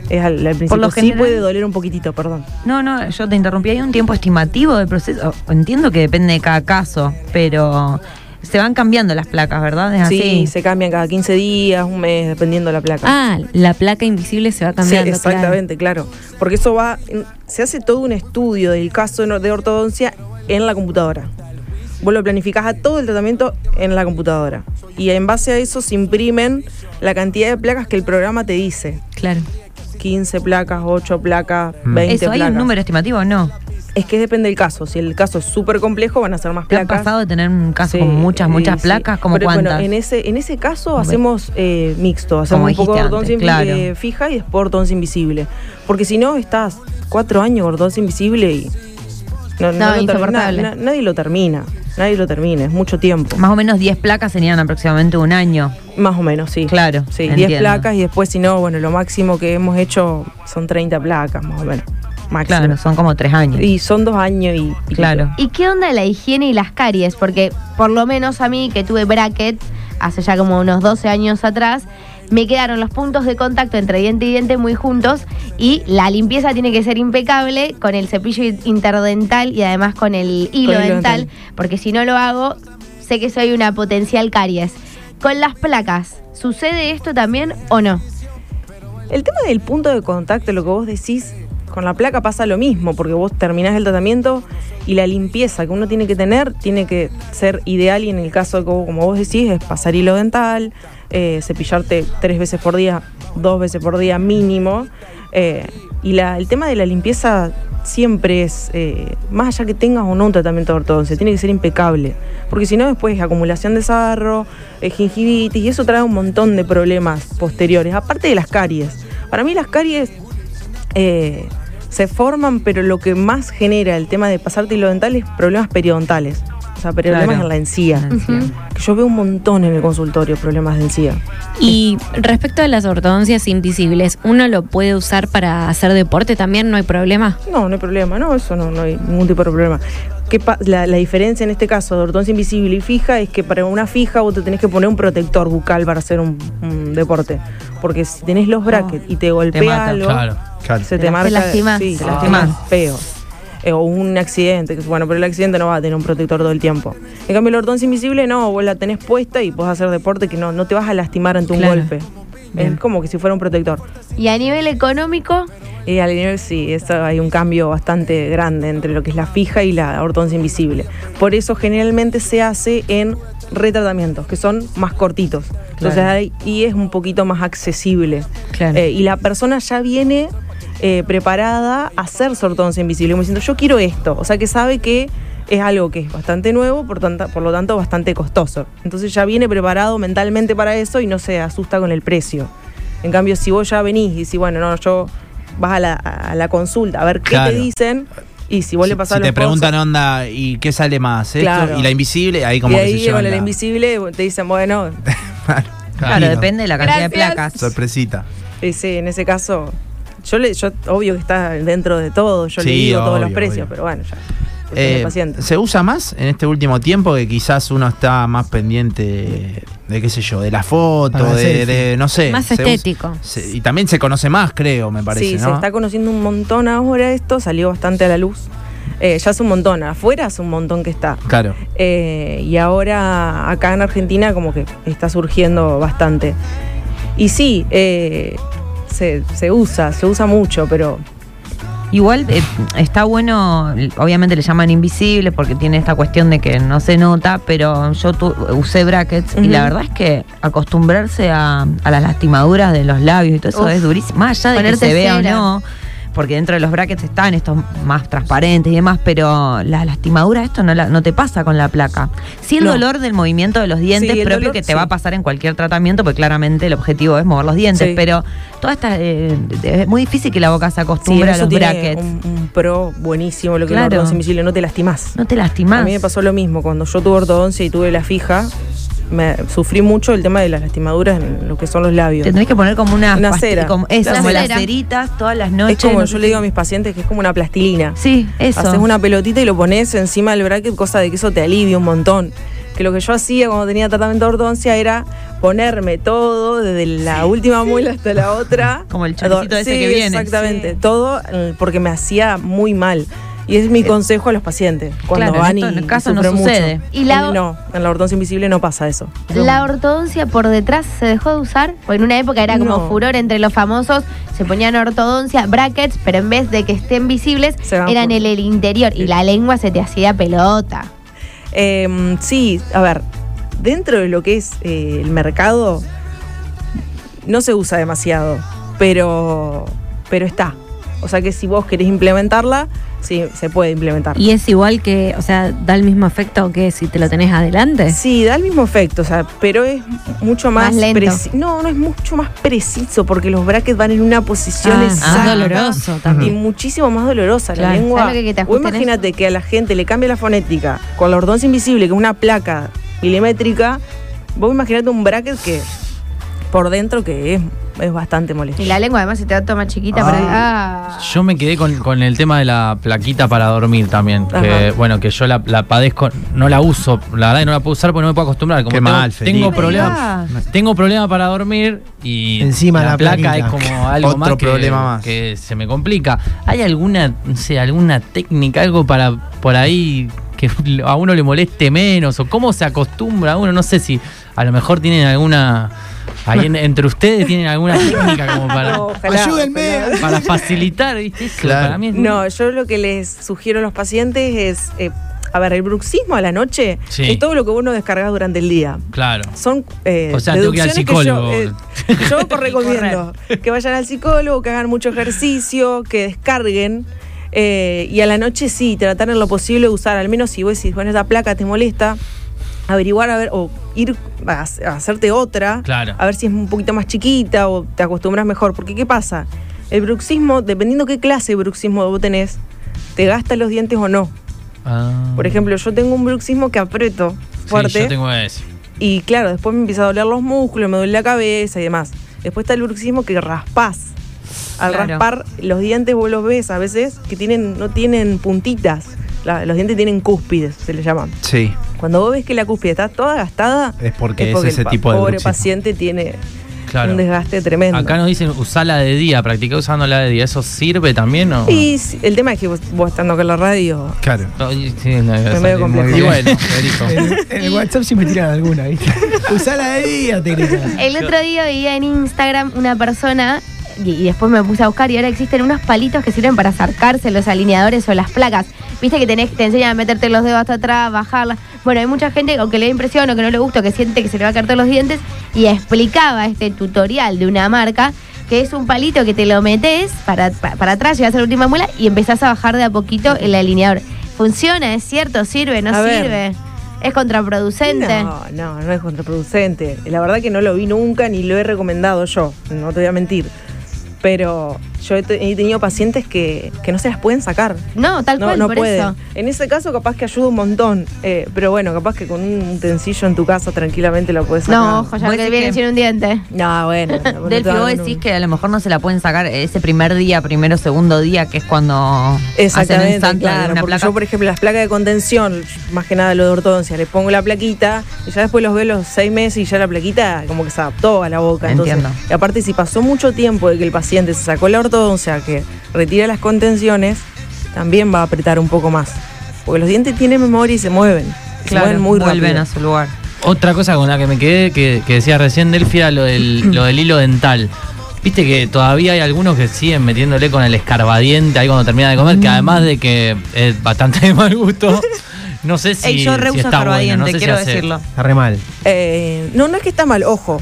Speaker 22: es al, al principio.
Speaker 15: lo
Speaker 22: sí
Speaker 15: general-
Speaker 22: puede doler un poquitito, perdón.
Speaker 15: No, no, yo te interrumpí. Hay un tiempo estimativo del proceso. Entiendo que depende de cada caso, pero se van cambiando las placas, ¿verdad? Es
Speaker 22: Sí,
Speaker 15: así.
Speaker 22: se cambian cada 15 días, un mes, dependiendo de la placa.
Speaker 13: Ah, la placa invisible se va cambiando.
Speaker 22: Sí, exactamente, claro. Porque eso va. Se hace todo un estudio del caso de ortodoncia en la computadora. Vos lo planificás a todo el tratamiento en la computadora. Y en base a eso se imprimen la cantidad de placas que el programa te dice.
Speaker 13: Claro.
Speaker 22: 15 placas, 8 placas,
Speaker 15: Mm.
Speaker 22: 20
Speaker 15: ¿Eso hay un
Speaker 22: placas.
Speaker 15: número estimativo o no?
Speaker 22: Es que depende del caso. Si el caso es súper complejo, van a ser más
Speaker 15: ¿Te han
Speaker 22: placas.
Speaker 15: pasado de tener un caso
Speaker 22: Sí,
Speaker 15: con muchas,
Speaker 22: sí,
Speaker 15: muchas
Speaker 22: sí.
Speaker 15: placas? ¿Como
Speaker 22: Pero, bueno,
Speaker 15: cuántas?
Speaker 22: en ese, en ese caso
Speaker 15: Como-
Speaker 22: hacemos eh, mixto,
Speaker 15: Como
Speaker 22: hacemos un poco de
Speaker 15: dijiste
Speaker 22: ortodoncia
Speaker 15: antes,
Speaker 22: invi-
Speaker 15: claro.
Speaker 22: eh, fija y después ortodoncia invisible. Porque si no, estás cuatro años con ortodoncia invisible y
Speaker 15: No,
Speaker 22: no, lo termina-
Speaker 15: insoportable.
Speaker 22: na- nadie lo termina. Nadie lo termina, es mucho tiempo.
Speaker 15: Más o menos 10 placas serían aproximadamente un año.
Speaker 22: Más o menos, sí.
Speaker 15: Claro.
Speaker 22: Sí, 10
Speaker 15: entiendo.
Speaker 22: placas y después, si no, bueno, lo máximo que hemos hecho son 30 placas, más o menos. Máximo.
Speaker 15: Claro, son como 3 años.
Speaker 22: Y son dos años y. y-
Speaker 15: Claro.
Speaker 11: ¿Y qué onda la higiene y las caries? Porque por lo menos a mí que tuve brackets hace ya como unos 12 años atrás, me quedaron los puntos de contacto entre diente y diente muy juntos y la limpieza tiene que ser impecable con el cepillo interdental y además con el
Speaker 19: hilo
Speaker 11: hilo, dental,
Speaker 19: dental.
Speaker 11: porque si no lo hago, sé que soy una potencial caries. Con las placas, ¿sucede esto también o no?
Speaker 22: El tema del punto de contacto, lo que vos decís, con la placa pasa lo mismo, porque vos terminás el tratamiento y la limpieza que uno tiene que tener tiene que ser ideal y en el caso, de que vos- como vos decís, es pasar hilo dental, eh, cepillarte tres veces por día, dos veces por día mínimo. eh, y la- el tema de la limpieza siempre es, eh, más allá que tengas o no un tratamiento de ortodoncia, tiene que ser impecable. Porque si no, después es acumulación de sarro, eh, gingivitis, y eso trae un montón de problemas posteriores, aparte de las caries. Para mí las caries eh, se forman, pero lo que más genera el tema de pasarte hilo dental es problemas periodontales. O sea, problemas
Speaker 13: Claro.
Speaker 22: en la encía. Que Yo veo un montón en el consultorio problemas de encía.
Speaker 13: Y respecto a las ortodoncias invisibles, ¿uno lo puede usar para hacer deporte también? ¿No hay problema?
Speaker 22: No, no hay problema, no, eso no, no hay ningún tipo de problema. ¿Qué pa- la, la diferencia en este caso de ortodoncia invisible y fija es que para una fija vos te tenés que poner un protector bucal para hacer un, un deporte. Porque si tenés los brackets y te golpea
Speaker 12: mata,
Speaker 22: algo,
Speaker 12: claro, claro.
Speaker 22: se
Speaker 12: Te
Speaker 22: te
Speaker 12: la-
Speaker 22: marca.
Speaker 12: te lastimás.
Speaker 22: sí, te
Speaker 12: Ah.
Speaker 22: lastimás feo. Eh, o un accidente, que es- bueno, pero el accidente no va a tener un protector todo el tiempo. En cambio, la ortodoncia invisible no, vos la tenés puesta y podés hacer deporte que no, no te vas a lastimar ante un
Speaker 11: Claro.
Speaker 22: golpe.
Speaker 11: Bien.
Speaker 22: Es como que si fuera un protector.
Speaker 11: Y a nivel económico,
Speaker 22: Y al nivel sí, eso hay un cambio bastante grande entre lo que es la fija y la ortodoncia invisible. Por eso generalmente se hace en retratamientos, que son más cortitos. Entonces
Speaker 19: Claro.
Speaker 22: hay- y es un poquito más accesible.
Speaker 19: Claro.
Speaker 22: Eh, y la persona ya viene eh, preparada a hacer su ortodoncia invisible, como diciendo, yo quiero esto. O sea que sabe que es algo que es bastante nuevo, por, tanta- por lo tanto bastante costoso. Entonces ya viene preparado mentalmente para eso y no se asusta con el precio. En cambio, si vos ya venís y decís, bueno, no, yo vas a la, a la consulta a ver qué
Speaker 12: Claro.
Speaker 22: te dicen y si vos le pasás
Speaker 12: Si te
Speaker 22: los
Speaker 12: preguntan onda, ¿y qué sale más? Esto?
Speaker 22: Claro.
Speaker 12: Y la invisible, ahí
Speaker 22: consejos,
Speaker 12: como
Speaker 22: y
Speaker 12: que se
Speaker 22: ahí
Speaker 12: llevan
Speaker 22: con el
Speaker 12: la-
Speaker 22: invisible te dicen, bueno,
Speaker 15: Claro, depende de la cantidad de
Speaker 22: Gracias.
Speaker 15: placas.
Speaker 12: Sorpresita.
Speaker 22: y eh, sí, en ese caso, yo le, yo obvio que está dentro de todo, yo le
Speaker 12: Sí,
Speaker 22: digo todos
Speaker 12: obvio,
Speaker 22: los precios,
Speaker 12: obvio.
Speaker 22: pero bueno, ya.
Speaker 12: Eh,
Speaker 22: el paciente.
Speaker 12: ¿Se usa más en este último tiempo que quizás uno está más pendiente de qué sé yo, de la
Speaker 22: Para
Speaker 12: foto,
Speaker 22: la
Speaker 12: de,
Speaker 22: selfie.
Speaker 12: de- no sé?
Speaker 22: Más
Speaker 12: se usa-
Speaker 22: estético.
Speaker 12: se- y también se conoce más, creo, me parece,
Speaker 22: sí,
Speaker 12: ¿no?
Speaker 22: se está conociendo un montón ahora esto, salió bastante a la luz. Eh, ya hace un montón, afuera hace un montón que está.
Speaker 12: Claro.
Speaker 22: Eh, y ahora acá en Argentina como que está surgiendo bastante. Y sí, eh, se, se usa, se usa mucho, pero
Speaker 15: Igual eh, está bueno, obviamente le llaman invisible porque tiene esta cuestión de que no se nota, pero yo tu- usé brackets y
Speaker 11: Ujú.
Speaker 15: la verdad es que acostumbrarse a, a las lastimaduras de los labios y todo eso
Speaker 11: Uf.
Speaker 15: es durísimo, más allá de que
Speaker 11: Ponerte
Speaker 15: se vea o
Speaker 11: cera.
Speaker 15: no, porque dentro de los brackets están estos más transparentes y demás, pero la lastimadura esto no, la- no te pasa con la placa. Sí el
Speaker 11: No.
Speaker 15: dolor del movimiento de los dientes
Speaker 11: Sí, el
Speaker 15: propio
Speaker 11: dolor,
Speaker 15: que te
Speaker 11: sí.
Speaker 15: va a pasar en cualquier tratamiento, porque claramente el objetivo es mover los dientes,
Speaker 11: Sí.
Speaker 15: pero toda esta, eh, es muy difícil que la boca se acostumbre
Speaker 22: Sí,
Speaker 15: acostumbra a
Speaker 22: eso
Speaker 15: los
Speaker 22: tiene
Speaker 15: brackets.
Speaker 22: Un, un pro buenísimo lo que
Speaker 15: Claro.
Speaker 22: es la ortodoncia invisible, no te lastimás.
Speaker 15: No te lastimás.
Speaker 22: A mí me pasó lo mismo, cuando yo tuve ortodoncia y tuve la fija, me sufrí mucho el tema de las lastimaduras en lo que son los labios.
Speaker 15: Te tenés que poner como una,
Speaker 22: Una
Speaker 15: pasti-
Speaker 22: cera.
Speaker 15: Como, eso,
Speaker 22: Una
Speaker 15: como las
Speaker 22: cera.
Speaker 15: ceritas todas las noches.
Speaker 22: es como
Speaker 15: no
Speaker 22: yo
Speaker 15: sé
Speaker 22: le digo a
Speaker 15: qué.
Speaker 22: mis pacientes que es como una plastilina.
Speaker 15: Sí, eso.
Speaker 22: Haces una pelotita y lo pones encima del bracket, cosa de que eso te alivia un montón. Que lo que yo hacía cuando tenía tratamiento de ortodoncia era ponerme todo, desde la última muela hasta la otra.
Speaker 15: Como el choricito ese
Speaker 22: Sí,
Speaker 15: que viene.
Speaker 22: Exactamente. Todo eh, porque me hacía muy mal. Y es mi consejo a los pacientes. Cuando
Speaker 15: Eh, claro,
Speaker 22: van
Speaker 15: esto
Speaker 22: y
Speaker 15: en el caso no
Speaker 22: sufren mucho.
Speaker 15: sucede.
Speaker 22: Y la... No, en la ortodoncia invisible no pasa eso.
Speaker 11: La ortodoncia por detrás se dejó de usar, porque en una época era como
Speaker 22: No.
Speaker 11: furor entre los famosos, se ponían ortodoncia, brackets, pero en vez de que estén visibles,
Speaker 22: van
Speaker 11: eran
Speaker 22: por-
Speaker 11: en el interior y la lengua se te hacía pelota.
Speaker 22: Eh, sí, a ver, dentro de lo que es eh, el mercado, no se usa demasiado, pero, pero está. O sea que si vos querés implementarla, sí, se puede implementar.
Speaker 13: Y es igual que, o sea, da el mismo efecto que si te lo tenés adelante.
Speaker 22: Sí, da el mismo efecto, o sea, pero es mucho más,
Speaker 13: Más lento.
Speaker 22: preci- No, no es mucho más preciso porque los brackets van en una posición
Speaker 13: Ah,
Speaker 22: exacta.
Speaker 13: más doloroso
Speaker 22: Y
Speaker 13: también.
Speaker 22: muchísimo más dolorosa la
Speaker 13: Claro.
Speaker 22: lengua.
Speaker 13: ¿Sabes lo que- que te
Speaker 22: Vos
Speaker 13: ajusten
Speaker 22: imagínate que a la gente le cambia la fonética con la ortodoncia invisible, que es una placa milimétrica. Vos imaginate un bracket que por dentro que es, es bastante molesto.
Speaker 11: Y la lengua además se te va toda más chiquita.
Speaker 22: Ah.
Speaker 11: para- ah.
Speaker 16: Yo me quedé con, con el tema de la plaquita para dormir también.
Speaker 11: Ajá.
Speaker 16: que, bueno, que yo la, la padezco, no la uso, la verdad que no la puedo usar porque no me puedo acostumbrar. Como
Speaker 14: Qué
Speaker 16: tengo,
Speaker 14: mal,
Speaker 16: tengo
Speaker 14: Felipe.
Speaker 12: Ah.
Speaker 16: problemas. Tengo problemas para dormir y
Speaker 14: Encima
Speaker 16: la,
Speaker 14: la
Speaker 16: placa
Speaker 14: plaquita.
Speaker 16: es como algo
Speaker 14: Otro
Speaker 16: más que,
Speaker 14: problema más.
Speaker 16: que se me complica. ¿Hay alguna, no sé, alguna técnica, algo para por ahí que a uno le moleste menos? ¿O cómo se acostumbra a uno? No sé si a lo mejor tienen alguna. Ahí en- entre ustedes tienen alguna técnica como para,
Speaker 22: Ojalá, ojalá.
Speaker 16: para facilitar, ¿viste? Eso para mí es
Speaker 22: No, yo lo que les sugiero a los pacientes es, eh, a ver, el bruxismo a la noche
Speaker 16: Sí.
Speaker 22: es todo lo que vos no descargas durante el día.
Speaker 16: Claro.
Speaker 22: Son eh,
Speaker 16: O sea, tengo que ir al
Speaker 22: deducciones
Speaker 16: psicólogo.
Speaker 22: yo, eh, yo recomiendo que vayan al psicólogo, que hagan mucho ejercicio, que descarguen. eh, y a la noche sí, tratar en lo posible de usar, al menos si vos decís, bueno, esta placa te molesta, averiguar, a ver, o ir a, hac- a hacerte otra,
Speaker 16: Claro.
Speaker 22: a ver si es un poquito más chiquita o te acostumbras mejor. Porque, ¿qué pasa? El bruxismo, dependiendo qué clase de bruxismo vos tenés, te gasta los dientes o no.
Speaker 16: Ah.
Speaker 22: Por ejemplo, yo tengo un bruxismo que aprieto fuerte.
Speaker 16: Sí, yo tengo ese.
Speaker 22: Y claro, después me empieza a doler los músculos, me duele la cabeza y demás. Después está el bruxismo que raspás. Al
Speaker 15: Claro.
Speaker 22: raspar los dientes vos los ves a veces que tienen, no tienen puntitas. La- los dientes tienen cúspides, se les llaman.
Speaker 8: Sí.
Speaker 22: Cuando vos ves que la cúspide está toda gastada,
Speaker 8: Es porque es
Speaker 22: el
Speaker 8: ese
Speaker 22: pa-
Speaker 16: tipo de
Speaker 22: pobre
Speaker 16: bruxismo.
Speaker 22: paciente tiene
Speaker 16: Claro.
Speaker 22: un desgaste tremendo.
Speaker 16: Acá nos dicen usala de día, practica usando la de día. ¿Eso sirve también o?
Speaker 22: Y si- el tema es que vos, vos estando con la radio,
Speaker 16: Claro. Sí, no,
Speaker 22: Me medio complejo.
Speaker 16: y bueno, Federico.
Speaker 14: En el WhatsApp siempre tiran alguna, ¿viste? Usala de día, te gritan.
Speaker 11: El otro día veía en Instagram una persona y, y después me puse a buscar y ahora existen unos palitos que sirven para acercarse los alineadores o las placas. Viste que tenés, te enseñan a meterte los dedos hasta atrás, bajarlas. Bueno, hay mucha gente o que le da impresión o que no le gusta, o que siente que se le va a caer todos los dientes y explicaba este tutorial de una marca que es un palito que te lo metes para, pa- para atrás, llegas a la última muela y empezás a bajar de a poquito el alineador. Funciona, es cierto, sirve, no
Speaker 22: A ver.
Speaker 11: sirve. Es contraproducente.
Speaker 22: No, no, no es contraproducente. La verdad que no lo vi nunca ni lo he recomendado yo, no te voy a mentir. Pero yo he, te- he tenido pacientes que, que no se las pueden sacar.
Speaker 11: No, tal cual,
Speaker 22: no
Speaker 11: por
Speaker 22: pueden.
Speaker 11: eso.
Speaker 22: En ese caso capaz que ayuda un montón. eh, pero bueno, capaz que con un utensilio en tu casa tranquilamente lo puedes sacar.
Speaker 11: No, ojo, ya que viene sin un diente.
Speaker 22: No, bueno. no te
Speaker 15: Delphi, vos
Speaker 22: hagan un-
Speaker 15: decís que a lo mejor no se la pueden sacar ese primer día, primero, segundo día, que es cuando hacen
Speaker 22: Exactamente,
Speaker 15: el santo de
Speaker 22: claro.
Speaker 15: una
Speaker 11: alguna
Speaker 22: porque
Speaker 15: placa.
Speaker 22: Yo, por ejemplo, las placas de contención, más que nada lo de ortodoncia, le pongo la plaquita y ya después los veo los seis meses y ya la plaquita como que se adaptó a la boca. Entonces,
Speaker 15: Entiendo.
Speaker 22: y aparte, si pasó mucho tiempo de que el paciente se sacó la ortodoncia, que retira las contenciones, también va a apretar un poco más. Porque los dientes tienen memoria y se mueven. Se
Speaker 15: Claro,
Speaker 22: mueven muy
Speaker 15: vuelven
Speaker 22: rápido.
Speaker 15: a su lugar.
Speaker 16: Otra cosa con la que me quedé que, que decía recién Delphi era lo del, lo del hilo dental. Viste que todavía hay algunos que siguen metiéndole con el escarbadiente ahí cuando termina de comer, que además de que es bastante de mal gusto, no sé si,
Speaker 15: Ey, yo re
Speaker 16: si
Speaker 15: uso
Speaker 16: está bueno,
Speaker 15: escarbadiente,
Speaker 16: no sé si
Speaker 15: quiero
Speaker 16: hace-
Speaker 15: decirlo.
Speaker 14: Está re mal.
Speaker 22: Eh, no, no es que está mal, ojo.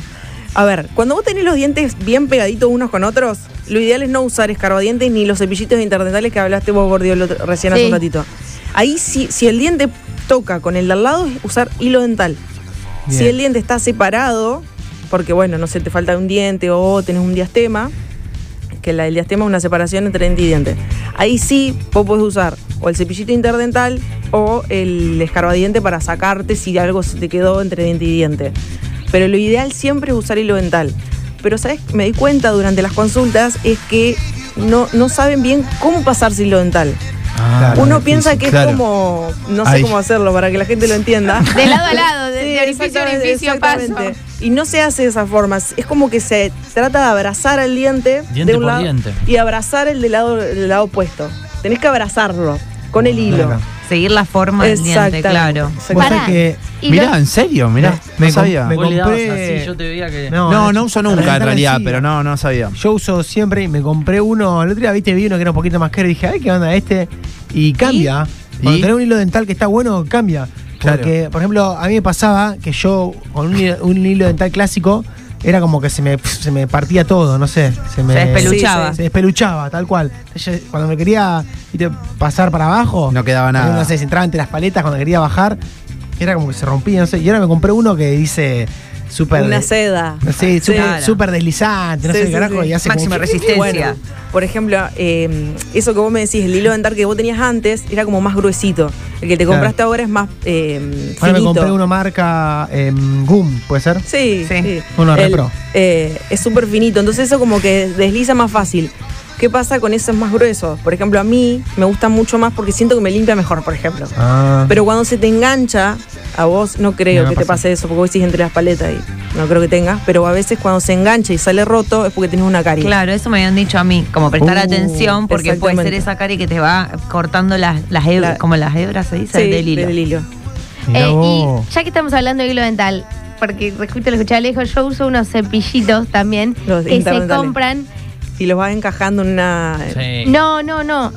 Speaker 22: A ver, cuando vos tenés los dientes bien pegaditos unos con otros, lo ideal es no usar escarbadientes ni los cepillitos interdentales que hablaste vos, Gordio, el otro- recién hace
Speaker 11: Sí.
Speaker 22: un ratito. Ahí, si, si el diente toca con el de al lado, es usar hilo dental.
Speaker 14: Bien.
Speaker 22: Si el diente está separado, porque bueno, no sé, te falta un diente o tenés un diastema, que la del diastema es una separación entre diente y diente. Ahí sí vos podés usar o el cepillito interdental o el escarbadiente para sacarte si algo se te quedó entre diente y diente. Pero lo ideal siempre es usar hilo dental. Pero sabes, me di cuenta durante las consultas es que no, no saben bien cómo pasarse hilo dental.
Speaker 14: Ah, Claro,
Speaker 22: Uno
Speaker 14: difícil,
Speaker 22: piensa que
Speaker 14: claro.
Speaker 22: es como, no sé
Speaker 14: Ay.
Speaker 22: cómo hacerlo para que la gente lo entienda.
Speaker 11: De lado a lado, de- de orificio a
Speaker 22: exactamente,
Speaker 11: orificio, paso.
Speaker 22: exactamente. Y no se hace de esa forma. Es como que se trata de abrazar al diente,
Speaker 16: Diente
Speaker 22: de un
Speaker 16: por
Speaker 22: lado
Speaker 16: diente.
Speaker 22: y abrazar el del lado, el lado opuesto. Tenés que abrazarlo con el hilo.
Speaker 15: Claro. Seguir la forma del diente,
Speaker 22: Exactamente,
Speaker 15: claro.
Speaker 22: exactamente. Vos sabés que- y Eh,
Speaker 12: mirá,
Speaker 22: lo-
Speaker 12: en serio, mirá.
Speaker 14: Me com-
Speaker 12: no sabía.
Speaker 14: me Vos le dabas compré-
Speaker 16: así, yo te veía que-
Speaker 12: No, no, uso nunca en
Speaker 14: Rental
Speaker 12: realidad,
Speaker 14: sí.
Speaker 12: pero no, no sabía.
Speaker 14: Yo uso siempre y me compré uno. El otro día, viste, vi uno que era un poquito más caro y dije, ay, ¿qué onda este? Y cambia. Cuando
Speaker 12: ¿Y?
Speaker 14: tenés un hilo dental que está bueno, cambia.
Speaker 12: Claro.
Speaker 14: Porque, por ejemplo, a mí me pasaba que yo con un, hilo- un hilo dental clásico era como que se me, se me partía todo, no sé. Se, me,
Speaker 15: Se despeluchaba.
Speaker 14: Sí, sí. Se despeluchaba, tal cual. Entonces, yo, cuando me quería viste, pasar para abajo,
Speaker 12: No quedaba
Speaker 14: Ahí,
Speaker 12: nada.
Speaker 14: No sé, se entraba entre las paletas cuando quería bajar. Era como que se rompía, no sé. Y ahora me compré uno que dice súper.
Speaker 22: Una seda.
Speaker 14: Sí,
Speaker 22: Sí.
Speaker 14: súper
Speaker 22: Claro.
Speaker 14: súper deslizante, no
Speaker 22: Sí,
Speaker 14: sé qué
Speaker 22: sí,
Speaker 14: carajo.
Speaker 22: sí.
Speaker 14: Y hace como-
Speaker 22: Bueno, por ejemplo, eh, eso que vos me decís, el hilo dental que vos tenías antes era como más gruesito. El que te
Speaker 14: Claro.
Speaker 22: compraste ahora es más eh,
Speaker 14: Ahora me
Speaker 22: finito.
Speaker 14: compré uno marca em, Goom, ¿puede ser?
Speaker 22: Sí, sí.
Speaker 14: Uno
Speaker 22: El-
Speaker 14: repro.
Speaker 22: eh, es súper finito, entonces eso como que desliza más fácil. ¿Qué pasa con esos más gruesos? Por ejemplo, a mí me gusta mucho más porque siento que me limpia mejor, por ejemplo.
Speaker 14: Ah.
Speaker 22: Pero cuando se te engancha, a vos no creo
Speaker 14: No me
Speaker 22: que te
Speaker 14: pasa.
Speaker 22: pase eso, porque vos decís entre las paletas y no creo que tengas, pero a veces cuando se engancha y sale roto es porque tenés una carie.
Speaker 15: Claro, eso me habían dicho a mí, como prestar
Speaker 22: Uh,
Speaker 15: atención, porque puede ser
Speaker 22: exactamente.
Speaker 15: esa cari que te va cortando las, las hebras-
Speaker 22: La-
Speaker 15: como las hebras se dice,
Speaker 22: Sí,
Speaker 15: del hilo.
Speaker 22: del hilo.
Speaker 11: Eh, y ya que estamos hablando de hilo dental, porque justo lo escuchaba lejos, yo uso unos cepillitos también
Speaker 22: Los
Speaker 11: que se
Speaker 22: interdentales.
Speaker 11: compran.
Speaker 22: Y los vas encajando en una...
Speaker 11: No, no, no.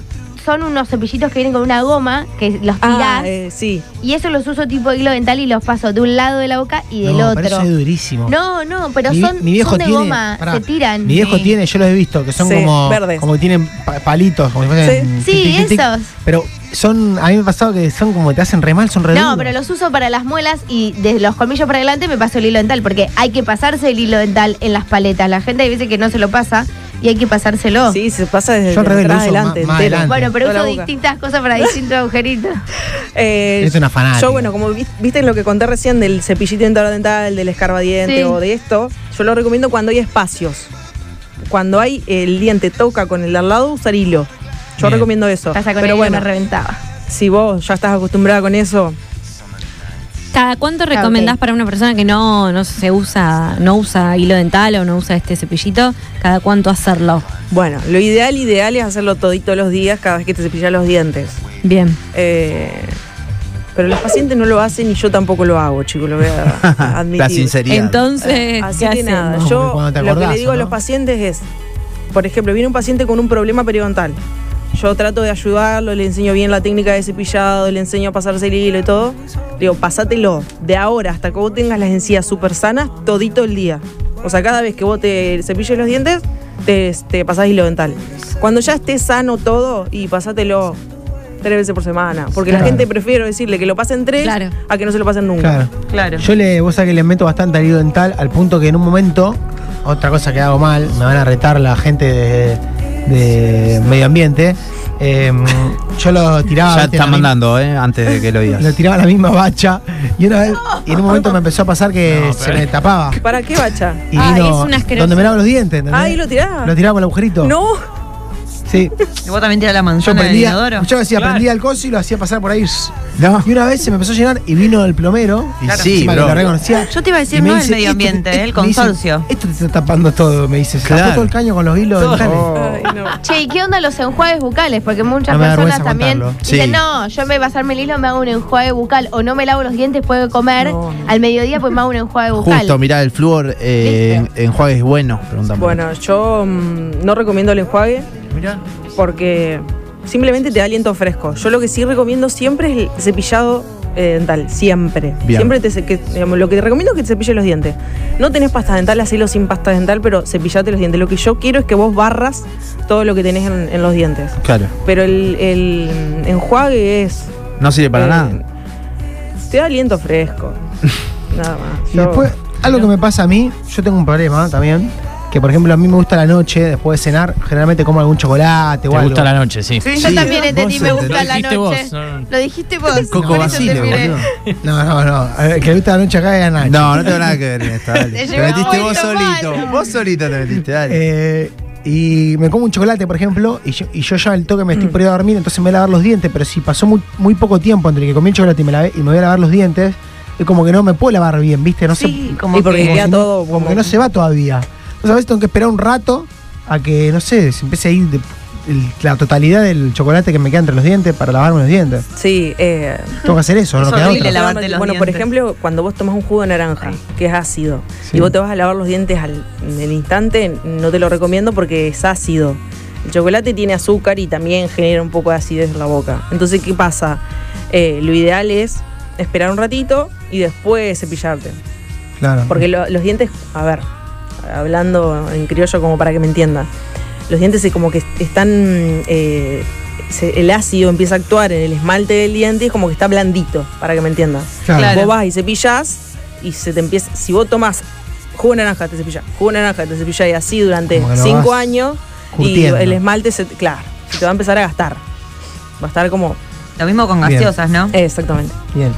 Speaker 11: Son unos cepillitos que vienen con una goma que los tirás.
Speaker 22: Ah, eh, sí.
Speaker 11: Y eso los uso tipo hilo dental y los paso de un lado de la boca y del
Speaker 14: No, pero
Speaker 11: otro.
Speaker 14: eso es durísimo.
Speaker 11: No, no, pero
Speaker 14: vi-
Speaker 11: son, son de goma,
Speaker 14: pará,
Speaker 11: se tiran.
Speaker 14: Mi viejo tiene, yo los he visto, que son
Speaker 11: Sí,
Speaker 14: como,
Speaker 11: verdes.
Speaker 14: como que tienen pa- palitos, como si fuesen
Speaker 11: Sí.
Speaker 14: tic,
Speaker 11: Sí,
Speaker 14: tic, tic,
Speaker 11: esos.
Speaker 14: Pero son, a mí me ha pasado que son como que te hacen re mal, son re
Speaker 11: No,
Speaker 14: duros.
Speaker 11: pero los uso para las muelas y de los colmillos para adelante me paso el hilo dental, porque hay que pasarse el hilo dental en las paletas. La gente hay veces que no se lo pasa y hay que pasárselo.
Speaker 22: Sí, se pasa desde
Speaker 14: Yo al revés,
Speaker 22: atrás
Speaker 14: lo uso
Speaker 22: adelante,
Speaker 14: más- más
Speaker 22: entero.
Speaker 14: adelante.
Speaker 11: Bueno, pero
Speaker 22: Toda
Speaker 11: uso
Speaker 22: la boca.
Speaker 11: distintas cosas para distintos agujeritos.
Speaker 22: Eh,
Speaker 14: Es una fanática.
Speaker 22: Yo, bueno, como vi- viste lo que conté recién del cepillito interdental, del escarbadiente
Speaker 11: Sí.
Speaker 22: o de esto, yo lo recomiendo cuando hay espacios. Cuando hay el diente toca con el de al lado, usar hilo. Yo
Speaker 11: Bien.
Speaker 22: recomiendo eso.
Speaker 11: Pasa con
Speaker 22: Pero
Speaker 11: el hilo,
Speaker 22: bueno,
Speaker 11: me reventaba.
Speaker 22: si vos ya estás acostumbrada con eso,
Speaker 13: ¿Cada cuánto recomendás para una persona que no, no se usa, no usa hilo dental o no usa este cepillito? ¿Cada cuánto hacerlo?
Speaker 22: bueno, lo ideal, ideal es hacerlo todito los días cada vez que te cepillas los dientes.
Speaker 13: Bien.
Speaker 22: Eh, pero los pacientes no lo hacen y yo tampoco lo hago, chicos, lo voy a admitir. Eh,
Speaker 12: La sinceridad.
Speaker 13: Entonces, ¿qué
Speaker 22: así que
Speaker 13: hacemos?
Speaker 22: nada,
Speaker 13: No, porque
Speaker 22: yo
Speaker 13: cuando te
Speaker 22: lo que
Speaker 13: acordás,
Speaker 22: le digo a
Speaker 13: ¿no?
Speaker 22: los pacientes es, por ejemplo, viene un paciente con un problema periodontal. Yo trato de ayudarlo, le enseño bien la técnica de cepillado, le enseño a pasarse el hilo y todo. Le digo, pasátelo de ahora hasta que vos tengas las encías súper sanas todito el día. O sea, cada vez que vos te cepilles los dientes, te, te pasás hilo dental. Cuando ya esté sano todo y pasátelo tres veces por semana. Porque la
Speaker 14: Claro.
Speaker 22: gente prefiero decirle que lo pasen tres a que no se lo pasen nunca.
Speaker 14: Claro.
Speaker 15: Claro.
Speaker 14: Yo le, vos sabés que le meto bastante al hilo dental, al punto que en un momento, otra cosa que hago mal, me van a retar la gente de, de medio ambiente. eh, yo lo tiraba.
Speaker 12: ya
Speaker 14: viste,
Speaker 12: está
Speaker 14: la misma-
Speaker 12: mandando, ¿eh? Antes de que lo digas.
Speaker 14: Lo tiraba a la misma bacha. Y una vez, y en un momento me empezó a pasar que se
Speaker 12: pero-
Speaker 14: me tapaba.
Speaker 22: ¿Para qué bacha?
Speaker 14: Ah, Y vino donde me lavo los dientes, ¿entendés?
Speaker 22: Ahí lo tiraba.
Speaker 14: Lo tiraba por el agujerito.
Speaker 22: No.
Speaker 14: Sí.
Speaker 15: Y vos también tirás la
Speaker 14: Yo
Speaker 15: manzana del
Speaker 14: aprendía,
Speaker 15: inodoro.
Speaker 14: yo decía, aprendía el coso y lo hacía pasar por ahí. Y una vez se me empezó a llenar y vino el plomero.
Speaker 15: Y sí,
Speaker 14: encima que
Speaker 15: bro.
Speaker 14: lo reconocía.
Speaker 15: Yo te iba a decir,
Speaker 14: y me
Speaker 15: no el
Speaker 14: dice,
Speaker 15: medio
Speaker 14: "Esto te-
Speaker 15: ambiente,
Speaker 14: esto-"
Speaker 15: el
Speaker 14: me dice,
Speaker 15: consorcio.
Speaker 14: esto te está tapando todo, me dice. Tapó
Speaker 15: Claro.
Speaker 14: todo el caño con los hilos
Speaker 15: Todo.
Speaker 14: dentales.
Speaker 11: Oh, Che, ¿y qué onda los enjuagues bucales? Porque muchas
Speaker 14: No me da
Speaker 11: personas
Speaker 14: vergüenza
Speaker 11: también
Speaker 14: contarlo.
Speaker 11: dicen,
Speaker 14: Sí.
Speaker 11: no, yo en vez de pasarme el hilo me hago un enjuague bucal o no me lavo los dientes después de comer. Al mediodía pues me hago un enjuague bucal.
Speaker 12: Justo, mirá, el flúor eh, en, enjuague es bueno, preguntamos.
Speaker 22: Bueno, yo mm, no recomiendo el enjuague. Porque simplemente te da aliento fresco. Yo lo que sí recomiendo siempre es el cepillado eh, dental. Siempre.
Speaker 12: Bien.
Speaker 22: Siempre te ce- que- digamos, lo que te recomiendo es que te cepilles los dientes. No tenés pasta dental, hacelo sin pasta dental, pero cepillate los dientes. Lo que yo quiero es que vos barras todo lo que tenés en, en los dientes.
Speaker 12: Claro.
Speaker 22: Pero el, el enjuague es.
Speaker 12: No sirve para
Speaker 22: Eh,
Speaker 12: nada.
Speaker 22: Te da aliento fresco. Nada más.
Speaker 14: Y
Speaker 22: Yo-
Speaker 14: después, algo que me pasa a mí, yo tengo un problema también. Que por ejemplo, a mí me gusta la noche, después de cenar, generalmente como algún chocolate o
Speaker 16: Te
Speaker 14: algo.
Speaker 16: gusta la noche, sí.
Speaker 11: Yo también entendí, me gusta la noche.
Speaker 16: vos,
Speaker 11: Lo dijiste vos.
Speaker 14: Coco
Speaker 11: por eso te
Speaker 14: Basile,
Speaker 11: miré.
Speaker 14: boludo. No, no, no. A ver, que le gusta la noche acá es Nacho.
Speaker 8: No, no tengo nada que ver en esto. dale. Te
Speaker 11: Te llevó
Speaker 8: metiste
Speaker 11: a
Speaker 8: vos
Speaker 11: vuelto
Speaker 8: solito. Vos solito te metiste, dale.
Speaker 14: Eh, y me como un chocolate, por ejemplo, y yo, y yo ya al toque me estoy por ir a dormir, entonces me voy a lavar los dientes, pero si pasó muy, muy poco tiempo entre que comí el chocolate y me, lavé, y me voy a lavar los dientes, es como que no me puedo lavar bien, ¿viste? No
Speaker 15: Sí,
Speaker 14: sé,
Speaker 15: como Y porque que- queda
Speaker 14: si no-
Speaker 15: todo
Speaker 14: como,
Speaker 15: como-
Speaker 14: que no se va todavía. Entonces a veces tengo que esperar un rato a que, no sé, se empiece a ir de- el- la totalidad del chocolate que me queda entre los dientes para lavarme los dientes.
Speaker 22: Sí, eh,
Speaker 14: Tengo que hacer eso, no queda otra.
Speaker 22: Bueno, por ejemplo, cuando vos tomás un jugo de naranja, que es ácido,
Speaker 14: Sí.
Speaker 22: y vos te vas a lavar los dientes al, en el instante, no te lo recomiendo porque es ácido. El chocolate tiene azúcar y también genera un poco de acidez en la boca. Entonces, ¿qué pasa? Eh, lo ideal es esperar un ratito y después cepillarte.
Speaker 14: Claro.
Speaker 22: Porque lo- los dientes, a ver, hablando en criollo como para que me entienda, los dientes se- como que están, eh, se- el ácido empieza a actuar en el esmalte del diente y es como que está blandito, para que me entiendas.
Speaker 14: Claro. Claro.
Speaker 22: Vos vas y cepillás y se te empieza, si vos tomás jugo de naranja, te cepillás, jugo de naranja, te cepillás y así durante
Speaker 14: Como que lo
Speaker 22: cinco
Speaker 14: vas
Speaker 22: años
Speaker 14: curtiendo.
Speaker 22: y el esmalte se, claro, se te va a empezar a gastar. Va a estar como...
Speaker 15: Lo mismo con
Speaker 12: Bien.
Speaker 15: gaseosas, ¿no?
Speaker 22: Exactamente.
Speaker 14: Bien.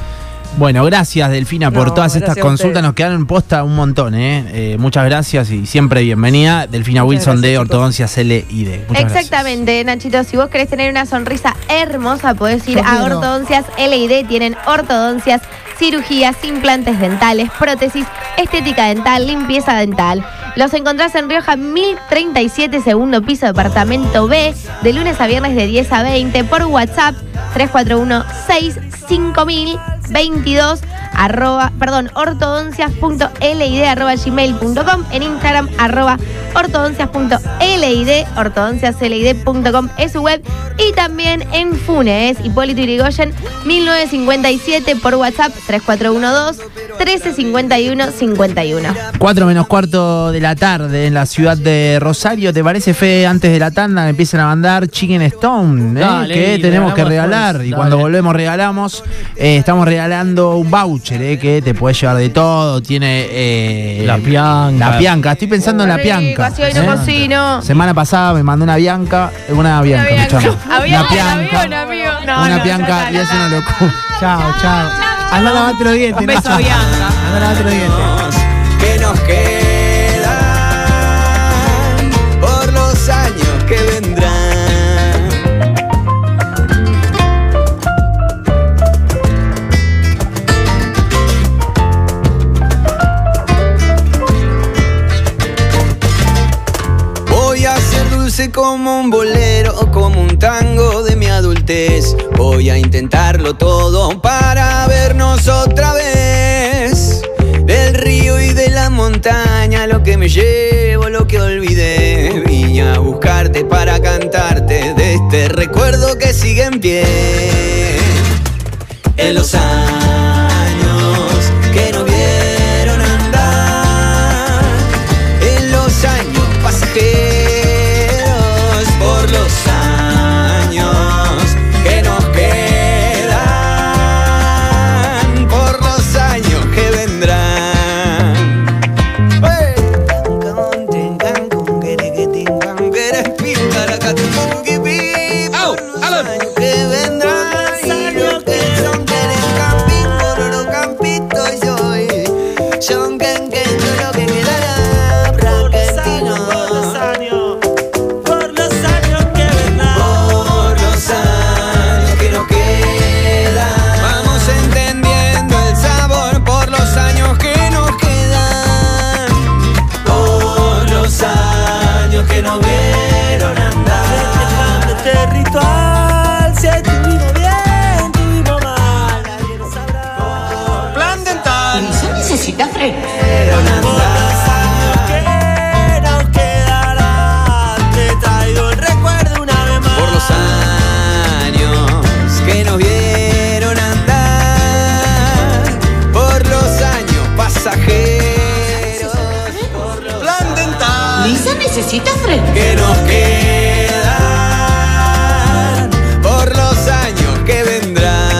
Speaker 12: Bueno, gracias Delfina por
Speaker 22: No,
Speaker 12: todas estas
Speaker 22: gracias a
Speaker 12: consultas.
Speaker 22: ustedes.
Speaker 12: Nos quedaron en posta un montón, ¿eh? Eh, Muchas gracias y siempre bienvenida. Delfina
Speaker 11: Muchas
Speaker 12: Wilson
Speaker 11: gracias,
Speaker 12: de
Speaker 11: chicos.
Speaker 12: Ortodoncia CLID. Muchas gracias.
Speaker 11: Exactamente, Nachito. Si vos querés tener una sonrisa hermosa, podés ir
Speaker 12: Yo
Speaker 11: a
Speaker 12: quiero.
Speaker 11: Ortodoncias LID. Tienen ortodoncias, cirugías, implantes dentales, prótesis, estética dental, limpieza dental. Los encontrás en Rioja 1037, segundo piso, departamento B, de lunes a viernes de 10 a 20, por WhatsApp 341 65022 arroba, perdón, ortodoncias.lid arroba gmail.com, en Instagram arroba ortodoncias.lid, ortodonciaslid.com es su web y también en Funes, Hipólito Yrigoyen 1957 por WhatsApp 3412 1351 51.
Speaker 12: 4 menos cuarto de la tarde en la ciudad de Rosario. ¿Te parece, Fe? Antes de la tanda empiezan a mandar Chicken Stone, ¿eh?
Speaker 16: Dale,
Speaker 12: que
Speaker 16: y
Speaker 12: tenemos que
Speaker 16: regalamos
Speaker 12: regalar.
Speaker 16: después.
Speaker 12: y
Speaker 16: Dale.
Speaker 12: cuando volvemos regalamos. Eh, estamos regalando un voucher, ¿eh? Que te puedes llevar de todo. Tiene... eh,
Speaker 16: La pianca.
Speaker 12: La pianca. Estoy pensando en la
Speaker 11: Rico,
Speaker 12: pianca. Eh,
Speaker 11: si hoy no cocino.
Speaker 12: Semana pasada me mandó una bianca. Una bianca, me llama. Una pianca.
Speaker 11: amigo.
Speaker 12: una pianca y es una locura.
Speaker 14: Chao, chao. Andá a lavarte los dientes.
Speaker 12: Un beso,
Speaker 14: Nacho.
Speaker 12: Bianca.
Speaker 14: Andá a lavarte los dientes.
Speaker 4: que nos quedan por los años que vendrán. Voy a ser dulce como un bolero o como un tango de mi adultez. Voy a intentarlo todo para vernos otra vez. Del río y de la montaña, lo que me llevo, lo que olvidé. Vine a buscarte para cantarte de este recuerdo que sigue en pie. En los años que no vieron andar en los años pasajeros, por los años que nos quedan, por los años que vendrán. ¡Hey! Au, a los años que vendrán y los que son que les cambian.
Speaker 6: necesita freno.
Speaker 4: Te traigo el recuerdo una vez más. Por los años que nos vieron andar. Por los años pasajeros. Plan dental.
Speaker 6: Lisa necesita freno.
Speaker 4: Que nos quedan. Por los años que vendrán.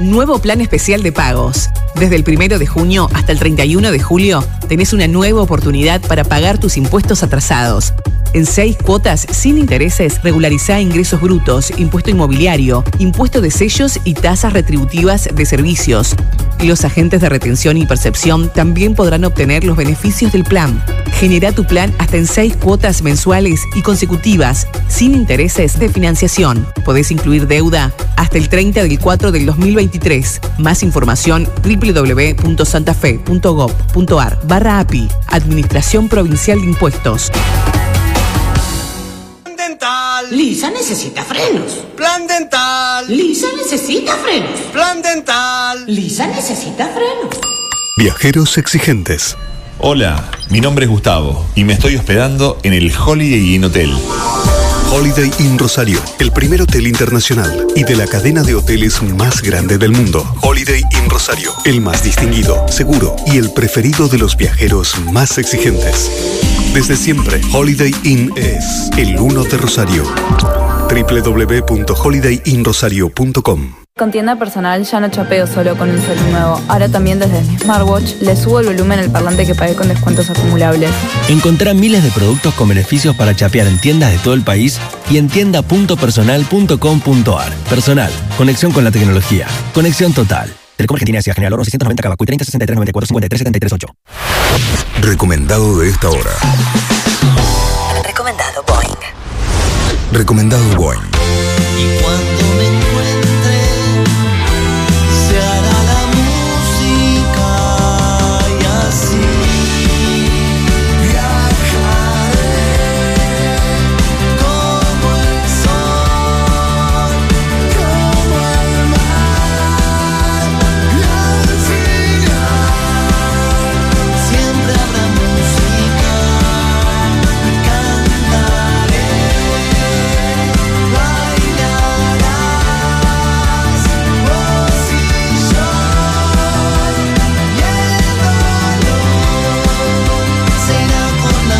Speaker 18: Nuevo plan especial de pagos. Desde el 1 de junio hasta el 31 de julio tenés una nueva oportunidad para pagar tus impuestos atrasados. En seis cuotas sin intereses regularizá ingresos brutos, impuesto inmobiliario, impuesto de sellos y tasas retributivas de servicios. Los agentes de retención y percepción también podrán obtener los beneficios del plan. Genera tu plan hasta en seis cuotas mensuales y consecutivas, sin intereses de financiación. Podés incluir deuda hasta el 30 del 4 del 2023. Más información www.santafe.gov.ar barra API, Administración Provincial de Impuestos.
Speaker 6: Lisa necesita frenos. Plan dental. Lisa necesita frenos. Plan dental. Lisa necesita frenos.
Speaker 10: Viajeros exigentes.
Speaker 29: Hola, mi nombre es Gustavo y me estoy hospedando en el Holiday Inn Hotel.
Speaker 10: Holiday Inn Rosario, el primer hotel internacional y de la cadena de hoteles más grande del mundo. Holiday Inn Rosario, el más distinguido, seguro y el preferido de los viajeros más exigentes. Desde siempre, Holiday Inn es el uno de Rosario. www.holidayinrosario.com
Speaker 19: Con tienda personal ya no chapeo solo con un celu nuevo. Ahora también desde mi smartwatch le subo el volumen al parlante que pagué con descuentos acumulables.
Speaker 5: Encontrá miles de productos con beneficios para chapear en tiendas de todo el país y en tienda.personal.com.ar. Personal, conexión con la tecnología, conexión total. Telecom Argentina, hacia General Oro 690 Cabacuy 30 63 94 53 73 8.
Speaker 10: Recomendado de esta hora.
Speaker 6: Recomendado Boeing.
Speaker 10: Recomendado Boeing.
Speaker 6: Y cuando me encuentre, se hará la música y así viajaré como el sol, como el mar. Y al final, siempre habrá música y cantaré. Bailarás vos y yo Y el dolor será con la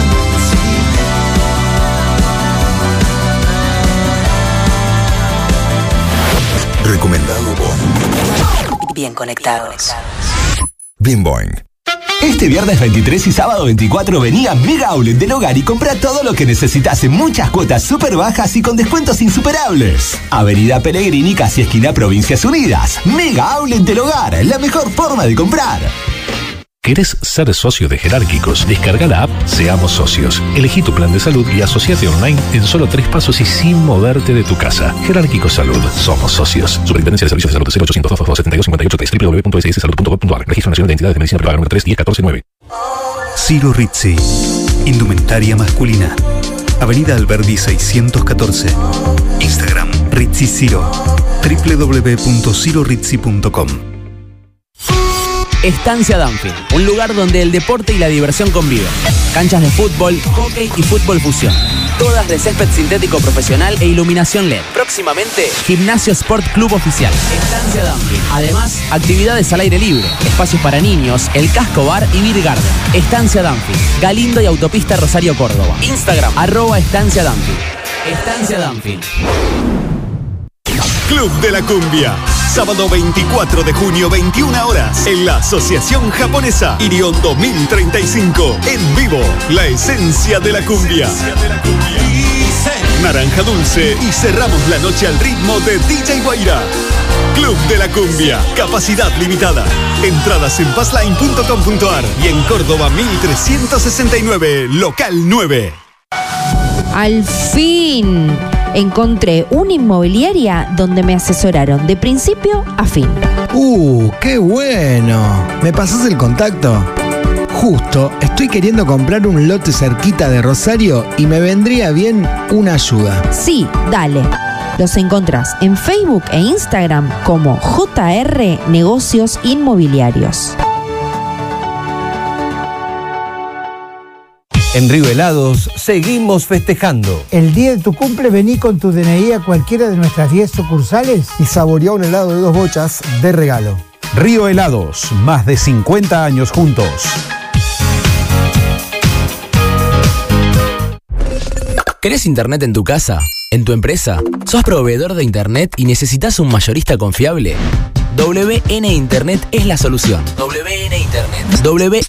Speaker 6: música
Speaker 10: Recomendado Boeing.
Speaker 13: Bien conectados.
Speaker 10: Bien Boeing.
Speaker 2: Este viernes 23 y sábado 24 vení a Mega Outlet del Hogar y compra todo lo que necesitas en muchas cuotas super bajas y con descuentos insuperables. Avenida Pellegrini, casi esquina Provincias Unidas. Mega Outlet del Hogar, la mejor forma de comprar.
Speaker 30: ¿Querés ser socio de Jerárquicos? Descarga la app Seamos Socios. Elegí tu plan de salud y asociate online en solo tres pasos y sin moverte de tu casa. Jerárquicos Salud. Somos socios. Superintendencia de Servicios de Salud 0800 222 78 www.sssalud.gov.ar Registro Nacional de Entidades de Medicina Privada número 3 10 14 9.
Speaker 10: Ciro Rizzi. Indumentaria masculina. Avenida Alberdi 614. Instagram Rizzi Ciro. www.cirorizzi.com
Speaker 28: Estancia Danfield, un lugar donde el deporte y la diversión conviven. Canchas de fútbol, hockey y fútbol fusión. Todas de césped sintético profesional e iluminación LED. Próximamente, Gimnasio Sport Club Oficial. Estancia Danfield. Además, actividades al aire libre, espacios para niños, el casco bar y beer garden. Estancia Danfield, Galindo y Autopista Rosario Córdoba. Instagram, arroba Estancia Danfield. Estancia Danfield.
Speaker 2: Club de la Cumbia. Sábado 24 de junio, 21 horas, en la Asociación Japonesa Irion 2035. En vivo, la esencia de la cumbia. Naranja Dulce y cerramos la noche al ritmo de DJ Guaira. Club de la Cumbia, capacidad limitada. Entradas en passline.com.ar y en Córdoba 1369, local 9.
Speaker 11: Al fin encontré una inmobiliaria donde me asesoraron de principio a fin.
Speaker 31: Uh, qué bueno. ¿Me pasas el contacto?
Speaker 4: Justo, estoy queriendo comprar un lote cerquita de Rosario y me vendría bien una ayuda.
Speaker 32: Sí, dale. Los encontrás en Facebook e Instagram como JR Negocios Inmobiliarios.
Speaker 33: En Río Helados seguimos festejando.
Speaker 14: El día de tu cumple vení con tu DNI a cualquiera de nuestras 10 sucursales y saboreá un helado de dos bochas de regalo.
Speaker 34: Río Helados, más de 50 años juntos.
Speaker 28: ¿Querés internet en tu casa? ¿En tu empresa? ¿Sos proveedor de internet y necesitas un mayorista confiable? WN Internet es la solución. WN Internet.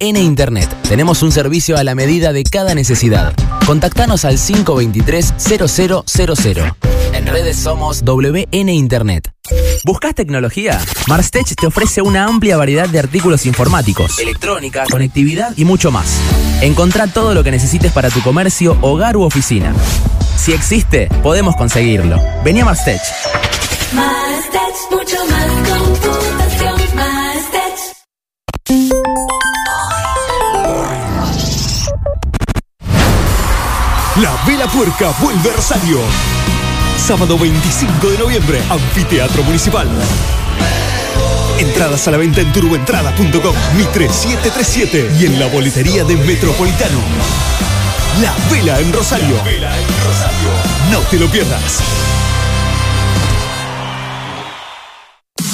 Speaker 28: WN Internet. Tenemos un servicio a la medida de cada necesidad. Contactanos al 523-0000. En redes somos WN Internet. ¿Buscas tecnología? Marstech te ofrece una amplia variedad de artículos informáticos, electrónica, conectividad y mucho más. Encontrá todo lo que necesites para tu comercio, hogar u oficina. Si existe, podemos conseguirlo. Vení a Marstech.
Speaker 35: Más tech, mucho más computación, más tech.
Speaker 2: La Vela Puerca vuelve a Rosario. Sábado 25 de noviembre, Anfiteatro Municipal. Entradas a la venta en turboentrada.com, Mitre 737 y en la boletería de Metropolitano. La Vela en Rosario. No te lo pierdas.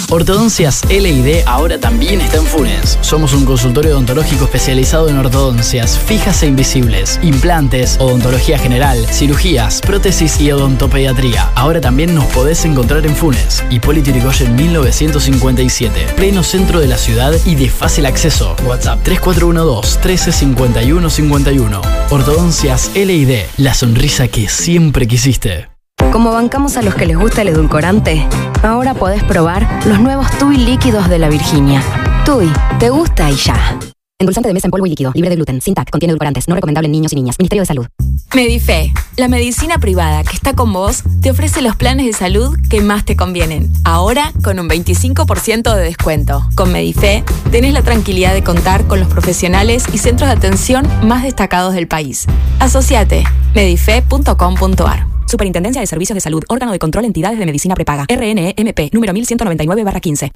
Speaker 9: Ortodoncias LID ahora también está en Funes. Somos un consultorio odontológico especializado en ortodoncias fijas e invisibles, implantes, odontología general, cirugías, prótesis y odontopediatría. Ahora también nos podés encontrar en Funes, Hipólito Yrigoyen 1957, pleno centro de la ciudad y de fácil acceso. WhatsApp 3412 13 51 51. Ortodoncias LID, la sonrisa que siempre quisiste.
Speaker 11: Como bancamos a los que les gusta el edulcorante, ahora podés probar los nuevos TUI líquidos de la Virginia. TUI, te gusta y ya.
Speaker 1: Endulzante de mesa en polvo y líquido, libre de gluten, sin TAC, contiene edulcorantes, no recomendable en niños y niñas. Ministerio de Salud.
Speaker 19: Medife, la medicina privada que está con vos, te ofrece los planes de salud que más te convienen. Ahora con un 25% de descuento. Con Medife, tenés la tranquilidad de contar con los profesionales y centros de atención más destacados del país. Asociate, medife.com.ar.
Speaker 1: Superintendencia de Servicios de Salud, órgano de control entidades de medicina prepaga, RNEMP, número 1199-15,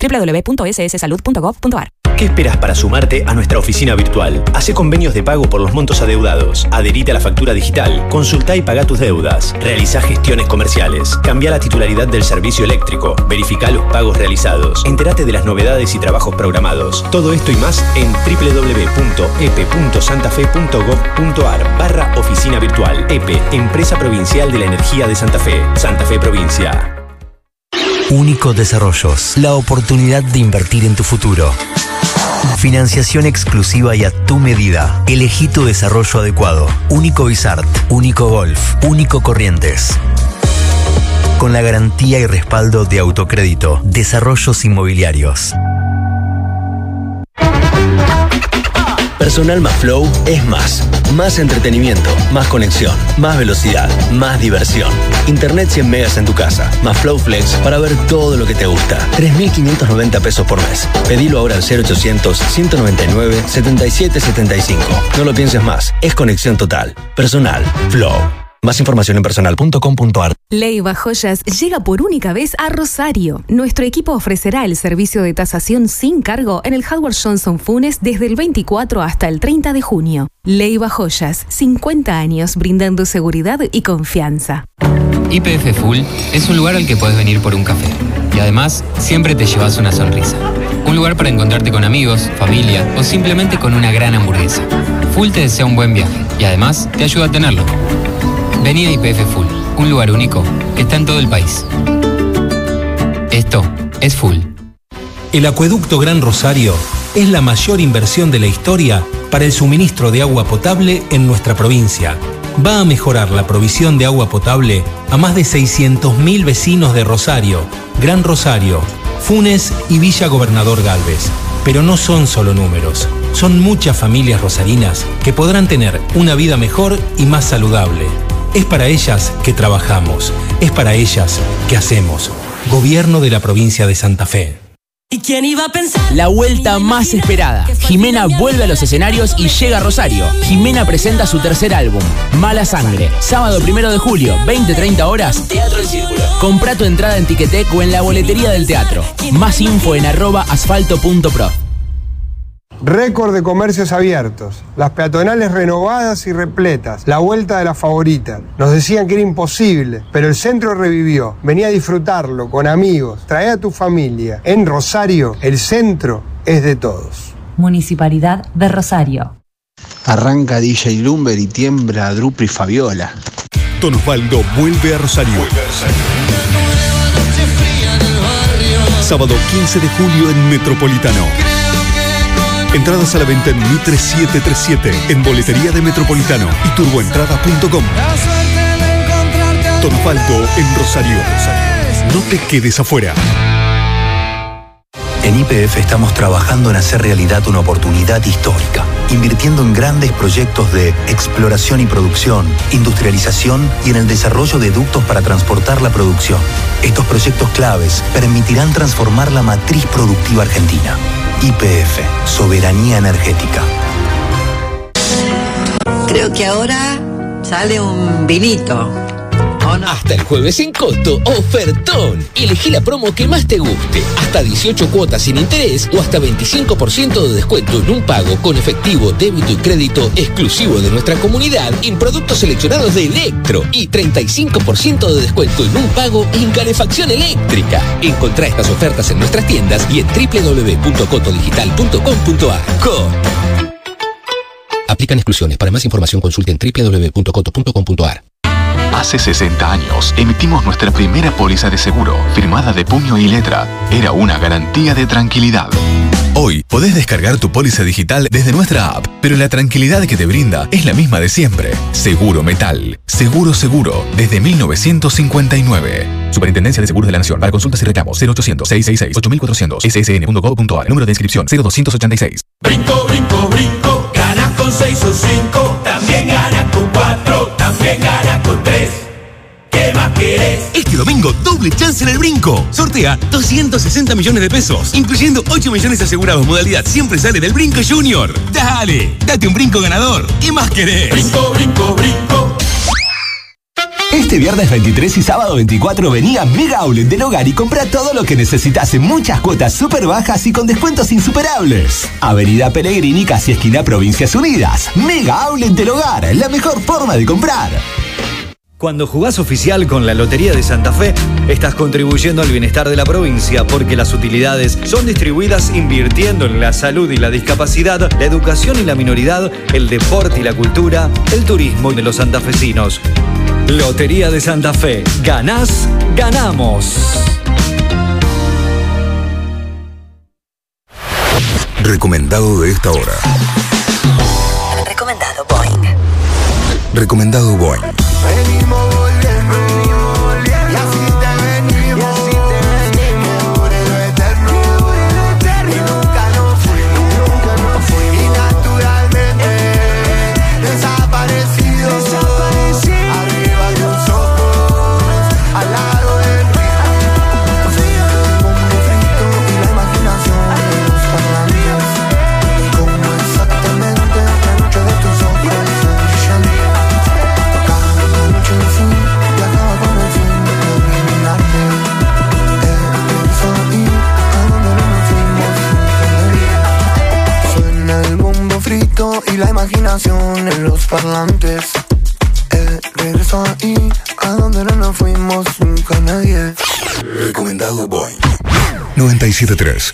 Speaker 1: www.sssalud.gov.ar.
Speaker 5: ¿Qué esperas para sumarte a nuestra oficina virtual? Hace convenios de pago por los montos adeudados. Adherite a la factura digital. Consulta y paga tus deudas. Realiza gestiones comerciales. Cambia la titularidad del servicio eléctrico. Verifica los pagos realizados. Entérate de las novedades y trabajos programados. Todo esto y más en e www.ep.santafe.gov.ar barra oficina virtual. EPE, Empresa Provincial de la Energía de Santa Fe. Santa Fe Provincia.
Speaker 36: Único Desarrollos, la oportunidad de invertir en tu futuro. Financiación exclusiva y a tu medida. Elegí tu desarrollo adecuado. Único Bizart, Único Golf, Único Corrientes. Con la garantía y respaldo de autocrédito, desarrollos inmobiliarios.
Speaker 28: Personal más flow es más. Más entretenimiento, más conexión, más velocidad, más diversión. Internet 100 megas en tu casa, más Flow Flex para ver todo lo que te gusta. 3.590 pesos por mes. Pedilo ahora al 0800-199-7775. No lo pienses más, es conexión total. Personal, flow. Más información en personal.com.ar.
Speaker 13: Leiva Joyas llega por única vez a Rosario. Nuestro equipo ofrecerá el servicio de tasación sin cargo en el Howard Johnson Funes desde el 24 hasta el 30 de junio. Leiva Joyas, 50 años brindando seguridad y confianza.
Speaker 37: IPF Full es un lugar al que puedes venir por un café. Y además, siempre te llevas una sonrisa. Un lugar para encontrarte con amigos, familia o simplemente con una gran hamburguesa. Full te desea un buen viaje y además te ayuda a tenerlo. Vení a IPF Full, un lugar único que está en todo el país. Esto es Full.
Speaker 28: El acueducto Gran Rosario es la mayor inversión de la historia para el suministro de agua potable en nuestra provincia. Va a mejorar la provisión de agua potable a más de 600.000 vecinos de Rosario, Gran Rosario, Funes y Villa Gobernador Galvez. Pero no son solo números, son muchas familias rosarinas que podrán tener una vida mejor y más saludable. Es para ellas que trabajamos, es para ellas que hacemos. Gobierno de la provincia de Santa Fe. ¿Y quién iba a pensar? La vuelta más esperada. Jimena vuelve a los escenarios y llega a Rosario. Jimena presenta su tercer álbum, Mala Sangre. Sábado primero de julio, 20-30 horas. Teatro en Círculo. Comprá tu entrada en Tiquetec o en la boletería del teatro. Más info en arroba asfalto.pro.
Speaker 38: Récord de comercios abiertos, las peatonales renovadas y repletas, la vuelta de la favorita. Nos decían que era imposible, pero el centro revivió. Venía a disfrutarlo con amigos, trae a tu familia. En Rosario, el centro es de todos.
Speaker 13: Municipalidad de Rosario.
Speaker 39: Arranca DJ Lumber y tiembla Drupri Fabiola.
Speaker 10: Don Osvaldo vuelve a Rosario. Sábado 15 de julio en Metropolitano. Entradas a la venta en Mi 3737, en boletería de Metropolitano y turboentrada.com. Don Osvaldo en Rosario. No te quedes afuera.
Speaker 40: En IPF estamos trabajando en hacer realidad una oportunidad histórica, invirtiendo en grandes proyectos de exploración y producción, industrialización y en el desarrollo de ductos para transportar la producción. Estos proyectos claves permitirán transformar la matriz productiva argentina. IPF, soberanía energética.
Speaker 41: Creo que ahora sale un vinito.
Speaker 5: Hasta el jueves en Coto, ofertón. Elegí la promo que más te guste. Hasta 18 cuotas sin interés o hasta 25% de descuento en un pago con efectivo, débito y crédito exclusivo de nuestra comunidad en productos seleccionados de Electro y 35% de descuento en un pago en calefacción eléctrica. Encontrá estas ofertas en nuestras tiendas y en www.cotodigital.com.ar. Coto. Aplican exclusiones. Para más información consulten www.coto.com.ar.
Speaker 42: Hace 60 años emitimos nuestra primera póliza de seguro, firmada de puño y letra. Era una garantía de tranquilidad.
Speaker 30: Hoy podés descargar tu póliza digital desde nuestra app, pero la tranquilidad que te brinda es la misma de siempre. Seguro Metal. Seguro Seguro. Desde 1959.
Speaker 43: Superintendencia de Seguros de la Nación. Para consultas y reclamos 0800-666-8400. ssn.gov.ar. Número de inscripción 0286.
Speaker 4: Brinco, brinco, brinco, ganas con 6 o 5, también ganas con 4, también ganas con 3. ¿Qué más querés?
Speaker 44: Este domingo, doble chance en el brinco. Sortea 260 millones de pesos, incluyendo 8 millones asegurados. Modalidad siempre sale del brinco junior. Dale, date un brinco ganador. ¿Qué más querés?
Speaker 4: Brinco, brinco, brinco.
Speaker 45: Este viernes 23 y sábado 24 venía a Mega Outlet del Hogar y compra todo lo que necesitas en muchas cuotas super bajas y con descuentos insuperables. Avenida Pellegrini, casi esquina Provincias Unidas. Mega Outlet del Hogar, la mejor forma de comprar.
Speaker 46: Cuando jugás oficial con la Lotería de Santa Fe, estás contribuyendo al bienestar de la provincia porque las utilidades son distribuidas invirtiendo en la salud y la discapacidad, la educación y la minoridad, el deporte y la cultura, el turismo y de los santafesinos. Lotería de Santa Fe, ganás, ganamos.
Speaker 10: Recomendado de esta hora.
Speaker 4: Recomendado Boeing.
Speaker 10: Recomendado Boeing.
Speaker 4: Venimos volviendo, y así te venimos, y así te venimos, que dure lo eterno, que dure lo eterno, y nunca nos fuimos, nunca nos fuimos, y naturalmente desaparecidos, desaparecidos, arriba de nosotros, al lado del río, como un efecto y la imaginación de los canales, y como exactamente dentro de tus ojos se brillan. Cada noche el fin, y acaba con el fin de terminarte. Empiezo a ir a donde no nos fuimos nunca. Suena el bombo frito y la imaginación en los parlantes. Eh, Regreso ahí, a donde no nos fuimos nunca nadie.
Speaker 10: Recomendado Boeing. 973.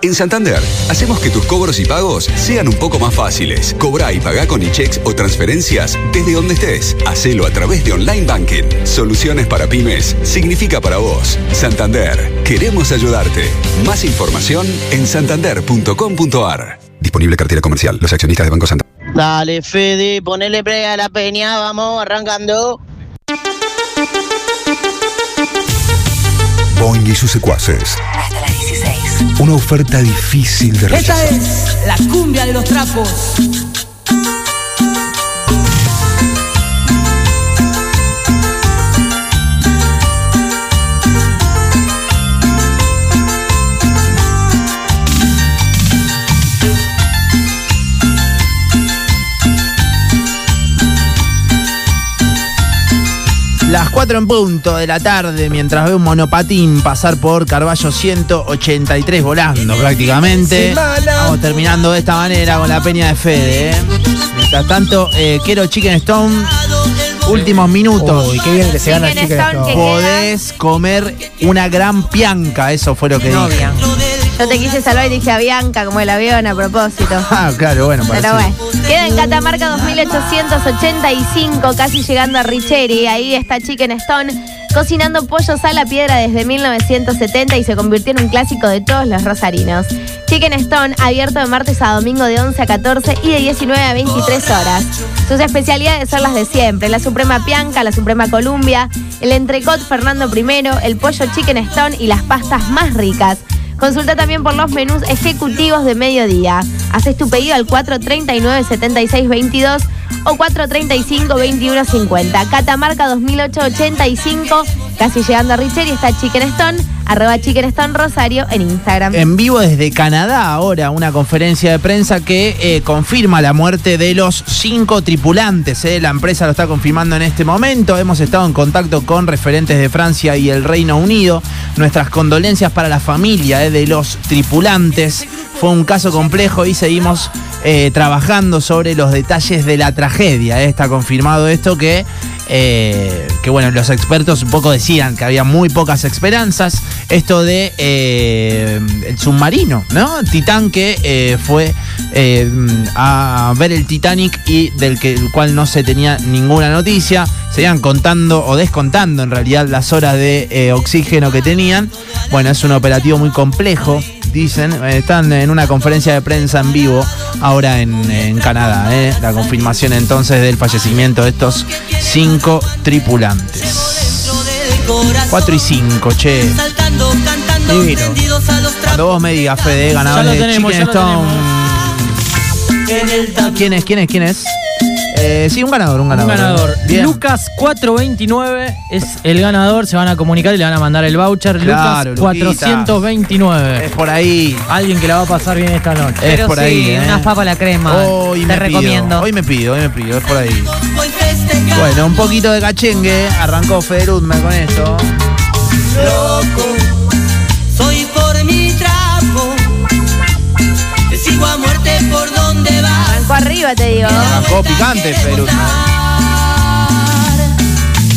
Speaker 1: En Santander, hacemos que tus cobros y pagos sean un poco más fáciles. Cobra y paga con e-checks o transferencias desde donde estés. Hacelo a través de Online Banking. Soluciones para pymes significa para vos. Santander, queremos ayudarte. Más información en santander.com.ar. Disponible cartera comercial. Los accionistas de Banco Santander.
Speaker 15: Dale, Fede, ponele play a la peña, vamos, arrancando.
Speaker 10: Boeing y sus secuaces.
Speaker 4: Hasta las 16.
Speaker 10: Una oferta difícil de rechazar.
Speaker 47: Esta es la cumbia de los trapos.
Speaker 12: Las 4 en punto de la tarde, mientras ve un monopatín pasar por Carballo 183 volando prácticamente. Vamos terminando de esta manera con la peña de Fede. ¿eh? Mientras tanto, eh, quiero Chicken Stone. Últimos minutos.
Speaker 16: Uy, qué bien que se gana Chicken Chicken Stone, Stone. que
Speaker 12: Podés comer una gran pianca, eso fue lo que dije.
Speaker 11: Novia. Yo te quise salvar y dije a Bianca como el avión a propósito.
Speaker 12: Ah, claro, bueno,
Speaker 11: Pero
Speaker 12: parecido.
Speaker 11: bueno, queda en Catamarca 2885, casi llegando a Richeri. Ahí está Chicken Stone cocinando pollos a la piedra desde 1970 y se convirtió en un clásico de todos los rosarinos. Chicken Stone, abierto de martes a domingo de 11 a 14 y de 19 a 23 horas. Sus especialidades son las de siempre, la Suprema Pianca, la Suprema Columbia, el entrecot Fernando I, el pollo Chicken Stone y las pastas más ricas. Consulta también por los menús ejecutivos de mediodía. Haces tu pedido al 439-7622 o 435-2150. Catamarca 2885, casi llegando a Richeri, está Chicken Stone, arroba Chicken Stone Rosario en Instagram.
Speaker 12: En vivo desde Canadá ahora una conferencia de prensa que eh, confirma la muerte de los cinco tripulantes. eh. La empresa lo está confirmando en este momento. Hemos estado en contacto con referentes de Francia y el Reino Unido. Nuestras condolencias para la familia eh, de los tripulantes. Fue un caso complejo y seguimos eh, trabajando sobre los detalles de la tragedia. eh. Está confirmado esto que, eh, que bueno, los expertos un poco decían que había muy pocas esperanzas. Esto de eh, el submarino, ¿no? Titán que eh, fue eh, a ver el Titanic y del que, el cual no se tenía ninguna noticia. Se iban contando o descontando en realidad las horas de eh, oxígeno que tenían. Bueno, es un operativo muy complejo dicen, eh, están en una conferencia de prensa en vivo ahora en, en Canadá, eh, la confirmación entonces del fallecimiento de estos cinco tripulantes. 4 y 5, che. Cuando vos me digas, Fede, ganadores
Speaker 16: Ya lo
Speaker 12: de
Speaker 16: tenemos,
Speaker 12: Chicken
Speaker 16: ya lo
Speaker 12: Stone. ¿Quién es? ¿Quién es? ¿Quién es? Eh, sí, un ganador, un ganador.
Speaker 16: Un ganador.
Speaker 12: Bien.
Speaker 16: Lucas 429 es el ganador. Se van a comunicar y le van a mandar el voucher.
Speaker 12: Claro,
Speaker 16: Lucas
Speaker 12: Luquita.
Speaker 16: 429.
Speaker 12: Es por ahí.
Speaker 16: Alguien que la va a pasar bien esta noche.
Speaker 12: Es por ahí. eh.
Speaker 11: unas papas a la crema,
Speaker 12: Hoy
Speaker 11: te
Speaker 12: me pido,
Speaker 11: recomiendo.
Speaker 12: hoy me pido, hoy me pido, es por ahí. Bueno, un poquito de cachengue. Arrancó Fede Ludmer con esto.
Speaker 4: Loco, soy por mi trapo. Te sigo a muerte por donde vas.
Speaker 11: Arrancó arriba, te digo.
Speaker 12: Arrancó picante Fede Ludmer.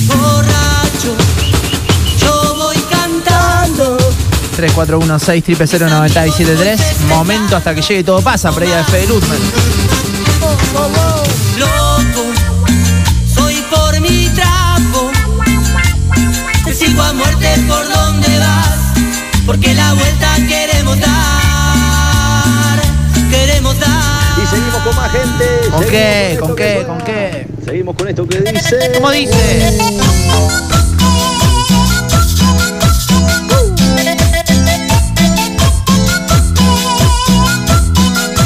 Speaker 4: Borracho, yo voy cantando.
Speaker 12: 3416-000973. Momento hasta que llegue todo pasa, previa de Fede Ludmer.
Speaker 4: Loco, soy por mi trapo. Te sigo a muerte por donde vas. Porque la vuelta queremos dar. Queremos dar.
Speaker 3: Y seguimos con más gente.
Speaker 12: ¿Con
Speaker 3: seguimos
Speaker 12: qué?
Speaker 3: esto
Speaker 12: ¿Con
Speaker 3: que-
Speaker 12: qué? ¿Con qué?
Speaker 3: Seguimos con esto que dice.
Speaker 12: ¿Cómo dice?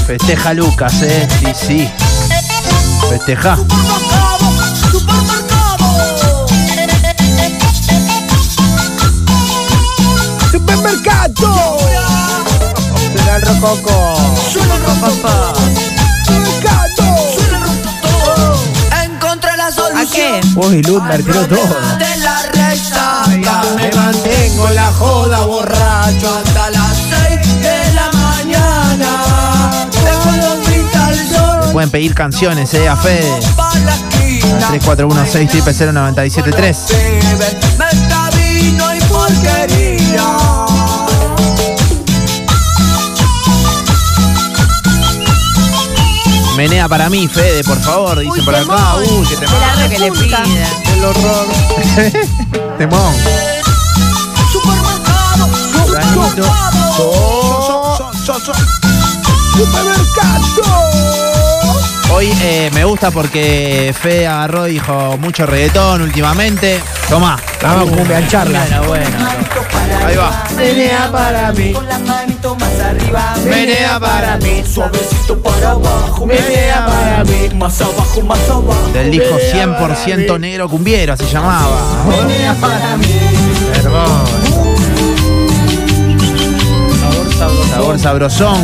Speaker 12: Festeja Lucas, eh. Sí, sí. Festeja.
Speaker 4: ¡Supermercado!
Speaker 12: Será el rococo.
Speaker 4: ¡Suena el rococo! ¡Supermercado! ¡Suena el rococo! Encontré la solución.
Speaker 16: Uy, Ludmer tiró todo.
Speaker 4: De la resaca.
Speaker 16: Me
Speaker 4: mantengo la joda borracho hasta las 6 de la mañana. Dejo los pinta al sol.
Speaker 12: Pueden pedir canciones, eh, a Fede.
Speaker 4: Pa' la esquina.
Speaker 12: 3416-000973.
Speaker 4: Meta vino y porquería.
Speaker 12: Menea para mí, Fede, por favor, dicen por acá. Uy, que te
Speaker 11: Claro que le pida.
Speaker 12: El horror. Temón.
Speaker 4: Supermercado.
Speaker 12: Granito.
Speaker 4: Supermercado. Supermercado.
Speaker 12: Hoy eh, me gusta porque Fede agarró y dijo mucho reggaetón últimamente. Toma.
Speaker 16: Vamos, cumbia, en charla.
Speaker 12: Bueno, bueno. Ahí va.
Speaker 4: Menea para mí. Con la manito más arriba. Menea para mí. Suavecito para abajo. Menea para mí. Más abajo, más abajo.
Speaker 12: Del disco 100% negro cumbiero se llamaba.
Speaker 4: Menea para mí.
Speaker 12: Perdón. Sabor sabrosón.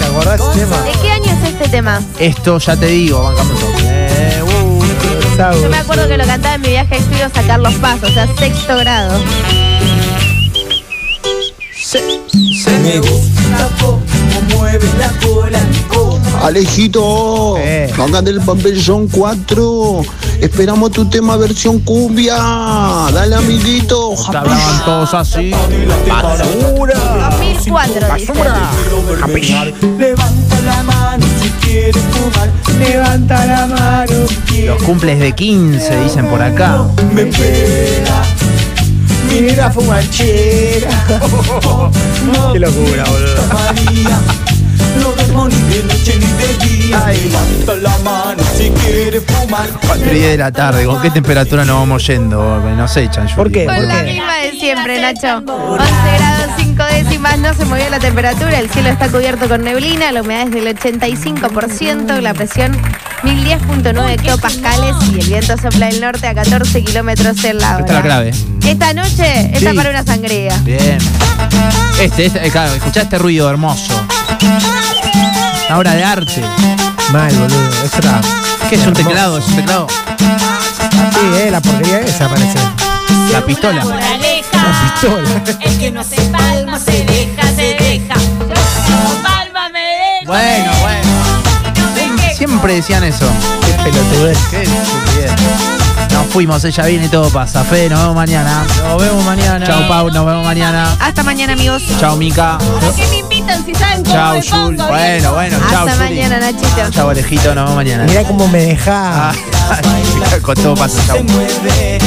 Speaker 16: ¿Te acordás, Chema?
Speaker 11: ¿De qué año es este tema?
Speaker 12: Esto ya te digo, bancame un toque. Eh, uh, Saúl.
Speaker 11: Yo me acuerdo que lo cantaba en mi viaje a estudio a sacar los pasos, o sea, sexto grado.
Speaker 4: Se, se me gusta cómo mueve la cola.
Speaker 48: Alejito, acá del pabellón 4, esperamos tu tema versión cumbia. Dale, amiguito.
Speaker 12: Hablaban todos así.
Speaker 4: Basura.
Speaker 11: 2004, dice.
Speaker 4: Levanta la mano si quieres fumar. Levanta la mano.
Speaker 12: Los cumples de 15, dicen por acá.
Speaker 4: Me pega. Mira fumachera. Qué locura, boludo. No duermo ni de noche ni de día. Levanta la mano si quieres fumar.
Speaker 12: 4 y 10 de la tarde, ¿con qué temperatura nos vamos yendo? No sé, Chanchu. ¿Por qué?
Speaker 11: Con la misma de siempre, Nacho. 11 grados 5 décimas, no se movió la temperatura, el cielo está cubierto con neblina, la humedad es del 85%, la presión 1010.9 hectopascales y el viento sopla del norte a 14 kilómetros en la hora.
Speaker 12: Esta es la clave.
Speaker 11: Esta noche está
Speaker 12: Sí.
Speaker 11: para una sangría.
Speaker 12: Bien. Este, este, eh, claro, escuchá este ruido hermoso. Una obra de arte.
Speaker 14: Mal, boludo. Es otra.
Speaker 12: ¿Qué es un teclado? Es un teclado.
Speaker 14: Sí, eh, la porquería esa parece.
Speaker 12: La pistola.
Speaker 14: La pistola.
Speaker 4: El que no se palma se deja, se deja. palma me deja.
Speaker 12: Bueno, bueno. Siempre decían eso.
Speaker 14: Qué pelotudez.
Speaker 12: Qué estupidez. Nos fuimos, ella viene y todo pasa. Fe, nos vemos mañana. Nos vemos mañana. Chao, Pau, nos vemos mañana.
Speaker 11: Hasta mañana, amigos.
Speaker 12: Chao, Mica.
Speaker 11: ¿Para qué me invitan si saben cómo
Speaker 12: Chao,
Speaker 11: me
Speaker 12: Jul.
Speaker 11: pongo,
Speaker 12: Bueno,
Speaker 11: viejo?
Speaker 12: bueno, chao,
Speaker 11: Hasta
Speaker 12: Juli.
Speaker 11: mañana, Nachito.
Speaker 12: Chao, Alejito, nos vemos mañana.
Speaker 14: Mirá cómo me dejás.
Speaker 12: Ah, Con todo pasa, chao.
Speaker 4: mueve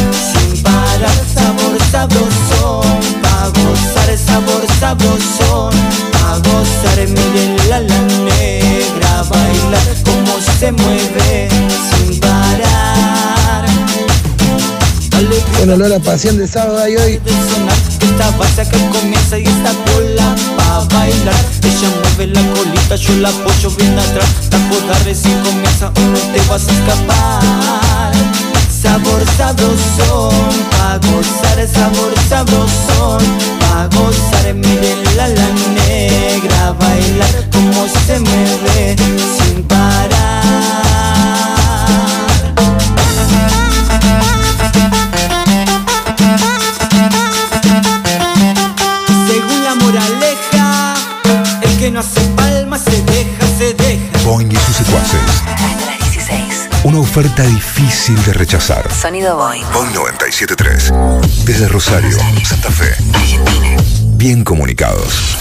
Speaker 4: sin parar sabor sabrosón pa gozar sabor sabrosón pa gozar miren la la negra bailar como se mueve sin parar dale
Speaker 48: Bueno, Lola, pasión de sábado hay hoy.
Speaker 4: de sonar que esta balsa que comienza y esta cola pa bailar ella mueve la colita yo la apoyo bien atrás tapo darle si comienza o no te vas a escapar sabor sabrosón pa gozar sabor sabrosón pa gozar miren la la negra bailar como se mueve sin parar Según la moraleja, el que no hace palma se deja, se deja.
Speaker 1: Boing y sus secuaces.
Speaker 49: Hasta las 16.
Speaker 1: Una oferta difícil de rechazar.
Speaker 49: Sonido Boy.
Speaker 1: Boing 973. Desde Rosario, Santa Fe. Bien comunicados.